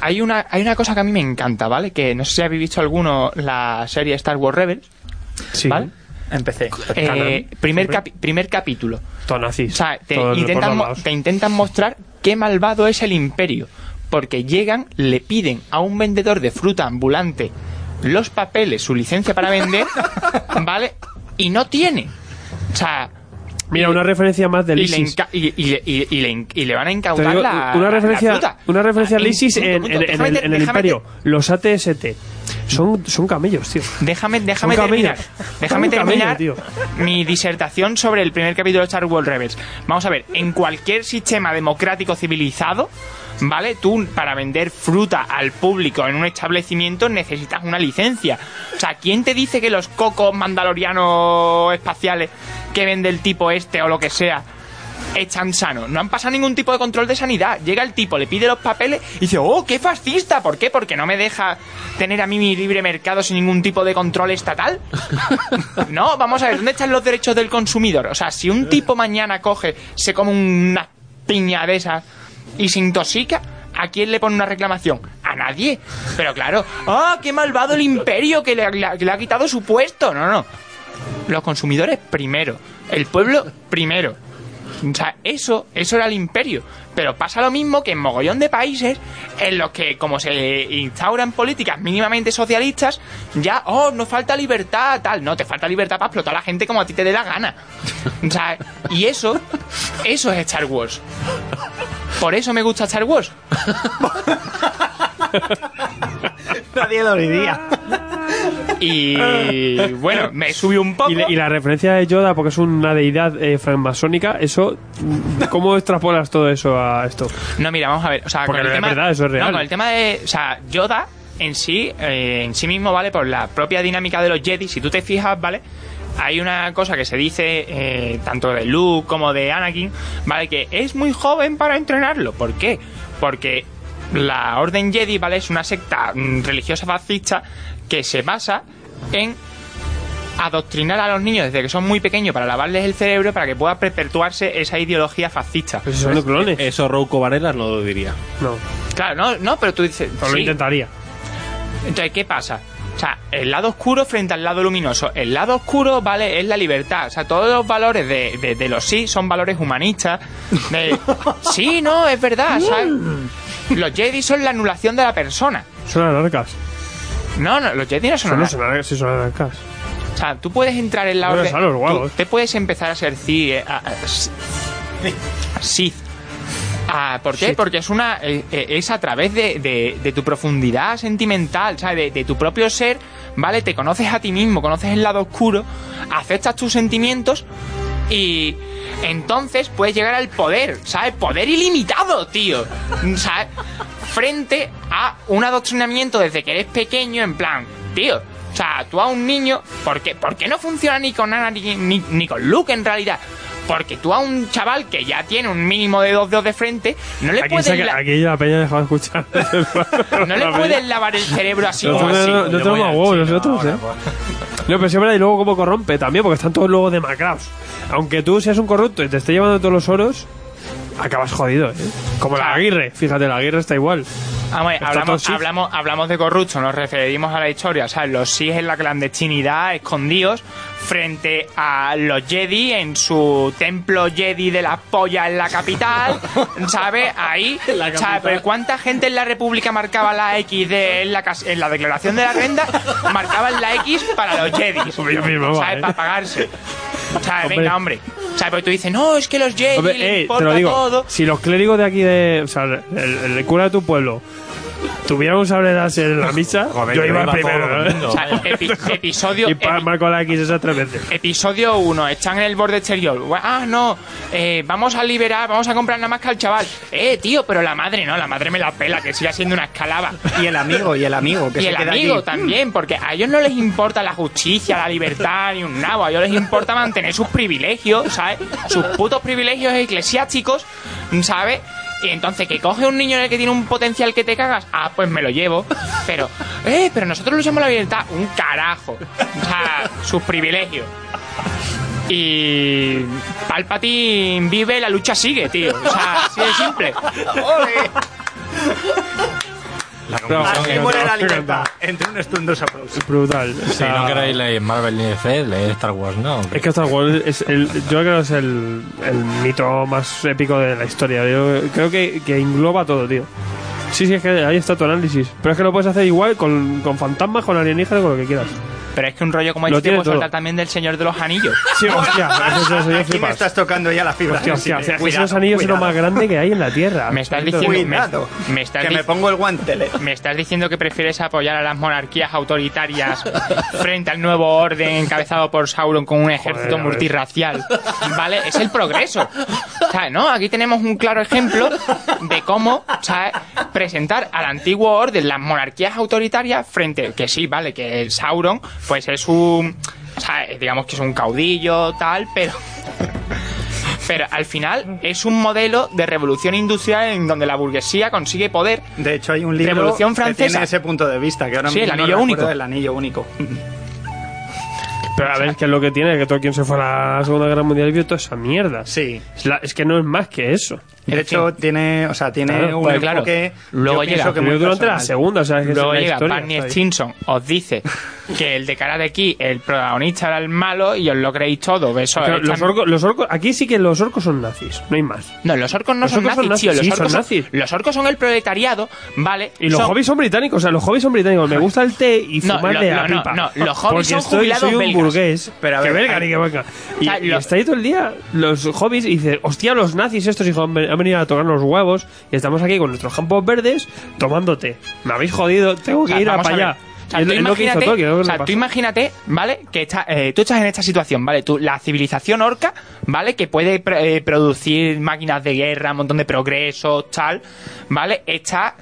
hay una, hay una cosa que a mí me encanta, ¿vale? Que no sé si habéis visto alguno la serie Star Wars Rebels,
Sí.
¿vale?
Empecé.
Eh,
Canon,
primer, capi- primer capítulo.
Todo nazis.
O sea, te
Todo por
intentan,
los
mo-
lados.
te intentan mostrar qué malvado es el imperio. Porque llegan, le piden a un vendedor de fruta ambulante los papeles, su licencia para vender, ¿vale? Y no tiene. O sea...
Mira, una referencia más del
y le,
ISIS.
enca- y, y le- y- y le en- y le van a
Te
incautar
digo,
la,
una
la- la
referencia,
fruta.
una referencia al
Ah,
ISIS
punto,
en,
punto.
en- en
Déjame
el,
ter-
en el
déjame ter-
imperio. Los ATST son, son camellos, tío.
Déjame, déjame
Un camello.
terminar. Déjame
Un camello,
terminar
tío.
mi disertación sobre el primer capítulo de Star Wars Rebels. Vamos a ver, en cualquier sistema democrático civilizado, ¿vale? Tú para vender fruta al público en un establecimiento necesitas una licencia. O sea, ¿quién te dice que los cocos mandalorianos espaciales que vende el tipo este o lo que sea están sanos, no han pasado ningún tipo de control de sanidad. Llega el tipo, le pide los papeles y dice, oh, qué fascista, ¿por qué? Porque no me deja tener a mí mi libre mercado sin ningún tipo de control estatal. no, vamos a ver, ¿dónde están los derechos del consumidor? O sea, si un tipo mañana coge, se come una piña de esas y se intoxica, ¿a quién le pone una reclamación? A nadie. Pero claro, ¡ah, qué malvado el imperio que le ha- le ha- que le ha quitado su puesto! No, no. Los consumidores primero. El pueblo primero. O sea, eso, eso era el imperio. Pero pasa lo mismo que en mogollón de países en los que, como se instauran políticas mínimamente socialistas, ya, oh, nos falta libertad, tal. No, te falta libertad para explotar a la gente como a ti te dé la gana. O sea, y eso, eso es Star Wars. Por eso me gusta Star Wars.
Nadie lo diría.
Y bueno, me subí un poco.
Y, le- y la referencia de Yoda, porque es una deidad eh, francmasónica, eso, mm, ¿cómo extrapolas todo eso a esto?
No, mira, vamos a ver. O sea,
Porque
con el
es
tema,
verdad, eso es
No,
real.
con el tema de. O sea, Yoda en sí, eh, en sí mismo, ¿vale? Por la propia dinámica de los Jedi, si tú te fijas, ¿vale? Hay una cosa que se dice eh, tanto de Luke como de Anakin, ¿vale? Que es muy joven para entrenarlo. ¿Por qué? Porque la Orden Jedi, ¿vale? Es una secta mm, religiosa fascista que se basa en adoctrinar a los niños desde que son muy pequeños para lavarles el cerebro para que pueda perpetuarse esa ideología fascista.
Pues si son clones.
eh,
Eso Rouco Varelas no lo diría.
no,
Claro, no, no, pero tú dices.
no lo
eh, sí.
intentaría.
Entonces, ¿qué pasa? O sea, el lado oscuro frente al lado luminoso. El lado oscuro, ¿vale? Es la libertad. O sea, todos los valores de, de- de los sí son valores humanistas. De, sí, no, es verdad, ¿sabes? Los Jedi son la anulación de la persona.
Son anarcas.
No, no, los Jedi no son
Son,
anula-
no son anarcas, sí son anarcas.
O sea, tú puedes entrar en la
Bueno,
orden.
son los guapos.
tú- te puedes empezar a ser Sith. eh, a- a- s- Sith. Ah, ¿Por qué? Porque es una eh, eh, es a través de, de- de tu profundidad sentimental, ¿sabes? De, de tu propio ser, ¿vale? Te conoces a ti mismo, conoces el lado oscuro, aceptas tus sentimientos y entonces puedes llegar al poder, ¿sabes? Poder ilimitado, tío. ¿Sabes? Frente a un adoctrinamiento desde que eres pequeño, en plan, tío. O sea, tú a un niño, ¿por qué, por qué no funciona ni con Ana ni, ni- ni con Luke en realidad? Porque tú a un chaval que ya tiene un mínimo de dos dedos de frente, no le,
Aquí,
puedes,
se-
la-
aquí la peña ha dejado de escuchar.
no le puedes lavar el cerebro así como
Nosotros
así.
no, no tenemos más huevos nosotros, ¿eh?
pues.
No, pero siempre y luego cómo corrompe también, porque están todos luego demacrados. Aunque tú seas un corrupto y te esté llevando todos los oros, acabas jodido, ¿eh? Como la Aguirre, fíjate, la Aguirre está igual.
Vamos, a ver,
Está todo
hablamos,
Sith.
hablamos, hablamos de corrupto, nos referimos a la historia, ¿sabes? Los Sith en la clandestinidad, escondidos, frente a los Jedi en su templo Jedi de la polla en la capital, ¿sabes? Ahí, ¿sabes? Pero ¿Cuánta gente en la República marcaba la X de- en, la, cas- en la declaración de la renta? Marcaban la X para los Jedi,
Hombre, yo mismo, va,
¿sabes?
¿eh?
Para pagarse. ¿Sabes? Venga, hombre. ¿Sabes? Porque tú dices, no, es que los Jedi
Hombre,
le
eh, te lo
importa
digo,
todo.
si los clérigos de aquí, de, o sea, el, el- el cura de tu pueblo, tuvieran un sable láser en la misa, yo iba primero. ¿eh?
O sea, epi- episodio...
Y pa-
epi-
marco la X esas tres veces.
Episodio 1, están en el borde exterior. Gua- Ah, no, eh, vamos a liberar, vamos a comprar nada más que al chaval. Eh, tío, pero la madre no, la madre me la pela, que siga siendo una escalaba.
Y el amigo, y el amigo, que
Y
se
el
queda
amigo
aquí.
también, porque a ellos no les importa la justicia, la libertad, ni un nabo. A ellos les importa mantener sus privilegios, ¿sabes? Sus putos privilegios eclesiásticos, ¿sabes? Y entonces, que coge un niño en el que tiene un potencial que te cagas, ah, pues me lo llevo. Pero, eh, pero nosotros luchamos la libertad, un carajo. O sea, sus privilegios. Y Palpatine vive, la lucha sigue, tío. O sea, así de simple.
Aquí muere Ah, la libertad. Entre un estruendoso aplauso.
Brutal. O
Si
sea,
no queréis leer Marvel ni DC, leer Star Wars, ¿no?
Es que Star Wars es el, yo creo que es el, el mito más épico de la historia. Yo creo que, que engloba todo, tío. Sí, sí, es que ahí está tu análisis. Pero es que lo puedes hacer igual con, con fantasmas, con alienígenas, con lo que quieras.
Pero es que un rollo como
Lo
este te
tiene
puedo soltar
todo.
también del Señor de los Anillos.
Sí, hostia, eso, eso, yo
Aquí me
flipas.
estás tocando ya la fibra.
Hostia, hostia,
sensible.
hostia, esos anillos son lo más grande que hay en la Tierra.
Me estás diciendo-
Cuidado.
Me- me estás
que
dic-
me pongo el guantele.
¿Me estás diciendo que prefieres apoyar a las monarquías autoritarias frente al nuevo orden encabezado por Sauron con un ejército
Joder, a ver.
multirracial? ¿Vale? Es el progreso. O sea, ¿no? Aquí tenemos un claro ejemplo de cómo o sea, presentar al antiguo orden las monarquías autoritarias frente... Que sí, ¿vale? Que el Sauron pues es un... o sea, digamos que es un caudillo, tal, pero... Pero al final es un modelo de revolución industrial en donde la burguesía consigue poder.
De hecho, hay un libro
Revolución
que
Francesa.
tiene ese punto de vista, que ahora
Sí, el
mismo no
anillo
recuerdo
único.
El anillo único. Mm,
Pero a ver, ¿qué es lo que tiene? Que todo quien se fue a la Segunda Guerra Mundial vio toda esa mierda.
Sí.
Es, la- es que no es más que eso.
De hecho, tiene, o sea, tiene
Claro,
un
pues, claro.
enfoque...
Luego
yo pienso
llega-
que
Vivió
muy
durante la
personal.
Segunda, o sea, es que
Luego
es la
llega
historia.
Barney Stinson, os dice que el de cara de aquí, el protagonista era el malo y os lo creéis todo. Eso,
Pero
están-
los, orcos, los orcos, aquí sí que los orcos son nazis, no hay más.
No, los orcos no
Los
son
orcos son
nazis, tío.
nazis,
Los,
sí,
orcos
son nazis.
los orcos son el proletariado, ¿vale?
Y los
Son-
hobbies son británicos, o sea, los hobbies son británicos. Me gusta el té y
No,
fumar
lo-
de
no,
la
no,
pipa.
no, los hobbies
Porque
son
estoy,
jubilados
soy un
belgas.
burgués.
Pero a
que
ver,
belga ni que venga. Y,
O sea,
y
los-
está ahí todo el día los hobbies y dice, hostia, los nazis estos hijos han ven- han venido a tocar los huevos y estamos aquí con nuestros campos verdes tomando té. Me habéis jodido, tengo
O sea,
que ir a
vamos
para
a ver.
allá.
O sea,
Y
tú
es lo que hizo
imagínate,
Tolkien, es lo
o
que
sea,
le
tú
pasó.
imagínate, ¿vale? Que está, eh, tú estás en esta situación, ¿vale? Tú, la civilización orca, ¿vale? Que puede pr- eh, producir máquinas de guerra, un montón de progresos, tal, ¿vale? Está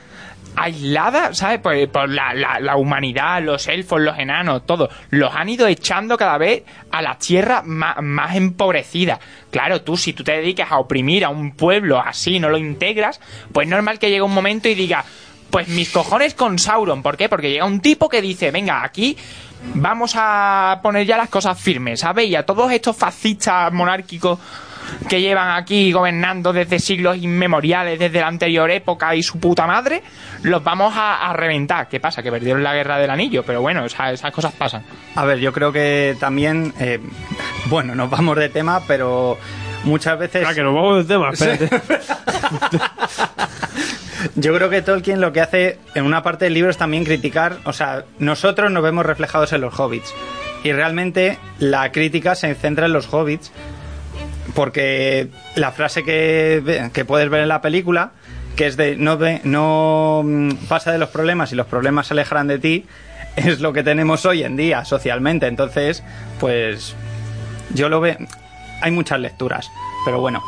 aislada, ¿sabes? Por, por la, la- la humanidad, los elfos, los enanos, todo. Los han ido echando cada vez a las tierras más, más empobrecidas. Claro, tú si tú te dedicas a oprimir a un pueblo así, no lo integras, pues normal que llegue un momento y diga, pues mis cojones con Sauron. ¿Por qué? Porque llega un tipo que dice, venga, aquí vamos a poner ya las cosas firmes, ¿sabes? Y a todos estos fascistas monárquicos que llevan aquí gobernando desde siglos inmemoriales, desde la anterior época y su puta madre, los vamos a, a reventar. ¿Qué pasa? Que perdieron la guerra del anillo, pero bueno, o sea, esas cosas pasan.
A ver, yo creo que también, eh, bueno, nos vamos de tema, pero muchas veces...
Ah, que nos vamos del tema, espérate.
Yo creo que Tolkien lo que hace en una parte del libro es también criticar, o sea, nosotros nos vemos reflejados en los hobbits y realmente la crítica se centra en los hobbits porque la frase que, ve- que puedes ver en la película, que es de no, ve- no mm, pasa de los problemas y los problemas se alejarán de ti, es lo que tenemos hoy en día socialmente. Entonces, pues yo lo veo... Hay muchas lecturas, pero bueno.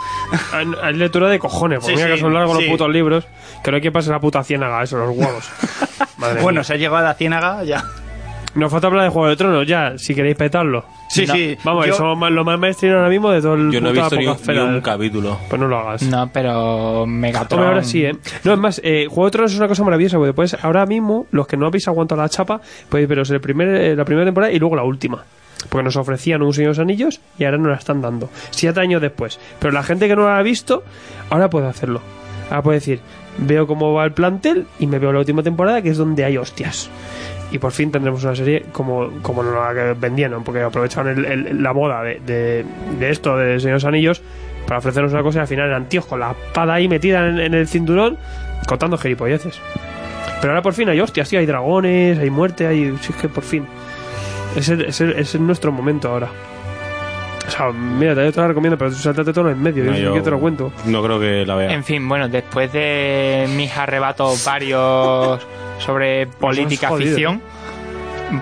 Hay- Hay lectura de cojones, porque
Sí,
mira que
sí,
son largos
sí.
los putos libros, que no hay que pasar la puta ciénaga, eso, los huevos. Madre
bueno,
mía.
se ha llegado a la ciénaga ya.
nos falta hablar de Juego de Tronos, ya, si queréis petarlo.
Sí, sí.
Ah, Vamos,
yo-
que somos más- los más maestrinos ahora mismo de todo el
Yo no he
puto
visto ni un, ni
apocafera.
un capítulo.
Pues no lo hagas.
No, pero Megatron...
Hombre, ahora sí, ¿eh? No, es más, eh, Juego de Tronos es una cosa maravillosa, porque después, ahora mismo, los que no habéis aguantado la chapa, podéis veros el primer, eh, la primera temporada y luego la última. Porque nos ofrecían un Señor de los Anillos y ahora nos la están dando. Siete años después. Pero la gente que no la ha visto, ahora puede hacerlo. Ahora puede decir, veo cómo va el plantel y me veo la última temporada, que es donde hay hostias. Y por fin tendremos una serie como, como nos la que vendieron, porque aprovecharon el- el- la moda de, de- de esto, de Señor de los Anillos, para ofrecernos una cosa y al final eran tíos con la espada ahí metida en, en el cinturón, contando gilipolleces. Pero ahora por fin hay hostias, tío, hay dragones, hay muerte, hay. sí, es que por fin. Es, el- es, el- es nuestro momento ahora. O sea, mira, te te la recomiendo, pero tú saltate todo en medio,
No,
yo, yo te lo cuento.
No creo que la vea.
En fin, bueno, después de mis arrebatos varios sobre política
jodido.
ficción,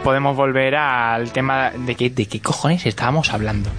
podemos volver al tema de que, de qué cojones estábamos hablando.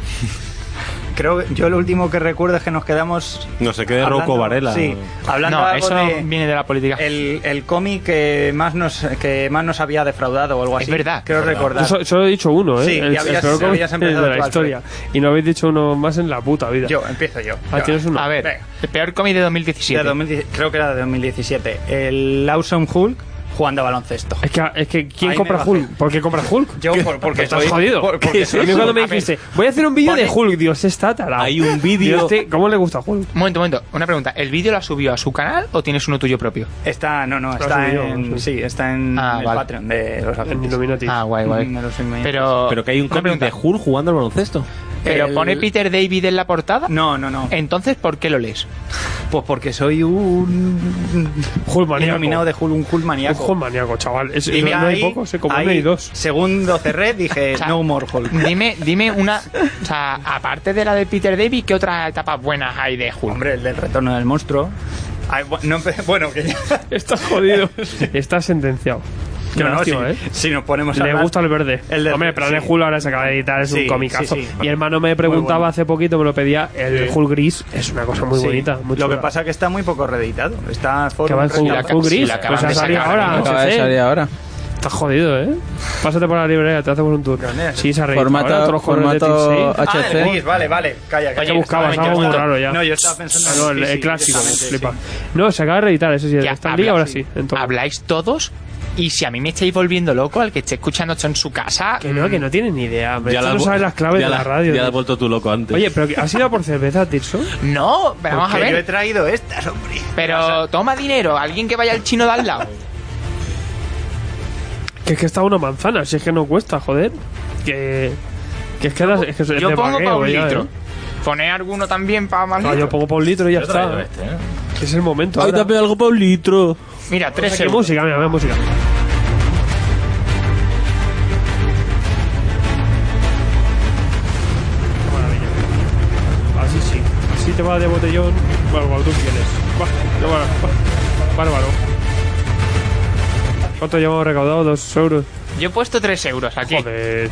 Creo que yo lo último que recuerdo es que nos quedamos.
no se quede Rocco Varela.
Sí, hablando
no,
algo
eso
de
viene de la política.
el, el cómic que más nos que más nos había defraudado o algo
Es
así.
verdad.
Creo recordar.
Yo so- solo he dicho uno, ¿eh?
Sí, y habías-
peor cómic
habías empezado
de la
tú,
historia. Y no habéis dicho uno más en la puta vida.
Yo, empiezo yo.
Ah,
Yo.
tienes uno.
A ver,
Venga.
el peor cómic de
De
2017.
2010 creo que era de 2017. El Lawson Hulk jugando a baloncesto.
Es que, es que ¿quién
Ahí me
compra
bajé.
Hulk? ¿Por qué compra Hulk?
Yo por- porque
estás
soy-
jodido.
por- porque
¿Qué es
soy-
eso? A mí cuando me
A ver.
dijiste, voy a hacer un vídeo de
Pone-
Hulk, Dios, está tarado.
Hay un vídeo.
Dios, te- ¿Cómo le gusta Hulk?
Un momento, un momento, una pregunta. ¿El vídeo lo ha subido a su canal o tienes uno tuyo propio?
Está, no, no,
Lo
está
has subido,
en.
sí.
Sí, está en
Ah,
el
vale.
Patreon de los
En
agentes.
Illuminati.
Ah, guay, guay.
Me lo soy muy-
Pero,
Pero que hay un
una
cómic
pregunta.
de Hulk jugando al baloncesto.
¿Pero
El-
pone Peter David en la portada?
No, no, no.
Entonces, ¿por qué lo lees?
Pues porque soy un.
Hulk maníaco.
Iluminado de Hulk, un Hulk
Un
maníaco.
Hulk maníaco, chaval. Es-
Y
no,
ahí-
no hay pocos, eh, como
ahí,
uno y dos.
Según lo cerré, dije,
O sea,
no humor Hulk.
Dime, dime una. O sea, aparte de la de Peter David, ¿qué otras etapas buenas hay de Hulk?
Hombre, el del retorno del monstruo. Ay, bu- no empe- bueno, que ya...
Estás jodido. Estás sentenciado. Qué
No, no,
lástima,
si,
¿eh?
si nos ponemos a
Le
hablar-
gusta el verde.
El del-
Hombre, pero el de
sí.
Hulk ahora se acaba de editar, es
Sí,
un comicazo.
sí, sí.
Y hermano me preguntaba
bueno.
hace poquito, me lo pedía, el Hulk gris es una cosa muy
Sí.
bonita. muy
Lo que
chula.
pasa es que está muy poco reeditado. Está
que va en
forum
Hulk,
reeditado.
Hulk gris,
la acaban
pues ha
de
salido
sacar,
ahora.
¿no?
en
Acaba de
CC.
salir ahora.
Estás jodido, ¿eh? Pásate por la librería, te hacemos un tour. Sí, se ha reído. Ahora
Formato,
todos los colores de
formato
Tip Six.
HC.
Ah, vale, vale, calla,
¿Qué buscabas? Algo muy raro ya.
No, yo estaba pensando en
Ah, no, el,
sí,
el
sí,
clásico,
directamente,
flipa. No, se acaba de reeditar, ese sí,
Ya,
el Stanley,
habla-
ahora sí. en todo.
Habláis todos y si a mí me estáis volviendo loco, al que esté escuchando esto en su casa,
Que no, que no tienen ni idea, hombre. Esto
la
no
has vu-
sabes las claves
ya
de la, radio.
Ya la has
tío.
vuelto tú loco antes.
Oye, pero que- ¿has ido a por cerveza, Tirso?
no, pero vamos a
Que yo he
ver.
traído estas, hombre.
Pero toma dinero, alguien que vaya al chino de al lado.
Que es que está una manzana, si es que no cuesta, joder. Que. Que es que, las- es que es de
Yo pongo para
vaqueo,
un
ya,
litro.
¿eh?
Poné alguno también para más
No, yo
litro.
pongo para un litro y ya
Yo traigo
está.
este, ¿eh?
Que es el momento.
Ay,
ahora.
dame algo para un litro.
Mira, tres
¿Qué
euros.
música? Mira, mira, música. Qué maravilla. Así sí. Así te va de botellón. Bueno, cuando tú quieres. Va, no, bueno, va. Bárbaro. ¿Cuánto llevamos recaudado? ¿Dos euros?
Yo he puesto tres euros aquí.
Joder.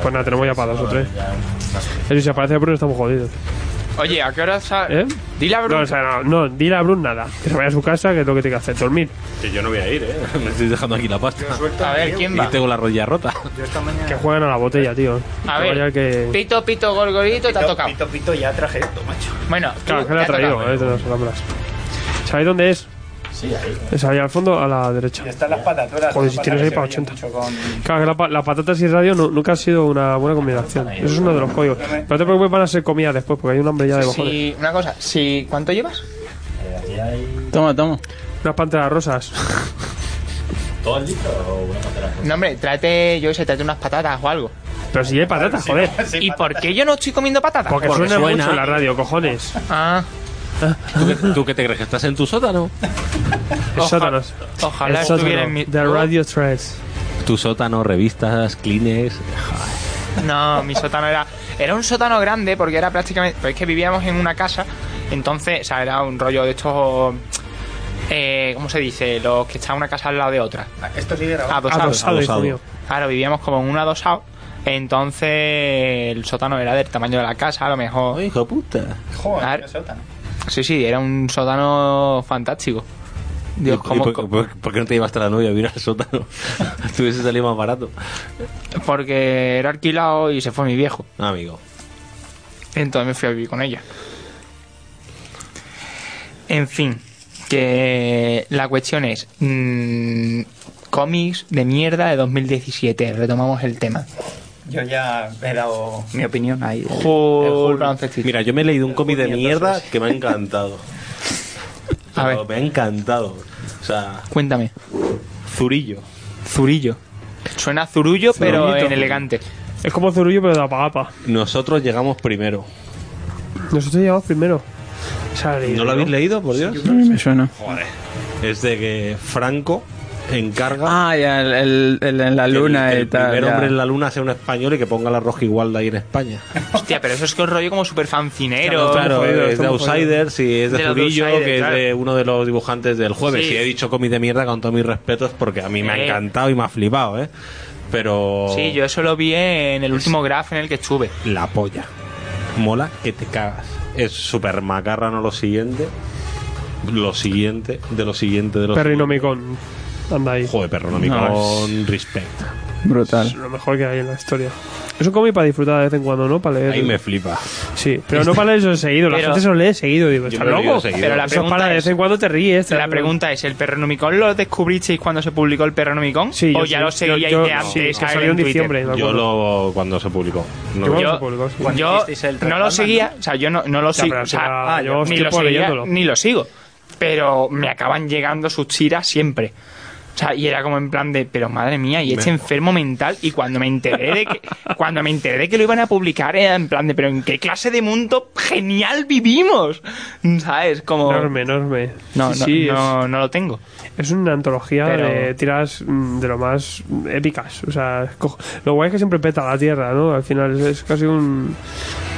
Pues nada, tenemos ya para dos o tres. Eso, si aparece Bruno, estamos jodidos.
Oye, ¿a qué hora sale?
¿Eh?
Dile a
No,
Bruno.
o sea, no, no, dile a Bruno nada. Que se vaya a su casa, que es lo que tiene que hacer, dormir.
Que yo no voy a ir, ¿eh? Me estoy dejando aquí la pasta.
a ver, ¿quién
Y
va?
tengo la rodilla rota.
Que jueguen a la botella, tío.
A
Que
ver.
vaya el que...
Pito, pito, gorgorito y te ha tocado.
Pito, pito, ya traje esto, macho.
Bueno,
Claro,
tú,
que le ha
te
traído,
tocado.
eh, de las alhambras. ¿Sabéis dónde es? Es ahí al fondo, a la derecha.
Están las patatoras.
Joder,
las
si tienes ahí para
patatas que
80.
se oyen mucho
Claro, que la, pa- la patatas y radio nu- nunca ha sido una buena combinación. Eso es uno de los códigos. Pero no te preocupes, van a ser comida después, porque hay un hambre ya de cojones.
Si, una cosa, si, ¿cuánto llevas?
Toma, toma.
Unas panteras rosas.
No, hombre, tráete, yo qué sé, tráete unas patatas o algo.
Pero si hay patatas, joder.
¿Y por qué yo no estoy comiendo patatas?
Porque,
Porque
suena,
suena.
mucho en la radio, cojones.
Ah,
¿Tú qué, tú qué te crees? ¿Que estás en tu sótano?
Es Satanás. El
ojalá estuviera
sótano
en mi...
de Radio Threads.
Tu sótano, revistas, clines.
Uh, No, mi sótano era... Era un sótano grande porque era prácticamente... Pues es que vivíamos en una casa, entonces, o sea, era un rollo de estos... Eh, ¿Cómo se dice? Los que está una casa al lado de otra.
Esto sigue grabado.
Adosados.
Adosado, Ah, hijo
Adosado.
mío.
Claro, vivíamos como en un adosado. Entonces, el sótano era del tamaño de la casa, a lo mejor...
Ay, hijo puta.
Ar-
Joder, qué sótano.
Sí, sí, era un sótano fantástico. Dios,
¿Y- y
¿cómo,
pues,
por, por- por qué no te llevaste a la novia a vivir al sótano? Te hubiese salido más barato.
Porque era alquilado y se fue mi viejo.
Ah, amigo.
Entonces me fui a vivir con ella. En fin, que la cuestión es... mm, cómics de mierda de 2017. Retomamos el tema.
Yo ya he dado mi opinión ahí.
Hulk baloncestista.
Mira, yo me he leído un cómic de mierda que me ha encantado.
A ver.
Pero Me ha encantado. O sea,
Cuéntame.
Zurillo.
Zurillo. Suena a zurullo, pero en elegante.
Es como Zurullo, pero de apagapa.
Nosotros llegamos primero.
Nosotros llegamos primero. Se ha
¿No lo habéis leído, por Dios?
Me suena.
Es de que Franco encarga
Ah, ya, el, el- el en la
que el-
luna
que
y
el
tal.
primer
ya.
hombre en la luna sea un español y que ponga la roja igual de ahí en España.
Hostia, pero eso es que un rollo como super fancinero.
claro,
jodidos,
es de
estamos
Outsiders y es de,
De los de
Zurillo,
Outsiders,
que
claro.
es de uno de los dibujantes del jueves.
Sí.
Y he dicho cómic de mierda con todos mis respetos porque a mí me ha
Eh.
encantado y me ha flipado, ¿eh? Pero
Sí, yo eso lo vi en el último graph en el que estuve.
la polla. Mola que te cagas. Es súper macarrano lo siguiente. Lo siguiente, de lo siguiente, de lo siguiente.
Perrinomicon. Anda ahí.
Joder, perro, no me
No,
con respect.
Es
Brutal.
lo mejor que hay en la historia. Es un cómic para disfrutar de vez en cuando, ¿no? Para leer.
Ahí me flipa.
Sí, pero no para leer eso seguido. La
Pero-
gente se lo lee seguido. Digo,
Yo
¿estás
me lo leo
loco?
seguido.
Pero la
Eso es
pregunta
para de vez
es,
en cuando te ríes. te
la
das-
pregunta es, ¿el Perronomicon lo descubristeis cuando se publicó el Perronomicon?
Sí, yo
¿O ya
sí.
lo seguíais
Yo- yo-
de
no,
antes?
sí, que
a él
salió en
Twitter?
diciembre. me
Yo
acuerdo.
lo cuando se publicó. No
Yo-
lo-
se publicó,
Yo,
sí.
Cuando
yo
hicisteis el
no
Transformers,
lo
¿no?
seguía, o sea, yo no, no lo
Ya,
sigo,
pero
o sea,
será-
ah,
llevamos
ni lo
tiempo
seguía,
leyéndolo.
ni lo sigo, pero me acaban llegando sus tiras siempre. O sea, y era como en plan de, pero madre mía, y este enfermo mental. Y cuando me enteré de que, cuando me enteré de que lo iban a publicar, era en plan de, pero en qué clase de mundo genial vivimos, ¿sabes? Como,
Enorme, enorme.
no, no,
Sí, sí,
no, no lo tengo.
es, es una antología
Pero-
de tiras mm, de lo más mm, épicas. O sea, es cojo- lo guay es que siempre peta la tierra, ¿no? Al final es, es casi un.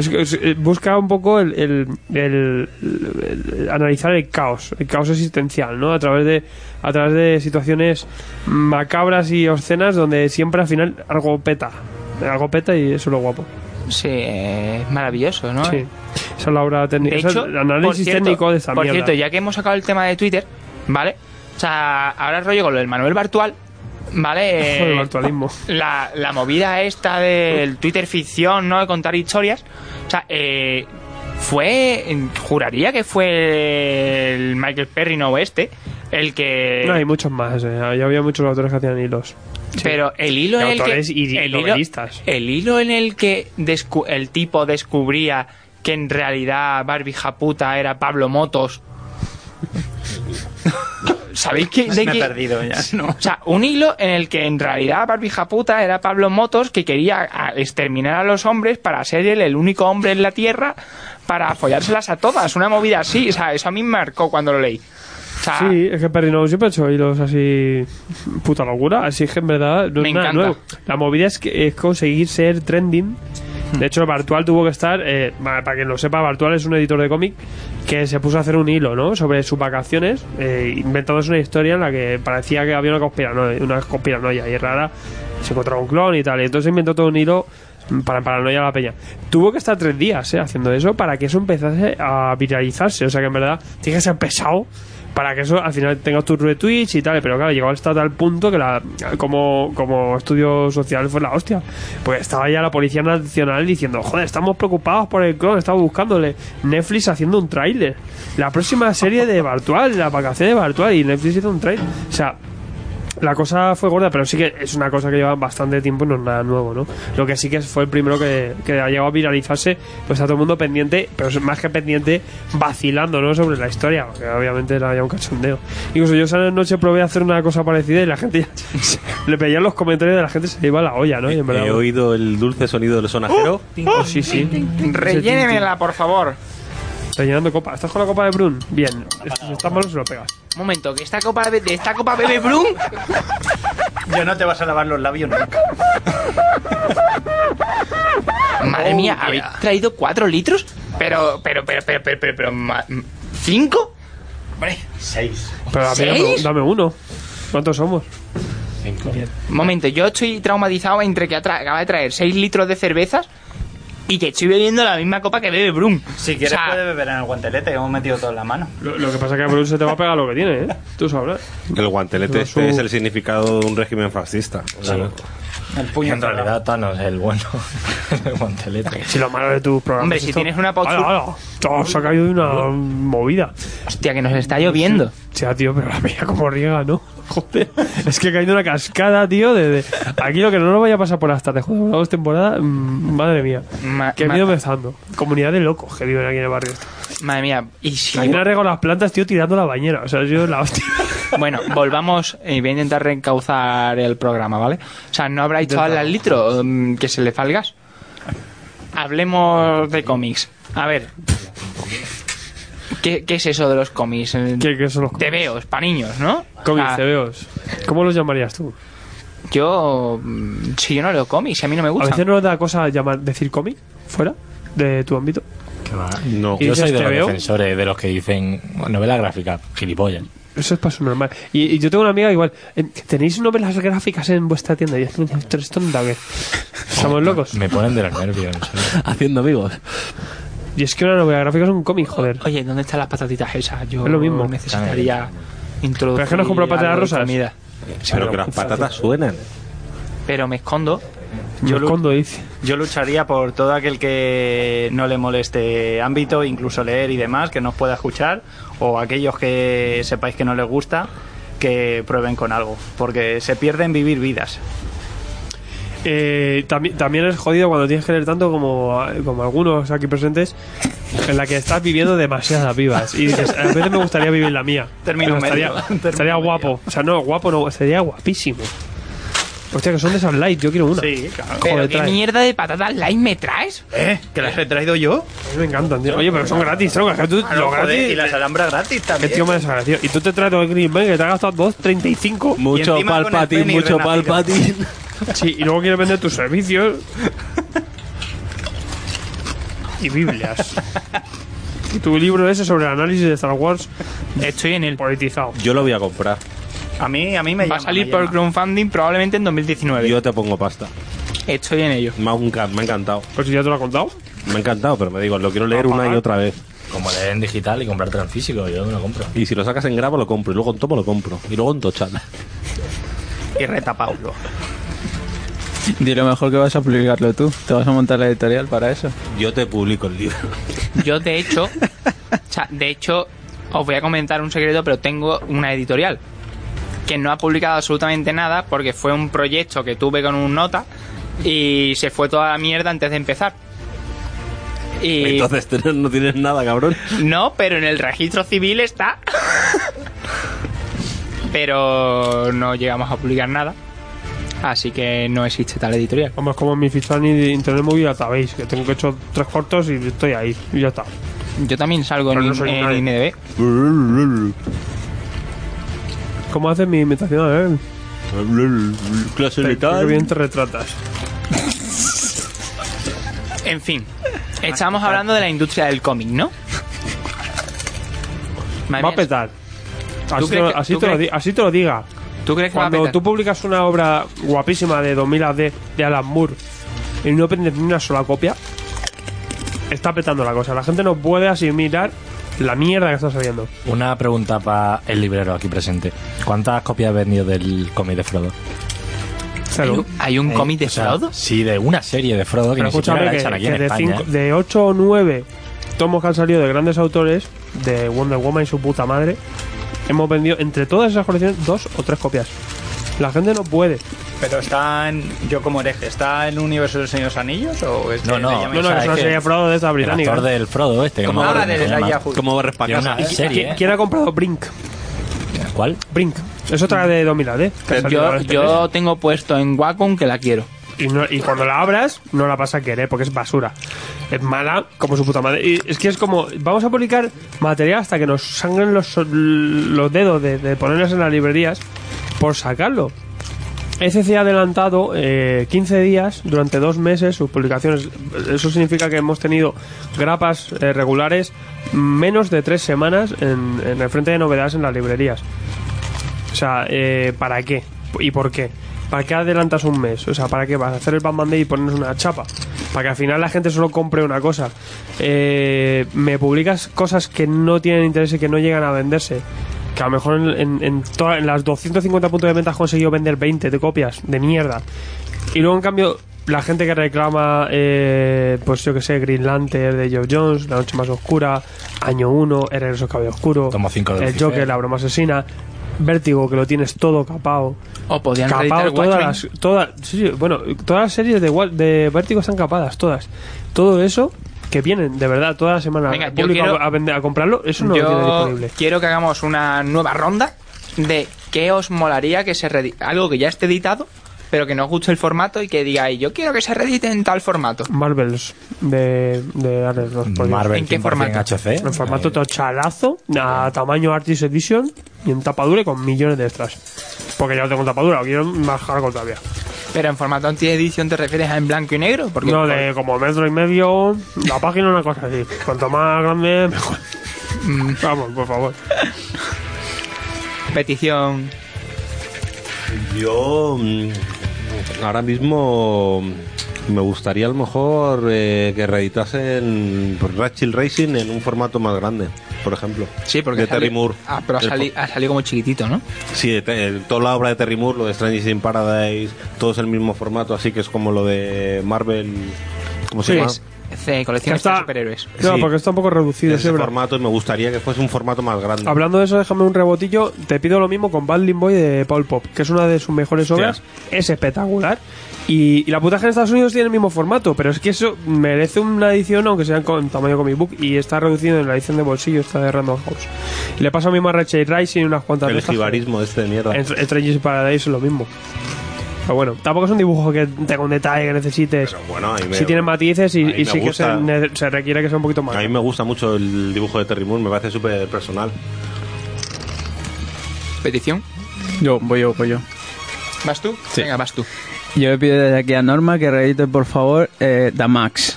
es- es- eh, busca un poco el, el- el- el- el- analizar el caos, el caos existencial, ¿no? A través de a través de situaciones macabras y obscenas donde siempre al final algo peta, algo peta y eso es lo guapo.
Sí, eh, es maravilloso, ¿no?
Sí. Esa es la obra técnica,
De
esa es
hecho,
el análisis
por cierto,
técnico de esta
Por
mierda.
cierto, ya que hemos sacado el tema de Twitter, ¿vale? O sea, ahora rollo con lo del Manuel Bartual, ¿Vale?
Joder, el
Eh,
actualismo.
la, la movida esta del Twitter ficción, ¿no? De contar historias. O sea, eh, fue. Juraría que fue el Michael Perry, no este, el que.
No, hay muchos más. eh. Ya había muchos autores que hacían hilos.
Pero el hilo
Y
en el que.
autores y
el, hilo,
novelistas.
el hilo en el que descu- el tipo descubría que en realidad Barbie Japuta era Pablo Motos. ¿Sabéis qué? de
Me he
qué-
perdido ya. No.
O sea, un hilo en el que en realidad Barbie Japuta era Pablo Motos que quería a- exterminar a los hombres para ser él el único hombre en la Tierra para follárselas a todas. Una movida así. O sea, eso a mí me marcó cuando lo leí. O sea,
Sí, es que Perry no siempre ha hecho hilos así. puta locura. Así es que en verdad no
Me
es nada
encanta.
nuevo. La movida es, que, es conseguir ser trending.
Hmm.
De hecho, Bartual tuvo que estar. eh, ma- para quien lo sepa, Bartual es un editor de cómic que se puso a hacer un hilo, ¿no? Sobre sus vacaciones, eh, inventándose una historia en la que parecía que había una conspiranoia, una conspiranoia y rara. Se encontraba un clon y tal. Y entonces inventó todo un hilo para paranoia a la peña. Tuvo que estar tres días eh, haciendo eso para que eso empezase a viralizarse. O sea que en verdad tiene que ser pesado para que eso al final tengas tus retweets y tal, pero claro, llegó hasta tal punto que la como, como estudio social fue la hostia. Pues estaba ya la Policía Nacional diciendo, joder, estamos preocupados por el clon, estamos buscándole. Netflix haciendo un tráiler. La próxima serie de Bartual, la vacación de Bartual, y Netflix hizo un tráiler. O sea, la cosa fue gorda, pero sí que es una cosa que lleva bastante tiempo y no es nada nuevo, ¿no? Lo que sí que fue el primero que, que ha llegado a viralizarse, pues está todo el mundo pendiente, pero es más que pendiente, vacilando, ¿no? Sobre la historia, que obviamente era ya un cachondeo. Incluso yo esa noche probé a hacer una cosa parecida y la gente ya- se- le veía los comentarios de la gente se le iba la olla, ¿no? Y en verdad,
He oído el dulce sonido del sonajero.
oh, sí, sí.
rellénemela, por favor.
Está llenando copa. ¿Estás con la copa de Brun? Bien. Si estás malo, se lo pegas.
Un momento, que esta copa de, de esta copa bebe Brum.
Yo no te vas a lavar los labios nunca.
Madre mía, ¿habéis traído cuatro litros? Oh, Pero, pero, pero, pero, pero, pero, pero, ma- ¿cinco? Hombre,
Pero a mí dame,
¿Seis?
dame uno. ¿Cuántos somos?
un momento, yo estoy traumatizado entre que atra- acaba de traer seis litros de cervezas y que estoy bebiendo la misma copa que bebe Brum.
Si quieres
O sea,
puedes beber en el guantelete, hemos metido todo en la mano.
Lo, lo que pasa es que a Brun se te va a pegar lo que tiene, ¿eh? Tú sabrás.
El guantelete
Su-
este es el significado de un régimen fascista. Claro.
El puño
En realidad Thanos es el bueno. el guantelete.
Si lo malo de tus programas.
Hombre,
es
si
esto-
tienes una pozu-
¡Hala, hala! Chao, Se ha caído de una movida.
Hostia, que nos está lloviendo.
Hostia, tío, pero la mía como riega, ¿no? Joder. Es que ha caído una cascada, tío. De, de- Aquí lo que no nos vaya a pasar por las tardes. Joder, una dos temporadas. mm, madre mía.
Ma-
Qué
ma-
miedo me está dando. Comunidad de locos que viven aquí en el barrio.
Madre mía, y si...
Aquí han regado las plantas, tío, tirando la bañera. O sea, ha sido la hostia.
Bueno, volvamos y voy a intentar reencauzar el programa, ¿vale? O sea, no habrá echado al litro mm, que se le falgas. Hablemos de cómics. A ver. ¿Qué, qué es eso de los cómics? Eh,
¿Qué, qué son los
Te veo, para niños, ¿no?
cómics?
Ah,
te veos. ¿Cómo los llamarías tú?
Yo. mm, Si yo no leo cómics, a mí no me
¿A
gusta.
veces no nos da cosa llamar, decir cómic fuera de tu ámbito?
No.
Y
Yo
dices,
soy de
"Te
los
veo".
defensores, de los que dicen novela gráfica, gilipollas.
Eso es paso normal. Y, y yo tengo una amiga igual. eh, ¿Tenéis novelas gráficas en vuestra tienda? Y yo, "Tú eres tonta, ¿o qué? Estamos locos.
Me ponen de los nervios. en serio.
Haciendo amigos.
Y es que una novela gráfica es un cómic, joder.
Oye, ¿dónde están las patatitas esas? Yo
Es lo mismo.
necesitaría introducir.
Pero es que no has comprado patatas
algo de
rosas.
comida.
Pero que las patatas suenan.
Pero me escondo.
Yo
Yo
lo
lo-
escondo, dice.
Yo lucharía por todo aquel que no le moleste ámbito, incluso leer y demás, que nos pueda escuchar, o aquellos que sepáis que no les gusta, que prueben con algo, porque se pierden vivir vidas.
Eh, tambi- también es jodido cuando tienes que leer tanto como, eh, como algunos aquí presentes, en la que estás viviendo demasiadas vivas. Y dices, a veces me gustaría vivir la mía.
Término
Pero estaría,
medio. Término
estaría
medio.
guapo. O sea, no, guapo no, estaría guapísimo. Hostia, que son de esas light, yo quiero una.
Sí, claro.
¿Pero
Joder,
qué
trae.
mierda de patatas light me traes?
¿Eh? ¿Que las he traído yo?
Me encantan, tío. Oye, pero son gratis, tronco, que tú
Ah,
lo
no, joder,
gratis.
y las alhambras gratis
Qué
también.
tío más desagradecido. Y tú te traes todo el Green Man que te ha gastado 2.35.
Mucho
encima con el
palpatín,
pene
mucho
renacido.
palpatín.
Sí, y luego quieres vender tus servicios. Y Biblias. Y tu libro ese sobre el análisis de Star Wars
Estoy en el
politizado.
Yo lo voy a comprar.
A mí, a mí me
Va a
llama,
salir
me
por
llama.
crowdfunding probablemente en 2019.
Yo te pongo pasta.
Estoy en ello.
Me ha, enca- me ha encantado.
Pues si ya te lo he contado.
Me ha encantado, pero me digo, lo quiero leer una y otra vez.
Como leer en digital y comprártelo en físico, yo me lo compro.
Y si lo sacas en grabo, lo compro. Y luego en tomo, lo compro. Y luego en tochal.
y retapaulo.
Di lo mejor que vas a publicarlo tú. Te vas a montar la editorial para eso.
Yo te publico el libro.
Yo, de hecho, o sea, de hecho, os voy a comentar un secreto, pero tengo una editorial que no ha publicado absolutamente nada porque fue un proyecto que tuve con un nota y se fue toda la mierda antes de empezar. Y
Entonces tú no tienes nada, cabrón.
no, pero en el registro civil está. pero no llegamos a publicar nada. Así que no existe tal editorial.
Vamos, como en mi Fitani de Internet Movie Database, que tengo que he hecho tres cortos y estoy ahí. Y ya está.
Yo también salgo
Pero
en,
no soy
en
nadie.
IMDb.
¿Cómo haces mi imitación? A ver,
Clase
te- qué
letal.
bien te retratas.
En fin, estamos hablando de la industria del cómic, ¿no? Madre
Va a
mía,
petar. Así, te,
crees
lo-
que-
así
tú
te lo
crees-
di- así te lo diga.
¿Tú crees que va a
Cuando
petar?
tú publicas una obra guapísima de 2000 AD de Alan Moore y no vendes ni una sola copia, está petando la cosa. La gente no puede asimilar la mierda que está saliendo.
Una pregunta para el librero aquí presente. ¿Cuántas copias has vendido del cómic de Frodo?
¿Hay
Cero.
un- ¿Hay un cómic de
O sea,
Frodo?
Sí, de una serie de Frodo que
Pero
ni siquiera
escúchame
la
que,
echan aquí
que
en
de,
España.
cinco-
¿eh?
de 8 o 9 tomos que han salido de grandes autores, de Wonder Woman y su puta madre, hemos vendido entre todas esas colecciones dos o tres copias. La gente no puede.
Pues
Pero está en, yo como hereje, ¿está en el universo de los Señores Anillos o es que
No, no,
le llamáis
No, no,
O sea,
que es una
es que
serie de fraude de esta
El
británica. ¿eh?
actor del Frodo este. que
¿Cómo
no me
habla
acuerdo
de
cómo se
Elijah
llama.
Wood?
¿Cómo barres para
Tiene
casa?
una serie,
¿Qui-
¿eh?
¿Quién ha comprado Brink?
¿Cuál?
Brink. Es
Mm.
otra de 2000 AD. que ha salido
Yo,
ahora este mes.
yo tengo puesto en Wacom que la quiero.
Y, no- y cuando la abras, no la vas a querer porque es basura. Es mala como su puta madre. Y es que es como, vamos a publicar material hasta que nos sangren los, los dedos de, de ponerlos en las librerías por sacarlo. ECC ha adelantado eh, 15 días durante dos meses sus publicaciones. Eso significa que hemos tenido grapas eh, regulares menos de tres semanas en, en el frente de novedades en las librerías. O sea, eh, ¿para qué? ¿Y por qué? ¿Para qué adelantas un mes? O sea, ¿para qué vas a hacer el Batman Day y ponernos una chapa? Para que al final la gente solo compre una cosa. Eh, me publicas cosas que no tienen interés y que no llegan a venderse. Que a lo mejor en, en- en toda- en las 250 puntos de venta has conseguido vender 20 de copias de mierda. Y luego, en cambio, la gente que reclama, eh, pues yo que sé, Green Lantern de Geoff Jones, La Noche Más Oscura, Año 1, El Regreso del Cabello Oscuro,
Tomo cinco de
El
Lucifer.
Joker, La Broma Asesina, Vértigo, que lo tienes todo capao.
O podían
Capao
reeditar
todas
Watchmen.
las, todas, sí, sí, bueno, todas las series de, Wa- de Vértigo están capadas, todas. Todo eso que vienen, de verdad, toda la semana
Venga,
al
yo
público
quiero-
a, a vender- a comprarlo, eso no lo tiene
Yo
disponible.
quiero que hagamos una nueva ronda de qué os molaría que se reedi- algo que ya esté editado, pero que no os guste el formato y que digáis, yo quiero que se reedite en tal formato.
Marvels de, de Aaron Ross, por Dios.
Marvel.
¿En qué
100%
formato?
HC.
En formato
Eh,
tochalazo, a tamaño Artist Edition y en tapadura y con millones de extras. Porque ya lo tengo en tapadura, lo quiero más hardcore todavía.
Pero en formato anti-edición te refieres a en blanco y negro, porque
No, de como metro y medio, la página una cosa así. Cuanto más grande, mejor.
Mm.
Vamos, por favor.
petición
Yo mm, ahora mismo mm, me gustaría a lo mejor eh, que reeditasen Ratchet Racing en un formato más grande, por ejemplo.
Sí, porque
de Terry
sali-
Moore.
Ah, pero ha,
El
sali- ha salido como chiquitito, ¿no?
Sí, de te- el- toda la obra de Terry Moore, lo de Strange in Paradise, todo es el mismo formato, así que es como lo de Marvel. ¿Cómo se llama?
Es de Pues, colecciones
Está-
de superhéroes.
No,
Sí.
porque está un poco reducido,
Ese
sí, bro.
formato y me gustaría que fuese un formato más grande.
Hablando de eso, déjame un rebotillo. Te pido lo mismo con Bad Limp Boy de Paul Pop, que es una de sus mejores obras. Es espectacular. Y, y la putaje en Estados Unidos tiene el mismo formato, pero es que eso merece una edición, aunque sea con tamaño comic book, y está reducido en la edición de bolsillo, está de Random House. Y le pasa lo mismo a Ratchet Rice y unas cuantas
el
veces.
jibarismo este de mierda.
En Strangers in Paradise es lo mismo. Pero bueno, tampoco es un dibujo que tenga un detalle que necesites.
Pero bueno, ahí me-
si tiene matices y,
ahí
y
me
sí que se,
gusta.
ne- se requiere que sea un poquito más.
A mí me gusta mucho el dibujo de Terry Moore, me parece súper personal.
Petición.
Yo, voy yo, voy yo.
¿Vas tú? Venga, vas tú.
Yo le pido desde aquí a Norma que reedite, por favor, eh, Damax.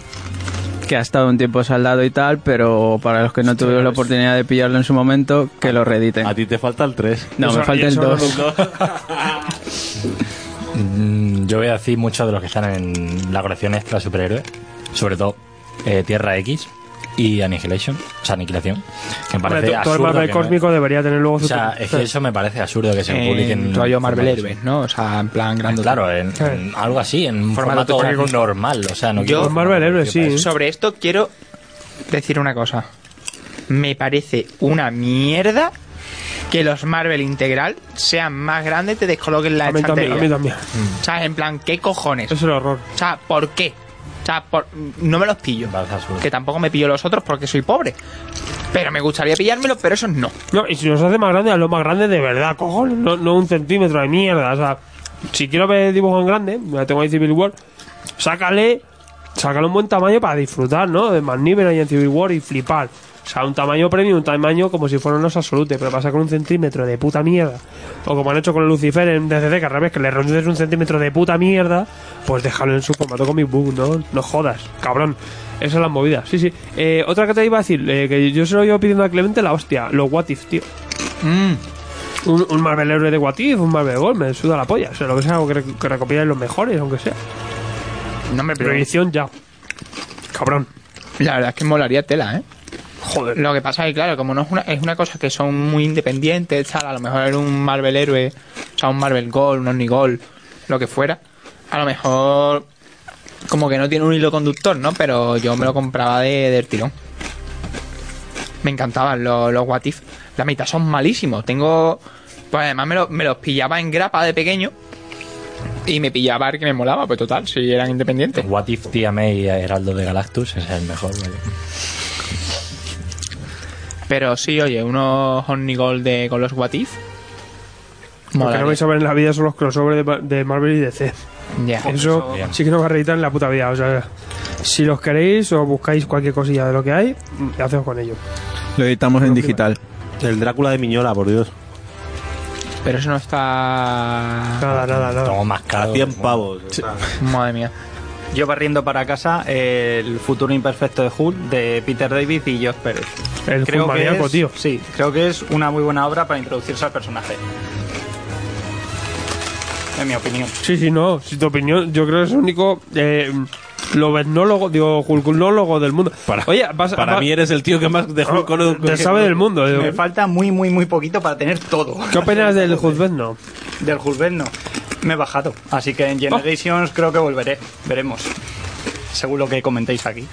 Que ha estado un tiempo saldado y tal, pero para los que no tuvieron la oportunidad de pillarlo en su momento, que lo reediten.
A ti te falta el 3.
No,
Eso-
me falta el
eso no
2.
Mm, Yo voy a decir muchos de los que están en la colección extra superhéroes, sobre todo eh, Tierra X, y Annihilation, o sea, Aniquilación. Que me
Hombre, to-
parece
todo el
absurdo
Marvel
que no-
cósmico debería tener luego su.
O sea, es que eso me parece absurdo que se
Eh,
En
publiquen.
rollo Marvel
formatos-
Heroes, ¿no? O sea, en plan grande.
Claro, en, en algo así, en un
Formato
formato, normal. O sea, no
Yo-
quiero-
Pues Marvel
no
Heroes,
quiero
sí.
Sobre esto quiero decir una cosa. Me parece una mierda que los Marvel integral sean más grandes y te descoloquen la
a mí también,
estantería.
a mí también.
O sea, en plan, ¿qué cojones?
Eso es el horror.
O sea, ¿por qué? O sea, por- no me los pillo.
Me parece absurdo.
Que tampoco me pillo los otros porque soy pobre. Pero me gustaría pillármelos, pero esos no.
No, y si nos hace más grande, a lo más grande de verdad, cojones. No, no un centímetro de mierda. O sea, si quiero ver dibujo en grande, me la tengo ahí Civil War, sácale, sácale un buen tamaño para disfrutar, ¿no? De Magnificent y en Civil War y flipar. O sea, un tamaño premium, un tamaño como si fueran los absolutes, pero pasa con un centímetro de puta mierda. O como han hecho con el Lucifer en DCC, que al revés, que le reduces un centímetro de puta mierda, pues déjalo en su formato comic book, ¿no? No jodas, cabrón. Esas son las movidas, sí, sí. Eh, otra que te iba a decir, eh, que yo se lo iba pidiendo a Clemente la hostia, los What If, tío. Un, un Marvel Héroe de What If, un Marvel Gold, me suda la polla. O sea, lo que sea, algo que, re- que recopilen los mejores, aunque sea.
No me pero
Prohibición ya. Cabrón.
La verdad es que molaría tela, ¿eh?
Joder.
Lo que pasa es que, claro, como no es una, es una cosa que son muy independientes, tal, a lo mejor era un Marvel héroe, o sea, un Marvel Gold, un Omni Gold, lo que fuera, a lo mejor como que no tiene un hilo conductor, ¿no? Pero yo me lo compraba de, del tirón. Me encantaban los, los What If. La mitad son malísimos. Tengo. Pues además me, lo- me los pillaba en grapa de pequeño. Y me pillaba el que me molaba, pues total, si eran independientes.
What if Tia May y Heraldo de Galactus ese es el mejor. vaya.
Pero sí, oye, unos Omni Gold de, con los What If.
Lo que no
molaría.
vais a ver en la vida son los crossovers de, Ma- de Marvel y DC.
Ya.
Eso
Bien.
sí que no va a reeditar en la puta vida. O sea, si los queréis o buscáis cualquier cosilla de lo que hay, mm, hacemos con ello.
Lo editamos en digital.
El Drácula de Miñola, por Dios.
Pero eso no está.
Nada, nada, nada.
Tengo más
A
caro.
100 pavos.
Madre mía.
Yo barriendo para casa el futuro imperfecto de Hulk de Peter David y Josh Pérez.
El Hulk maníaco,
es,
tío.
Sí, creo que es una muy buena obra para introducirse al personaje. En mi opinión.
Sí, sí, no. Si tu opinión, yo creo que es el único. Eh, Lobetnólogo, digo, Hulkunólogo del mundo.
Para-
Oye, vas,
Para
va-
mí eres el tío que más de Hulk conozco.
te sabe del mundo. eh. digo.
Me falta muy, muy, muy poquito para tener todo.
¿Qué opinas del Hulkbetno?
Del Hulk no. Me he bajado. Así que en
Oh.
Generations creo que volveré. Veremos. Según lo que comentéis aquí.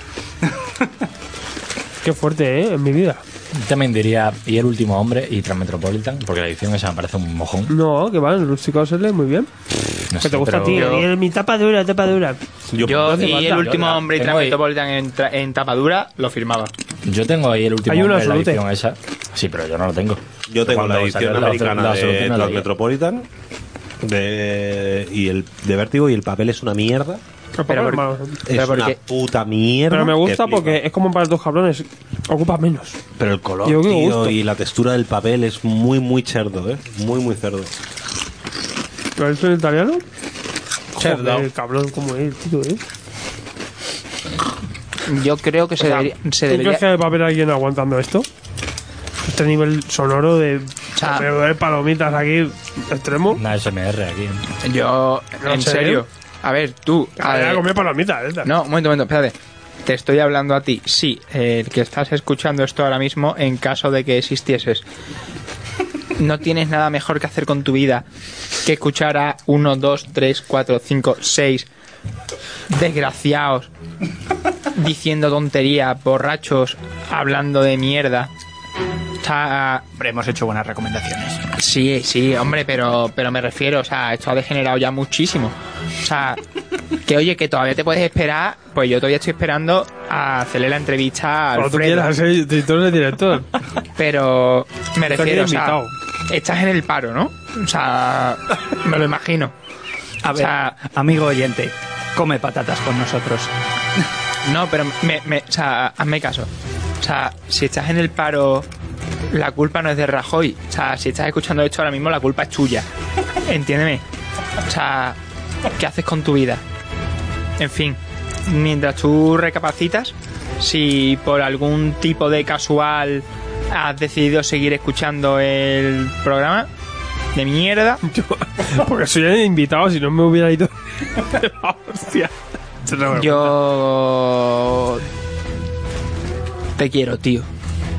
Qué fuerte, ¿eh? En mi vida.
Yo También diría, y el último hombre y Transmetropolitan, porque la edición esa me parece un mojón.
No, que va, el Rústico se lee muy bien.
No
que
sé,
te gusta a
pero-
ti.
yo-
eh, Mi tapa dura, tapa dura.
Yo,
hace
y
falta.
el último
Yo-
hombre y
tengo ahí-
Transmetropolitan en, tra- en tapadura lo firmaba.
Yo tengo ahí el último
Hay una
hombre, la
absolute.
edición esa. Sí, pero yo no lo tengo.
Yo tengo
Cuando
la
salió
edición
la
americana
absolute, la
de
absolute no la
Los
leí.
Metropolitan de, y el, de Vértigo y el papel es una mierda.
Pero,
por-
Es
por
una
qué?
puta mierda.
me gusta
que flipa.
porque es como para dos cabrones. Ocupa menos.
Pero el color,
Yo que me
tío,
gusta.
y la textura del papel es muy, muy cerdo, ¿eh? Muy, muy cerdo.
¿Lo has visto en italiano?
Cerdo.
Joder, cabrón, como es, tío, ¿eh?
Yo creo que se, debería, se
¿Tú
debería-
crees que va a haber alguien aguantando esto? Este nivel sonoro de.
sea-
pero de palomitas aquí, extremo.
Una SMR aquí.
Yo,
No
en
sé.
serio. A ver, tú. a
A ver,
ver-
a comer palomitas, ¿eh?
no, un momento, un momento, espérate. Te estoy hablando a ti. Sí, el que estás escuchando esto ahora mismo, en caso de que existieses. No tienes nada mejor que hacer con tu vida que escuchar a 1, 2, 3, 4, 5, 6 desgraciados diciendo tonterías, borrachos, hablando de mierda. Está
Hombre, hemos hecho buenas recomendaciones.
Sí, sí, hombre, pero, pero me refiero, o sea, esto ha degenerado ya muchísimo. O sea, que oye, que todavía te puedes esperar, pues yo todavía estoy esperando a hacerle la entrevista a
Cuando tú
Alfredo.
quieras, ¿eh? Tú eres el director.
Pero me
Está
refiero, o sea,
invitado.
estás en el paro, ¿no? O sea, me lo imagino.
A
O
ver,
sea-
amigo oyente, come patatas con nosotros.
No, pero me, me- o sea, hazme caso. O sea, si estás en el paro, la culpa no es de Rajoy. O sea, si estás escuchando esto ahora mismo, la culpa es tuya. Entiéndeme. O sea, ¿qué haces con tu vida? En fin, mientras tú recapacitas, si por algún tipo de casual has decidido seguir escuchando el programa de mierda,
Yo- porque soy el invitado, si no me hubiera ido. Hostia. Esto no me-
yo Te quiero, tío.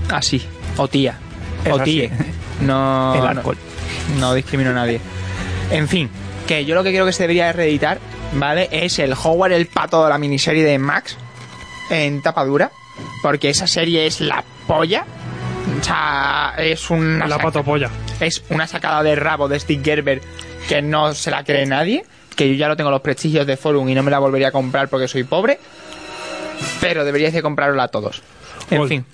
Así. O tía.
Ah, Es
o
así.
tíe. No.
El alcohol.
No, no discrimino a nadie. En fin, que yo lo que creo que se debería reeditar, ¿vale? Es el Howard el pato de la miniserie de Max en tapa dura. Porque esa serie es la polla. O sea, es una.
La
saca-
pato polla.
es una sacada de rabo de Steve Gerber que no se la cree nadie, que yo ya no tengo los prestigios de Forum y no me la volvería a comprar porque soy pobre, pero deberíais de comprarla a todos. En
Gol.
fin.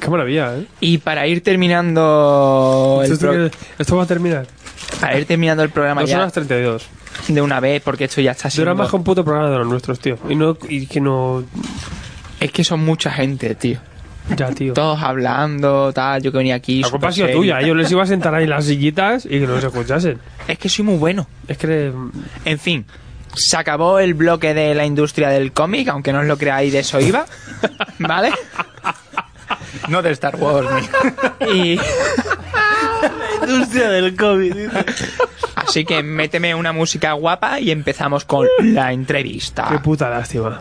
Qué maravilla, ¿eh?
Y para ir terminando el
Esto,
pro-
tiene- esto va a terminar.
para ir terminando el programa
Dos
ya
horas 32.
de una vez, porque esto ya está
Dura
siendo...
más que un puto programa de los nuestros, tío. Y, no, y que no.
Es que son mucha gente, tío.
Ya, tío.
Todos hablando, tal, yo que venía aquí...
La
súper
culpa ha sido
serio.
tuya. eh. Yo les iba a sentar ahí en las sillitas y que no se escuchasen.
Es que soy muy bueno.
Es que.
En fin, se acabó el bloque de la industria del cómic, aunque no os lo creáis, de eso iba. ¿Vale?
No de Star Wars,
Y. la industria del cómic. Así que méteme una música guapa y empezamos con la
Qué
entrevista.
puta lástima.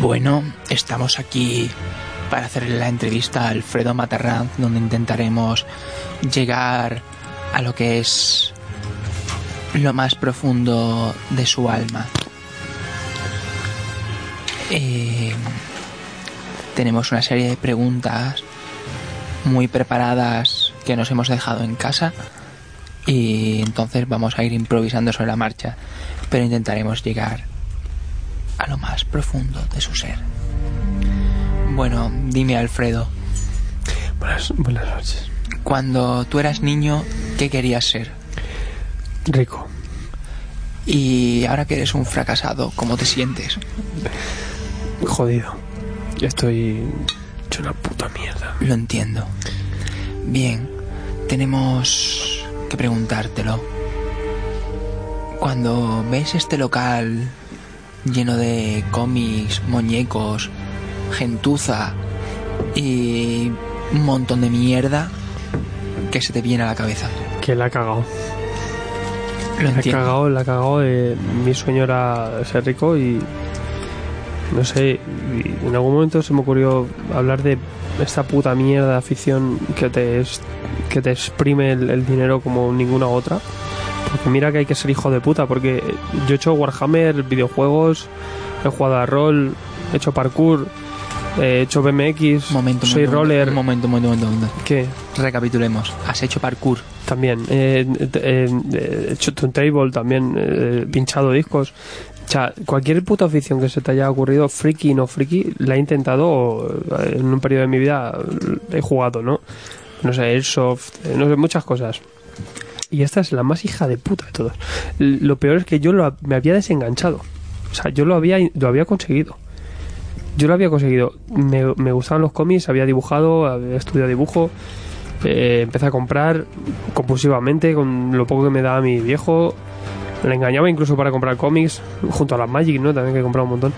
Bueno, estamos aquí para hacer la entrevista a Alfredo Matarranz, donde intentaremos llegar a lo que es lo más profundo de su alma. Eh, tenemos una serie de preguntas muy preparadas que nos hemos dejado en casa y entonces vamos a ir improvisando sobre la marcha, pero intentaremos llegar a lo más profundo de su ser. Bueno, dime Alfredo,
Buenas, buenas noches.
cuando tú eras niño, ¿qué querías ser?
Rico.
Y ahora que eres un fracasado, ¿cómo te sientes?
Jodido. Estoy. hecho una puta mierda.
Lo entiendo. Bien, tenemos que preguntártelo. Cuando ves este local lleno de cómics, muñecos, gentuza y un montón de mierda, ¿qué se te viene a la cabeza?
Que la ha cagado.
Lo
La ha
entiendo.
cagado, la ha cagado. eh, mi sueño era ser rico y. No sé, y en algún momento se me ocurrió hablar de esta puta mierda de afición que te, es- que te exprime el, el dinero como ninguna otra. Porque mira que hay que ser hijo de puta, porque yo he hecho Warhammer, videojuegos, he jugado a rol, he hecho parkour, he hecho BMX,
Momento,
soy
momento,
roller.
Momento, momento, momento, momento.
¿Qué?
Recapitulemos. Has hecho parkour.
También. eh, eh, eh, He hecho turntable, también. eh, he pinchado discos. O sea, cualquier puta afición que se te haya ocurrido, friki no friki, la he intentado o, eh, en un periodo de mi vida, eh, he jugado, ¿no? No sé, Airsoft, eh, no sé, muchas cosas. Y esta es la más hija de puta de todas. L- Lo peor es que yo lo, ha- me había desenganchado. O sea, yo lo había, lo había conseguido. Yo lo había conseguido. Me, me gustaban los cómics, había dibujado, había estudiado dibujo. Eh, empecé a comprar compulsivamente con lo poco que me daba mi viejo. Le engañaba incluso para comprar cómics, junto a las Magic, ¿no? También que compraba un montón.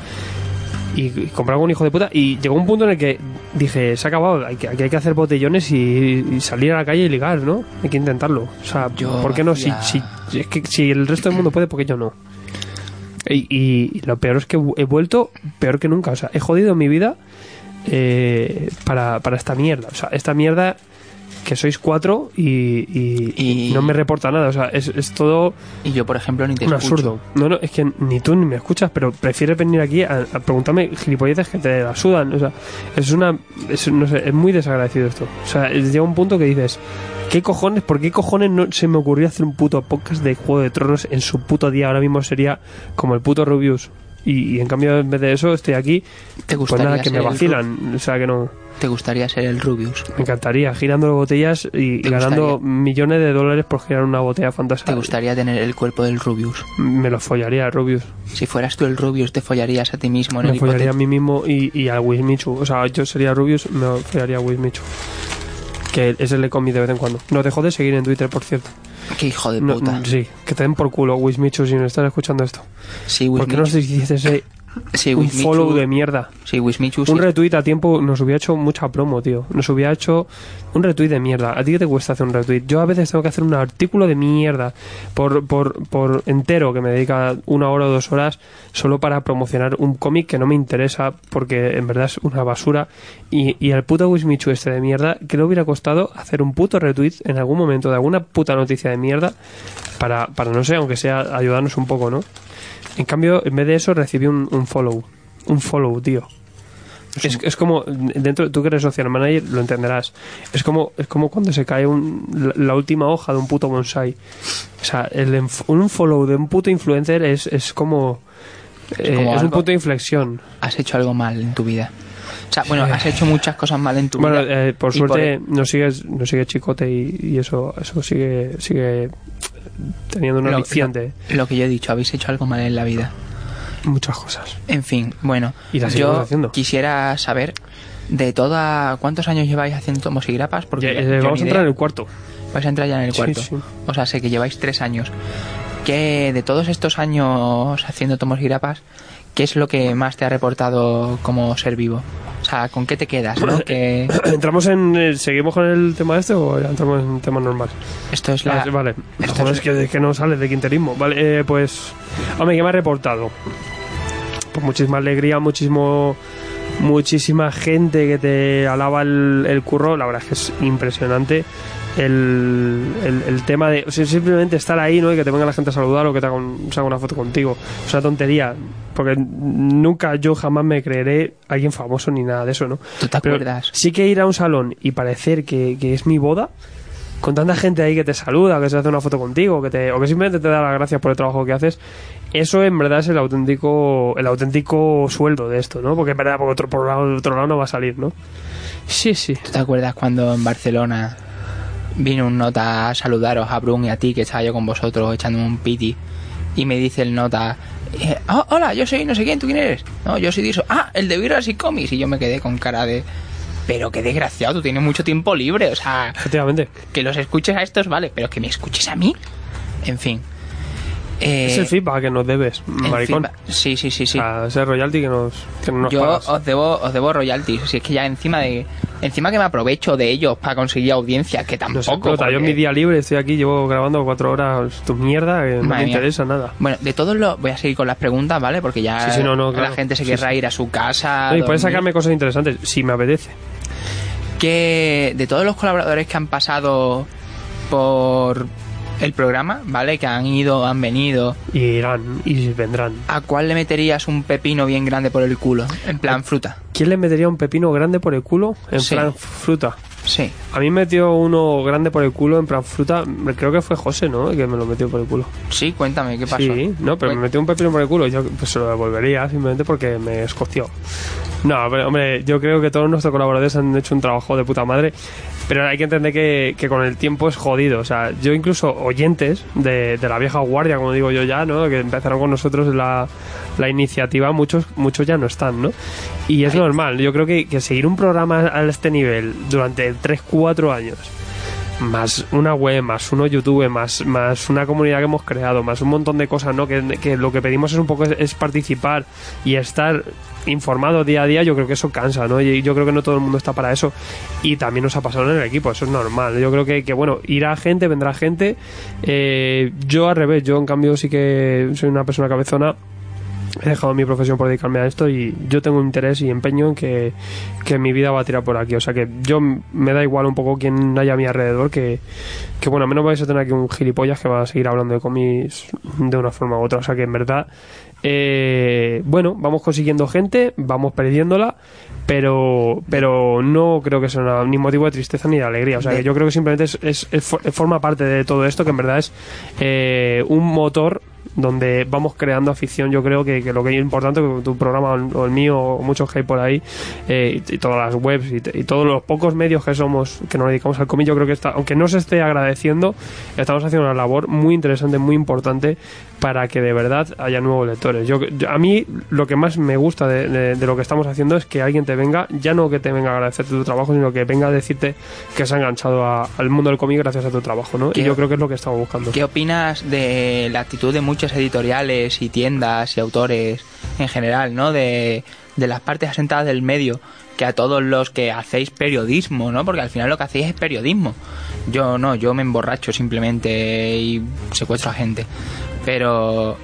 Y, y compraba un hijo de puta. Y llegó un punto en el que dije, se ha acabado, hay que, aquí hay que hacer botellones y, y salir a la calle y ligar, ¿no? Hay que intentarlo. O sea,
Yo
¿por qué no? Si, si,
hacía-
es que si el resto del mundo puede, ¿por qué yo no? Y, y lo peor es que he vuelto peor que nunca. O sea, he jodido mi vida eh, para, para esta mierda. O sea, esta mierda que sois cuatro y, y-
Y-
no me reporta nada. O sea, es, es todo
Y yo, por ejemplo, ni te
un
escucho.
absurdo. No, no, es que ni tú ni me escuchas, pero prefieres venir aquí a, a preguntarme gilipolleces que te la sudan. O sea, es una. Es, no sé, es muy desagradecido esto. O sea, es- llega un punto que dices. ¿Qué cojones? ¿Por qué cojones no se me ocurrió hacer un puto podcast de Juego de Tronos en su puto día? Ahora mismo sería como el puto Rubius. Y, y en cambio, en vez de eso, estoy aquí.
¿Te
Pues
gustaría
nada, que
ser
me
el
vacilan. O sea, que no.
Ru- ¿Te gustaría ser el Rubius?
Me encantaría. Girando botellas y
¿Te
ganando
gustaría?
millones de dólares por girar una botella fantástica.
¿Te gustaría tener el cuerpo del Rubius?
Me lo follaría, Rubius.
Si fueras tú el Rubius, te follarías a ti mismo en
Me
el
follaría a
hipotético.
mí mismo y, y a Wismichu. O sea, yo sería Rubius, me follaría a Wismichu. Que ese le comí de vez en cuando. Nos dejó de seguir en Twitter, por cierto.
Qué hijo de
No,
puta.
mm, sí, que te den por culo, Wismichu, si no estás escuchando esto.
Si
¿Por qué no nos
Wismichu-
hiciste ese
si
un
Wismichu-
follow de mierda?
si Wismichu
Un
sí-
retweet a tiempo nos hubiera hecho mucha promo, tío. Nos hubiera hecho un retweet de mierda. ¿A ti qué te cuesta hacer un retweet? Yo a veces tengo que hacer un artículo de mierda por, por, por entero que me dedica una hora o dos horas solo para promocionar un cómic que no me interesa porque en verdad es una basura. Y, y al puto Wismichu este de mierda, ¿qué le hubiera costado hacer un puto retweet en algún momento de alguna puta noticia de mierda para, para no sé, aunque sea ayudarnos un poco, ¿no? En cambio, en vez de eso, recibí un, un follow. Un follow, tío. Es, es como, dentro, tú que eres social manager, lo entenderás. Es como, es como cuando se cae un- la, la última hoja de un puto bonsai. O sea, el, enf- un follow de un puto influencer es, es como. eh,
como
es un
algo-
punto de inflexión.
has hecho algo mal en tu vida. O sea, bueno, has hecho muchas cosas mal en tu
Bueno,
vida.
eh, por
Y por e-
suerte nos sigue, nos sigue Chicote y, y eso, eso sigue, sigue teniendo un
Lo-
aliciente.
Lo que yo he dicho, habéis hecho algo mal en la vida.
Muchas cosas.
En fin, bueno,
Y la seguimos
yo
haciendo.
quisiera saber de toda cuántos años lleváis haciendo tomos y grapas porque
Ya,
ya-
eh,
yo
vamos
ni
a entrar en
idea.
el cuarto.
vais a entrar ya en el
Sí,
cuarto.
sí.
O sea, sé que lleváis tres años. ¿Qué de todos estos años haciendo tomos y grapas, qué es lo que más te ha reportado como ser vivo? O sea, ¿con qué te quedas?
Pues,
¿no? Que
¿Entramos en. eh, ¿Seguimos con el tema este o ya entramos en un tema normal?
esto es
Ah,
la
sí, vale.
esto
Joder,
es-
es que, es que no sales de quinterismo. Vale, eh, pues. Hombre, ¿qué me ha reportado? Pues muchísima alegría, muchísimo. Muchísima gente que te alaba el, el curro. La verdad es que es impresionante. El, el- el tema de o sea, simplemente estar ahí ¿no? y que te venga la gente a saludar o que te haga, un- se haga una foto contigo. Es una tontería. Porque nunca yo jamás me creeré alguien famoso ni nada de eso, ¿no?
¿Tú te
Pero
acuerdas?
Sí que ir a un salón y parecer que, que es mi boda, con tanta gente ahí que te saluda, que se hace una foto contigo, que te, o que simplemente te da las gracias por el trabajo que haces, eso en verdad es el auténtico, el auténtico sueldo de esto, ¿no? Porque en verdad por otro, por lado, otro lado no va a salir, ¿no? Sí, sí.
¿Tú te acuerdas cuando en Barcelona vino un nota a saludaros a Brun y a ti, que estaba yo con vosotros echando un piti? Y me dice el nota, eh, "Ah, hola, yo soy no sé quién, ¿tú quién eres? No, yo soy de eso. Ah, el de Birras y Comics. Y yo me quedé con cara de, pero qué desgraciado, tú tienes mucho tiempo libre. O sea,
Efectivamente.
que los escuches a estos, vale, pero que me escuches a mí. En fin. Eh,
es el feedback que nos debes,
el
maricón.
feedback- Sí, sí, sí, sí.
O sea, ese royalty que nos, que no nos
Yo oh,
pagas.
os debo, os debo royalties, si es que ya encima de encima que me aprovecho de ellos para conseguir audiencia, que
No sé,
tampoco.
explota. yo en mi
porque-
día libre estoy aquí, llevo grabando cuatro horas tu mierda, que no
Madre
me
mía.
interesa nada.
Bueno, de todos los voy a seguir con las preguntas, ¿vale? Porque ya
Sí, sí, no, no,
la
claro.
gente se
Sí,
querrá
sí.
ir a su casa.
No, y
dormir.
puedes sacarme cosas interesantes, si me apetece.
que de todos los colaboradores que han pasado por el programa, ¿vale? Que han ido, han venido,
Y irán, y vendrán.
¿a cuál le meterías un pepino bien grande por el culo? En plan fruta.
¿Quién le metería un pepino grande por el culo en
Sí.
plan fruta?
Sí.
A mí me metió uno grande por el culo en plan fruta. Creo que fue José, ¿no? El que me lo metió por el culo.
Sí, cuéntame, ¿qué pasó? Pues-
Sí, no, pero me metió un pepino por el culo. Yo pues, se lo devolvería simplemente porque me escoció. No, pero hombre, yo creo que todos nuestros colaboradores han hecho un trabajo de puta madre. Pero hay que entender que, que con el tiempo es jodido. O sea, yo incluso oyentes de, de la vieja guardia, como digo yo ya, ¿no? Que empezaron con nosotros la, la iniciativa, muchos, muchos ya no están, ¿no? Y es normal. Yo creo que, que seguir un programa a este nivel durante 3-4 años más una web, más uno YouTube, más, más una comunidad que hemos creado, más un montón de cosas, ¿no? Que, que lo que pedimos es un poco es, es participar y estar informado día a día, yo creo que eso cansa, ¿no? Y yo creo que no todo el mundo está para eso. Y también nos ha pasado en el equipo, eso es normal. Yo creo que, que bueno, irá gente, vendrá gente. Eh, yo al revés, yo en cambio sí que soy una persona cabezona he dejado mi profesión por dedicarme a esto y yo tengo interés y empeño en que, que mi vida va a tirar por aquí. O sea que yo m- me da igual un poco quién haya a mi alrededor, que, que bueno, al menos vais a tener aquí un gilipollas que va a seguir hablando de cómics de una forma u otra. O sea que en verdad, eh, bueno, vamos consiguiendo gente, vamos perdiéndola, pero, pero no creo que sea una- ni motivo de tristeza ni de alegría. O sea
De-
que yo creo que simplemente es, es- es for- forma parte de todo esto, que en verdad es eh, un motor donde vamos creando afición. Yo creo que, que lo que es importante, que tu programa o el mío, o muchos que hay por ahí, eh, y, y todas las webs y, t- y todos los pocos medios que somos, que nos dedicamos al cómic, yo creo que está, aunque no se esté agradeciendo, estamos haciendo una labor muy interesante, muy importante para que de verdad haya nuevos lectores. Yo, yo- a mí lo que más me gusta de, de- de lo que estamos haciendo es que alguien te venga, ya no que te venga a agradecerte tu trabajo, sino que venga a decirte que se ha enganchado a- al mundo del cómic gracias a tu trabajo, ¿no? Y
Que-
yo creo que es lo que estamos buscando.
¿Qué opinas de la actitud de muchas editoriales y tiendas y autores en general, ¿no? De, de las partes asentadas del medio, que a todos los que hacéis periodismo, ¿no? Porque al final lo que hacéis es periodismo. Yo no, yo me emborracho simplemente y secuestro a gente. Pero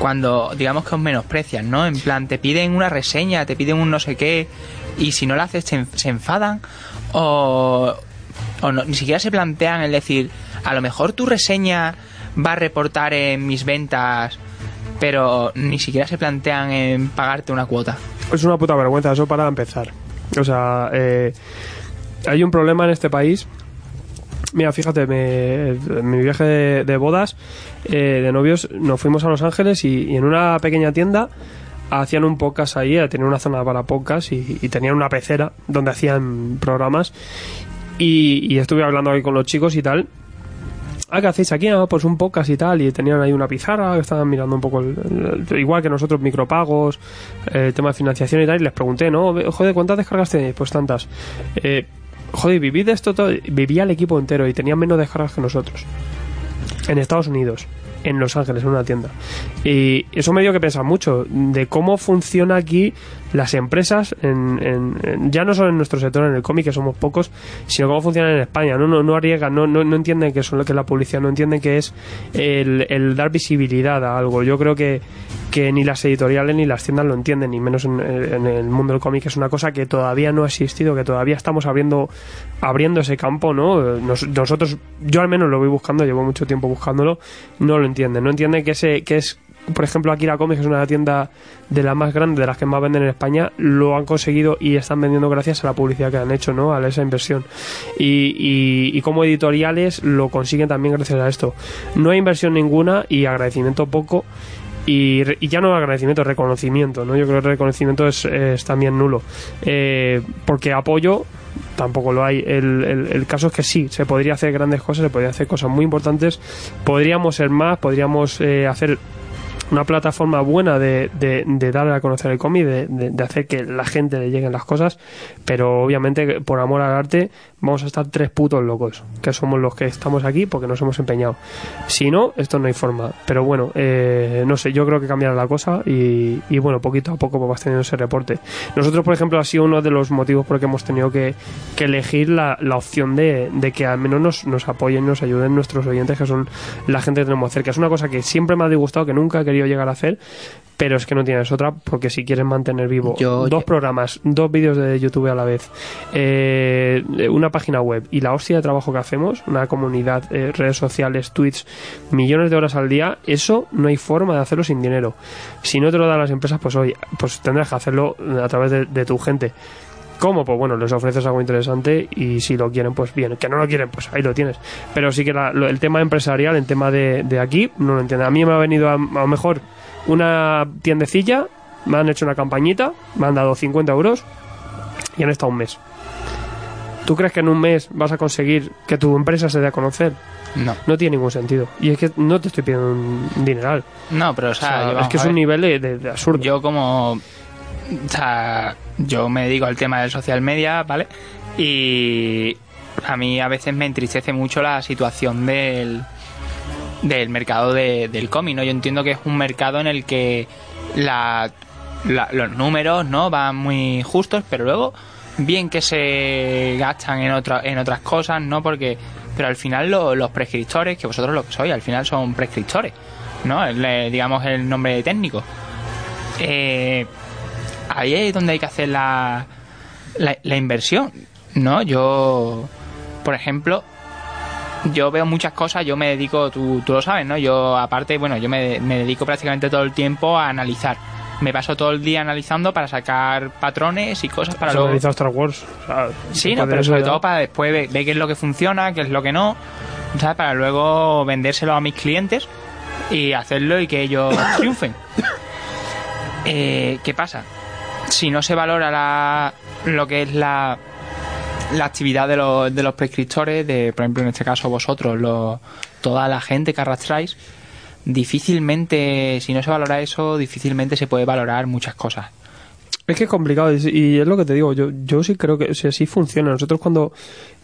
cuando digamos que os menosprecian, ¿no? En plan, te piden una reseña, te piden un no sé qué, y si no la haces te en- se enfadan, o, o no- ni siquiera se plantean el decir, a lo mejor tu reseña va a reportar en mis ventas, pero ni siquiera se plantean en pagarte una cuota.
Es una puta vergüenza, eso para empezar. O sea, eh, hay un problema en este país. Mira, fíjate, me- en mi viaje de, de bodas, eh, de novios, nos fuimos a Los Ángeles y, y en una pequeña tienda hacían un podcast ahí, eh, tenían una zona para podcast y, y tenían una pecera donde hacían programas. Y, y estuve hablando ahí con los chicos y tal. Ah, ¿qué hacéis aquí? Ah, pues un podcast y tal. Y tenían ahí una pizarra, estaban mirando un poco, el- el- igual que nosotros, micropagos, eh, el tema de financiación y tal. Y les pregunté, ¿no? Joder, ¿cuántas descargas tenéis? Pues tantas. Eh, joder, viví de esto todo. Vivía el equipo entero y tenían menos descargas que nosotros. En Estados Unidos, en Los Ángeles, en una tienda. Y eso me dio que pensar mucho de cómo funciona aquí las empresas, en, en- en- ya no solo en nuestro sector, en el cómic, que somos pocos, sino cómo funcionan en España. No, no, no arriesgan, no, no, no entienden que, son, que es la publicidad, no entienden que es el, el dar visibilidad a algo. Yo creo que, que ni las editoriales ni las tiendas lo entienden, ni menos en, en el mundo del cómic, que es una cosa que todavía no ha existido, que todavía estamos abriendo, abriendo ese campo, ¿no? Eh, nos- nosotros, yo al menos lo voy buscando, llevo mucho tiempo buscándolo, no lo entienden, no entienden que, ese, que es por ejemplo, Akira Comics, que es una tienda de las más grandes, de las que más venden en España, lo han conseguido y están vendiendo gracias a la publicidad que han hecho, ¿no? A esa inversión. Y, y- y como editoriales lo consiguen también gracias a esto. No hay inversión ninguna y agradecimiento poco. Y, re- y ya no agradecimiento, reconocimiento, ¿no? Yo creo que el reconocimiento es, es también nulo. Eh, porque apoyo tampoco lo hay. El, el- el caso es que sí, se podría hacer grandes cosas, se podría hacer cosas muy importantes, podríamos ser más, podríamos eh, hacer una plataforma buena de, de, de dar a conocer el cómic, de, de- de hacer que la gente le lleguen las cosas, pero obviamente por amor al arte vamos a estar tres putos locos, que somos los que estamos aquí porque nos hemos empeñado. Si no, esto no hay forma. Pero bueno, eh, no sé, yo creo que cambiará la cosa y, y bueno, poquito a poco pues, vas teniendo ese reporte. Nosotros, por ejemplo, ha sido uno de los motivos por el que hemos tenido que, que elegir la, la opción de, de que al menos nos, nos apoyen, nos ayuden nuestros oyentes, que son la gente que tenemos cerca. Es una cosa que siempre me ha disgustado, que nunca he querido llegar a hacer, pero es que no tienes otra, porque si quieres mantener vivo
Yo-
dos programas, dos vídeos de YouTube a la vez, eh, una página web y la hostia de trabajo que hacemos, una comunidad, eh, redes sociales, tweets, millones de horas al día, eso no hay forma de hacerlo sin dinero. Si no te lo dan las empresas, pues hoy pues tendrás que hacerlo a través de, de tu gente. ¿Cómo? Pues bueno, les ofreces algo interesante y si lo quieren, pues bien. Que no lo quieren, pues ahí lo tienes. Pero sí que la- lo- el tema empresarial, el tema de, de aquí, no lo entiendo. A mí me ha venido a, a lo mejor una tiendecilla, me han hecho una campañita, me han dado 50 euros y han estado un mes. ¿Tú crees que en un mes vas a conseguir que tu empresa se dé a conocer?
No.
No tiene ningún sentido. Y es que no te estoy pidiendo un dineral.
No, pero o sea,
O sea,
llevamos-
es que es
a
un
ver,
nivel de, de- de absurdo.
Yo como... O sea, yo me dedico al tema del social media, ¿vale? Y a mí a veces me entristece mucho la situación del, del mercado de- del cómic, ¿no? Yo entiendo que es un mercado en el que la, la- los números, ¿no? Van muy justos, pero luego bien que se gastan en, otra, en otras cosas, ¿no? Porque, pero al final lo- los prescriptores, que vosotros lo que sois, al final son prescriptores, ¿no? El, eh, digamos el nombre técnico. Eh, ahí es donde hay que hacer la, la, la inversión, ¿no? Yo, por ejemplo, yo veo muchas cosas, yo me dedico, tú, tú lo sabes, ¿no? Yo aparte, bueno, yo me, me dedico prácticamente todo el tiempo a analizar. Me paso todo el día analizando para sacar patrones y cosas para
Has
luego...
analizado Star Wars. o sea,
Sí,
te
no,
podría
pero sobre
ayudar.
todo para después ver, ver qué es lo que funciona, qué es lo que no, ¿sabes? Para luego vendérselo a mis clientes y hacerlo y que ellos triunfen. Eh, ¿Qué pasa? Si no se valora la, lo que es la, la actividad de los, de los prescriptores, de, por ejemplo, en este caso vosotros, los- toda la gente que arrastráis, difícilmente, si no se valora eso, difícilmente se puede valorar muchas cosas.
Es que es complicado y, y es lo que te digo. Yo, yo sí creo que o sea, sí funciona. Nosotros cuando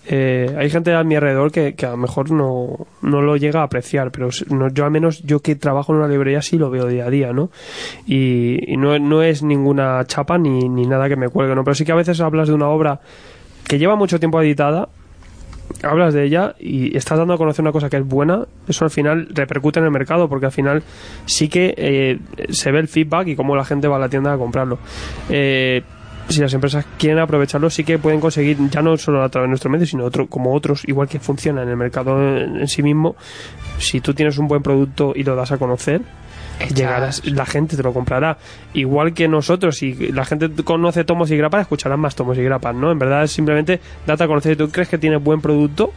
eh, hay gente a mi alrededor que, que a lo mejor no, no lo llega a apreciar, pero s- no- yo al menos yo que trabajo en una librería sí lo veo día a día, ¿no? Y, y no, no es ninguna chapa ni, ni nada que me cuelgue, ¿no? Pero sí que a veces hablas de una obra que lleva mucho tiempo editada hablas de ella y estás dando a conocer una cosa que es buena, eso al final repercute en el mercado porque al final sí que eh, se ve el feedback y cómo la gente va a la tienda a comprarlo. Eh, si las empresas quieren aprovecharlo, sí que pueden conseguir, ya no solo a través de nuestro medio, sino otro, como otros, igual que funciona en el mercado en, en sí mismo, si tú tienes un buen producto y lo das a conocer,
Estás-
llegarás, la gente te lo comprará. Igual que nosotros, si la gente conoce tomos y grapas, escucharán más tomos y grapas, ¿no? En verdad es simplemente date a conocer si tú crees que tienes buen producto.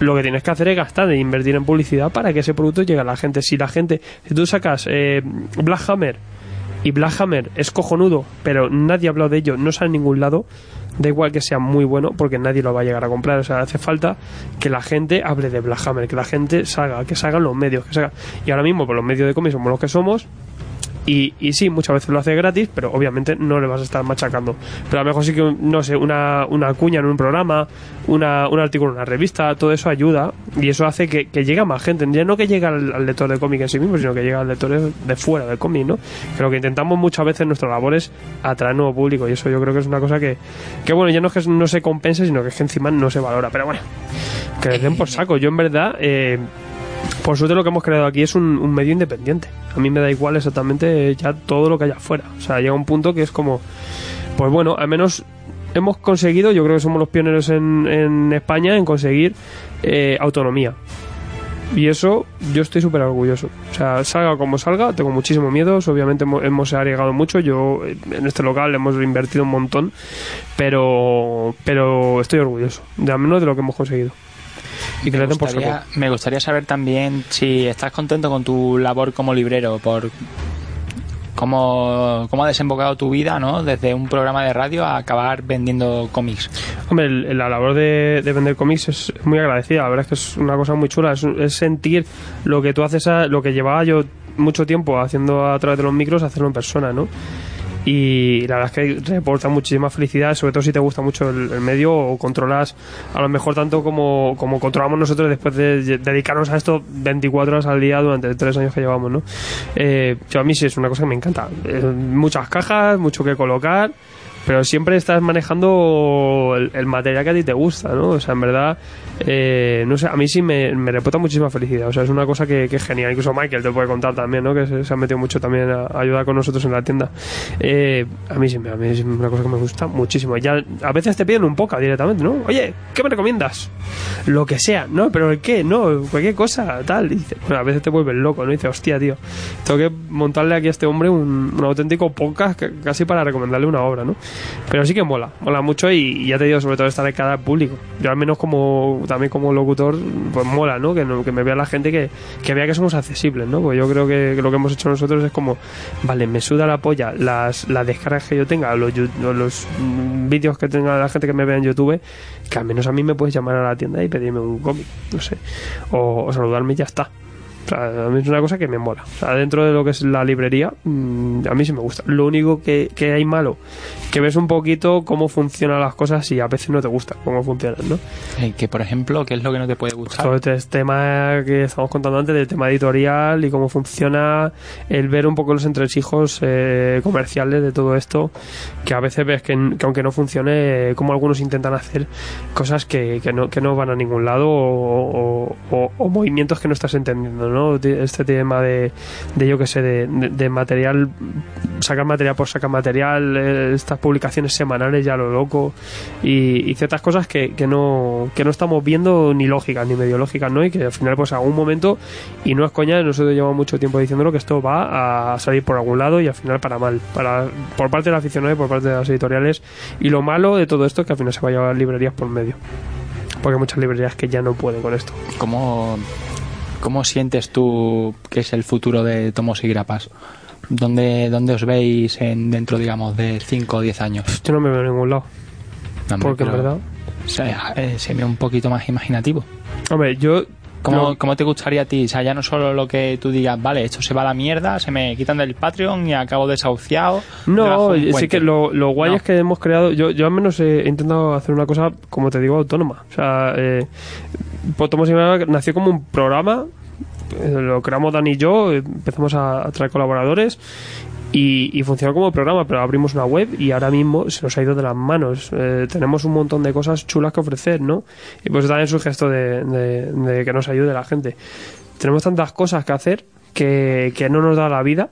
Lo que tienes que hacer es gastar e invertir en publicidad para que ese producto llegue a la gente. Si la gente, si tú sacas eh, Black Hammer y Black Hammer es cojonudo, pero nadie ha hablado de ello, no sale en ningún lado, da igual que sea muy bueno porque nadie lo va a llegar a comprar. O sea, hace falta que la gente hable de Black Hammer, que la gente salga, que salgan los medios, que salga. Y ahora mismo, por los medios de cómics somos los que somos. Y, y sí, muchas veces lo hace gratis, pero obviamente no le vas a estar machacando. Pero a lo mejor sí que, no sé, una, una cuña en un programa, una, un artículo en una revista, todo eso ayuda y eso hace que, que llegue a más gente. Ya no que llegue al, al lector de cómic en sí mismo, sino que llega al lector de- de fuera del cómic, ¿no? Que lo que intentamos muchas veces en nuestra labor es atraer nuevo público y eso yo creo que es una cosa que, que bueno, ya no es que no se compense, sino que es que encima no se valora. Pero bueno, que les den por saco. Yo en verdad... eh, por suerte lo que hemos creado aquí es un, un medio independiente. A mí me da igual exactamente ya todo lo que haya afuera. O sea, llega un punto que es como, pues bueno, al menos hemos conseguido, yo creo que somos los pioneros en, en España en conseguir eh, autonomía. Y eso yo estoy súper orgulloso. O sea, salga como salga, tengo muchísimos miedos, obviamente hemos, hemos arriesgado mucho, yo eh, en este local hemos invertido un montón, pero, pero estoy orgulloso, de al menos de lo que hemos conseguido. Y que le den por saco.
gustaría- me gustaría saber también si estás contento con tu labor como librero, por cómo, cómo ha desembocado tu vida, ¿no? Desde un programa de radio a acabar vendiendo cómics.
Hombre, el- la labor de, de vender cómics es muy agradecida. La verdad es que es una cosa muy chula. Es, es sentir lo que tú haces, a- lo que llevaba yo mucho tiempo haciendo a través de los micros, hacerlo en persona, ¿no? Y la verdad es que reporta muchísima felicidad, sobre todo si te gusta mucho el, el medio o controlas, a lo mejor tanto como, como controlamos nosotros después de lle- dedicarnos a esto 24 horas al día durante tres años que llevamos, ¿no? Eh, yo a mí sí es una cosa que me encanta. Eh, muchas cajas, mucho que colocar, pero siempre estás manejando el, el material que a ti te gusta, ¿no? O sea, en verdad, eh, no sé, a mí sí me, me reporta muchísima felicidad. O sea, es una cosa que, que es genial. Incluso Michael te puede contar también, ¿no? Que se, se ha metido mucho también a, a ayudar con nosotros en la tienda. Eh, a mí sí, me- a mí sí es una cosa que me gusta muchísimo. Ya a veces te piden un poco directamente, ¿no? Oye, ¿qué me recomiendas? Lo que sea, ¿no? Pero ¿el qué? No, cualquier cosa, tal. Y dice, bueno, a veces te vuelves loco, ¿no? Y dices, hostia, tío, tengo que montarle aquí a este hombre un, un auténtico podcast ca- casi para recomendarle una obra, ¿no? Pero sí que mola, mola mucho y, y ya te digo, sobre todo estar en cada público. Yo al menos como también como locutor, pues mola, ¿no? Que, no- que me vea la gente que, que vea que somos accesibles, ¿no? Pues yo creo que, que lo que hemos hecho nosotros es como, vale, me suda la polla las, las descargas que yo tenga, los, yu- los mm, vídeos que tenga la gente que me vea en YouTube, que al menos a mí me puedes llamar a la tienda y pedirme un cómic, no sé, o, o saludarme y ya está. O sea, a mí es una cosa que me mola. O sea, dentro de lo que es la librería, mm, a mí sí me gusta. Lo único que, que hay malo, que ves un poquito cómo funcionan las cosas y a veces no te gusta cómo funcionan, ¿no?
Eh, que, por ejemplo, ¿qué es lo que no te puede gustar?
Todo este tema que estamos contando antes del tema editorial y cómo funciona, el ver un poco los entresijos eh, comerciales de todo esto, que a veces ves que, que aunque no funcione, eh, como algunos intentan hacer cosas que, que no, que no van a ningún lado o, o- o- o movimientos que no estás entendiendo, ¿no? Ti- Este tema de, de yo que sé, de, de- de material, sacar material por sacar material, eh, estas publicaciones semanales ya lo loco y, y ciertas cosas que, que, no, que no estamos viendo ni lógicas ni medio lógicas, ¿no? Y que al final, pues a algún momento, y no es coña, nosotros llevamos mucho tiempo diciéndolo que esto va a salir por algún lado y al final para mal, para por parte del aficionado y por parte de las editoriales. Y lo malo de todo esto es que al final se va a Pues llevar librerías por medio. Porque hay muchas librerías que ya no pueden con esto.
¿Cómo, ¿Cómo sientes tú que es el futuro de Tomos y Grapas? ¿Dónde, dónde os veis en, dentro, digamos, de 5 o 10 años?
Yo no me veo en ningún lado.
No, hombre,
Porque en
pero,
verdad.
o sea, eh, se ve un poquito más imaginativo.
Hombre, yo.
¿Cómo,
No.
cómo te gustaría a ti? O sea, ya no solo lo que tú digas, vale, esto se va a la mierda, se me quitan del Patreon y acabo desahuciado. debajo
No,
de un
sí
puente.
que lo, lo guay
No.
es que hemos creado. Yo, yo al menos he intentado hacer una cosa, como te digo, autónoma. O sea, eh, pues Tomos y Maga nació como un programa. eh, Lo creamos Dan y yo, eh, empezamos a, a traer colaboradores y, y funcionó como programa, pero abrimos una web y ahora mismo se nos ha ido de las manos. Eh, tenemos un montón de cosas chulas que ofrecer, ¿no? Y pues también surge esto de, de- de que nos ayude la gente. Tenemos tantas cosas que hacer que, que no nos da la vida,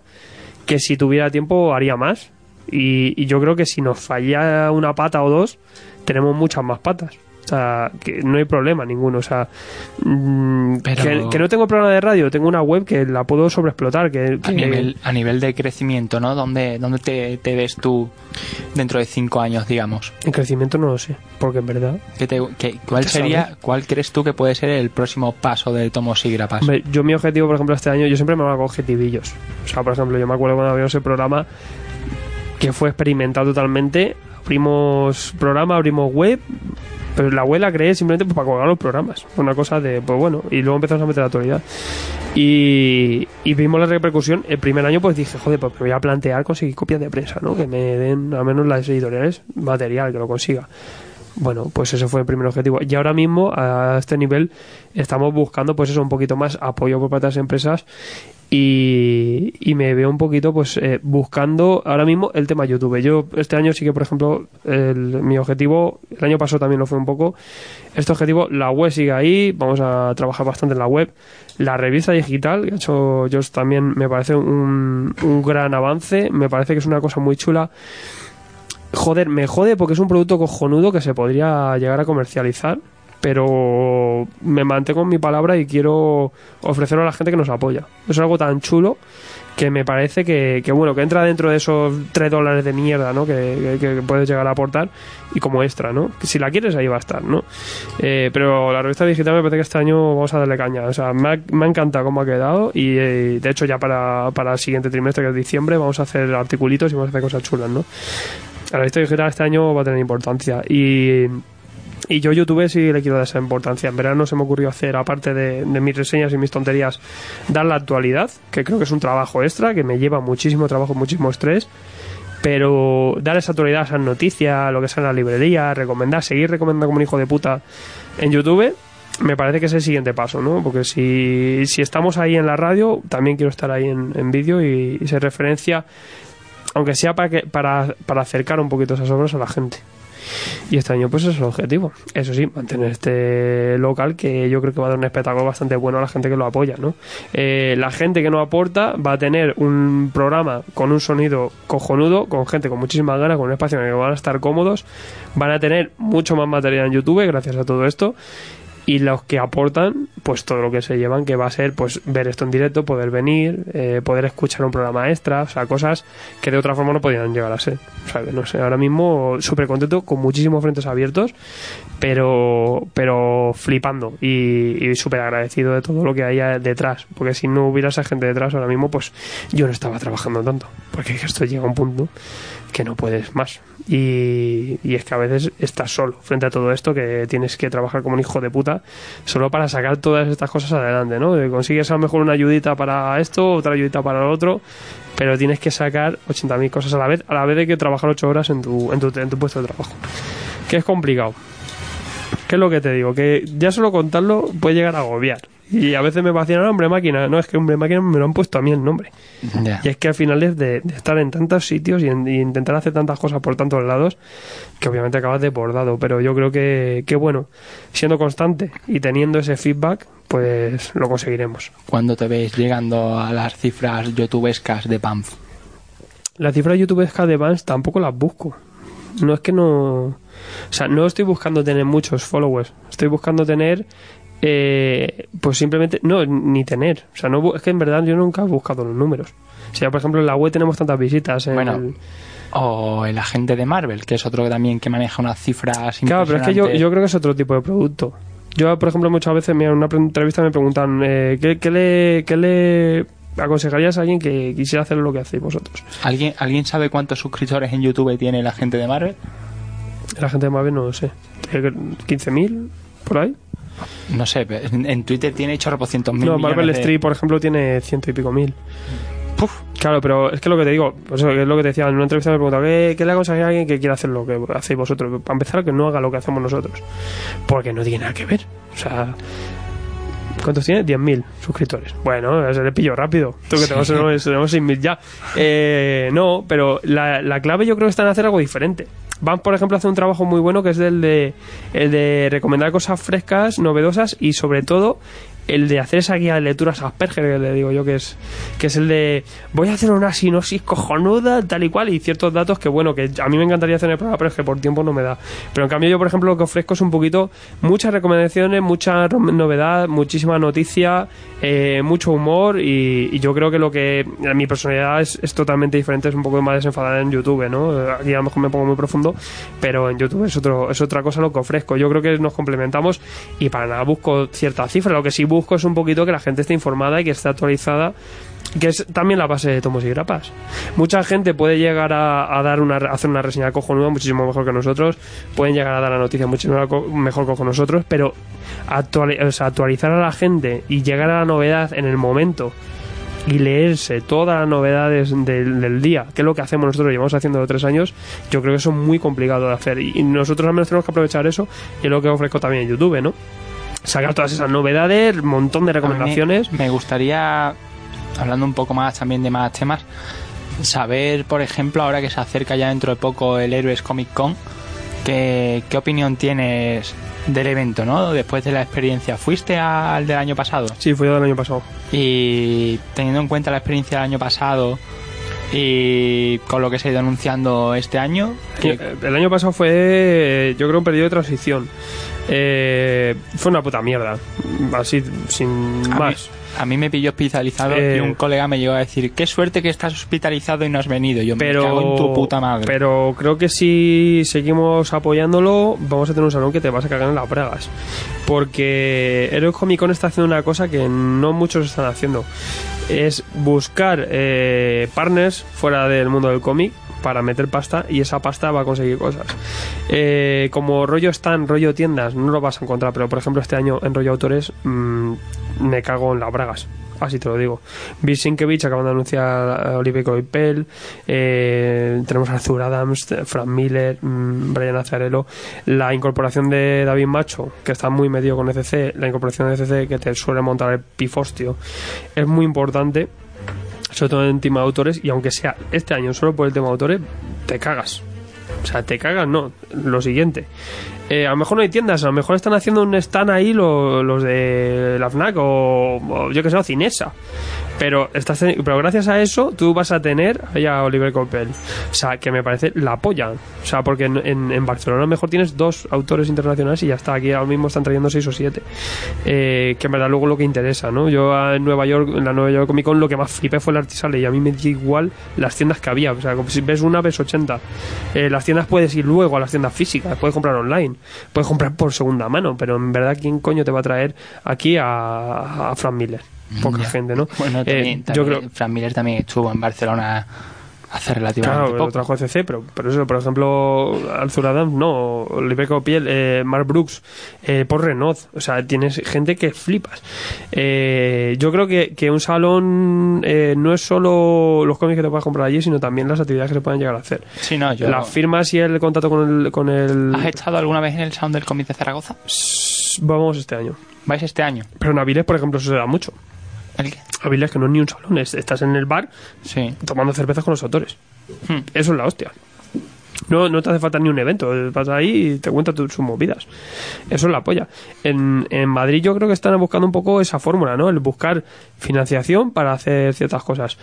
que si tuviera tiempo haría más. Y, y yo creo que si nos falla una pata o dos, tenemos muchas más patas. O sea, que no hay problema ninguno. O sea, mm,
Pero-
que, que no tengo programa de radio, tengo una web que la puedo sobreexplotar. Que,
A
que-
nivel, a nivel de crecimiento, ¿no? ¿Dónde, dónde te, te ves tú dentro de cinco años, digamos?
En crecimiento no lo sé, porque en verdad.
¿Qué te- qué- ¿Cuál
Ya
sería,
sabes.
cuál crees tú que puede ser el próximo paso de Tomos y Grapas?
Hombre, yo mi objetivo, por ejemplo, este año, yo siempre me hago objetivillos. O sea, por ejemplo, yo me acuerdo cuando abrimos el programa que fue experimental totalmente. Abrimos programa, abrimos web, pero la web la creé simplemente pues, para colgar los programas. Fue Una cosa de, pues bueno, y luego empezamos a meter la actualidad. Y, y vimos la repercusión. El primer año pues dije, joder, pues me voy a plantear conseguir copias de prensa, ¿no? Que me den al menos las editoriales material, que lo consiga. Bueno, pues ese fue el primer objetivo. Y ahora mismo, a este nivel, estamos buscando, pues eso, un poquito más apoyo por parte de las empresas. Y, y me veo un poquito, pues, eh, buscando ahora mismo el tema YouTube. Yo, este año sí que, por ejemplo, el- mi objetivo, el año pasado también lo fue un poco. Este objetivo, la web sigue ahí, vamos a trabajar bastante en la web. La revista digital, que ha hecho George también, me parece un, un gran avance, me parece que es una cosa muy chula joder, me jode porque es un producto cojonudo que se podría llegar a comercializar, pero me mantengo en mi palabra y quiero ofrecerlo a la gente que nos apoya. Es algo tan chulo que me parece que, que, bueno, que entra dentro de esos 3 dólares de mierda, ¿no? Que, que- que puedes llegar a aportar y como extra, ¿no? Que si la quieres ahí va a estar, ¿no? Eh, pero la revista digital me parece que este año vamos a darle caña. O sea, me ha, me ha encantado cómo ha quedado y eh, de hecho ya para, para el siguiente trimestre, que es diciembre, vamos a hacer articulitos y vamos a hacer cosas chulas, ¿no? La revista digital este año va a tener importancia y... Y yo YouTube sí le quiero dar esa importancia. En verano se me ocurrió hacer, aparte de, de mis reseñas y mis tonterías, dar la actualidad, que creo que es un trabajo extra, que me lleva muchísimo trabajo, muchísimo estrés. Pero dar esa actualidad, esas noticias, lo que sea en la librería, recomendar, seguir recomendando como un hijo de puta en YouTube, me parece que es el siguiente paso, ¿no? Porque si, si estamos ahí en la radio, también quiero estar ahí en, en vídeo y, y ser referencia, aunque sea para, que, para, para acercar un poquito esas obras a la gente. Y este año, pues ese es el objetivo. Eso sí, mantener este local que yo creo que va a dar un espectáculo bastante bueno a la gente que lo apoya, ¿no? Eh, la gente que no aporta va a tener un programa con un sonido cojonudo, con gente con muchísimas ganas, con un espacio en el que van a estar cómodos, van a tener mucho más material en YouTube gracias a todo esto. Y los que aportan, pues todo lo que se llevan, que va a ser pues ver esto en directo, poder venir, eh, poder escuchar un programa extra, o sea, cosas que de otra forma no podían llegar a ser. O sea, que no sé, ahora mismo súper contento, con muchísimos frentes abiertos, pero, pero flipando y, y súper agradecido de todo lo que haya detrás, porque si no hubiera esa gente detrás ahora mismo, pues yo no estaba trabajando tanto, porque es que esto llega a un punto que no puedes más. Y, y es que a veces estás solo frente a todo esto, que tienes que trabajar como un hijo de puta, solo para sacar todas estas cosas adelante, ¿no? Eh, Consigues a lo mejor una ayudita para esto, otra ayudita para lo otro, pero tienes que sacar 80.000 cosas a la vez, a la vez de que trabajar 8 horas en tu, en tu, en tu puesto de trabajo. Que es complicado. ¿Qué es lo que te digo? Que ya solo contarlo puede llegar a agobiar. Y a veces me vacilan, hombre máquina. No, es que hombre máquina me lo han puesto a mí el nombre.
Ya.
Y es que al final es de, de estar en tantos sitios y, en- y intentar hacer tantas cosas por tantos lados que obviamente acabas desbordado. Pero yo creo que, que bueno, siendo constante y teniendo ese feedback, pues lo conseguiremos.
¿Cuándo te ves llegando a las cifras youtubescas de Banff?
Las cifras youtubescas de Vans tampoco las busco. No es que no. O sea, no estoy buscando tener muchos followers. Estoy buscando tener. eh, pues simplemente. No, ni tener. O sea, no, bu- es que en verdad yo nunca he buscado los números. O sea, por ejemplo, en la web tenemos tantas visitas. en
Bueno,
el-
O el agente de Marvel, que es otro que también que maneja unas cifras
Claro, pero es que yo,
impresionantes.
yo creo que es otro tipo de producto. Yo, por ejemplo, muchas veces mira, en una pre- entrevista me preguntan eh, ¿qué, qué le, qué le aconsejarías a alguien que quisiera hacer lo que hacéis vosotros?
¿Alguien, ¿Alguien sabe cuántos suscriptores en YouTube tiene la gente de Marvel?
La gente de Mave no lo sé. Eh, ¿15.000? ¿Por ahí?
No sé, pero en, en Twitter tiene 800 mil.
No, Marvel Street, por ejemplo, tiene ciento y pico mil.
Puf.
Claro, pero es que lo que te digo, por eso que es lo que te decía, en una entrevista me preguntaba, ¿qué, qué le aconsejaría a alguien que quiera hacer lo que hacéis vosotros? Para empezar, que no haga lo que hacemos nosotros. Porque no tiene nada que ver. O sea, ¿cuántos tiene? 10.000 suscriptores. Bueno, se le pillo rápido. Tú que tenemos, tenemos 6.000 ya. Eh, no, pero la, la clave yo creo que está en hacer algo diferente. Van, por ejemplo, hace un trabajo muy bueno que es del de, el de recomendar cosas frescas, novedosas y sobre todo el de hacer esa guía de lecturas Asperger, que le digo yo que es, que es el de voy a hacer una sinopsis cojonuda, tal y cual, y ciertos datos que, bueno, que a mí me encantaría hacer en el programa, pero es que por tiempo no me da. Pero en cambio yo, por ejemplo, lo que ofrezco es un poquito muchas recomendaciones, mucha rom- novedad, muchísima noticia, eh, mucho humor, y, y yo creo que lo que eh, mi personalidad es, es totalmente diferente, es un poco más desenfadada en YouTube, ¿no? Eh, Aquí a lo mejor me pongo muy profundo, pero en YouTube es, otro, es otra cosa lo que ofrezco. Yo creo que nos complementamos y para nada busco cierta cifra. Lo que sí busco es un poquito que la gente esté informada y que esté actualizada, que es también la base de tomos y grapas. Mucha gente puede llegar a, a dar una, a hacer una reseña cojonuda muchísimo mejor que nosotros, pueden llegar a dar la noticia muchísimo co- mejor que con nosotros, pero actuali- o sea, actualizar a la gente y llegar a la novedad en el momento y leerse todas las novedades del, del día, que es lo que hacemos nosotros, llevamos haciendo tres años, yo creo que eso es muy complicado de hacer. Y, y nosotros al menos tenemos que aprovechar eso, y es lo que ofrezco también en YouTube, ¿no? Sacar todas esas novedades, un montón de recomendaciones.
Ah, Me, gustaría, hablando un poco más también de más temas, saber, por ejemplo, ahora que se acerca ya dentro de poco el Héroes Comic Con, que- ¿qué opinión tienes del evento, no? Después de la experiencia, ¿fuiste al del año pasado?
Sí, fue yo del año pasado.
Y teniendo en cuenta la experiencia del año pasado y con lo que se ha ido anunciando este año, que-
Eh, El año pasado fue, eh, yo creo, un periodo de transición. Eh, fue una puta mierda. Así, sin
A mí-
más.
a mí me pilló hospitalizado y
Eh.
un colega me llegó a decir, qué suerte que estás hospitalizado y no has venido. Yo
pero,
me cago en tu puta madre.
Pero creo que si seguimos apoyándolo, vamos a tener un salón que te vas a cagar en las bragas. Porque Heroes Comic Con está haciendo una cosa que no muchos están haciendo. Es buscar eh, partners fuera del mundo del cómic para meter pasta y esa pasta va a conseguir cosas. Eh, como rollo están, rollo tiendas, no lo vas a encontrar, pero por ejemplo este año en rollo autores mm, me cago en las bragas. Así te lo digo. Bill Sienkiewicz acaban de anunciar a Olivier Coipel. eh, tenemos a Arthur Adams, Frank Miller, mm, Brian Azarello. La incorporación de David Macho, que está muy metido con ECC. La incorporación de ECC, que te suele montar el pifostio. Es muy importante, sobre todo en tema de autores. Y aunque sea este año solo por el tema de autores, te cagas. O sea, te cagas, no. Lo siguiente. Eh, a lo mejor no hay tiendas, a lo mejor están haciendo un stand ahí lo- los de la FNAC o, o yo que sé, o Cinesa. Pero, estás teni- pero gracias a eso tú vas a tener ahí a Oliver Coppel. O sea, que me parece la polla. O sea, porque en, en- en Barcelona a lo mejor tienes dos autores internacionales y ya está. Aquí ahora mismo están trayendo seis o siete. Eh, que en verdad luego lo que interesa, ¿no? Yo ah, en Nueva York, en la Nueva York Comic Con, lo que más flipé fue el Artisale y a mí me dio igual las tiendas que había. O sea, como si ves una, ves 80. Eh, las tiendas puedes ir luego a las tiendas físicas, puedes comprar online, puedes comprar por segunda mano, pero en verdad, ¿quién coño te va a traer aquí a, a Frank Miller? Poca gente, ¿no?
Bueno,
Eh,
también,
yo
también
creo,
Frank Miller también estuvo en Barcelona hace relativamente
Claro, lo
poco.
trajo CC, pero, pero eso, por ejemplo, Arthur Adams, no, Oliver Copiel, eh, Mark Brooks, eh, Paul Renaud, o sea, tienes gente que flipas. Eh, yo creo que, que un salón eh, no es solo los cómics que te puedas comprar allí, sino también las actividades que se pueden llegar a hacer.
Sí, no, yo... Ah, eh.
Las firmas y el contacto con el... Con el
¿Has estado alguna vez en el Sound del Cómic de Zaragoza?
vamos este año.
¿Vais este año?
Pero en Avilés, por ejemplo, eso se da mucho.
¿El qué?
Avilés, que no es ni un salón, es- estás en el bar
Sí.
tomando cervezas con los autores.
Hmm.
Eso es la hostia. No, no te hace falta ni un evento, eh, vas ahí y te cuenta tus sus movidas. Eso es la polla. En, en Madrid yo creo que están buscando un poco esa fórmula, ¿no? El buscar financiación para hacer ciertas cosas.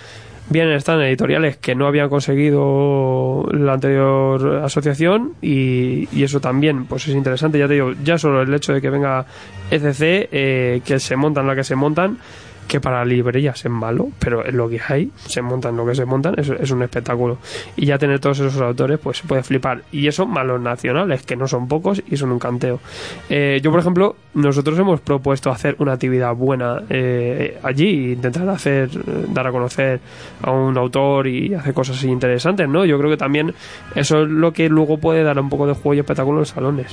Bien, están editoriales que no habían conseguido la anterior asociación y, y eso también pues es E interesante. Ya te digo, ya solo el hecho de que venga ECC, eh, que se montan la que se montan, que para librerías es malo, pero es lo que hay, se montan lo que se montan, es, es un espectáculo. Y ya tener todos esos autores, pues se puede flipar. Y eso más los nacionales, que no son pocos y son un canteo. Eh, yo, por ejemplo, nosotros hemos propuesto hacer una actividad buena eh, allí, e intentar hacer, eh, dar a conocer a un autor y hacer cosas así interesantes, ¿no? Yo creo que también eso es lo que luego puede dar un poco de juego y espectáculo en los salones.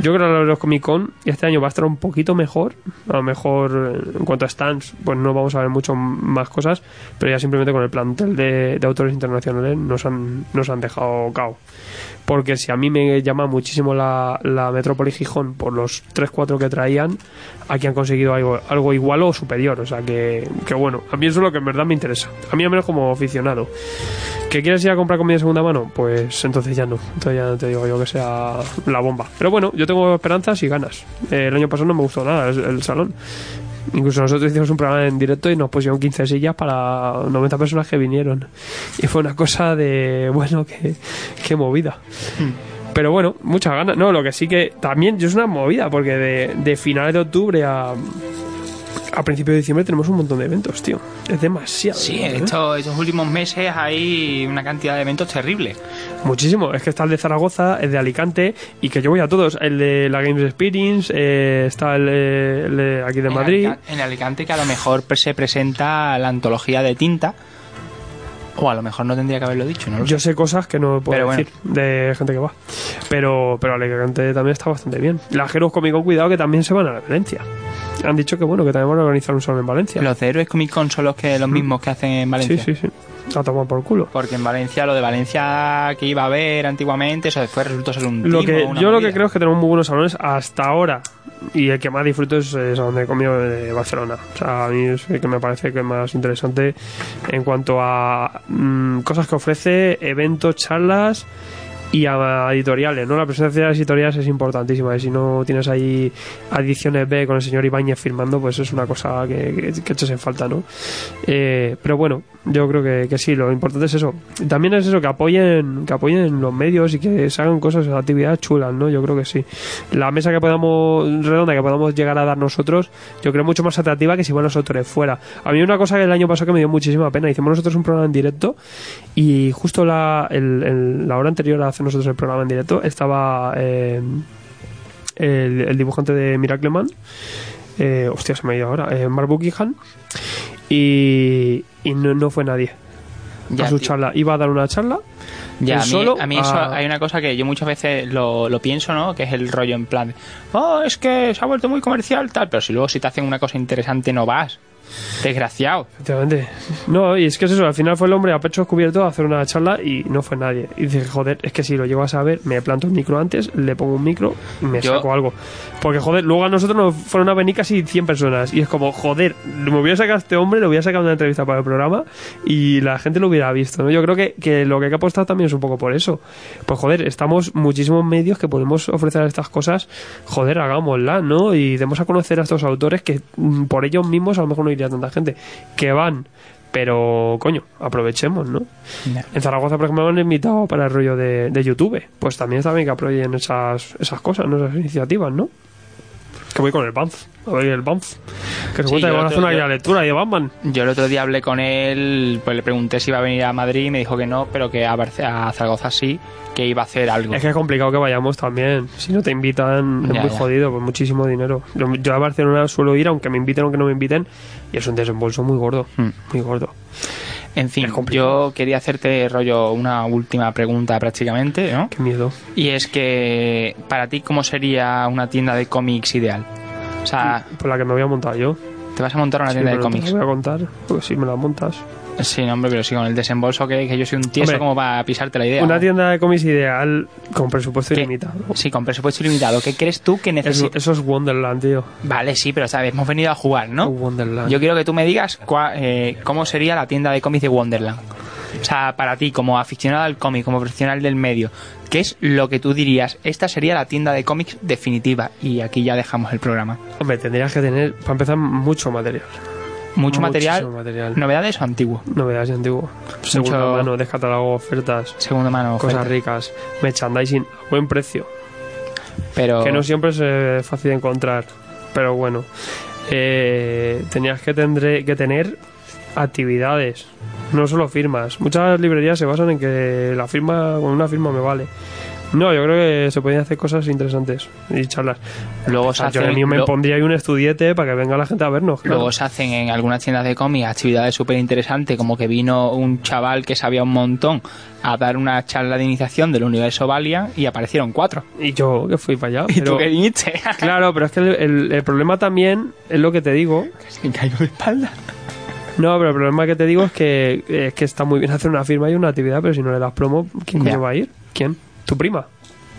Yo creo que la los Comic Con este año va a estar un poquito mejor. A lo mejor eh, en cuanto a stands, pues no vamos a ver mucho más cosas. Pero ya simplemente con el plantel de, de autores internacionales nos han, nos han dejado cao. Porque si a mí me llama muchísimo la, la Metrópoli Gijón por los 3-4 que traían, aquí han conseguido algo, algo igual o superior. O sea que, que bueno, a mí eso es lo que en verdad me interesa. A mí al menos como aficionado. ¿Que quieres ir a comprar comida de segunda mano? Pues entonces ya no. Entonces ya no te digo yo que sea la bomba. Pero bueno, yo tengo esperanzas y ganas. Eh, el año pasado no me gustó nada el, el salón. Incluso nosotros hicimos un programa en directo y nos pusieron 15 sillas para 90 personas que vinieron. Y fue una cosa de, bueno, qué, qué movida. Pero bueno, muchas ganas. No, lo que sí que también es una movida, porque de, de finales de octubre a, a principios de diciembre tenemos un montón de eventos, tío. Es demasiado.
Sí,
¿eh?
estos, estos últimos meses hay una cantidad de eventos terribles.
Muchísimo. Es que está el de Zaragoza, el de Alicante y que yo voy a todos. El de la Games Experience, eh, está el, de- el de aquí de
En
Madrid.
Alica- En Alicante, que a lo mejor pre- se presenta la antología de tinta. O a lo mejor no tendría que haberlo dicho, ¿no? lo sé.
Yo sé cosas que no puedo
Pero bueno.
decir de gente que va. Pero, pero Alicante también está bastante bien. La Jeros Comic cuidado que también se van a la Valencia. Han dicho que bueno, que también van a organizar un salón en Valencia.
Los de Héroes Comic Con son los, que, los mismos que hacen en Valencia.
Mm. sí, sí, sí. A tomar por culo.
Porque en Valencia, lo de Valencia que iba a haber antiguamente, eso después resultó ser un
Lo
timo,
que, yo
una
lo
movida.
que creo es que tenemos muy buenos salones hasta ahora. Y el que más disfruto es el salón de comido de Barcelona. O sea, a mí es el que me parece que es más interesante en cuanto a mm, cosas que ofrece, eventos, charlas y a editoriales, ¿no? La presencia de las editoriales es importantísima. Y si no tienes ahí adiciones B con el señor Ibáñez firmando, pues es una cosa que, que, que echas en falta, ¿no? Eh, pero bueno, yo creo que, que sí, lo importante es eso. Y También es eso, que apoyen, que apoyen los medios y que se hagan cosas, actividades chulas, ¿no? Yo creo que sí. La mesa que podamos, redonda, que podamos llegar a dar nosotros, yo creo mucho más atractiva que si van los autores fuera. A mí una cosa que el año pasado que me dio muchísima pena, hicimos nosotros un programa en directo y justo la, el- el- la hora anterior a hacer nosotros el programa en directo estaba eh, el, el dibujante de Miracleman. Eh, hostia, se me ha ido ahora. Eh, Mark Buckingham. Y, y no, no fue nadie
Ya,
a su
tío.
charla. Iba a dar una charla.
Ya,
él
a mí,
solo,
a mí eso
a-
hay una cosa que yo muchas veces lo, lo pienso, ¿no? Que es el rollo en plan, oh, es que se ha vuelto muy comercial, tal, pero si luego si te hacen una cosa interesante no vas. Desgraciado.
Efectivamente. No, y es que es eso. Al final fue el hombre a pecho descubierto a hacer una charla y no fue nadie. Y dije, joder, es que si lo llego a saber, me planto el micro antes, le pongo un micro y me
Yo-
saco algo. Porque, joder, luego a nosotros nos fueron a venir casi 100 personas. Y es como, joder, me hubiera sacado a este hombre, le hubiera sacado una entrevista para el programa y la gente lo hubiera visto. ¿no? Yo creo que, que lo que hay que apostar también es un poco por eso. Pues, joder, estamos muchísimos medios que podemos ofrecer estas cosas. Joder, hagámosla, ¿no? Y demos a conocer a estos autores que mm, por ellos mismos a lo mejor no iría tanta gente. Que van. Pero, coño, aprovechemos, ¿no? En Zaragoza, por ejemplo, me han invitado para el rollo de, de YouTube. Pues también está bien que apoyen esas, esas cosas, ¿no? esas iniciativas, ¿no? Que voy con el Banff. A ver, el Banff. Que se
Sí,
cuenta que
yo
van a hacer
te-
una
yo-
lectura de Batman.
Yo el otro día hablé con él, pues le pregunté si iba a venir a Madrid y me dijo que no, pero que a, Barce- a Zaragoza sí, que iba a hacer algo.
Es que es complicado que vayamos también. Si no te invitan, es
Ya,
muy
ya.
jodido, pues muchísimo dinero. Yo, yo a Barcelona suelo ir, aunque me inviten o aunque no me inviten, y es un desembolso muy gordo.
Hmm.
Muy gordo.
En fin,
es complicado.
yo quería hacerte rollo una última pregunta prácticamente, ¿no?
Qué miedo.
Y es que, para ti, ¿cómo sería una tienda de cómics ideal? O sea,
Por la que me voy a montar yo.
te vas a montar una
Sí,
tienda de
pero te
cómics.
la voy a contar, porque si me la montas.
Sí, no, hombre, pero sí, con el desembolso que, que yo soy un tieso
Hombre,
como para pisarte la idea.
Una
¿no?
tienda de cómics ideal con presupuesto
¿Qué?
ilimitado.
Sí, con presupuesto ilimitado. ¿Qué crees tú que
Eso,
necesitas?
eso es Wonderland, tío.
Vale, sí, pero sabes, hemos venido a jugar, ¿no?
Wonderland.
Yo quiero que tú me digas cua- eh, cómo sería la tienda de cómics de Wonderland. O sea, para ti, como aficionado al cómic, como profesional del medio, ¿qué es lo que tú dirías? Esta sería la tienda de cómics definitiva. Y aquí ya dejamos el programa.
Hombre, tendrías que tener, para empezar, mucho material.
Mucho
Muchísimo
material,
material.
novedades o antiguo.
Novedades de antiguo. Segunda mano, descatálogo, ofertas,
Segunda mano,
cosas
oferta.
ricas, merchandising a buen precio.
pero Oh.
Que no siempre es eh, fácil de encontrar. Pero bueno, eh, tenías que, tendre- que tener actividades, no solo firmas. Muchas librerías se basan en que la firma, con una firma me vale. No, yo creo que se podían hacer cosas interesantes y charlas.
Luego se
Ah, yo
hacen-
ni me
lo-
pondría ahí un estudiete para que venga la gente a vernos. claro.
Luego se hacen en algunas tiendas de cómics actividades súper interesantes, como que vino un chaval que sabía un montón a dar una charla de iniciación del universo Valiant y aparecieron cuatro.
Y yo que fui para allá.
¿Y
pero-
tú qué viniste?
Claro, pero es que el, el- el problema también es lo que te digo.
Me caigo de espalda.
No, pero el problema que te digo es que es que está muy bien hacer una firma y una actividad, pero si no le das promo, ¿quién
Ya.
coño va a ir? ¿Quién? ¿Tu prima?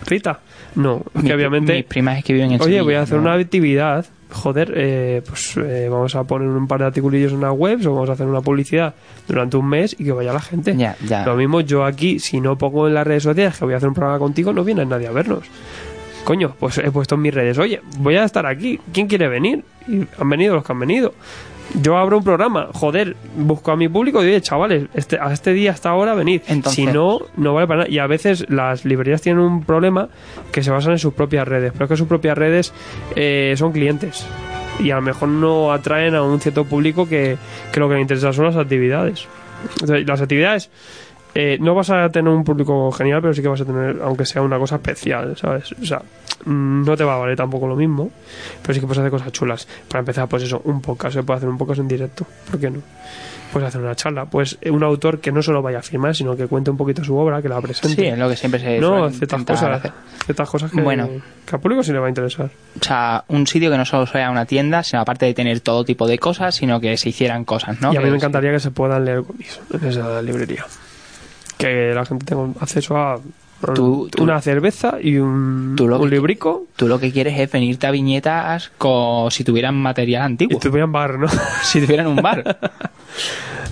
¿Rita? No, es que obviamente.
Mis primas es que viven en
Oye,
Sevilla,
voy a hacer
¿no?
una actividad. Joder, eh, pues eh, vamos a poner un par de articulillos en una web o vamos a hacer una publicidad durante un mes y que vaya la gente.
Ya, ya.
Lo mismo yo aquí, si no pongo en las redes sociales que voy a hacer un programa contigo, no viene nadie a vernos. Coño, pues he puesto en mis redes, oye, voy a estar aquí, ¿quién quiere venir? Y han venido los que han venido. Yo abro un programa, joder, busco a mi público y oye, chavales, este, a este día, a esta hora, venid.
Entonces-
si no, no vale para nada. Y a veces las librerías tienen un problema que se basan en sus propias redes, pero es que sus propias redes eh, son clientes. Y a lo mejor no atraen a un cierto público que, que lo que le interesa son las actividades. Entonces, las actividades eh, no vas a tener un público genial, pero sí que vas a tener, aunque sea una cosa especial, ¿sabes? O sea, mm, no te va a valer tampoco lo mismo, pero sí que puedes hacer cosas chulas. Para empezar, pues eso, un podcast, se puede hacer un podcast en directo, ¿por qué no? Puedes hacer una charla, pues eh, un autor que no solo vaya a firmar, sino que cuente un poquito su obra, que la presente.
Sí, es lo que siempre se
no,
suele
ciertas
intentar
cosas,
hacer.
ciertas cosas que,
Bueno.
que al público sí le va a interesar.
O sea, un sitio que no solo sea una tienda, sino aparte de tener todo tipo de cosas, sino que se hicieran cosas, ¿no?
y a mí
Que
me
es-
encantaría que se puedan leer cómics en esa librería. Que la gente tenga acceso a a
Tú- tú-
una cerveza y un,
Tú lo
un
que-
librico
Tú lo que quieres es venirte a viñetas como si tuvieran material
y
antiguo,
estuvieran bar, ¿no?
si tuvieran un bar.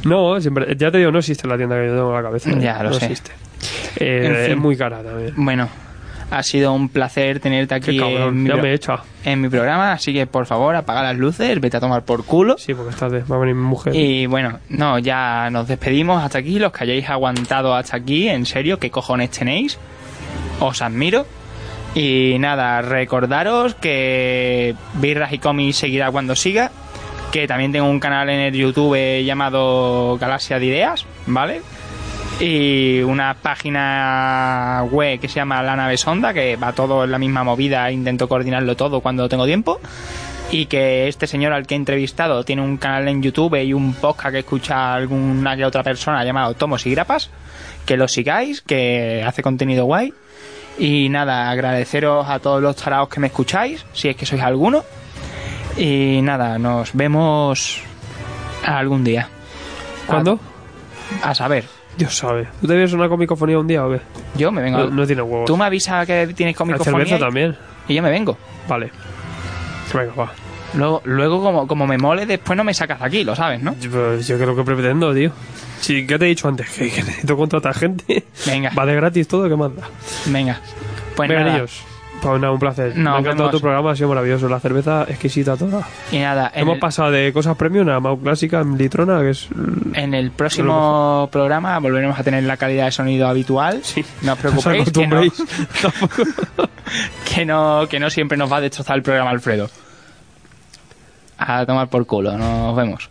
no, siempre, ya te digo, no existe la tienda que yo tengo en la cabeza. ¿eh?
Ya, lo
no
sé.
existe. Eh,
En fin.
Es muy cara también.
Bueno, ha sido un placer tenerte
Qué
aquí en
cabrón,
mi,
ya
pro-
me he hecho. ah.
en mi programa, así que por favor apaga las luces, vete a tomar por culo.
Sí, porque esta tarde va a venir mi mujer.
Y bueno, no, ya nos despedimos hasta aquí, los que hayáis aguantado hasta aquí, en serio, qué cojones tenéis, os admiro. Y nada, recordaros que Birras y Comics seguirá cuando siga, que también tengo un canal en el YouTube llamado Galaxia de Ideas, ¿vale? y una página web que se llama La Nave Sonda, que va todo en la misma movida, intento coordinarlo todo cuando tengo tiempo. Y que este señor al que he entrevistado tiene un canal en YouTube y un podcast que escucha alguna que otra persona llamado Tomos y Grapas. Que lo sigáis, que hace contenido guay. Y nada, agradeceros a todos los taraos que me escucháis, si es que sois alguno. Y nada, nos vemos algún día.
¿Cuándo?
A saber,
Dios sabe. ¿Tú te ves una comicofonía un día o qué?
yo me vengo.
No, no tiene huevos.
Tú me avisas que tienes
La
comicofonía
cerveza
y,
también.
y yo me vengo.
Vale. Venga, va.
Luego, luego como, como me mole, después no me sacas de aquí, lo sabes, ¿no?
Yo, pues, yo creo que pretendo, tío. Sí, ¿qué te he dicho antes? Que, que necesito contratar gente.
Venga.
Va de gratis todo, ¿qué manda?
Venga. Pues
Venga,
nada.
niños. Pues nada, un placer.
Nos
Me ha encantado
vemos.
tu programa, ha sido maravilloso. La cerveza exquisita toda.
Y nada, en
Hemos
el,
pasado de cosas premium a Mau Clásica en Litrona, que es.
en el próximo programa volveremos a tener la calidad de sonido habitual. No
os
os preocupéis. Que no,
acostumbréis. Tampoco-
que, no, que no siempre nos va a destrozar el programa Alfredo. A tomar por culo. Nos vemos.